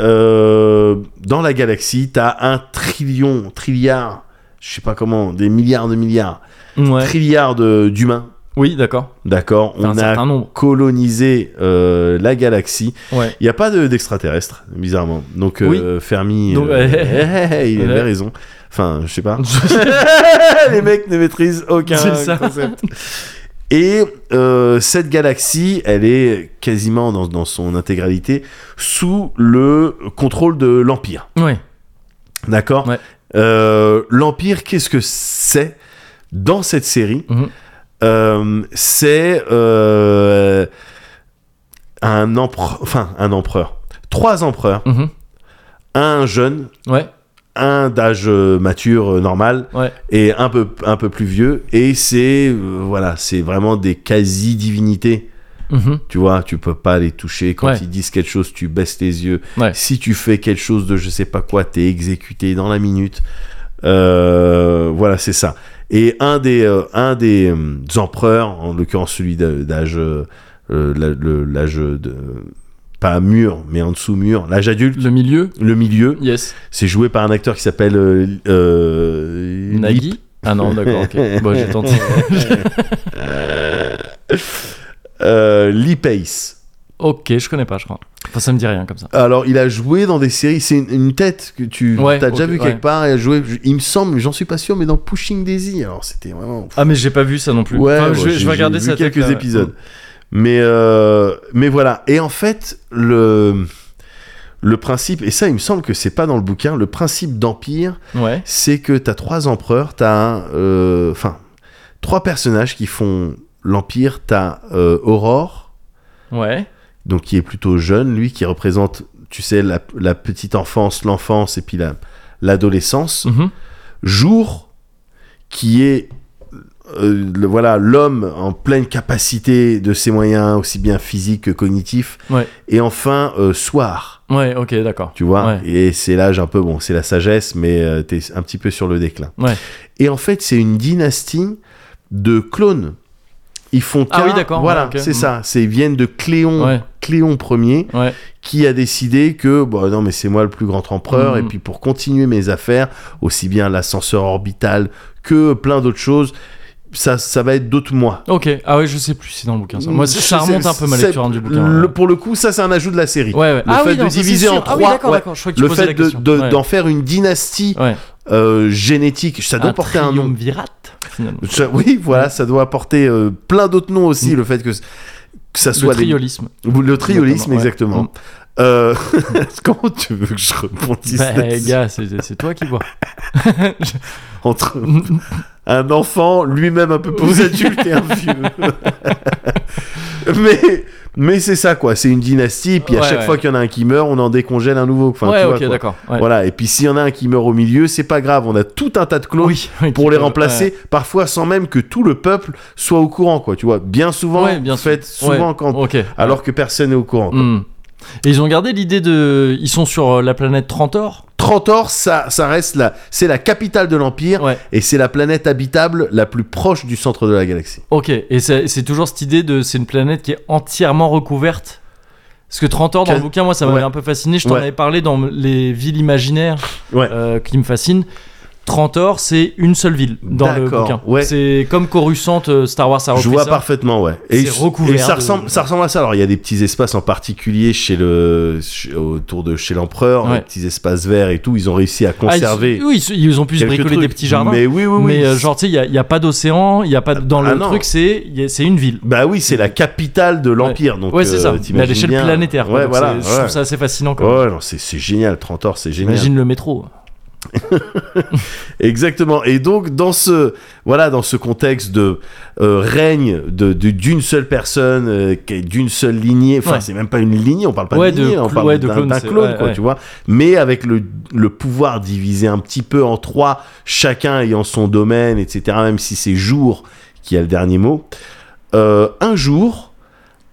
Euh, dans la galaxie, t'as un trillion, trilliard, je je sais pas comment, des milliards de milliards,
Ouais.
trilliards de- d'humains,
Oui, d'accord.
d'accord
Enfin, un
On a
certain nombre.
colonisé euh, la galaxie.
Ouais.
Il n'y a pas de- d'extraterrestres, bizarrement. Donc, euh, Fermi,
Donc,
euh,
ouais.
il avait
Ouais.
raison. Enfin, je sais pas. Les mecs ne maîtrisent aucun
C'est ça.
concept. Et euh, cette galaxie, elle est quasiment dans, dans son intégralité sous le contrôle de l'Empire.
ouais.
D'accord
Ouais.
Euh, L'Empire, qu'est-ce que c'est dans cette série
Mhm.
euh, c'est euh, un empereur, enfin un empereur, trois empereurs,
Mhm.
un jeune,
Ouais.
un d'âge euh, mature euh, normal
Ouais.
et un peu un peu plus vieux et c'est euh, voilà, c'est vraiment des quasi divinités.
Mhm.
Tu vois, tu peux pas les toucher. Quand
Ouais.
ils disent quelque chose, tu baisses les yeux.
Ouais.
Si tu fais quelque chose de je sais pas quoi, t'es exécuté dans la minute. Euh, voilà, c'est ça. Et un des, euh, un des euh, empereurs, en l'occurrence celui d'a- d'âge, euh, euh, la- le- l'âge de pas mûr, mais en dessous mûr, l'âge adulte,
Le milieu.
le milieu,
Yes.
c'est joué par un acteur qui s'appelle euh, euh, Lip.
Nagui. Ah non, d'accord. Ok. bon, j'ai tenté.
Euh, Lee Pace.
ok, je connais pas, je crois. Enfin, ça me dit rien comme ça.
Alors, il a joué dans des séries. C'est une, une tête que tu
Ouais,
as déjà
ok,
vu quelque
ouais.
part. Il a joué. je- Il me semble, mais j'en suis pas sûr, mais dans Pushing Daisy. Alors, c'était vraiment.
Ah mais j'ai pas vu ça non plus.
Ouais,
Enfin,
ouais,
je, vais- je
j'ai-
vais regarder
j'ai
ça. euh,
vu quelques épisodes. Mais euh, mais voilà. Et en fait, le le principe, et ça, il me semble que c'est pas dans le bouquin. Le principe d'empire,
Ouais.
c'est que t'as trois empereurs, t'as un, euh, enfin trois personnages qui font l'empire. T'as euh, Aurore,
Ouais.
donc qui est plutôt jeune, lui qui représente, tu sais, la, la petite enfance, l'enfance et puis la, l'adolescence.
Mhm.
Jour, qui est euh, le- voilà l'homme en pleine capacité de ses moyens, aussi bien physiques que cognitifs.
Ouais.
Et enfin, euh, soir.
Ouais. Ok, d'accord.
Tu vois,
Ouais.
et c'est l'âge un peu, bon, c'est la sagesse, mais euh, t'es un petit peu sur le déclin.
Ouais.
Et en fait, c'est une dynastie de clones. Ils font
Ah oui,
qu'un-
d'accord,
Voilà,
ouais, ok.
c'est
Mm.
ça. C'est ils viennent de Cléon,
Ouais.
Cléon Ier,
Ouais.
qui a décidé que bon non mais c'est moi le plus grand empereur
Mhm.
et puis pour continuer mes affaires aussi bien l'ascenseur orbital que plein d'autres choses ça ça va être d'autres mois
Ok. Ah ouais, je sais plus. C'est dans le bouquin. Ça. Moi,
Je
ça, ça
sais-
remonte un peu ma
c'est-
lecture hein, du bouquin.
le-
ouais.
pour le coup ça c'est un ajout de la série
Ouais, ouais.
le fait de
non, ça, c'est
diviser en
sûr. Ah oui,
trois,
d'accord,
ouais.
d'accord. Je crois que tu
le
posais
fait
la
de-
question.
de-
Ouais.
d'en faire une dynastie
Ouais.
euh, génétique ça doit porter un nom
triumvirate, finalement.
Ça- oui voilà ça doit apporter euh, plein d'autres noms aussi le fait que, que ça soit
Mm. le
des-
triolisme.
le triolisme
Notamment, ouais.
exactement
Mm.
Euh, comment tu veux que je rebondisse
Bah,
là-dessus
gars, c'est c'est toi qui vois.
entre un enfant lui-même un peu plus adulte et un vieux. mais mais c'est ça quoi, c'est une dynastie et puis à
Ouais,
chaque
ouais.
fois qu'il y en a un qui meurt, on en décongèle un nouveau. Enfin,
ouais,
tu vois,
ok,
quoi.
d'accord. ouais.
Voilà, et puis s'il y en a un qui meurt au milieu, c'est pas grave, on a tout un tas de clones
Oui, oui,
pour
qui
les
peut-
remplacer, parfois sans même que tout le peuple soit au courant quoi, tu vois. Bien souvent,
Ouais, bien sûr.
faites souvent
Ouais,
quand
Ok.
alors que personne n'est au courant. quoi.
Hmm. Et ils ont gardé l'idée de. Ils sont sur euh, la planète Trentor
Trentor, ça, ça reste la, c'est la capitale de l'empire
Ouais.
et c'est la planète habitable la plus proche du centre de la galaxie.
Ok. Et c'est c'est toujours cette idée de. C'est une planète qui est entièrement recouverte. Parce que Trentor, dans
Quas-
le bouquin, moi, ça m'avait
Ouais.
un peu fasciné. Je t'en
Ouais.
avais parlé dans les villes imaginaires
Ouais.
euh, qui me fascinent. Trentor, c'est une seule ville dans le
D'accord,
bouquin.
ouais.
C'est comme Coruscant, euh, Star Wars, ça
Je
repris
vois
ça.
parfaitement, ouais. Et,
C'est recouvert
et ça,
de-
ressemble, ça ressemble à ça. Alors, il y a des petits espaces en particulier chez le, chez- autour de chez l'empereur,
Ouais.
des petits espaces verts et tout. Ils ont réussi à
Ah, ils-
conserver.
oui, ils, ils ont pu se
quelques
bricoler des
trucs.
petits jardins.
Mais oui, oui, oui.
Mais euh, genre, tu sais, il y a- il n'y a, pas d'océan, il y a pas de- dans
Ah,
le
non.
truc, c'est il y a- c'est une ville.
Bah oui, c'est la capitale de l'empire. donc
ouais, c'est
euh,
ça. Mais à
t'imagines
l'échelle
bien.
planétaire. quoi.
Ouais,
Donc,
voilà.
c'est- Je
ouais.
trouve ça assez fascinant. Quand même.
Ouais, non, c'est c'est génial, Trentor, c'est génial.
Imagine le métro.
Exactement. Et donc dans ce voilà dans ce contexte de euh, règne de de- d'une seule personne, euh, qui est d'une seule lignée. Enfin
Ouais.
c'est même pas une lignée, on parle pas
Ouais,
de
de
lignée, on
clo-
parle
ouais, de
d'un
clone,
d'un
c'est-
clone
ouais,
quoi,
ouais.
tu vois. Mais avec le le pouvoir divisé un petit peu en trois, chacun ayant son domaine, etc. Même si c'est jour qui a le dernier mot. Euh, un jour,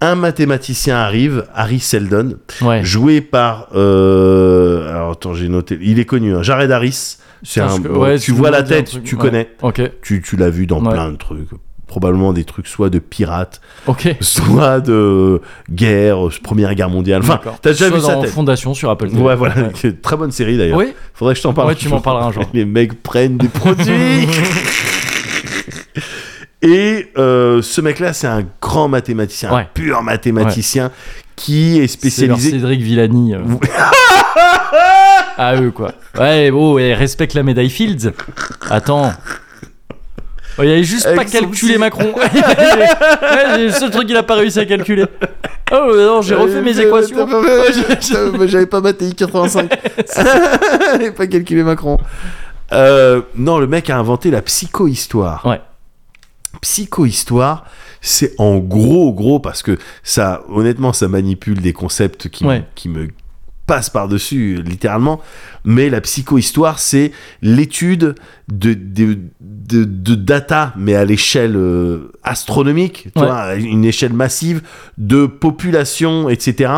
un mathématicien arrive, Harry Seldon,
Ouais.
joué par euh, alors attends j'ai noté il est connu hein, Jared Harris c'est
Putain,
un
je- ouais,
tu
je
vois
me
la
dis un
tête
truc,
tu
ouais.
connais
Ok.
tu, tu l'as vu dans
Ouais.
plein de trucs probablement des trucs soit de pirates,
Ok.
soit de guerre, première guerre mondiale. Enfin,
D'accord.
t'as déjà
Soit
vu sa
dans
tête.
Fondation sur Apple TV.
Ouais, voilà, très bonne série d'ailleurs.
Oui,
Faudrait que je t'en parle.
Ouais, tu m'en parleras un jour.
Les mecs prennent des produits. Et euh, ce mec-là, c'est un grand mathématicien, un
Ouais.
pur mathématicien, qui est
c'est leur
spécialisé.
Cédric Villani. euh. à eux, quoi. Ouais, oh, et respecte la médaille Fields. Attends. Oh, il avait juste
Avec
pas
son
calculé
petit-
Macron. Ouais, c'est le seul truc qu'il a pas réussi à calculer. Oh, non, j'ai refait mes équations.
Ouais, j'ai- j'ai- J'avais pas ma TI 85. J'avais pas calculé Macron. Euh, non, le mec a inventé la psychohistoire.
Ouais.
Psychohistoire, c'est en gros, gros, parce que ça, honnêtement, ça manipule des concepts qui, me-
Ouais.
qui me passent par-dessus, littéralement. Mais la psychohistoire, c'est l'étude de, de, de- de data, mais à l'échelle euh, astronomique, tu
Ouais.
vois, à une échelle massive de population, etc.,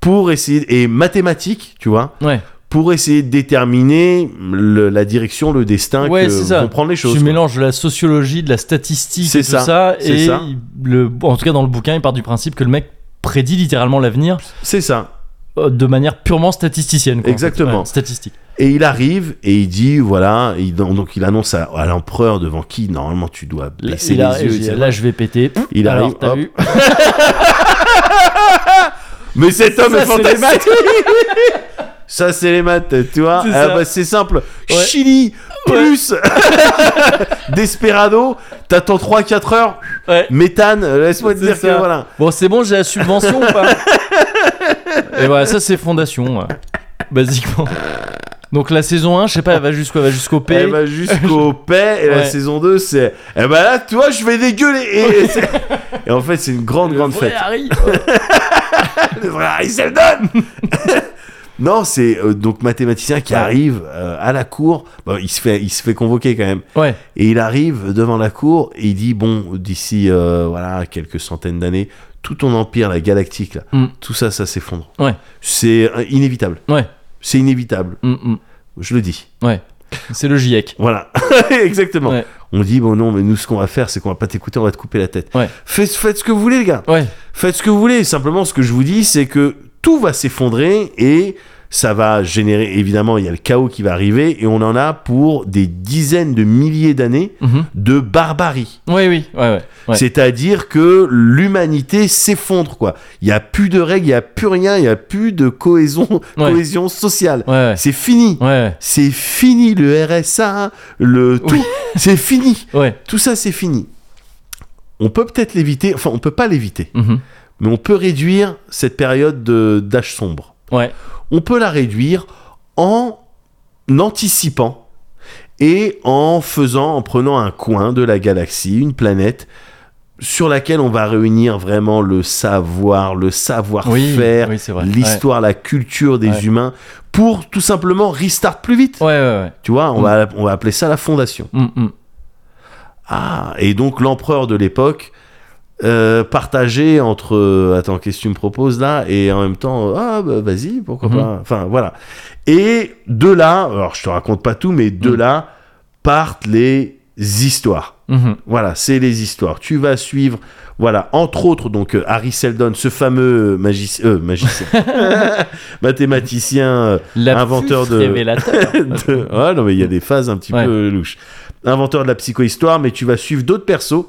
pour essayer, et mathématiques, tu vois,
Ouais,
pour essayer de déterminer le- la direction, le destin
ouais
que
c'est ça.
vont prendre les choses.
tu
quoi.
mélanges de la sociologie, de la statistique,
C'est
et tout
ça,
ça.
c'est
et
ça.
Le, en tout cas, dans le bouquin, il part du principe que le mec prédit littéralement l'avenir
C'est ça.
euh, de manière purement statisticienne. quoi, en fait.
Exactement.
Ouais, statistique.
Et il arrive et il dit, voilà, et il- donc il annonce à, à l'empereur devant qui, normalement, tu dois
Là,
baisser
il
les
arrive,
yeux.
il dit,
etc.
là, je vais péter.
Il
Alors,
arrive,
t'as
hop.
vu
Mais cet homme
Ça,
est
c'est les
fantastique Ça, c'est les maths, tu vois.
C'est
Ah,
ça.
bah, c'est simple.
Ouais.
Chili plus Desperado, t'attends 3-4 heures.
Ouais.
Méthane, euh, laisse-moi te
C'est
dire
ça.
que voilà.
Bon, c'est bon, j'ai la subvention ou pas Et voilà, ça c'est fondation, ouais. basiquement. Donc la saison 1, je sais pas, elle va jusqu'où Elle va jusqu'au P.
Elle va Eh bah, jusqu'au paix et la
Ouais.
saison 2, c'est. Eh ben là, tu vois, je vais dégueuler. Et, et c'est- et en fait, c'est une grande,
Le
grande
vrai
fête.
Harry.
Le vrai Harry Seldon Non, c'est euh, donc mathématicien qui
Ouais.
arrive euh, à la cour. Bon, il, se fait, il se fait convoquer quand même.
Ouais,
Et il arrive devant la cour et il dit bon d'ici euh, voilà quelques centaines d'années tout ton empire la galactique là
Mm.
tout ça ça s'effondre.
Ouais.
C'est euh, inévitable.
Ouais.
C'est inévitable.
mm, mm.
Je le dis.
c'est le GIEC.
Voilà. Exactement.
Ouais.
On dit bon non mais nous ce qu'on va faire c'est qu'on va pas t'écouter on va te couper la tête.
Ouais.
Faites, faites ce que vous voulez les gars.
Ouais,
Faites ce que vous voulez. Simplement ce que je vous dis c'est que tout va s'effondrer et ça va générer évidemment il y a le chaos qui va arriver et on en a pour des dizaines de milliers d'années
mhm.
de barbarie.
ouais, oui, ouais, ouais. Ouais.
C'est-à-dire que l'humanité s'effondre, quoi. Il n'y a plus de règles, il n'y a plus rien, il n'y a plus de cohésion,
Ouais.
cohésion sociale.
Ouais,
C'est fini.
ouais, ouais,
C'est fini le RSA, le tout. C'est fini.
ouais.
Tout ça, c'est fini. On peut peut-être l'éviter, enfin, on peut pas l'éviter,
mhm.
mais on peut réduire cette période de- d'âge sombre.
Ouais,
On peut la réduire en anticipant et en faisant, en prenant un coin de la galaxie, une planète sur laquelle on va réunir vraiment le savoir, le
oui,
savoir-faire,
oui, c'est vrai.
l'histoire, la culture des
Ouais.
humains pour tout simplement restart plus vite.
Ouais, ouais, ouais. ouais.
Tu vois, on,
Mm.
va, on va appeler ça la fondation.
Mm, mm.
Ah, et donc l'empereur de l'époque euh, partagé entre euh, attends qu'est-ce que tu me proposes là et en même temps euh, ah bah, vas-y pourquoi
Mhm.
pas enfin voilà et de là alors je te raconte pas tout mais de
Mhm.
là partent les histoires
Mhm.
voilà c'est les histoires tu vas suivre voilà entre autres donc euh, Harry Seldon ce fameux magici- euh, magicien mathématicien euh,
La
Inventeur
puf
de-
révélateur.
de- Ouais, non, mais il y a des phases un petit
Ouais.
peu louches. Inventeur de la psychohistoire, mais tu vas suivre d'autres persos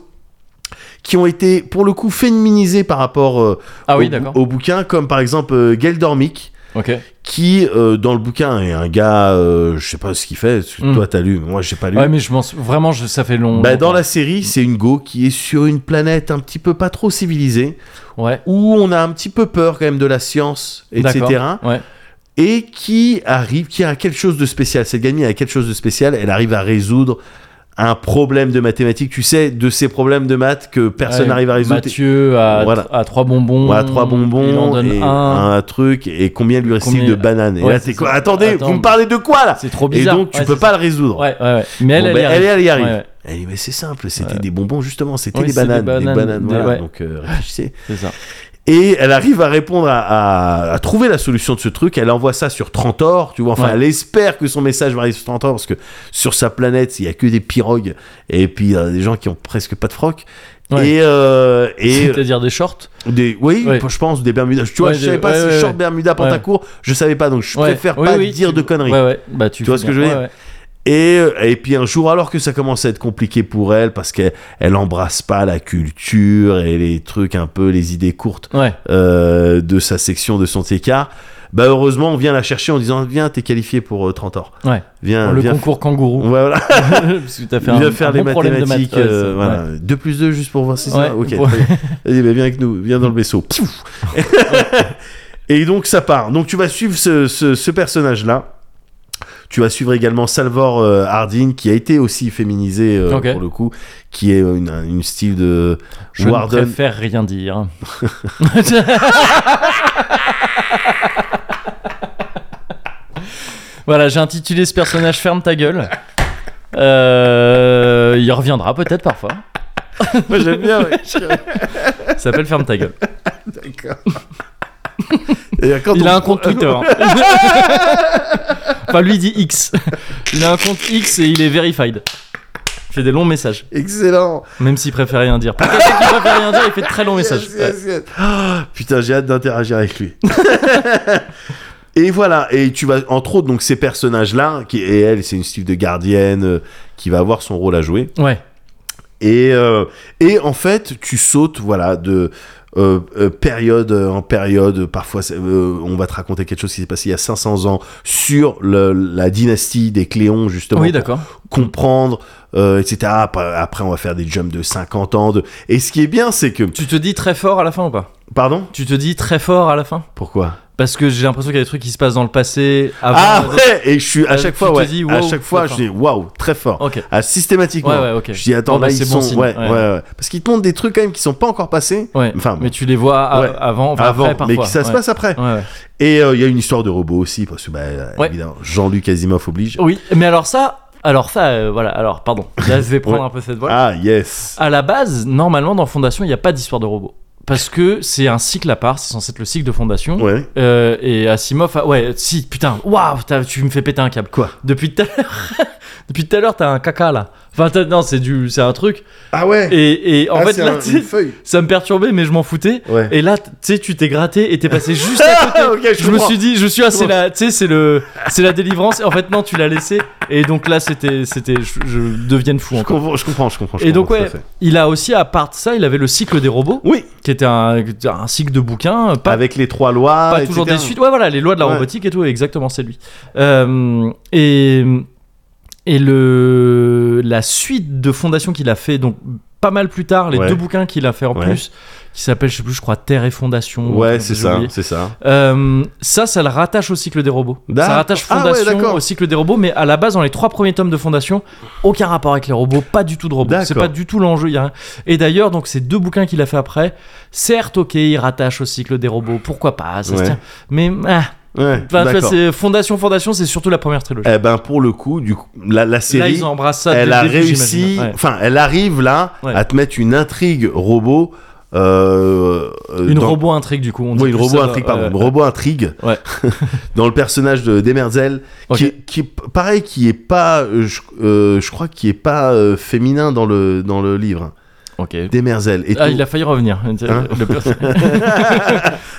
qui ont été, pour le coup, féminisés par rapport euh,
Ah
au,
oui, d'accord.
au bouquin, comme par exemple euh, Geldormick,
Ok.
qui, euh, dans le bouquin, est un gars, euh, je sais pas ce qu'il fait, parce que
Mm.
toi t'as lu, mais moi j'ai pas lu.
Ouais, mais je m'en sou- Vraiment, je... ça fait long.
Bah, dans la série, c'est une go qui est sur une planète un petit peu pas trop civilisée,
Ouais.
où on a un petit peu peur quand même de la science, etc
D'accord. Ouais.
et qui arrive, qui a quelque chose de spécial. Cette gamine a quelque chose de spécial. Elle arrive à résoudre un problème de mathématiques. Tu sais, de ces problèmes de maths que personne
Ouais,
n'arrive à résoudre.
Mathieu a,
Voilà.
a trois bonbons.
Voilà, trois
Il en
bonbons
donne
et
un.
un. truc. Et combien lui reste-t-il
Combien-
de bananes Et
Ouais,
là,
c'est
t'es quoi
ça.
Attendez,
Attends,
vous me
mais-
parlez de quoi là
C'est trop
Et
bizarre.
donc, tu
Ouais,
peux
c'est
pas
ça.
le résoudre.
Ouais, ouais, ouais. Mais elle,
Bon,
elle,
ben,
y
elle,
arrive.
elle y arrive.
Ouais, ouais,
Elle dit, mais c'est simple, c'était des bonbons justement, c'était
Oui,
des
c'est des
bananes, des
bananes,
bananes,
des-
voilà,
ouais.
donc euh, réfléchissez.
c'est ça.
Et elle arrive à répondre à, à- à trouver la solution de ce truc. Elle envoie ça sur Trantor, tu vois. Enfin,
Ouais.
elle espère que son message va arriver sur Trantor parce que sur sa planète, il y a que des pirogues et puis euh, des gens qui ont presque pas de froc.
Ouais.
Et, euh, et euh,
C'est-à-dire des shorts.
des, oui,
Ouais.
je pense des Bermudas. Tu vois,
Ouais,
je
des-
savais pas
ouais,
si
ouais,
short
ouais.
Bermuda Pantacourt, je savais pas, donc je
Ouais.
préfère
Oui,
pas
oui,
dire
tu-
de conneries.
Ouais, ouais. Bah, tu,
Tu vois
fais
ce que
bien.
je veux
Ouais, ouais.
Et, euh, et puis un jour, alors que ça commence à être compliqué pour elle, parce qu'elle elle embrasse pas la culture et les trucs un peu, les idées courtes
Ouais.
euh, de sa section, de son écart, bah heureusement, on vient la chercher en disant Viens, t'es qualifié pour euh, 30 ans.
Ouais.
Viens,
le
viens,
concours kangourou.
Ouais, voilà,
Parce que t'as fait un,
viens faire
un
les
bon problème de
mathématiques.
maths. Ouais,
euh,
c'est-
voilà. 2 plus 2 juste pour voir si ça.
Ouais,
Ok,
pour-
très bien. Vas-y, bah, viens avec nous, viens dans le vaisseau. Pfiouf. Et donc ça part. Donc tu vas suivre ce, ce- ce personnage-là. Tu vas suivre également Salvor euh, Hardin, qui a été aussi féminisé euh,
Ok.
pour le coup, qui est euh, une, une style de
Je ne
Warden.
préfère rien dire. voilà, j'ai intitulé ce personnage Ferme ta gueule. Euh, il reviendra peut-être parfois.
Moi j'aime bien. ouais.
Il s'appelle Ferme ta gueule.
D'accord. Et quand
Il
on-
a un compte Twitter. hein. enfin, lui il dit X. Il a un compte X et il est verified. Il fait des longs messages,
Excellent.
même s'il préfère rien dire. Pour quelqu'un qui préfère rien dire, il fait de très longs messages.
Yes, yes, yes. Ah, putain, j'ai hâte d'interagir avec lui. et voilà, et tu vas, entre autres, donc ces personnages-là, qui, et elle, c'est une style de gardienne euh, qui va avoir son rôle à jouer.
Ouais. Ouais.
Et, euh, et en fait, tu sautes, voilà, de euh, euh, période en période. Parfois, c'est- euh, on va te raconter quelque chose qui s'est passé il y a 500 ans sur le- la dynastie des Cléons, justement,
Oui,
pour
d'accord.
comprendre, euh, etc. Après, après, on va faire des jumps de 50 ans. De... Et ce qui est bien, c'est que...
Tu te dis très fort à la fin ou pas
Pardon
Tu te dis très fort à la fin
Pourquoi
Parce que j'ai l'impression qu'il y a des trucs qui se passent dans le passé. Avant
Ah ouais, et je suis à
Euh,
chaque
tu
fois,
te
ouais,
dis,
à
wow,
chaque fois, je
d'accord.
dis waouh, très fort.
Ok.
Ah, systématiquement.
Ouais, ouais, ok.
Je dis attends,
Bon, bah,
là
c'est
ils
bon
sont,
signe,
ouais,
ouais.
ouais, ouais. parce qu'ils te montrent des trucs quand même qui sont pas encore passés.
Ouais.
Enfin, bon.
mais tu les vois à-
Ouais.
avant, enfin,
avant,
après, parfois.
mais que ça se
Ouais.
passe après.
Ouais, ouais.
Et euh, il y a une histoire de robot aussi, parce que bah,
Ouais. Oh,
évidemment, Jean-Luc Asimov oblige.
Oui, mais alors ça, alors ça, euh, voilà, alors pardon. Là, je vais prendre
Ouais.
un peu cette voie.
Ah yes.
À la base, normalement, dans Fondation, il n'y a pas d'histoire de robot. Parce que c'est un cycle à part, c'est censé être le cycle de Fondation.
Ouais.
Euh, et Asimov, ah, ouais, si, putain, waouh, t'as- tu me fais péter un câble.
Quoi
Depuis tout à l'heure, depuis tout à l'heure, t'as un caca là. Enfin, t'as- non, c'est du, c'est un truc.
Ah ouais.
Et, et en
Ah,
fait,
c'est
là,
un-
tu-
une feuille.
ça me perturbait, mais je m'en foutais.
Ouais.
Et là, tu sais, tu t'es gratté et t'es passé juste à côté.
Ah, ok, je,
Je me
comprends.
suis dit, je suis assez là, tu sais, c'est le, c'est la délivrance. Et en fait, non, tu l'as laissé. Et donc là, c'était, c'était, je, je devienne fou
Je
encore.
comprends, je comprends, je comprends. je
Et donc
comprends,
ouais,
tout à fait.
il a aussi à part de ça, il avait le cycle des robots,
Oui.
qui était un, un cycle de bouquins, pas,
Avec les trois lois.
pas toujours des
etc.
suites. Ouais, voilà, les lois de la
Ouais.
robotique et tout. Exactement, c'est lui. Euh, et et le la suite de fondation qu'il a fait donc pas mal plus tard, les
Ouais.
deux bouquins qu'il a fait en
Ouais.
plus, qui s'appellent je sais plus, je crois Terre et Fondation.
Ouais,
j'ai
c'est ça,
oublié.
c'est ça.
Euh, ça, ça le rattache au cycle des robots. Ça
D'accord.
rattache
Ah ouais,
Fondation
d'accord.
au cycle des robots, mais à la base, dans les trois premiers tomes de Fondation, aucun rapport avec les robots, pas du tout de robots. C'est
D'accord.
pas du tout l'enjeu. il Y a rien. Et d'ailleurs, donc ces deux bouquins qu'il a fait après, certes, ok, il rattache au cycle des robots, pourquoi pas, ça se
Ouais.
tient. Mais ah,
Ouais.
enfin, tu vois,
d'accord.
c'est Fondation, Fondation, c'est surtout la première trilogie.
Eh ben pour le coup, du coup, la, la série.
Là, ils embrassent ça. dès
elle
le
a
début,
réussi,
j'imagine. Ouais.
enfin, elle arrive là
Ouais.
à te mettre une intrigue robot. euh, euh,
Une
dans-
robot intrigue, du coup. On dit
Oui, une
plus
robot
ça,
intrigue,
euh,
pardon, une robot intrigue.
Ouais.
dans le personnage de Demerzel,
Ok.
qui, est- qui est p- pareil, qui est pas, euh, je, euh, je crois, qui est pas euh, féminin dans le dans le livre.
Ok.
Demerzel. Et
euh, Ah,
tout.
il a failli revenir.
Hein
Le personnage-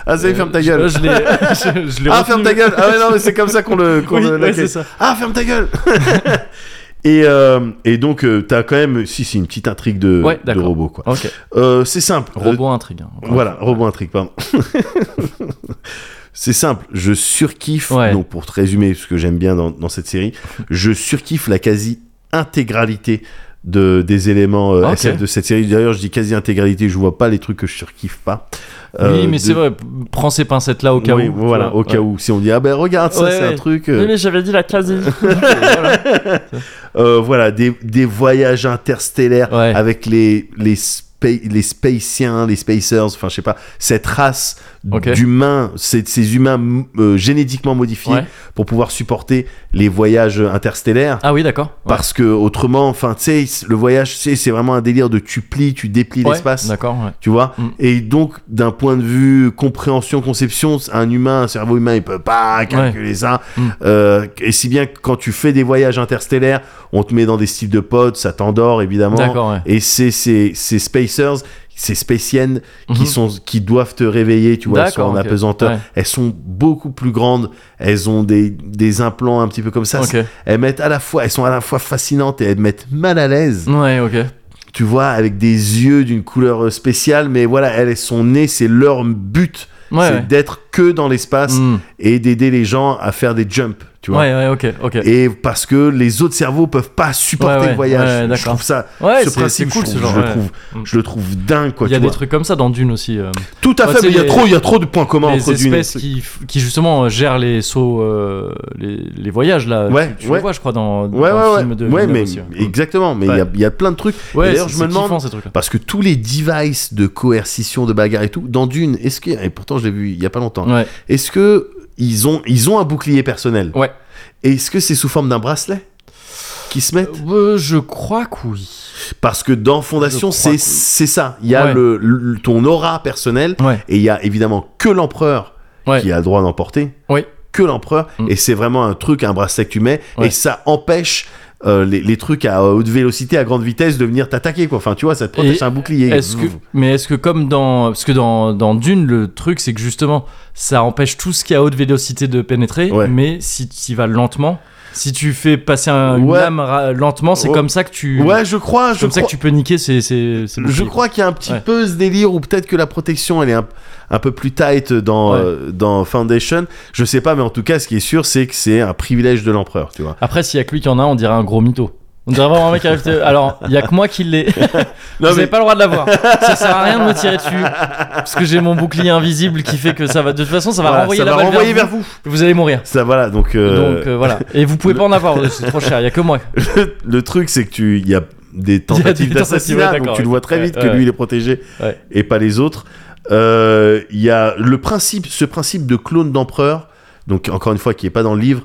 ah, ça y est, ferme ta gueule.
Euh, Je, je l'ai. je- je l'ai
Ah,
retenu.
ferme ta gueule. Ah ouais, non, mais c'est comme ça qu'on le. qu'on
Oui,
le-
ouais,
laquelle-
c'est ça.
Ah, ferme ta gueule Et, euh, et donc, euh, t'as quand même, si, c'est une petite intrigue de,
Ouais,
de
d'accord.
robot, quoi.
Ok.
Euh, c'est simple. Euh,
Robot intrigue. hein.
Voilà, robot intrigue, pardon. C'est simple, je surkiffe,
Ouais.
donc pour te résumer ce que j'aime bien dans, dans cette série, je surkiffe la quasi-intégralité de, des éléments euh,
Ah, Ok.
SF de cette série. D'ailleurs, je dis quasi-intégralité, je vois pas les trucs que je surkiffe pas. Euh,
oui, mais
de-
c'est vrai, p- prends ces pincettes là au cas
Oui,
où. tu
Voilà,
vois.
au
Ouais.
cas où. Si on dit, ah ben regarde, ça
Ouais,
c'est
ouais.
un truc. euh,
Oui, mais j'avais dit la quasi.
Euh, voilà, des, des voyages interstellaires
Ouais.
avec les, les, spa- les Spaciens, les Spacers, enfin je sais pas, cette race
Ok.
d'humains, ces, ces humains m- euh, génétiquement modifiés
Ouais.
pour pouvoir supporter les voyages interstellaires.
Ah oui, d'accord. Ouais.
Parce que autrement, enfin, tu sais, le voyage, c'est c'est vraiment un délire de tu plies, tu déplies
Ouais,
l'espace
D'accord, ouais.
tu vois
Mm.
et donc d'un point de vue compréhension conception un humain un cerveau humain il peut pas calculer ça
Mm.
Euh, et si bien que quand tu fais des voyages interstellaires on te met dans des styles de pods ça t'endort évidemment
D'accord, ouais.
et c'est ces ces spacers ces spatiennes qui
Mhm.
sont qui doivent te réveiller tu vois elles sont
D'accord,
en
ok.
apesanteur
Ouais.
elles sont beaucoup plus grandes elles ont des, des implants un petit peu comme ça
Ok.
elles mettent à la fois elles sont à la fois fascinantes et elles te mettent mal à l'aise
Ouais, ok.
tu vois, avec des yeux d'une couleur spéciale, mais voilà, elle et son nez, c'est leur but,
Ouais,
c'est
ouais.
d'être que dans l'espace
Hmm.
et d'aider les gens à faire des jumps, tu vois.
Ouais, ouais, ok, ok.
Et parce que les autres cerveaux peuvent pas supporter
Ouais, ouais,
le voyage.
ouais,
je
d'accord.
trouve ça,
ouais,
ce
c'est-
principe,
c'est cool
je,
ce
trouve-
genre.
je
ouais.
le trouve,
Mm.
je le trouve dingue, quoi.
Il y a
tu
des
vois.
trucs comme ça dans Dune aussi. euh,
Tout à
Ouais,
fait,
tu
mais il y a
sais,
trop, il y a trop de points communs
les
entre d'une et
espèces qui, f- qui justement euh, gèrent les sauts, euh, les, les voyages là.
Ouais,
tu, tu
ouais.
les vois, je crois, dans, dans
Ouais,
le
ouais,
film
ouais.
de
Ouais,
Villeneuve
mais
aussi, ouais.
exactement. Mais il y a- il y, a plein de trucs.
Ouais,
Et D'ailleurs,
c'est-
je me
c'est
demande.
kiffant, ces trucs-là.
Parce que tous les devices de coercition, de bagarre et tout, dans Dune, est-ce que. Et pourtant, je l'ai vu il y a pas longtemps.
Ouais,
Est-ce que ils ont, ils ont un bouclier personnel
Ouais.
Et Est-ce que c'est sous forme d'un bracelet qui se met
Euh, je crois que oui.
Parce que dans Fondation,
Je crois
c'est
que-
c'est ça. Il y a
Ouais.
le, le- ton aura personnelle
Ouais,
et il y a évidemment que l'empereur
Ouais.
qui a le droit d'en porter.
Oui.
Que l'empereur.
Mm.
Et c'est vraiment un truc, un bracelet que tu mets
Ouais.
et ça empêche. euh, les, les trucs à haute vélocité, à grande vitesse, de venir t'attaquer, quoi. Enfin, tu vois, ça te protège
Et
c'est un bouclier. Mm.
Est-ce que, mais est-ce que comme dans, parce que dans, dans Dune, le truc c'est que justement, ça empêche tout ce qui est à haute vélocité de pénétrer,
Ouais.
mais si tu y vas lentement, si tu fais passer un, une
Ouais.
lame ra- lentement, c'est
Ouais.
comme ça que tu,
Ouais, je crois,
c'est
je
comme ça
crois.
que tu peux niquer ces, ces, ces
Je
boucliers.
crois qu'il y a un petit
Ouais.
peu ce délire où peut-être que la protection elle est un, un peu plus tight dans,
Ouais.
euh, dans Foundation. Je sais pas, mais en tout cas, ce qui est sûr, c'est que c'est un privilège de l'empereur, tu vois.
Après, s'il y a que lui qui en a, on dirait un gros mytho. On dirait vraiment un mec qui arrive. Alors, il y a que moi qui l'ai. Vous
Non,
avez
mais
pas le droit de l'avoir. Ça sert à rien de me tirer dessus. Parce que j'ai mon bouclier invisible qui fait que ça va. De toute façon, ça va
voilà,
renvoyer
ça
la
va
balle
renvoyer
vers,
vers vous.
vous. Vous allez mourir.
Ça, voilà, donc, euh,
Donc euh, voilà. Et vous pouvez pas en avoir, c'est trop cher. Il y a que moi.
le truc, c'est que tu. Il y a des tentatives
tentatives, ouais,
d'assassinat, donc
d'accord,
tu le
ouais.
vois très
Ouais,
vite que
ouais.
lui, il est protégé
Ouais.
et pas les autres. Euh, Il y a le principe, ce principe de clone d'empereur, donc encore une fois, qui est pas dans le livre.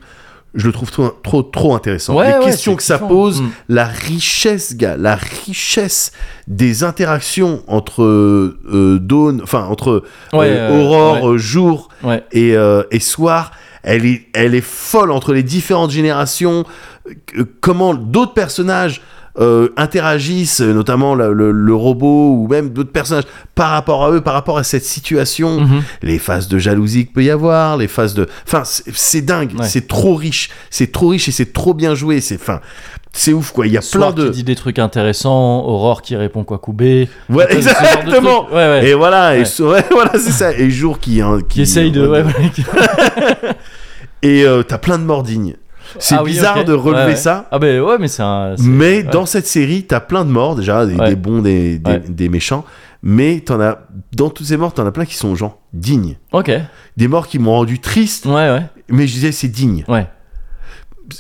Je le trouve trop, trop, trop intéressant.
Ouais,
Les
ouais,
questions
c'est
que ça
kiffant.
pose,
Mm.
la richesse, gars, la richesse des interactions entre euh, Dawn, enfin entre euh,
Ouais, euh,
Aurore, euh, jour
Ouais. ouais.
et, euh, et soir, elle est, elle est folle entre les différentes générations. Euh, Comment d'autres personnages euh, interagissent, euh, notamment le, le- le robot ou même d'autres personnages par rapport à eux, par rapport à cette situation,
Mhm.
les phases de jalousie qu'il peut y avoir, les phases de, enfin, c'est c'est dingue,
Ouais.
c'est trop riche, c'est trop riche et c'est trop bien joué, c'est, enfin, c'est ouf quoi. Il y a
Soir
plein de,
qui dit des trucs intéressants, Aurore qui répond quoi couper.
Ouais, exactement.
Ouais, ouais.
Et voilà, et
Ouais.
so- ouais, voilà, c'est ça. Et jour qui, hein, qui,
qui essaye de. Ouais, voilà, qui-
Et euh, t'as plein de mordignes. C'est
Ah oui,
bizarre
ok.
de relever
Ouais, ouais.
ça, Mm.
Ah ben ouais, mais c'est un. c'est-
mais
ouais.
dans cette série, t'as plein de morts déjà, des,
Ouais.
des bons, des, des,
Ouais.
des méchants. Mais t'en as, dans toutes ces morts, t'en as plein qui sont gens dignes.
Ok. Ouais,
Des morts qui m'ont rendu triste,
ouais.
mais je disais c'est digne.
Ouais.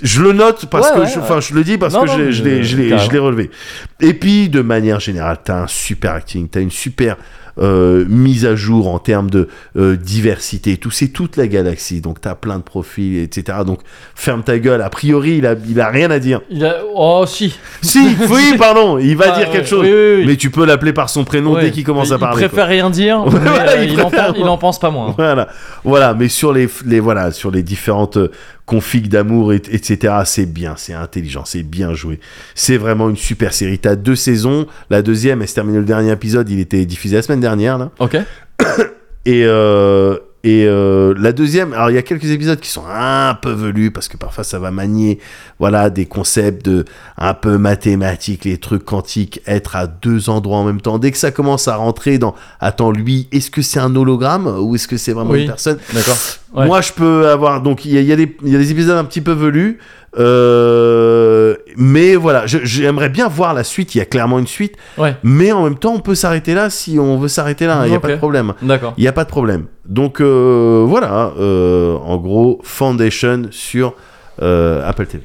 Je le note parce
Ouais,
que,
ouais,
je,
ouais.
enfin, je le dis parce
Non,
que
non,
je-
mais
je l'ai- je l'ai- je
carrément.
l'ai relevé. Et puis, de manière générale, t'as un super acting, t'as une super euh, mise à jour en termes de euh, diversité. et Tout c'est toute la galaxie, donc t'as plein de profils, etc. Donc, ferme ta gueule. A priori, il a, il a rien à dire.
Il a... Oh si.
Si, oui, pardon, il va
Ah,
dire
ouais.
quelque chose.
Oui, oui, oui.
Mais tu peux l'appeler par son prénom
Ouais.
dès qu'il commence à parler.
Il préfère rien dire,
Ouais,
mais,
voilà,
euh,
il
il, en
préfère-
pense, il en pense pas
quoi.
moins.
Voilà, voilà. Mais sur les, les voilà, sur les différentes euh, configs d'amour, et- etc. C'est bien, c'est intelligent, c'est bien joué. C'est vraiment une super série. T'as deux saisons. La deuxième, elle se termine le dernier épisode. Il était diffusé la semaine dernière là.
Ok.
Et euh, et euh, la deuxième, alors il y a quelques épisodes qui sont un peu velus parce que parfois ça va manier, voilà, des concepts de un peu mathématiques, les trucs quantiques, être à deux endroits en même temps. Dès que ça commence à rentrer dans, attends, lui, est-ce que c'est un hologramme ou est-ce que c'est vraiment
Oui.
une personne
D'accord. Ouais.
Moi, je peux avoir, donc il y a, il y a des il y a des épisodes un petit peu velus, euh, mais voilà, je- j'aimerais bien voir la suite. Il y a clairement une suite,
Ouais.
mais en même temps, on peut s'arrêter là si on veut s'arrêter là. hein, Il n'y a
Ok.
pas de problème.
D'accord.
Il n'y a pas de problème. Donc euh, voilà, euh, en gros, Foundation sur euh, Apple TV.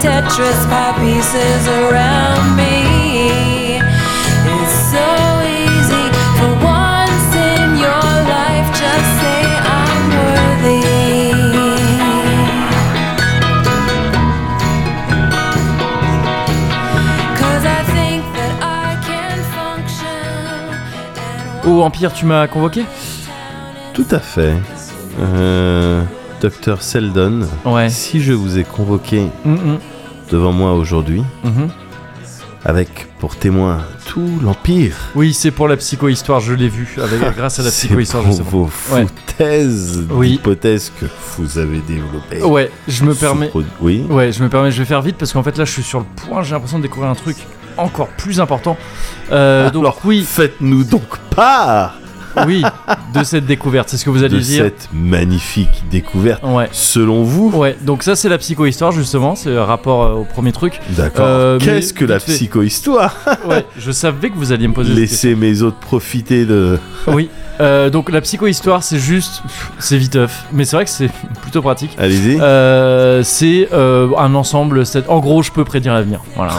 Tetris by pieces around me. It's so easy for once in your life, just say I'm worthy. Cause I think that I can function. And
Oh, Empire, tu m'as convoqué
Tout à fait. Euh, Docteur Seldon,
Ouais.
si je vous ai convoqué
Mhm,
devant moi aujourd'hui,
mhm.
avec pour témoin tout l'Empire,
Oui, c'est pour la psychohistoire, je l'ai vu. avec- grâce à la
Ah, c'est
psychohistoire,
pour
je sais pas.
vos
Ouais.
foutaises
Oui.
d'hypothèses que vous avez développées.
Ouais, je me
Sous-
permets.
Oui.
Ouais, je me permets, je vais faire vite parce qu'en fait là, je suis sur le point. J'ai l'impression de découvrir un truc encore plus important. Euh, donc
Ah, Alors,
oui,
Faites-nous donc part
oui, de cette découverte. C'est ce que vous allez
de
dire.
cette magnifique découverte.
Ouais.
Selon vous,
Ouais, donc ça c'est la psychohistoire justement, c'est euh, rapport euh, au premier truc.
d'accord,
Euh, mais
qu'est-ce que la
vite fait.
psychohistoire
Ouais, je savais que vous alliez me poser cette question.
Laissez mes autres profiter de.
Oui. Euh, donc la psychohistoire c'est juste, pff, c'est viteuf, mais c'est vrai que c'est plutôt pratique.
Allez-y.
Euh, c'est euh, un ensemble. c'est- En gros, je peux prédire l'avenir. Voilà.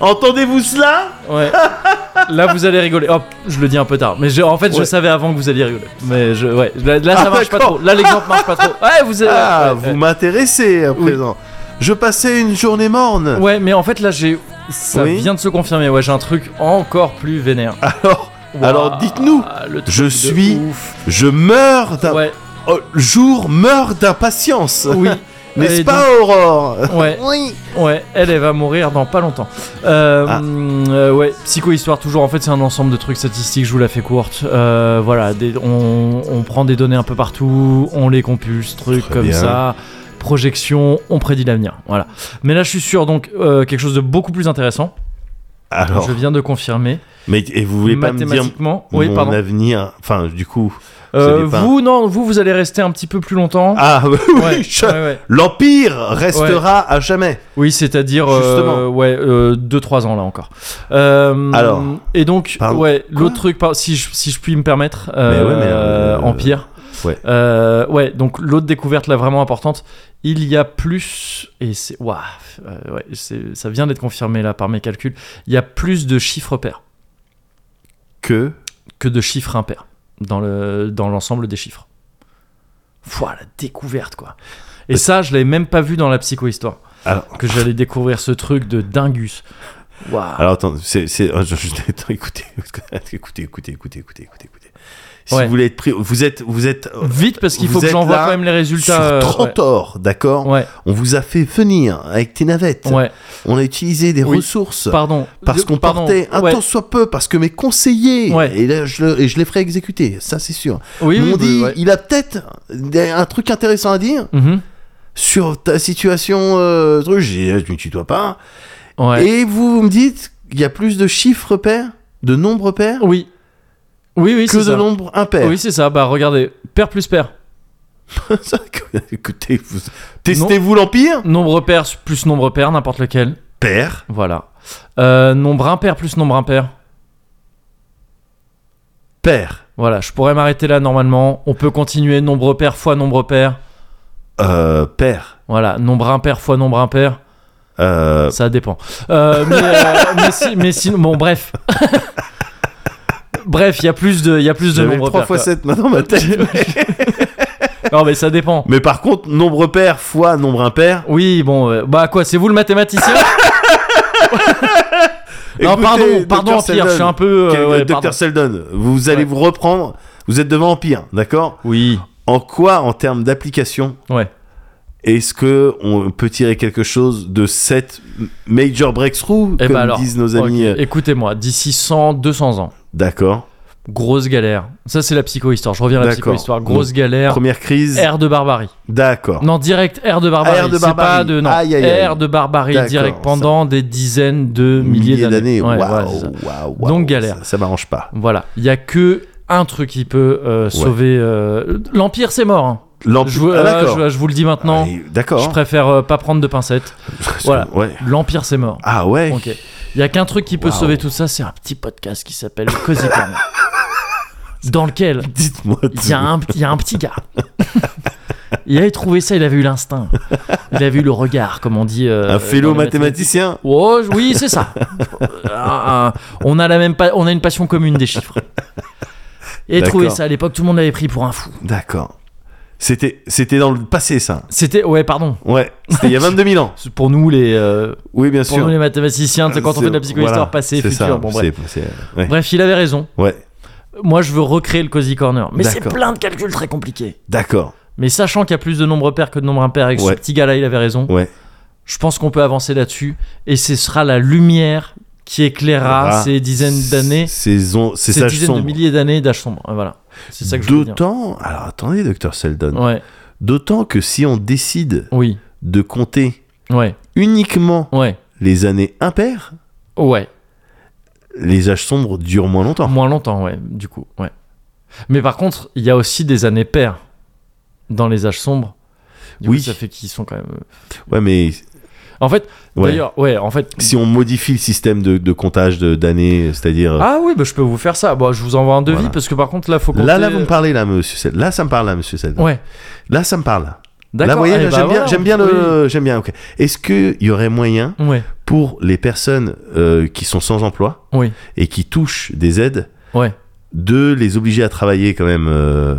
Entendez-vous cela
Ouais. Là, vous allez rigoler. Hop, je le dis un peu tard. Mais j'ai- en fait, je
Ouais.
savais avant que vous alliez rigoler. Mais je, ouais. Là, là, ça
Ah,
marche pas
d'accord.
trop. Là, l'exemple marche pas trop. Ouais, vous. avez-
Ah,
ouais,
vous m'intéressez à
euh, Oui.
présent. Je passais une journée morne.
ouais. Ouais, mais en fait, là, j'ai. Ça
Oui.
vient de se confirmer. Ouais, j'ai un truc encore plus vénère.
Alors,
Ouah,
alors, dites-nous.
le truc
Je
de
suis-
ouf.
je meurs d'un
Ouais.
oh, jour, meurs d'impatience.
Oui.
N'est-ce
Et
pas, Aurore
Ouais.
Oui.
Ouais, elle, elle va mourir dans pas longtemps. Euh,
Ah.
euh, ouais, psychohistoire toujours. En fait, c'est un ensemble de trucs statistiques. Je vous la fais courte. Euh, voilà, des- on, on prend des données un peu partout, on les compulse, trucs
Très
comme
bien.
ça. Projection, on prédit l'avenir. Voilà. Mais là, je suis sûr. Donc, euh, quelque chose de beaucoup plus intéressant.
Alors,
Je viens de confirmer.
mais et Oh. vous voulez pas me dire
mathématiquement. oui,
mon
pardon.
avenir Enfin, du coup.
Euh,
allez pas-
vous, non, vous, vous allez rester un petit peu plus longtemps.
Ah oui,
Ouais,
je-
ouais, ouais.
l'empire restera à jamais.
Oui, c'est-à-dire euh,
Justement.
ouais, 2-3 ans là encore. Euh,
Alors.
et donc
Pardon.
ouais,
Quoi
l'autre truc, par- si je, si je puis me permettre, euh,
Mais ouais, mais, euh,
Empire.
ouais.
Euh, ouais, donc l'autre découverte là vraiment importante, il y a plus et c'est waouh, euh, ouais, c'est- ça vient d'être confirmé là par mes calculs, il y a plus de chiffres pairs
Que
que de chiffres impairs dans le dans l'ensemble des chiffres. Voilà, la découverte quoi. Et
Euh,
ça, je l'avais même pas vu dans la psychohistoire
alors,
que j'allais découvrir ce truc de dingus. Waouh.
alors attends, c'est c'est oh, je- je- attends, écoutez, écoutez, écoutez, écoutez, écoutez, écoutez, écoutez. Si
Ouais.
vous voulez être pris, vous êtes vous êtes euh,
Vite parce qu'il
Vous
faut que
êtes
j'envoie
là
quand même les
sur
résultats. euh,
30 heures, d'accord
ouais,
On vous a fait venir avec tes navettes.
ouais, ouais,
On a utilisé des
Oui.
ressources.
pardon.
Parce
De-
qu'on
pardon,
partait un
ouais,
temps soit peu, parce que mes conseillers,
Ouais.
et, là, je, le- et je les ferai exécuter, ça c'est sûr,
Oui, oui,
m'ont
oui,
dit
ouais.
il a peut-être des- un truc intéressant à dire
Mhm, sur-
sur ta situation, euh, truc. J'ai dit, je ne tutoie pas.
Mhm. ouais.
Et vous, vous me dites il y a plus de chiffres pairs, de nombres pairs,
Oui. Oui, oui,
que
c'est
de
ça.
nombres impairs.
Oui, c'est ça. Bah, regardez. Paire plus paire.
Ça, Écoutez, vous- testez-vous l'Empire
Nombre pair plus nombre pair, n'importe lequel.
Pair.
Voilà. Euh, nombre impair plus nombre impair.
Pair.
Voilà, je pourrais m'arrêter là normalement. On peut continuer. Nombre pair fois nombre pair.
Euh, pair.
Voilà, nombre impair fois nombre impair.
Euh,
Ça dépend. Euh, mais, euh, mais si, mais sinon- bon, bref. bref, il y a plus de, il y a plus de
J'avais
nombres
3
pairs.
fois
quoi.
7 maintenant ma tête.
Non, mais ça dépend.
Mais par contre, nombre pair fois nombre impair.
Oui, bon, euh, bah quoi, c'est vous le mathématicien Non,
Écoutez,
pardon,
Dr.
pardon, Pierre,
Seldon,
je suis un peu. euh,
quel-
ouais,
Dr.
pardon.
Seldon, vous allez
Ouais.
vous reprendre. Vous êtes devant Empire, d'accord
Oui,
En quoi, en termes d'application,
ouais.
est-ce que on peut tirer quelque chose de cette major breakthrough,
Eh
comme
ben alors,
disent nos amis
ok,
euh,
Écoutez-moi, d'ici 100, 200 ans,
D'accord.
grosse galère. Ça, c'est la psychohistoire. Je reviens à la
D'accord. Mmh.
psychohistoire. Grosse
Donc,
galère.
Première crise.
Ère de barbarie.
D'accord.
Non, direct, ère de barbarie.
Ère Ah, de
C'est
barbarie.
pas de. Non,
Aïe, aïe, aïe.
ère de barbarie
D'accord,
direct
ça-
pendant des dizaines de milliers, d'années. Ouais,
Waouh,
voilà, c'est ça.
waouh, waouh,
Donc, galère.
Ça, ça m'arrange pas.
Voilà, il y a que un truc qui peut euh, sauver euh, l'empire, c'est mort. hein.
L'Empire.
Je, vous-
Ah,
euh,
d'accord.
je- je vous le dis maintenant.
Ah, d'accord.
je préfère euh, pas prendre de pincettes.
Parce que-
voilà.
ouais.
L'empire, c'est mort.
Ah ouais.
Ok. Il y a qu'un truc qui peut
Waouh.
sauver tout ça, c'est un petit podcast qui s'appelle le Cozy Corner. dans lequel
Dites-moi.
il y, a un, il y a un petit gars Il avait trouvé ça, il avait eu l'instinct. Il avait eu le regard, comme on dit. euh,
Un
dans
fellow
les mathématiques.
mathématicien
Oh, je- oui, c'est ça. Un- un- on a la même, pa- on a une passion commune des chiffres. Et
D'accord.
trouvé ça à l'époque, tout le monde l'avait pris pour un fou.
D'accord. C'était c'était dans le passé, ça.
C'était, ouais, pardon.
Ouais, c'était il y a 22 000 ans.
C'est Pour nous les, euh,
Oui, bien
pour
sûr.
nous les mathématiciens, c'est quand on fait de la psychohistoire
Voilà,
passée,
c'est
future.
ça,
bon, bref.
c'est- c'est- ouais.
Bref, il avait raison.
Ouais,
Moi, je veux recréer le cozy corner, mais c'est
D'accord.
plein de calculs très compliqués.
d'accord.
Mais sachant qu'il y a plus de nombres pairs que de nombres impairs, et que
Ouais.
ce petit gars-là, il avait raison.
Ouais.
Je pense qu'on peut avancer là-dessus, et ce sera la lumière qui éclairera
Ah,
ces dizaines d'années
Ces, on- ces
ces
sages
dizaines
sombres.
de milliers d'années d'âge sombre. Euh, Voilà. C'est ça que je veux dire.
D'autant, alors attendez, docteur Seldon,
Ouais,
d'autant que si on décide
oui,
de compter
ouais,
uniquement
ouais,
les années impaires,
ouais.
les âges sombres durent moins longtemps.
Moins longtemps, ouais, du coup, ouais. Mais par contre, il y a aussi des années paires dans les âges sombres. Du
Oui.
Coup, ça fait qu'ils sont quand même. euh,
Ouais, mais
En fait,
ouais.
d'ailleurs, ouais, en fait.
si on modifie le système de, de comptage de- d'années, c'est-à-dire.
Ah oui, bah, je peux vous faire ça. Bon, je vous envoie un devis
Voilà.
parce que par contre, là, faut compter. euh,
là, là, vous me parlez, là, monsieur Seldon. Là, ça me parle, là, monsieur Seldon.
Ouais,
Là, ça me parle. Là,
d'accord.
vous voyez,
Eh
là,
bah,
j'aime bien,
voilà,
j'aime bien le. J'aime bien, ok. Est-ce qu'il y aurait moyen
oui. Ouais,
pour les personnes euh, qui sont sans emploi
oui,
et qui touchent des aides
ouais.
de les obliger à travailler quand même euh,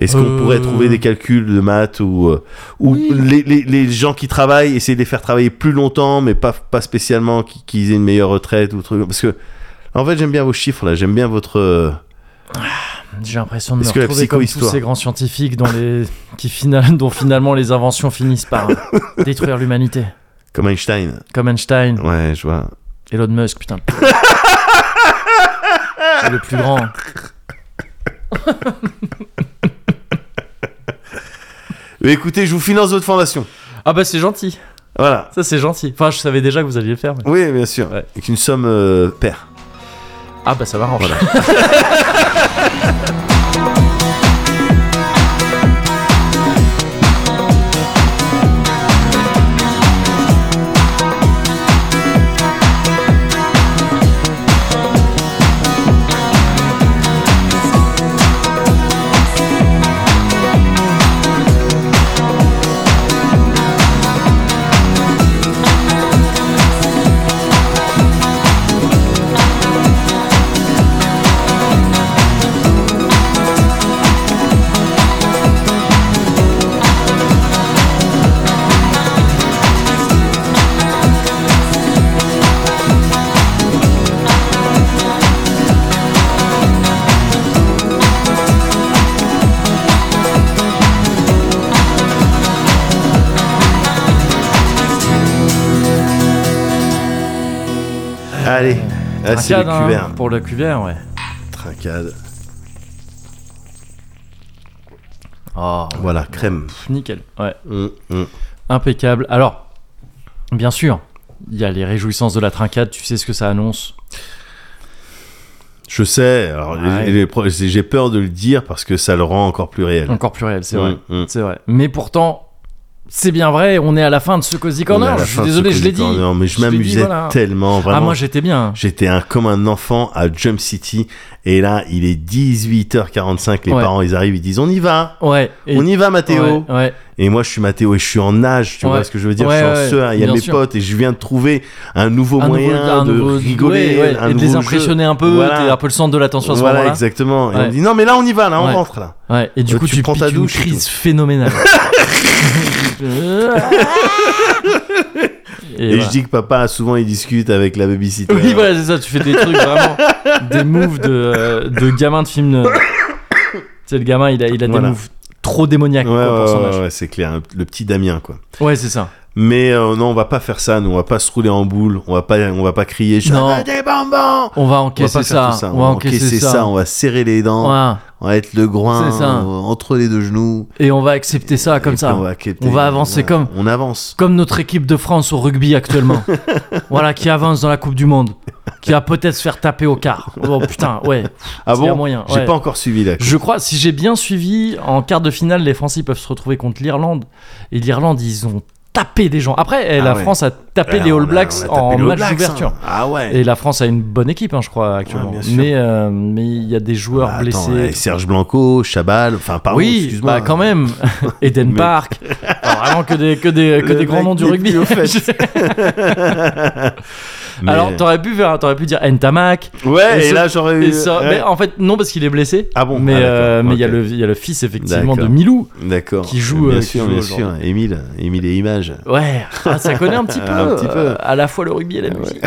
Est-ce qu'on
Euh.
pourrait trouver des calculs de maths ou, euh, ou
Oui.
les, les- les gens qui travaillent, essayer de les faire travailler plus longtemps, mais pas, pas spécialement qui- qu'ils aient une meilleure retraite ou truc Parce que, en fait, j'aime bien vos chiffres là, j'aime bien votre. euh,
J'ai l'impression de me
Est-ce que la
retrouver comme tous
psychohistoire-
ces grands scientifiques dont, les... qui final... dont finalement les inventions finissent par euh, détruire l'humanité.
comme Einstein.
Comme Einstein,
Ouais, je vois.
Elon Musk, putain. C'est le plus grand.
Mais écoutez, je vous finance votre formation.
Ah bah c'est gentil,
Voilà.
ça c'est gentil. Enfin, je savais déjà que vous alliez le faire. mais-
Oui, bien sûr.
Ouais.
Avec une somme euh, paire.
Ah bah ça m'arrange.
Allez, ah, c'est le
Trincade, hein,
cuvert.
pour le cuvert, ouais.
Trincade.
Oh,
Voilà, crème.
nickel. Ouais,
Hum,
mm.
hum.
impeccable. Alors, bien sûr, il y a les réjouissances de la trincade, tu sais ce que ça annonce.
Je sais, alors,
Ah Ouais.
les- les pro- j'ai j'ai peur de le dire parce que ça le rend encore plus réel.
Encore plus réel, Mm, c'est vrai.
Hum, hum.
C'est vrai. Mais pourtant, c'est bien vrai, on est à la fin de ce Cozy
On est à
Corner.
la
Je
fin
suis
de ce
désolé,
Cozy
je l'ai dit.
Corner, mais je
l'ai dit,
m'amusais
voilà.
tellement,
Ah,
vraiment.
moi j'étais bien.
J'étais un, comme un enfant à Jump City et là il est 18h45, les
Ouais.
parents ils arrivent, ils disent on y va,
Ouais. et-
on y va Mathéo.
Ouais, ouais.
Et moi je suis Mathéo et je suis en nage, tu
Ouais.
vois ce que je veux dire,
Ouais,
je suis
ouais,
en sueur, il y a
bien
mes
sûr.
potes et je viens de trouver un nouveau
Un
moyen
nouveau- un
de
nouveau-
rigoler,
ouais, ouais,
un
et de les
nouveau
impressionner
jeu.
un peu,
Voilà.
t'es un peu le centre de l'attention à ce
Voilà,
moment-là.
exactement. Et
Ouais.
on me dit non mais là on y va, là on
Ouais.
rentre là.
Ouais, et du
Euh,
coup,
tu
tu,
prends ta
piques une
douche et
crise phénoménale.
Et,
voilà.
je dis euh, que papa souvent il discute avec la babysitter.
Oui, voilà, c'est ça, tu fais des trucs vraiment. des moves de, euh, de gamin de film. euh, Tu sais, le gamin, il a, il a
Voilà.
des moves trop démoniaques
Ouais,
quoi, pour son
ouais,
âge.
ouais, ouais, c'est clair, le petit Damien quoi.
Ouais, c'est ça.
Mais euh, non, on va pas faire ça, nous. On va pas se rouler en boule. On va pas, on va pas crier. Ah, Je
Non.
veux des bonbons.
On va
On va
encaisser
pas
ça.
faire tout ça. On va encaisser ça. On va serrer les dents.
Voilà.
On va être le groin
C'est ça.
euh, entre les deux genoux.
Et on va accepter ça comme
Et
ça.
puis On va, accepter-
On va avancer
voilà.
comme-
On avance.
Comme notre équipe de France au rugby actuellement. voilà, qui avance dans la Coupe du Monde. Qui va peut-être se faire taper au quart. Oh putain, ouais.
Ah
S'il y a
bon
moyen,
J'ai
ouais.
pas encore suivi là.
Je crois, si j'ai bien suivi, en quart de finale, les Français ils peuvent se retrouver contre l'Irlande. Et l'Irlande, ils ont tapé des gens. Après, eh,
Ah
la
ouais.
France a tapé
Ah,
les
on
All
a-
Blacks
on a tapé
en
les All
match
Blacks,
d'ouverture.
hein. Ah ouais.
Et la France a une bonne équipe, hein, je crois, actuellement.
bien sûr.
mais euh, mais il y a des joueurs
Bah,
blessés.
attends, eh, Serge Blanco, Chabal, enfin pardon,
oui,
excuse-moi. hein.
bah, quand même. Eden
Mais-
Park. Enfin, vraiment que des, que des, que
Le
des grands
mec
noms du
n'est
rugby.
plus au fait. Mais-
Alors, t'aurais pu, faire- t'aurais pu dire Ntamak.
ouais,
et
et,
ce-
là j'aurais
Et
eu.
ça-
Euh, ouais.
Mais en fait, non, parce qu'il est blessé.
Ah bon,
Mais
ah,
euh,
d'accord,
mais il y, a
ok.
le- il y a le fils, effectivement, de
D'accord.
Milou.
D'accord.
qui joue, euh,
Bien
qui
sûr,
joue
bien sûr.
aujourd'hui.
Émile, Émile et Images.
Ouais, ah, ça connaît un petit peu.
Un petit peu.
euh, à la fois le rugby et la musique.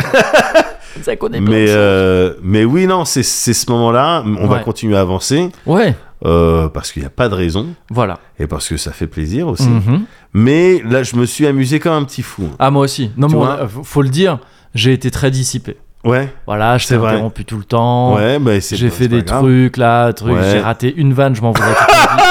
ça connaît plein
Mais,
de choses.
euh, mais oui, non, c'est c'est ce moment-là. On va
Ouais.
continuer à avancer
Ouais,
euh, parce qu'il n'y a pas de raison
voilà.
et parce que ça fait plaisir aussi.
Mhm.
Mais là, je me suis amusé comme un petit fou.
Ah, moi aussi. Non,
Tu
mais on-
vois
euh, faut- faut le dire, j'ai été très dissipé.
Ouais,
Voilà, je
C'est
t'ai
vrai.
interrompu tout le temps.
ouais, bah, c'est
Oh, J'ai
pas-
fait
c'est pas
des
grave.
trucs là, trucs.
Ouais.
J'ai raté une vanne, je m'en voudrais toute ma vie.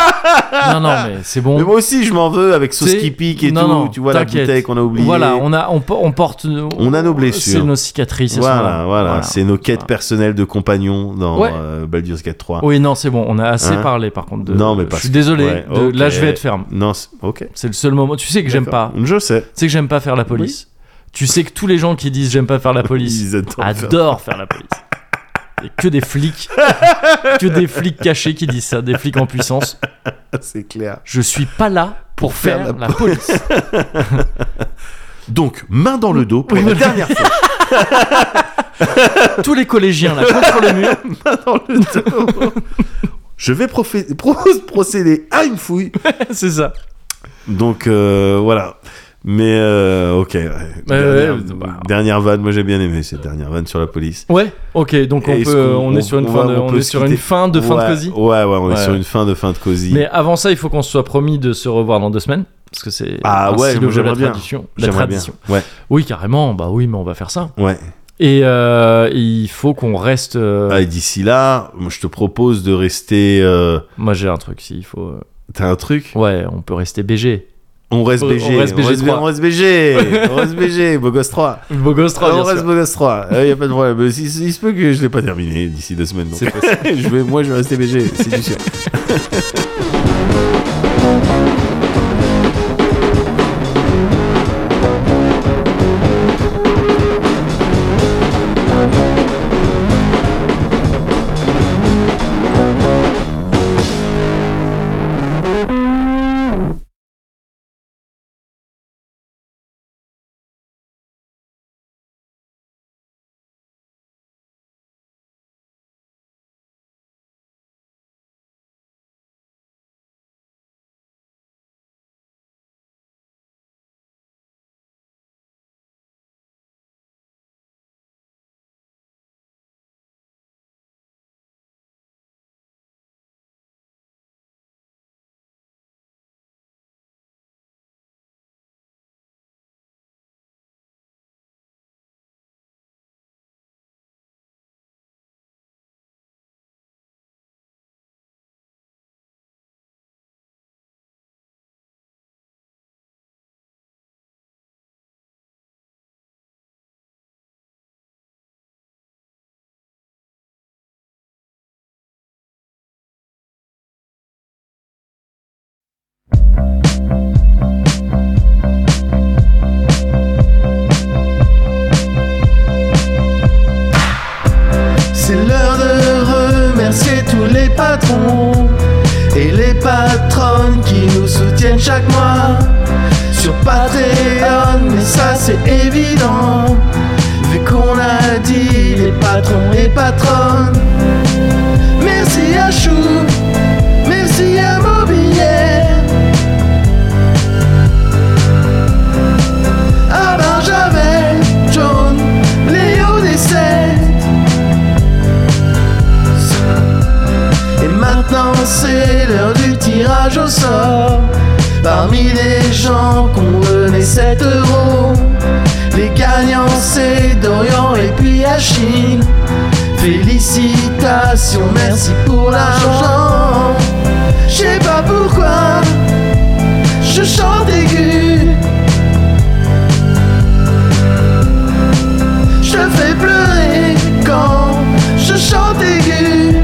Non, non, mais c'est bon.
Mais moi aussi, je m'en veux avec sauce
C'est-
qui pique et
non,
tout.
non,
tu vois la
t'inquiète.
bouteille qu'on a oubliée.
Voilà, on, a, on, po- on porte.
On a nos blessures.
C'est nos cicatrices. elles sont
Voilà,
là.
voilà, c'est nos quêtes
Voilà.
personnelles de compagnons dans
Ouais.
euh, Baldur's Gate 3.
Oui, non, c'est bon, on a assez
Hein
parlé par contre. De...
Non, mais
Je
parce
suis
que-
désolé.
ouais,
de- Là,
ok.
je vais être ferme.
Non, c'est- ok.
C'est le seul moment. Tu sais que j'aime pas.
D'accord. Je sais.
Tu sais que j'aime pas faire la police. Tu sais que tous les gens qui disent j'aime pas faire la police
Ils adorent faire-
adorent faire la police. Et que des flics. que des flics cachés qui disent ça, des flics en puissance.
C'est clair.
Je suis pas là pour faire,
faire
la, police.
Donc, main dans le dos pour
Oui,
la
voilà.
dernière fois.
Tous les collégiens là contre le mur.
dans le dos. Je vais profé- pro- procéder à une fouille.
c'est ça.
Donc, euh, voilà. Mais, euh, ok. ouais. Dernière,
ouais, bah.
dernière vanne, moi j'ai bien aimé cette dernière vanne sur la police.
Ouais. Ok. Donc on
Est-ce
peut.
qu'on-
On, est sur une
on
fin
va-
de.
on
On
peut
est
se
sur une
quitter
fin de fin
Ouais,
de cosy.
Ouais, ouais, on est
Ouais.
sur une fin de fin de cosy.
Mais avant ça, il faut qu'on se soit promis de se revoir dans deux semaines. Parce que c'est
Ah
ainsi
ouais,
le
moi,
jeu de la
j'aimerais bien.
tradition. La
J'aimerais bien.
tradition.
Ouais,
Oui, carrément. Bah oui, mais on va faire ça.
ouais.
Et euh, il faut qu'on reste. euh,
Ah, et D'ici là, moi, je te propose de rester. euh,
Moi, j'ai un truc. S'il faut. euh,
T'as un truc
Ouais, on peut rester BG.
On reste
Euh, On- on
BG.
reste BG trois.
On reste BG. On reste BG. Beau gosse 3.
Beau gosse
Ah, on reste Bogus 3, il n'y Euh, a pas de problème. Il, se- il se peut que je ne l'ai pas terminé d'ici deux semaines. donc.
C'est
je vais, moi, je vais rester BG, c'est du sûr.
C'est l'heure de remercier tous les patrons et les patronnes qui nous soutiennent chaque mois sur Patreon, mais ça c'est évident vu qu'on a dit les patrons et patronnes. Merci à Chou, merci à Mobillet, à Benjamin, Ah ben, John, Léo Dessert. Et maintenant c'est l'heure du tirage au sort Parmi les gens qu'on renaît 7 euros Les gagnants c'est Dorian et puis Achille Félicitations, merci pour l'argent Je sais pas pourquoi Je chante aigu Je fais pleurer quand je chante aigu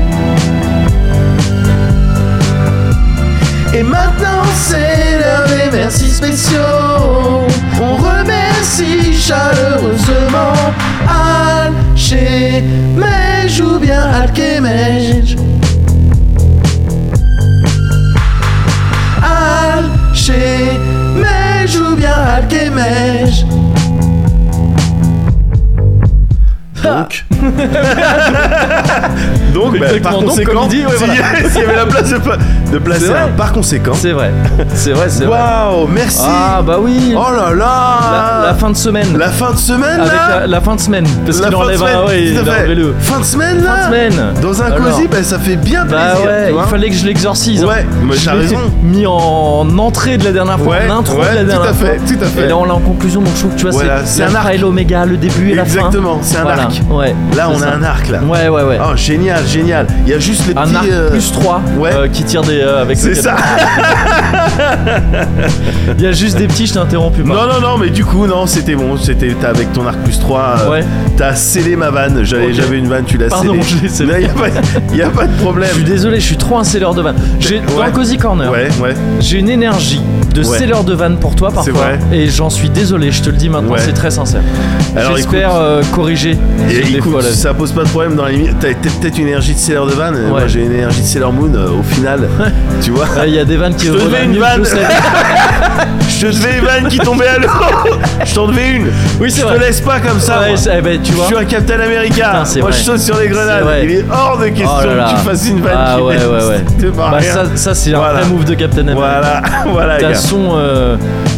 Et maintenant c'est l'heure des merci spéciaux cliché, mais joue bien Alkemej. Alché, mais joue bien Alkemej.
Donc. Ah. donc, bah,
Exactement,
par
donc,
conséquent,
comme il dit, ouais,
s'il y a- s'il y avait la place de, pla- de placer
C'est
un
vrai.
par conséquent.
C'est vrai, c'est vrai, c'est vrai.
Waouh, merci.
Ah bah oui,
oh là là.
la, la fin de semaine.
La euh, fin de semaine
Avec
là.
la, la fin de semaine, parce
La
qu'il
fin de
enlève
semaine,
un, ouais,
tout à
il a
fait.
enlevé le.
Fin de semaine là.
Fin de semaine.
Dans un
Alors.
cosy, bah, ça fait bien
Bah
plaisir. tu
ouais,
vois.
il fallait que je l'exorcise. hein.
Ouais, mais
Je
t'as
l'ai
raison.
Mis en entrée de la dernière fois,
Ouais,
en intro
ouais,
de la
tout
dernière
à fait,
fois.
tout à fait.
Et là, on l'a en conclusion, donc je trouve que tu vois,
Voilà,
c'est
c'est un
l'alpha et l'oméga, le début et la fin.
Exactement, c'est un
Voilà,
arc.
Ouais.
Là,
c'est
on a
ça.
un arc là.
Ouais, ouais, ouais.
Oh, génial, génial. Il y a juste les
un
petits.
arc
euh,
plus 3
ouais.
qui tire des. euh, avec
C'est
le
ça.
Il y a juste des petits, je t'ai interrompu. pardon.
Non, non, non, mais du coup, non, c'était bon. C'était t'as avec ton arc plus 3. euh,
Ouais.
T'as scellé ma vanne. J'avais
Ok.
j'avais une vanne, tu l'as
Pardon, je l'ai scellée.
scellée. Il n'y a, pas de
Je
problème.
suis désolé, hein. je suis trop un seller de van. J'ai Dans
Ouais.
Cozy Corner,
Ouais, ouais.
j'ai une énergie de
Ouais.
seller de van pour toi
C'est
parfois.
vrai.
Et j'en suis désolé, je te le dis maintenant,
Ouais.
c'est très sincère.
Alors,
J'espère
écoute.
euh, corriger.
Et
des
écoute,
fois, là.
ça pose pas de problème dans la limite. T'as t'as peut-être une énergie de Sailor de Van. euh,
Ouais.
Moi, j'ai une énergie de Sailor Moon euh, au final. tu vois
Ouais, Il y a des vannes qui
Je te
reviennent
devais une
mieux que
vanne.
je sais.
Je te devais une vanne qui tombait à l'eau. Je t'en devais une.
Oui, c'est
Je te
vrai.
laisse pas comme ça.
Ouais,
moi.
c'est- eh ben, tu
Je
vois.
suis un Captain America.
Putain, c'est
Moi,
vrai.
je saute sur les grenades.
vrai.
Il est hors de question
Oh là là.
que tu fasses une vanne
Ah
qui
ouais,
laisse-
ouais, ouais.
te barre
Bah,
rien.
ça, ça, c'est
Voilà.
un vrai move de Captain America.
Voilà, voilà,
T'as
gars.
son, euh,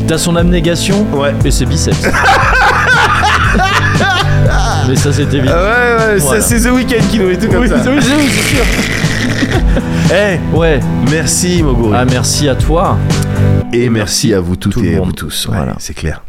t'as son abnégation
Ouais.
et ses biceps. Mais ça, c'est évident.
Ah ouais, ouais,
Voilà.
ça, c'est The Weeknd qui nous met tout comme ça.
sûr.
Eh,
Ouais.
merci Moguri.
Ah, merci à toi.
et merci à vous toutes
tout le
et à
monde.
vous tous. Ouais,
Voilà.
C'est clair.